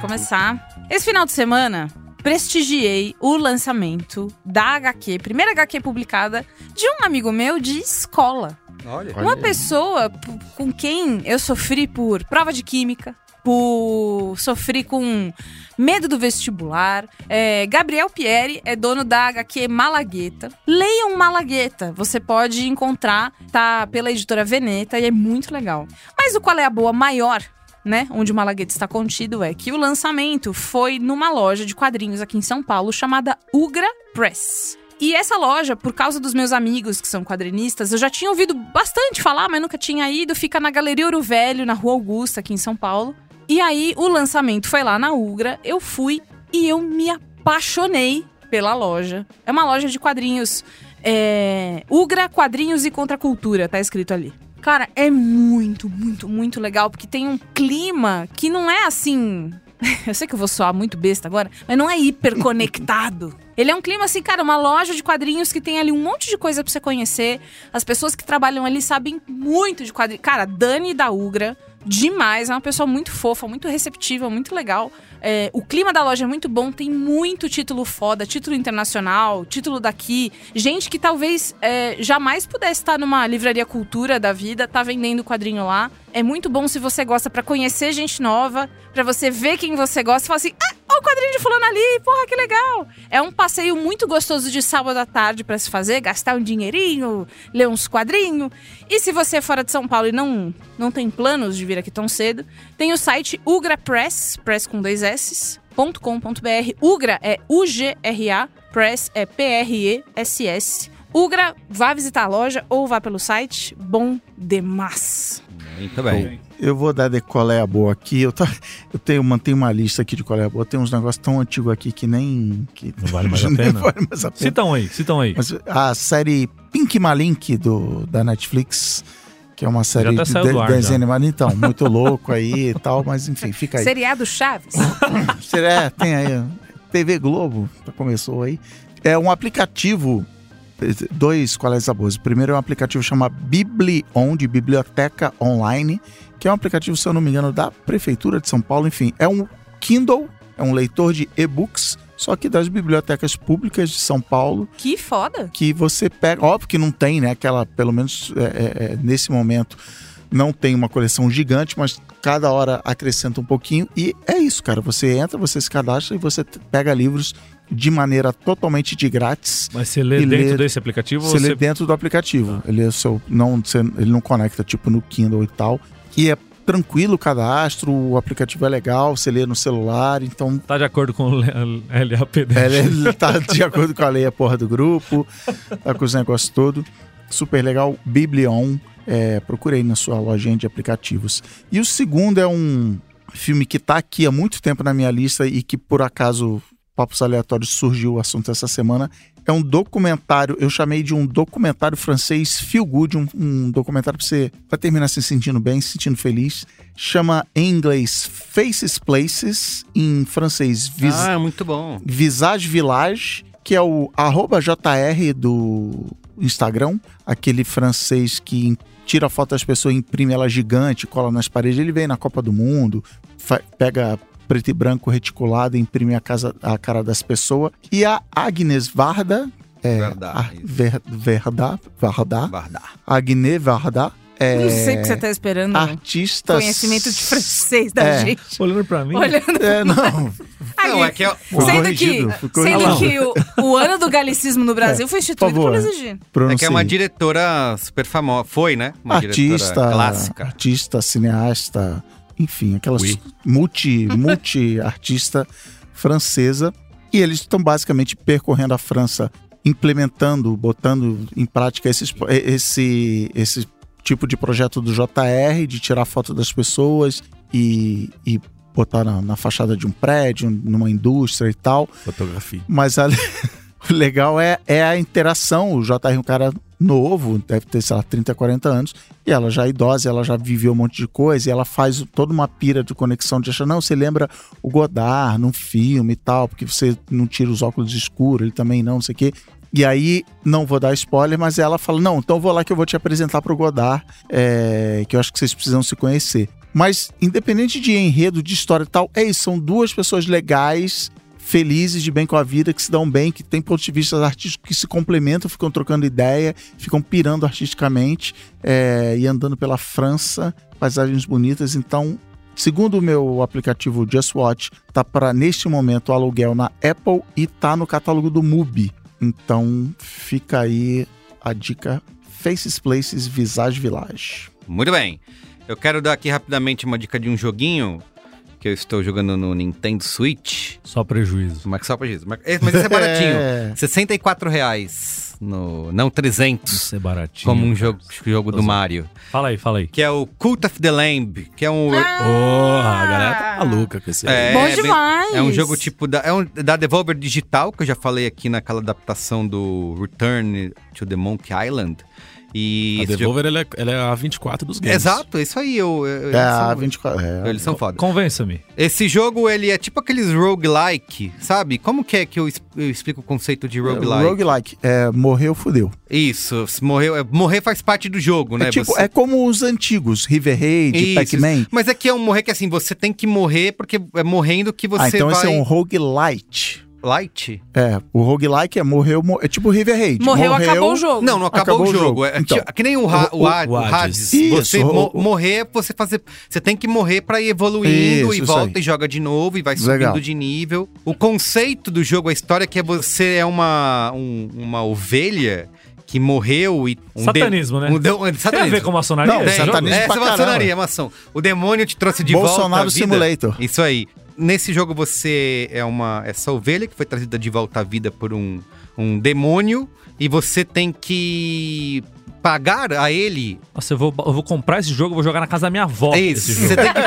[SPEAKER 6] começar, esse final de semana prestigiei o lançamento da HQ, primeira HQ publicada de um amigo meu de escola.
[SPEAKER 1] Olha.
[SPEAKER 6] Uma pessoa p- com quem eu sofri por prova de química, por sofri com medo do vestibular. É, Gabriel Pieri é dono da HQ Malagueta. Leiam Malagueta, você pode encontrar, tá pela editora Veneta e é muito legal. Mas o qual é a boa maior? Né, onde o Malagueta está contido é que o lançamento foi numa loja de quadrinhos aqui em São Paulo chamada Ugra Press. E essa loja, por causa dos meus amigos que são quadrinistas, eu já tinha ouvido bastante falar, mas nunca tinha ido. Fica na Galeria Ouro Velho, na Rua Augusta, aqui em São Paulo. E aí o lançamento foi lá na Ugra, eu fui e eu me apaixonei pela loja. É uma loja de quadrinhos. é, Ugra, quadrinhos e contracultura, tá escrito ali. Cara, é muito, muito, muito legal, porque tem um clima que não é assim. Eu sei que eu vou soar muito besta agora, mas não é hiperconectado. Ele é um clima assim, cara, uma loja de quadrinhos que tem ali um monte de coisa pra você conhecer. As pessoas que trabalham ali sabem muito de quadrinhos. Cara, Dani da Ugra, demais. É uma pessoa muito fofa, muito receptiva, muito legal. É, o clima da loja é muito bom, tem muito título foda, título internacional, título daqui. Gente que talvez é, jamais pudesse estar numa livraria cultura da vida, tá vendendo quadrinho lá. É muito bom se você gosta pra conhecer gente nova, pra você ver quem você gosta e falar assim: ah, olha o quadrinho de fulano ali, porra, que legal! É um passeio muito gostoso de sábado à tarde pra se fazer, gastar um dinheirinho, ler uns quadrinhos. E se você é fora de São Paulo e não, não tem planos de vir aqui tão cedo, tem o site Ugra Press, press com dois S, .com.br. Ugra é U-G-R-A, Press é P-R-E-S-S. Ugra, vá visitar a loja ou vá pelo site. Bom demais.
[SPEAKER 1] Muito Então bem.
[SPEAKER 4] Eu vou dar de qual é a boa aqui. Eu, tá, eu tenho, mantenho uma lista aqui de qual é a boa. Tem uns negócios tão antigos aqui que nem. Que
[SPEAKER 3] Não vale mais a
[SPEAKER 4] nem
[SPEAKER 3] pena?
[SPEAKER 4] vale mais a pena.
[SPEAKER 3] Citam aí, citam aí.
[SPEAKER 4] Mas a série Pink Malink do, da Netflix, que é uma série
[SPEAKER 3] até
[SPEAKER 4] de,
[SPEAKER 3] saiu do
[SPEAKER 4] de-
[SPEAKER 3] ar, já.
[SPEAKER 4] desenho animado, então, muito louco aí e tal, mas enfim, fica aí.
[SPEAKER 6] Seriado Chaves.
[SPEAKER 4] Será? É, tem aí. TV Globo, já começou aí. É um aplicativo. Dois quais abusos. O primeiro é um aplicativo chamado Biblion, de Biblioteca Online, que é um aplicativo, se eu não me engano, da Prefeitura de São Paulo. Enfim, é um Kindle, é um leitor de e-books, só que das bibliotecas públicas de São Paulo
[SPEAKER 6] que foda.
[SPEAKER 4] que você pega. Óbvio que não tem, né? Aquela, pelo menos é, é, é, nesse momento, não tem uma coleção gigante, mas cada hora acrescenta um pouquinho. E é isso, cara. Você entra, você se cadastra e você t- pega livros de maneira totalmente de grátis.
[SPEAKER 3] Mas você lê
[SPEAKER 4] E
[SPEAKER 3] dentro
[SPEAKER 4] lê-
[SPEAKER 3] desse aplicativo,
[SPEAKER 4] Você
[SPEAKER 3] você, Ah.
[SPEAKER 4] lê dentro do aplicativo. Ele, é seu, não, você- ele não conecta, tipo, no Kindle e tal. E é tranquilo o cadastro, o aplicativo é legal, você lê no celular, então
[SPEAKER 3] tá de acordo com o L- LAPD.
[SPEAKER 4] é, Ele tá de acordo com a lei, a porra do grupo, tá com os negócios todo. Super legal, Biblion. É, procure aí na sua lojinha de aplicativos. E o segundo é um filme que tá aqui há muito tempo na minha lista e que por acaso, papos aleatórios, surgiu o assunto essa semana. É um documentário, eu chamei de um documentário francês feel good, um, um documentário pra você pra terminar se sentindo bem, se sentindo feliz. Chama em inglês Faces Places, em francês Vis
[SPEAKER 1] Ah, muito bom.
[SPEAKER 4] Visage Village, que é o arroba JR do Instagram, aquele francês que tira foto das pessoas, imprime ela gigante, cola nas paredes. Ele vem na Copa do Mundo, fa- pega preto e branco reticulado, e imprime a, casa, a cara das pessoas. E a Agnes Varda, é,
[SPEAKER 1] Varda,
[SPEAKER 4] a-
[SPEAKER 1] isso.
[SPEAKER 4] Ver- Verda, Varda,
[SPEAKER 1] Bardar.
[SPEAKER 4] Agnes Varda, é
[SPEAKER 6] Não sei o que você tá esperando.
[SPEAKER 4] artista...
[SPEAKER 6] Conhecimento de francês da
[SPEAKER 4] É.
[SPEAKER 6] gente.
[SPEAKER 3] Olhando pra mim.
[SPEAKER 6] Olhando
[SPEAKER 4] É, não,
[SPEAKER 6] Ai,
[SPEAKER 1] Não, é que eu-
[SPEAKER 4] Ficou
[SPEAKER 6] sendo
[SPEAKER 4] corrigido,
[SPEAKER 6] que,
[SPEAKER 4] ficou
[SPEAKER 6] sendo
[SPEAKER 4] corrigido. É,
[SPEAKER 6] que o, o ano do galicismo no Brasil foi instituído
[SPEAKER 4] por favor.
[SPEAKER 6] por exigir.
[SPEAKER 1] É que é uma
[SPEAKER 4] pronunciei.
[SPEAKER 1] diretora super famosa. Foi, né? Uma
[SPEAKER 4] artista,
[SPEAKER 1] diretora clássica.
[SPEAKER 4] artista, cineasta, enfim, aquela
[SPEAKER 1] Oui.
[SPEAKER 4] su- multi, multi artista francesa. E eles estão basicamente percorrendo a França, implementando, botando em prática esses, esse, esse tipo de projeto do JR, de tirar foto das pessoas e, e botar na, na fachada de um prédio, numa indústria e tal.
[SPEAKER 5] Fotografia.
[SPEAKER 4] Mas a- o legal é, é a interação. O JR é um cara novo, deve ter, sei lá, 30, 40 anos, e ela já é idosa, ela já viveu um monte de coisa, e ela faz toda uma pira de conexão de achar, não, você lembra o Godard num filme e tal, porque você não tira os óculos escuros, ele também não, não sei o quê. E aí, não vou dar spoiler, mas eh, ela fala, não, então vou lá que eu vou te apresentar pro Godard, é, que eu acho que vocês precisam se conhecer. Mas, independente de enredo, de história e tal, é isso. São duas pessoas legais, felizes, de bem com a vida, que se dão bem, que têm pontos de vista artísticos que se complementam, ficam trocando ideia, ficam pirando artisticamente é, e andando pela França, paisagens bonitas. Então, segundo o meu aplicativo Just Watch, tá para neste momento o aluguel na Apple e tá no catálogo do MUBI. Então, fica aí a dica Faces Places Visage Village.
[SPEAKER 1] Muito bem. Eu quero dar aqui rapidamente uma dica de um joguinho que eu estou jogando no Nintendo Switch.
[SPEAKER 3] Só prejuízo.
[SPEAKER 1] Mas só pra isso. Mas esse mas esse é baratinho. R$ 64 reais no, não 300,
[SPEAKER 3] Isso é baratinho.
[SPEAKER 1] como um jogo, jogo do
[SPEAKER 3] Nossa.
[SPEAKER 1] Mario.
[SPEAKER 3] Fala aí, fala aí.
[SPEAKER 1] Que é o Cult of the Lamb, que é um...
[SPEAKER 3] Porra, a galera tá maluca com esse aí.
[SPEAKER 1] É,
[SPEAKER 6] Bom
[SPEAKER 1] bem-
[SPEAKER 6] demais.
[SPEAKER 1] É um jogo tipo da, é um, da Devolver Digital, que eu já falei aqui naquela adaptação do Return to the Monkey Island. E
[SPEAKER 5] A
[SPEAKER 1] esse
[SPEAKER 5] Devolver ela é, ela é a 24 dos
[SPEAKER 1] jogo-
[SPEAKER 5] games.
[SPEAKER 1] tipo- Exato, isso aí. Eu, eu-
[SPEAKER 4] É,
[SPEAKER 1] eles,
[SPEAKER 4] a
[SPEAKER 1] são,
[SPEAKER 4] 24. É.
[SPEAKER 1] eles são foda.
[SPEAKER 3] Convença-me.
[SPEAKER 1] Esse jogo, ele é tipo aqueles roguelike, sabe? Como que é que eu, es- eu explico o conceito de roguelike?
[SPEAKER 4] Roguelike. É, morreu, fudeu.
[SPEAKER 1] Isso, se morreu, é- morrer faz parte do jogo, né?
[SPEAKER 4] é, tipo,
[SPEAKER 1] Você-
[SPEAKER 4] é como os antigos, River Raid,
[SPEAKER 1] Isso,
[SPEAKER 4] Pac-Man.
[SPEAKER 1] isso. Mas é que é um morrer que assim, você tem que morrer, porque é morrendo que você
[SPEAKER 4] Ah, então
[SPEAKER 1] vai...
[SPEAKER 4] esse é um roguelite.
[SPEAKER 1] Light?
[SPEAKER 4] É, o roguelike é morreu, mo- é tipo River Raid.
[SPEAKER 6] Morreu, acabou o jogo.
[SPEAKER 1] Não, não acabou, o
[SPEAKER 4] Acabou
[SPEAKER 1] jogo. É,
[SPEAKER 4] Então,
[SPEAKER 1] tipo- que nem o, Ra- o,
[SPEAKER 5] o-
[SPEAKER 1] Hades.
[SPEAKER 5] o Hades.
[SPEAKER 4] Isso,
[SPEAKER 1] você
[SPEAKER 4] o-
[SPEAKER 1] mo-
[SPEAKER 4] o-
[SPEAKER 1] morrer, você fazer. Você tem que morrer pra ir evoluindo
[SPEAKER 4] Isso,
[SPEAKER 1] e
[SPEAKER 4] isso
[SPEAKER 1] volta
[SPEAKER 4] aí.
[SPEAKER 1] e joga de novo e vai subindo
[SPEAKER 4] Legal.
[SPEAKER 1] de nível. O conceito do jogo, a história é que é você é uma, um- uma ovelha que morreu e. Um
[SPEAKER 3] Satanismo,
[SPEAKER 1] de-
[SPEAKER 3] né?
[SPEAKER 1] Um de- um
[SPEAKER 3] Tem a
[SPEAKER 1] satanismo.
[SPEAKER 3] ver com maçonaria?
[SPEAKER 4] Não,
[SPEAKER 3] esse
[SPEAKER 4] tem.
[SPEAKER 3] jogo?
[SPEAKER 4] satanismo
[SPEAKER 1] É,
[SPEAKER 4] pra
[SPEAKER 1] essa
[SPEAKER 4] caramba.
[SPEAKER 1] maçonaria, maçom. O demônio te trouxe de volta. à
[SPEAKER 4] Bolsonaro
[SPEAKER 1] vida.
[SPEAKER 4] Simulator.
[SPEAKER 1] Isso aí. Nesse jogo você é uma essa ovelha que foi trazida de volta à vida por um, um demônio e você tem que pagar a ele.
[SPEAKER 3] Nossa, eu vou, eu vou comprar esse jogo, eu vou jogar na casa da minha avó.
[SPEAKER 1] É
[SPEAKER 3] Esse jogo.
[SPEAKER 1] Você tem que,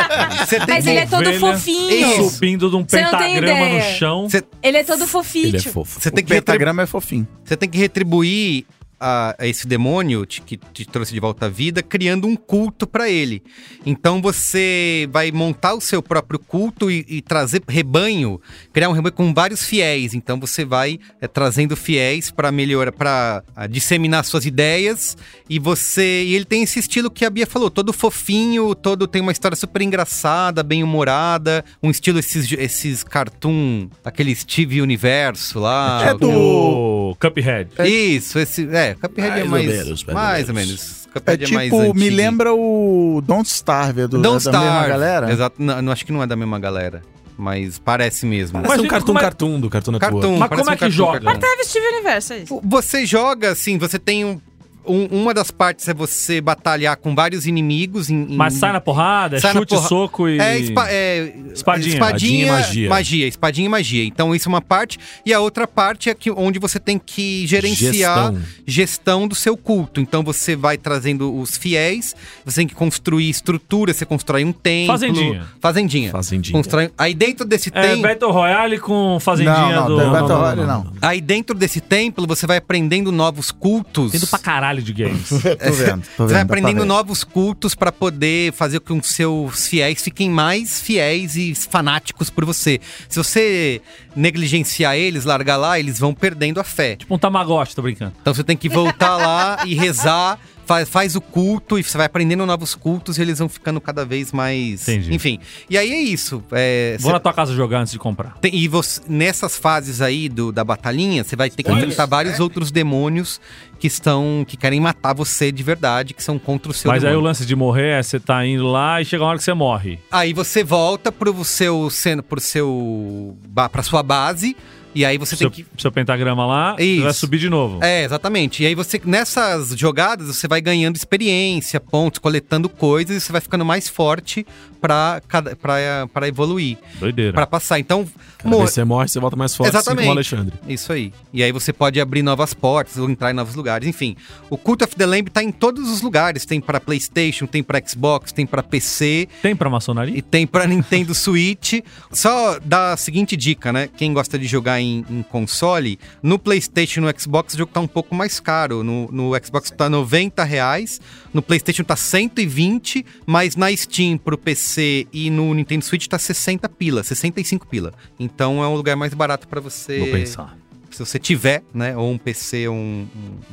[SPEAKER 1] você tem
[SPEAKER 6] Mas
[SPEAKER 1] que-
[SPEAKER 6] ele é todo
[SPEAKER 3] Ovelha.
[SPEAKER 6] fofinho.
[SPEAKER 1] Isso.
[SPEAKER 3] Subindo de um
[SPEAKER 6] Você não tem
[SPEAKER 3] pentagrama no
[SPEAKER 6] ideia.
[SPEAKER 3] chão.
[SPEAKER 1] Você-
[SPEAKER 6] Ele é todo fofinho.
[SPEAKER 5] Ele é fofo.
[SPEAKER 1] você tem
[SPEAKER 4] o
[SPEAKER 1] que retribuir-
[SPEAKER 4] pentagrama é fofinho.
[SPEAKER 1] Você tem que retribuir a, a esse demônio te- que te trouxe de volta à vida, criando um culto pra ele. Então você vai montar o seu próprio culto e, e trazer rebanho, criar um rebanho com vários fiéis. Então você vai eh, trazendo fiéis pra melhorar, para disseminar suas ideias. E você, e ele tem esse estilo que a Bia falou, todo fofinho, todo tem uma história super engraçada, bem humorada, um estilo esses esses cartoon, aquele Steve Universo lá.
[SPEAKER 4] É do-
[SPEAKER 3] O Cuphead.
[SPEAKER 1] Isso, esse. É, Cuphead é
[SPEAKER 5] Mais ou
[SPEAKER 1] mais.
[SPEAKER 5] menos, mais ou
[SPEAKER 1] mais ou
[SPEAKER 5] menos.
[SPEAKER 1] menos.
[SPEAKER 4] É
[SPEAKER 1] Cuphead é, mais.
[SPEAKER 4] tipo, me
[SPEAKER 1] antiguinho.
[SPEAKER 4] lembra o Don't Starve, é do,
[SPEAKER 1] Don't
[SPEAKER 4] é da mesma
[SPEAKER 1] Starve.
[SPEAKER 4] galera.
[SPEAKER 1] Exato, não, não, acho que não é da mesma galera. Mas parece mesmo.
[SPEAKER 5] Mas um
[SPEAKER 3] Mas
[SPEAKER 5] cartoon
[SPEAKER 3] como é-
[SPEAKER 5] cartoon do Cartoon Network.
[SPEAKER 1] Cartoon,
[SPEAKER 3] Mas
[SPEAKER 1] parece
[SPEAKER 3] como é
[SPEAKER 1] um
[SPEAKER 3] que
[SPEAKER 1] cartoon,
[SPEAKER 3] joga?
[SPEAKER 1] cartoon. tá,
[SPEAKER 6] Teve Steve Universo, é isso.
[SPEAKER 1] Você joga assim, você tem um, um- uma das partes é você batalhar com vários inimigos em, em-
[SPEAKER 3] Mas sai na porrada, é
[SPEAKER 1] Sai na
[SPEAKER 3] chute,
[SPEAKER 1] porra-
[SPEAKER 3] soco e.
[SPEAKER 1] É, espa- é,
[SPEAKER 3] Espadinha.
[SPEAKER 5] Espadinha e magia.
[SPEAKER 1] Magia, espadinha e magia. Então, isso é uma parte. E a outra parte é que, onde você tem que gerenciar
[SPEAKER 5] Gestão.
[SPEAKER 1] gestão. do seu culto. Então, você vai trazendo os fiéis, você tem que construir estrutura, você constrói um templo.
[SPEAKER 3] Fazendinha.
[SPEAKER 1] Fazendinha.
[SPEAKER 5] Fazendinha.
[SPEAKER 1] Constrói... um- Aí dentro desse
[SPEAKER 3] É
[SPEAKER 1] templo.
[SPEAKER 3] Battle Royale com
[SPEAKER 4] Não,
[SPEAKER 3] Fazendinha
[SPEAKER 4] não,
[SPEAKER 3] do.
[SPEAKER 4] não,
[SPEAKER 3] não,
[SPEAKER 4] Battle
[SPEAKER 3] não,
[SPEAKER 4] Royale
[SPEAKER 3] não,
[SPEAKER 4] não.
[SPEAKER 3] não.
[SPEAKER 1] Aí dentro desse templo você vai aprendendo novos cultos.
[SPEAKER 3] Tendo pra caralho de games.
[SPEAKER 4] Tô
[SPEAKER 1] É. Você
[SPEAKER 4] vendo, tô vendo.
[SPEAKER 1] vai
[SPEAKER 4] dá pra
[SPEAKER 1] aprendendo
[SPEAKER 4] ver.
[SPEAKER 1] novos cultos pra poder fazer com que os seus fiéis fiquem mais fiéis e fanáticos por você. Se você negligenciar eles, largar lá, eles vão perdendo a fé.
[SPEAKER 3] tipo um Tamagotchi, tô brincando.
[SPEAKER 1] Então você tem que voltar lá e rezar, faz, faz o culto e você vai aprendendo novos cultos e eles vão ficando cada vez mais.
[SPEAKER 3] Entendi.
[SPEAKER 1] Enfim. E aí é isso. É,
[SPEAKER 3] Vou
[SPEAKER 1] cê-
[SPEAKER 3] na tua casa jogar antes de comprar.
[SPEAKER 1] tem- e você- nessas fases aí do, da batalhinha, você vai ter que enfrentar vários outros demônios que estão. que querem matar você de verdade, que são contra o seu
[SPEAKER 3] Mas aí
[SPEAKER 1] demônio.
[SPEAKER 3] o lance de morrer é você tá indo lá e chega uma hora que você morre.
[SPEAKER 1] Aí você volta pro seu cen- pro seu ba- pra sua base e aí você
[SPEAKER 3] Seu,
[SPEAKER 1] tem que
[SPEAKER 3] seu pentagrama lá, você
[SPEAKER 1] Isso.
[SPEAKER 3] vai subir de novo.
[SPEAKER 1] é, exatamente. E aí você nessas jogadas você vai ganhando experiência, pontos, coletando coisas e você vai ficando mais forte pra cada para para evoluir,
[SPEAKER 3] Doideira.
[SPEAKER 1] pra passar. Então,
[SPEAKER 5] Cada
[SPEAKER 1] mo-
[SPEAKER 5] vez que você morre, você volta mais forte, assim como o
[SPEAKER 1] Exatamente.
[SPEAKER 5] Alexandre.
[SPEAKER 1] Isso aí. E aí você pode abrir novas portas ou entrar em novos lugares. Enfim, o Cult of the Lamb tá em todos os lugares. Tem pra PlayStation, tem pra Xbox, tem pra PC
[SPEAKER 3] Tem pra maçonaria?
[SPEAKER 1] e tem pra Nintendo Switch. Só dar a seguinte dica, né? Quem gosta de jogar em, em console, no PlayStation, no Xbox, o jogo tá um pouco mais caro. No, no Xbox tá R$ 90 reais, no PlayStation tá 120, mas na Steam pro PC e no Nintendo Switch tá 60 pila, 65 pila. Então é um lugar mais barato pra você
[SPEAKER 3] Vou pensar.
[SPEAKER 1] se você tiver, né, ou um PC ou um,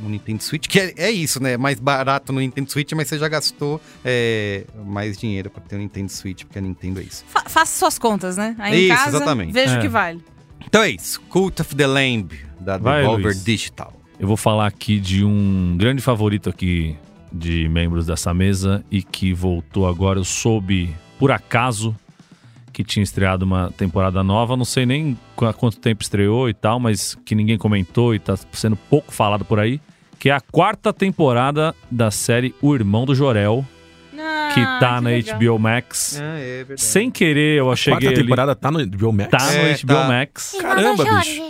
[SPEAKER 1] um- um Nintendo Switch, que é, é isso, né, é mais barato no Nintendo Switch, mas você já gastou é, mais dinheiro pra ter um Nintendo Switch, porque a Nintendo é isso.
[SPEAKER 6] Fa- faça suas contas, né? Aí em
[SPEAKER 1] Isso,
[SPEAKER 6] casa,
[SPEAKER 1] exatamente.
[SPEAKER 6] veja
[SPEAKER 3] É.
[SPEAKER 6] o que vale.
[SPEAKER 1] Então é isso, Cult of the Lamb, da
[SPEAKER 3] Vai,
[SPEAKER 1] Devolver
[SPEAKER 3] Luiz.
[SPEAKER 1] Digital.
[SPEAKER 3] Eu vou falar aqui de um grande favorito aqui de membros dessa mesa e que voltou agora. Eu soube, por acaso, que tinha estreado uma temporada nova. Não sei nem qu- há quanto tempo estreou e tal, mas que ninguém comentou e tá sendo pouco falado por aí. Que é a quarta temporada da série O Irmão do Jorel,
[SPEAKER 6] Ah,
[SPEAKER 3] que tá na HBO Max.
[SPEAKER 1] Ah, é verdade.
[SPEAKER 3] Sem querer, eu cheguei
[SPEAKER 5] Quarta
[SPEAKER 3] ali.
[SPEAKER 5] temporada tá no HBO Max?
[SPEAKER 3] Tá
[SPEAKER 1] É,
[SPEAKER 3] no HBO
[SPEAKER 1] tá.
[SPEAKER 3] Max.
[SPEAKER 5] Caramba, bicho.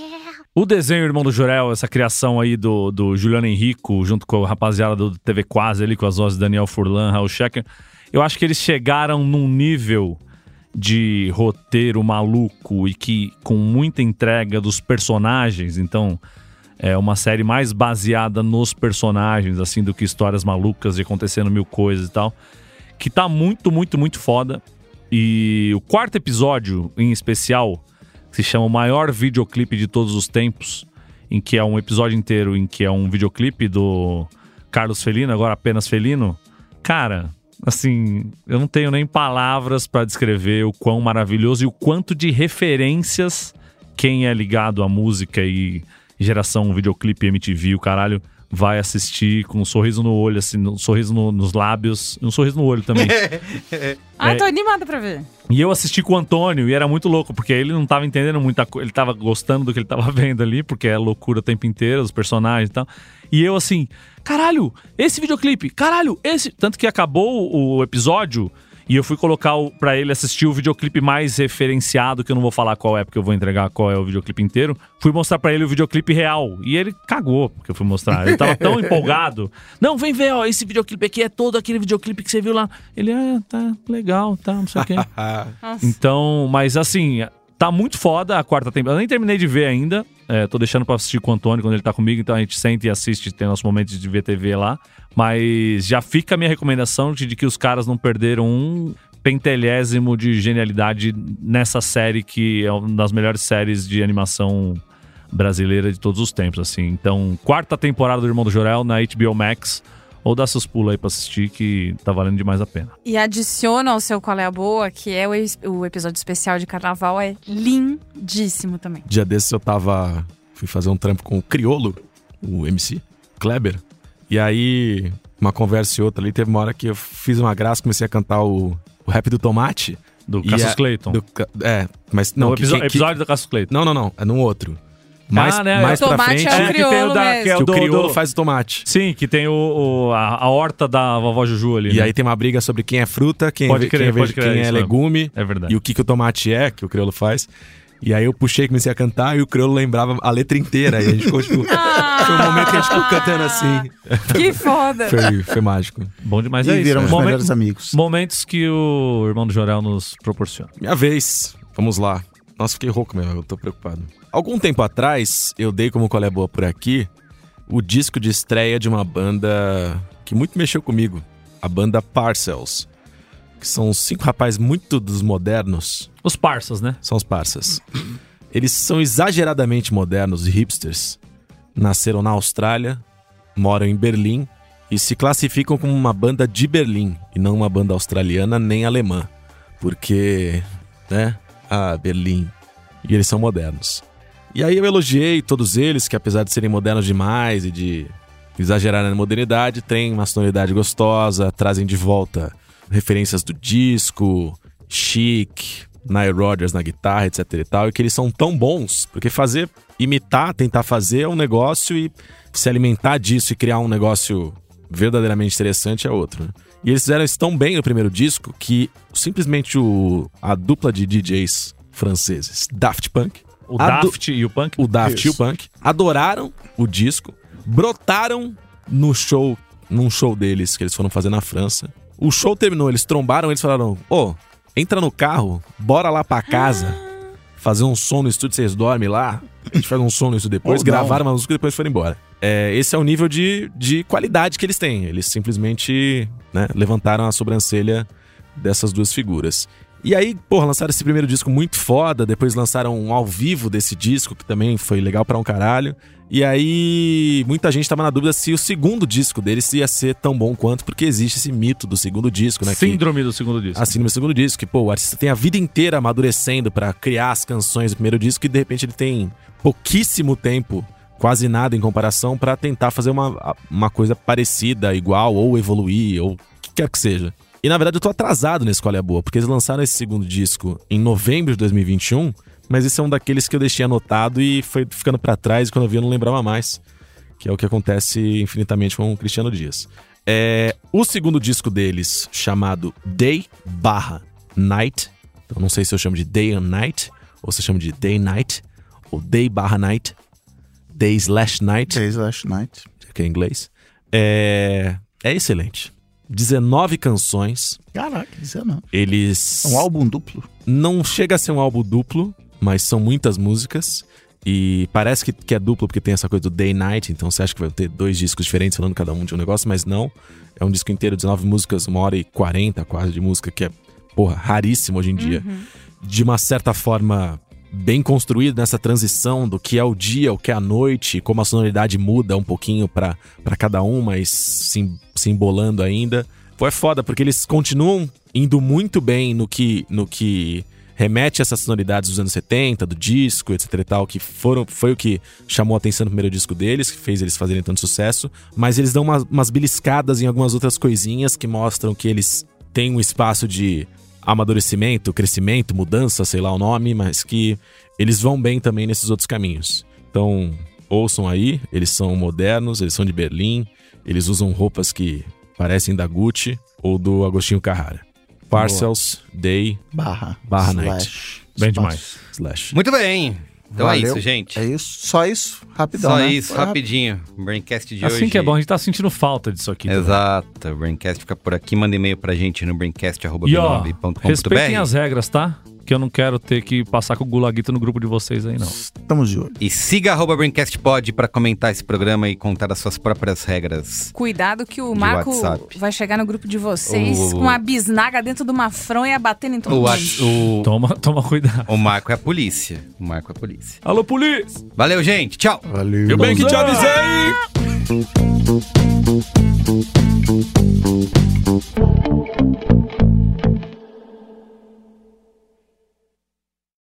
[SPEAKER 3] O desenho Irmão do Jorel, essa criação aí do, do Juliano Henrico, junto com a rapaziada do TV Quase ali, com as vozes de Daniel Furlan, Raul Schecker, eu acho que eles chegaram num nível de roteiro maluco e que com muita entrega dos personagens, então é uma série mais baseada nos personagens, assim, do que histórias malucas de acontecendo mil coisas e tal, que tá muito, muito, muito foda. E o quarto episódio, em especial, que se chama o maior videoclipe de todos os tempos, em que é um episódio inteiro em que é um videoclipe do Carlos Felino, agora apenas Felino. Cara, assim, eu não tenho nem palavras pra descrever o quão maravilhoso e o quanto de referências quem é ligado à música e geração videoclipe MTV, o caralho, vai assistir com um sorriso no olho, assim, um sorriso no- nos lábios, e um sorriso no olho também.
[SPEAKER 6] Ah,
[SPEAKER 3] É.
[SPEAKER 6] tô animada pra ver.
[SPEAKER 3] E eu assisti com o Antônio e era muito louco, porque ele não tava entendendo muita coisa, ele tava gostando do que ele tava vendo ali, porque é loucura o tempo inteiro, os personagens e tal. E eu assim, caralho, esse videoclipe, caralho, esse. Tanto que acabou o episódio e eu fui colocar o, pra ele assistir o videoclipe mais referenciado, que eu não vou falar qual é, porque eu vou entregar qual é o videoclipe inteiro. Fui mostrar pra ele o videoclipe real. E ele cagou, porque eu fui mostrar. Ele tava tão empolgado. Não, vem ver, ó, esse videoclipe aqui é todo aquele videoclipe que você viu lá. Ele, ah, tá legal, tá, não sei o quê.
[SPEAKER 6] Nossa.
[SPEAKER 3] Então, mas assim, tá muito foda a quarta temporada. Eu nem terminei de ver ainda. É, tô deixando pra assistir com o Antônio quando ele tá comigo, então a gente senta e assiste, tem nosso momento de ver TV lá. Mas já fica a minha recomendação de, de que os caras não perderam um pentelésimo de genialidade nessa série que é uma das melhores séries de animação brasileira de todos os tempos, assim. Então, quarta temporada do Irmão do Jorel na HBO Max. Ou dá seus pulos aí pra assistir, que tá valendo demais a pena.
[SPEAKER 6] E adiciona ao seu Qual é a Boa, que é o, es- o episódio especial de carnaval, é lindíssimo também.
[SPEAKER 5] Dia desses eu tava. Fui fazer um trampo com o Criolo, o MC, Kleber. E aí, uma conversa e outra ali, teve uma hora que eu fiz uma graça, comecei a cantar o, o rap do Tomate.
[SPEAKER 3] Do
[SPEAKER 5] E
[SPEAKER 3] Cassius
[SPEAKER 5] a-
[SPEAKER 3] Clayton.
[SPEAKER 5] do ca- é, mas não.
[SPEAKER 3] o
[SPEAKER 5] que-
[SPEAKER 3] episo-
[SPEAKER 5] que- que-
[SPEAKER 3] episódio do Cassius Clayton.
[SPEAKER 5] Não, não, não. É num outro. Mais,
[SPEAKER 3] Ah, né,
[SPEAKER 5] mais
[SPEAKER 6] o
[SPEAKER 5] pra
[SPEAKER 6] Tomate
[SPEAKER 5] frente.
[SPEAKER 6] é o
[SPEAKER 3] que tem
[SPEAKER 6] crioulo
[SPEAKER 3] da-
[SPEAKER 6] mesmo.
[SPEAKER 3] que é
[SPEAKER 5] que
[SPEAKER 3] o
[SPEAKER 5] o Criolo
[SPEAKER 3] crioulo.
[SPEAKER 5] faz o tomate.
[SPEAKER 3] Sim, que tem o, o- a, a horta da vovó Juju ali.
[SPEAKER 5] E
[SPEAKER 3] né?
[SPEAKER 5] aí tem uma briga sobre quem é fruta, quem,
[SPEAKER 3] Pode
[SPEAKER 5] é,
[SPEAKER 3] crer,
[SPEAKER 5] quem, é
[SPEAKER 3] pode
[SPEAKER 5] verde-
[SPEAKER 3] crer,
[SPEAKER 5] quem é
[SPEAKER 3] isso mesmo.
[SPEAKER 5] legume
[SPEAKER 3] É verdade.
[SPEAKER 5] e o que, que o tomate é, que o crioulo faz. E aí eu puxei, comecei a cantar e o crioulo lembrava a letra inteira. E a gente ficou, tipo, foi um momento que a gente ficou cantando assim.
[SPEAKER 6] Ah! Que foda!
[SPEAKER 5] Foi, foi mágico.
[SPEAKER 3] Bom demais
[SPEAKER 4] e
[SPEAKER 3] é isso.
[SPEAKER 4] viramos
[SPEAKER 3] Momen-
[SPEAKER 4] melhores amigos.
[SPEAKER 3] Momentos que o irmão do Jorel nos proporciona.
[SPEAKER 5] Minha vez. Vamos lá. Nossa, fiquei rouco mesmo, eu tô preocupado. Algum tempo atrás, eu dei como qual é boa por aqui o disco de estreia de uma banda que muito mexeu comigo. A banda Parcels. Que são cinco rapazes muito dos modernos.
[SPEAKER 3] Os parças, né?
[SPEAKER 5] São os parças. Eles são exageradamente modernos e hipsters. Nasceram na Austrália, moram em Berlim e se classificam como uma banda de Berlim e não uma banda australiana nem alemã. Porque, né? Ah, Berlim. E eles são modernos. E aí eu elogiei todos eles, que apesar de serem modernos demais e de exagerarem na modernidade, têm uma sonoridade gostosa, trazem de volta referências do disco, chic, Nile Rodgers na guitarra, etc e tal, e que eles são tão bons, porque fazer, imitar, tentar fazer é um negócio e se alimentar disso e criar um negócio verdadeiramente interessante é outro, né? E eles fizeram isso tão bem no primeiro disco que simplesmente o, a dupla de DJs franceses, Daft Punk,
[SPEAKER 3] O
[SPEAKER 5] A do-
[SPEAKER 3] Daft e o Punk.
[SPEAKER 5] o Daft e o
[SPEAKER 4] Isso.
[SPEAKER 5] Punk, adoraram o disco, brotaram no show, num show deles que eles foram fazer na França. O show terminou, eles trombaram, eles falaram: "Ô, entra no carro, bora lá pra casa, fazer um som no estúdio, vocês dormem lá, a gente faz um som no estúdio depois",
[SPEAKER 4] Ou não.
[SPEAKER 5] gravaram uma música e depois foram embora. É, esse é o nível de, de qualidade que eles têm. Eles simplesmente né, levantaram a sobrancelha dessas duas figuras. E aí, porra, lançaram esse primeiro disco muito foda, depois lançaram um ao vivo desse disco, que também foi legal pra um caralho. E aí, muita gente tava na dúvida se o segundo disco deles ia ser tão bom quanto, porque existe esse mito do segundo disco, né? que-
[SPEAKER 3] Síndrome do segundo disco.
[SPEAKER 5] a síndrome do segundo disco, que, pô, o artista tem a vida inteira amadurecendo pra criar as canções do primeiro disco e de repente ele tem pouquíssimo tempo, quase nada em comparação, pra tentar fazer uma, uma coisa parecida, igual, ou evoluir, ou o que quer que seja. E na verdade eu tô atrasado nesse Qual é a Boa, porque eles lançaram esse segundo disco em novembro de 2021, mas esse é um daqueles que eu deixei anotado e foi ficando pra trás e quando eu vi eu não lembrava mais que é o que acontece infinitamente com o Cristiano Dias. É, o segundo disco deles, chamado Day barra Night, eu não sei se eu chamo de Day and Night, ou se eu chamo de Day Night, ou Day barra Night, Day slash Night,
[SPEAKER 4] Days Last Night.
[SPEAKER 5] que é em inglês, é, é excelente. 19 canções,
[SPEAKER 4] Caraca, isso não.
[SPEAKER 5] eles...
[SPEAKER 4] É um álbum duplo.
[SPEAKER 5] Não chega a ser um álbum duplo, mas são muitas músicas. E parece que, que é duplo porque tem essa coisa do day e night, então você acha que vai ter dois discos diferentes falando cada um de um negócio, mas não. É um disco inteiro, 19 músicas, uma hora e 40 quase de música, que é, porra, raríssimo hoje em dia. De uma certa forma, bem construído nessa transição do que é o dia, o que é a noite, como a sonoridade muda um pouquinho pra pra cada um, mas se, em- se embolando ainda. Pô, é foda, porque eles continuam indo muito bem no que, no que remete a essas sonoridades dos anos 70, do disco, etc e tal, que foram, foi o que chamou a atenção no primeiro disco deles, que fez eles fazerem tanto sucesso, mas eles dão umas, umas beliscadas em algumas outras coisinhas que mostram que eles têm um espaço de amadurecimento, crescimento, mudança, sei lá o nome, mas que eles vão bem também nesses outros caminhos. Então, ouçam aí, eles são modernos, eles são de Berlim, eles usam roupas que parecem da Gucci ou do Agostinho Carrara. Parcels, Day,
[SPEAKER 4] Barra.
[SPEAKER 5] Barra
[SPEAKER 4] slash,
[SPEAKER 3] Bem
[SPEAKER 4] espaço.
[SPEAKER 3] demais.
[SPEAKER 5] Slash.
[SPEAKER 1] Muito bem. Então é
[SPEAKER 4] Valeu.
[SPEAKER 1] isso, gente.
[SPEAKER 4] É isso? Só isso? Rapidão,
[SPEAKER 1] Só
[SPEAKER 4] né?
[SPEAKER 1] isso,
[SPEAKER 4] Foi rápido.
[SPEAKER 1] rapidinho. O Braincast de hoje.
[SPEAKER 3] Assim que é bom, a gente tá sentindo falta disso aqui. também.
[SPEAKER 1] Exato, o Braincast fica por aqui. Manda e-mail pra gente no
[SPEAKER 3] E ó, respeitem
[SPEAKER 1] braincast.b9.com.br.
[SPEAKER 3] as regras, tá? Que eu não quero ter que passar com o gulaguito no grupo de vocês aí, não.
[SPEAKER 4] Estamos de olho.
[SPEAKER 1] E siga arroba Braincastpod pra comentar esse programa e contar as suas próprias regras.
[SPEAKER 6] Cuidado que o
[SPEAKER 1] De
[SPEAKER 6] Marco
[SPEAKER 1] WhatsApp.
[SPEAKER 6] vai chegar no grupo de vocês
[SPEAKER 1] O-
[SPEAKER 6] com a bisnaga dentro de uma fronha batendo em todo
[SPEAKER 1] O,
[SPEAKER 6] mundo.
[SPEAKER 1] Ats- o,
[SPEAKER 3] Toma, toma cuidado.
[SPEAKER 1] o Marco é a polícia. O Marco é a polícia.
[SPEAKER 3] Alô, polícia!
[SPEAKER 1] Valeu, gente. Tchau.
[SPEAKER 4] Valeu.
[SPEAKER 5] Eu bem que te avisei!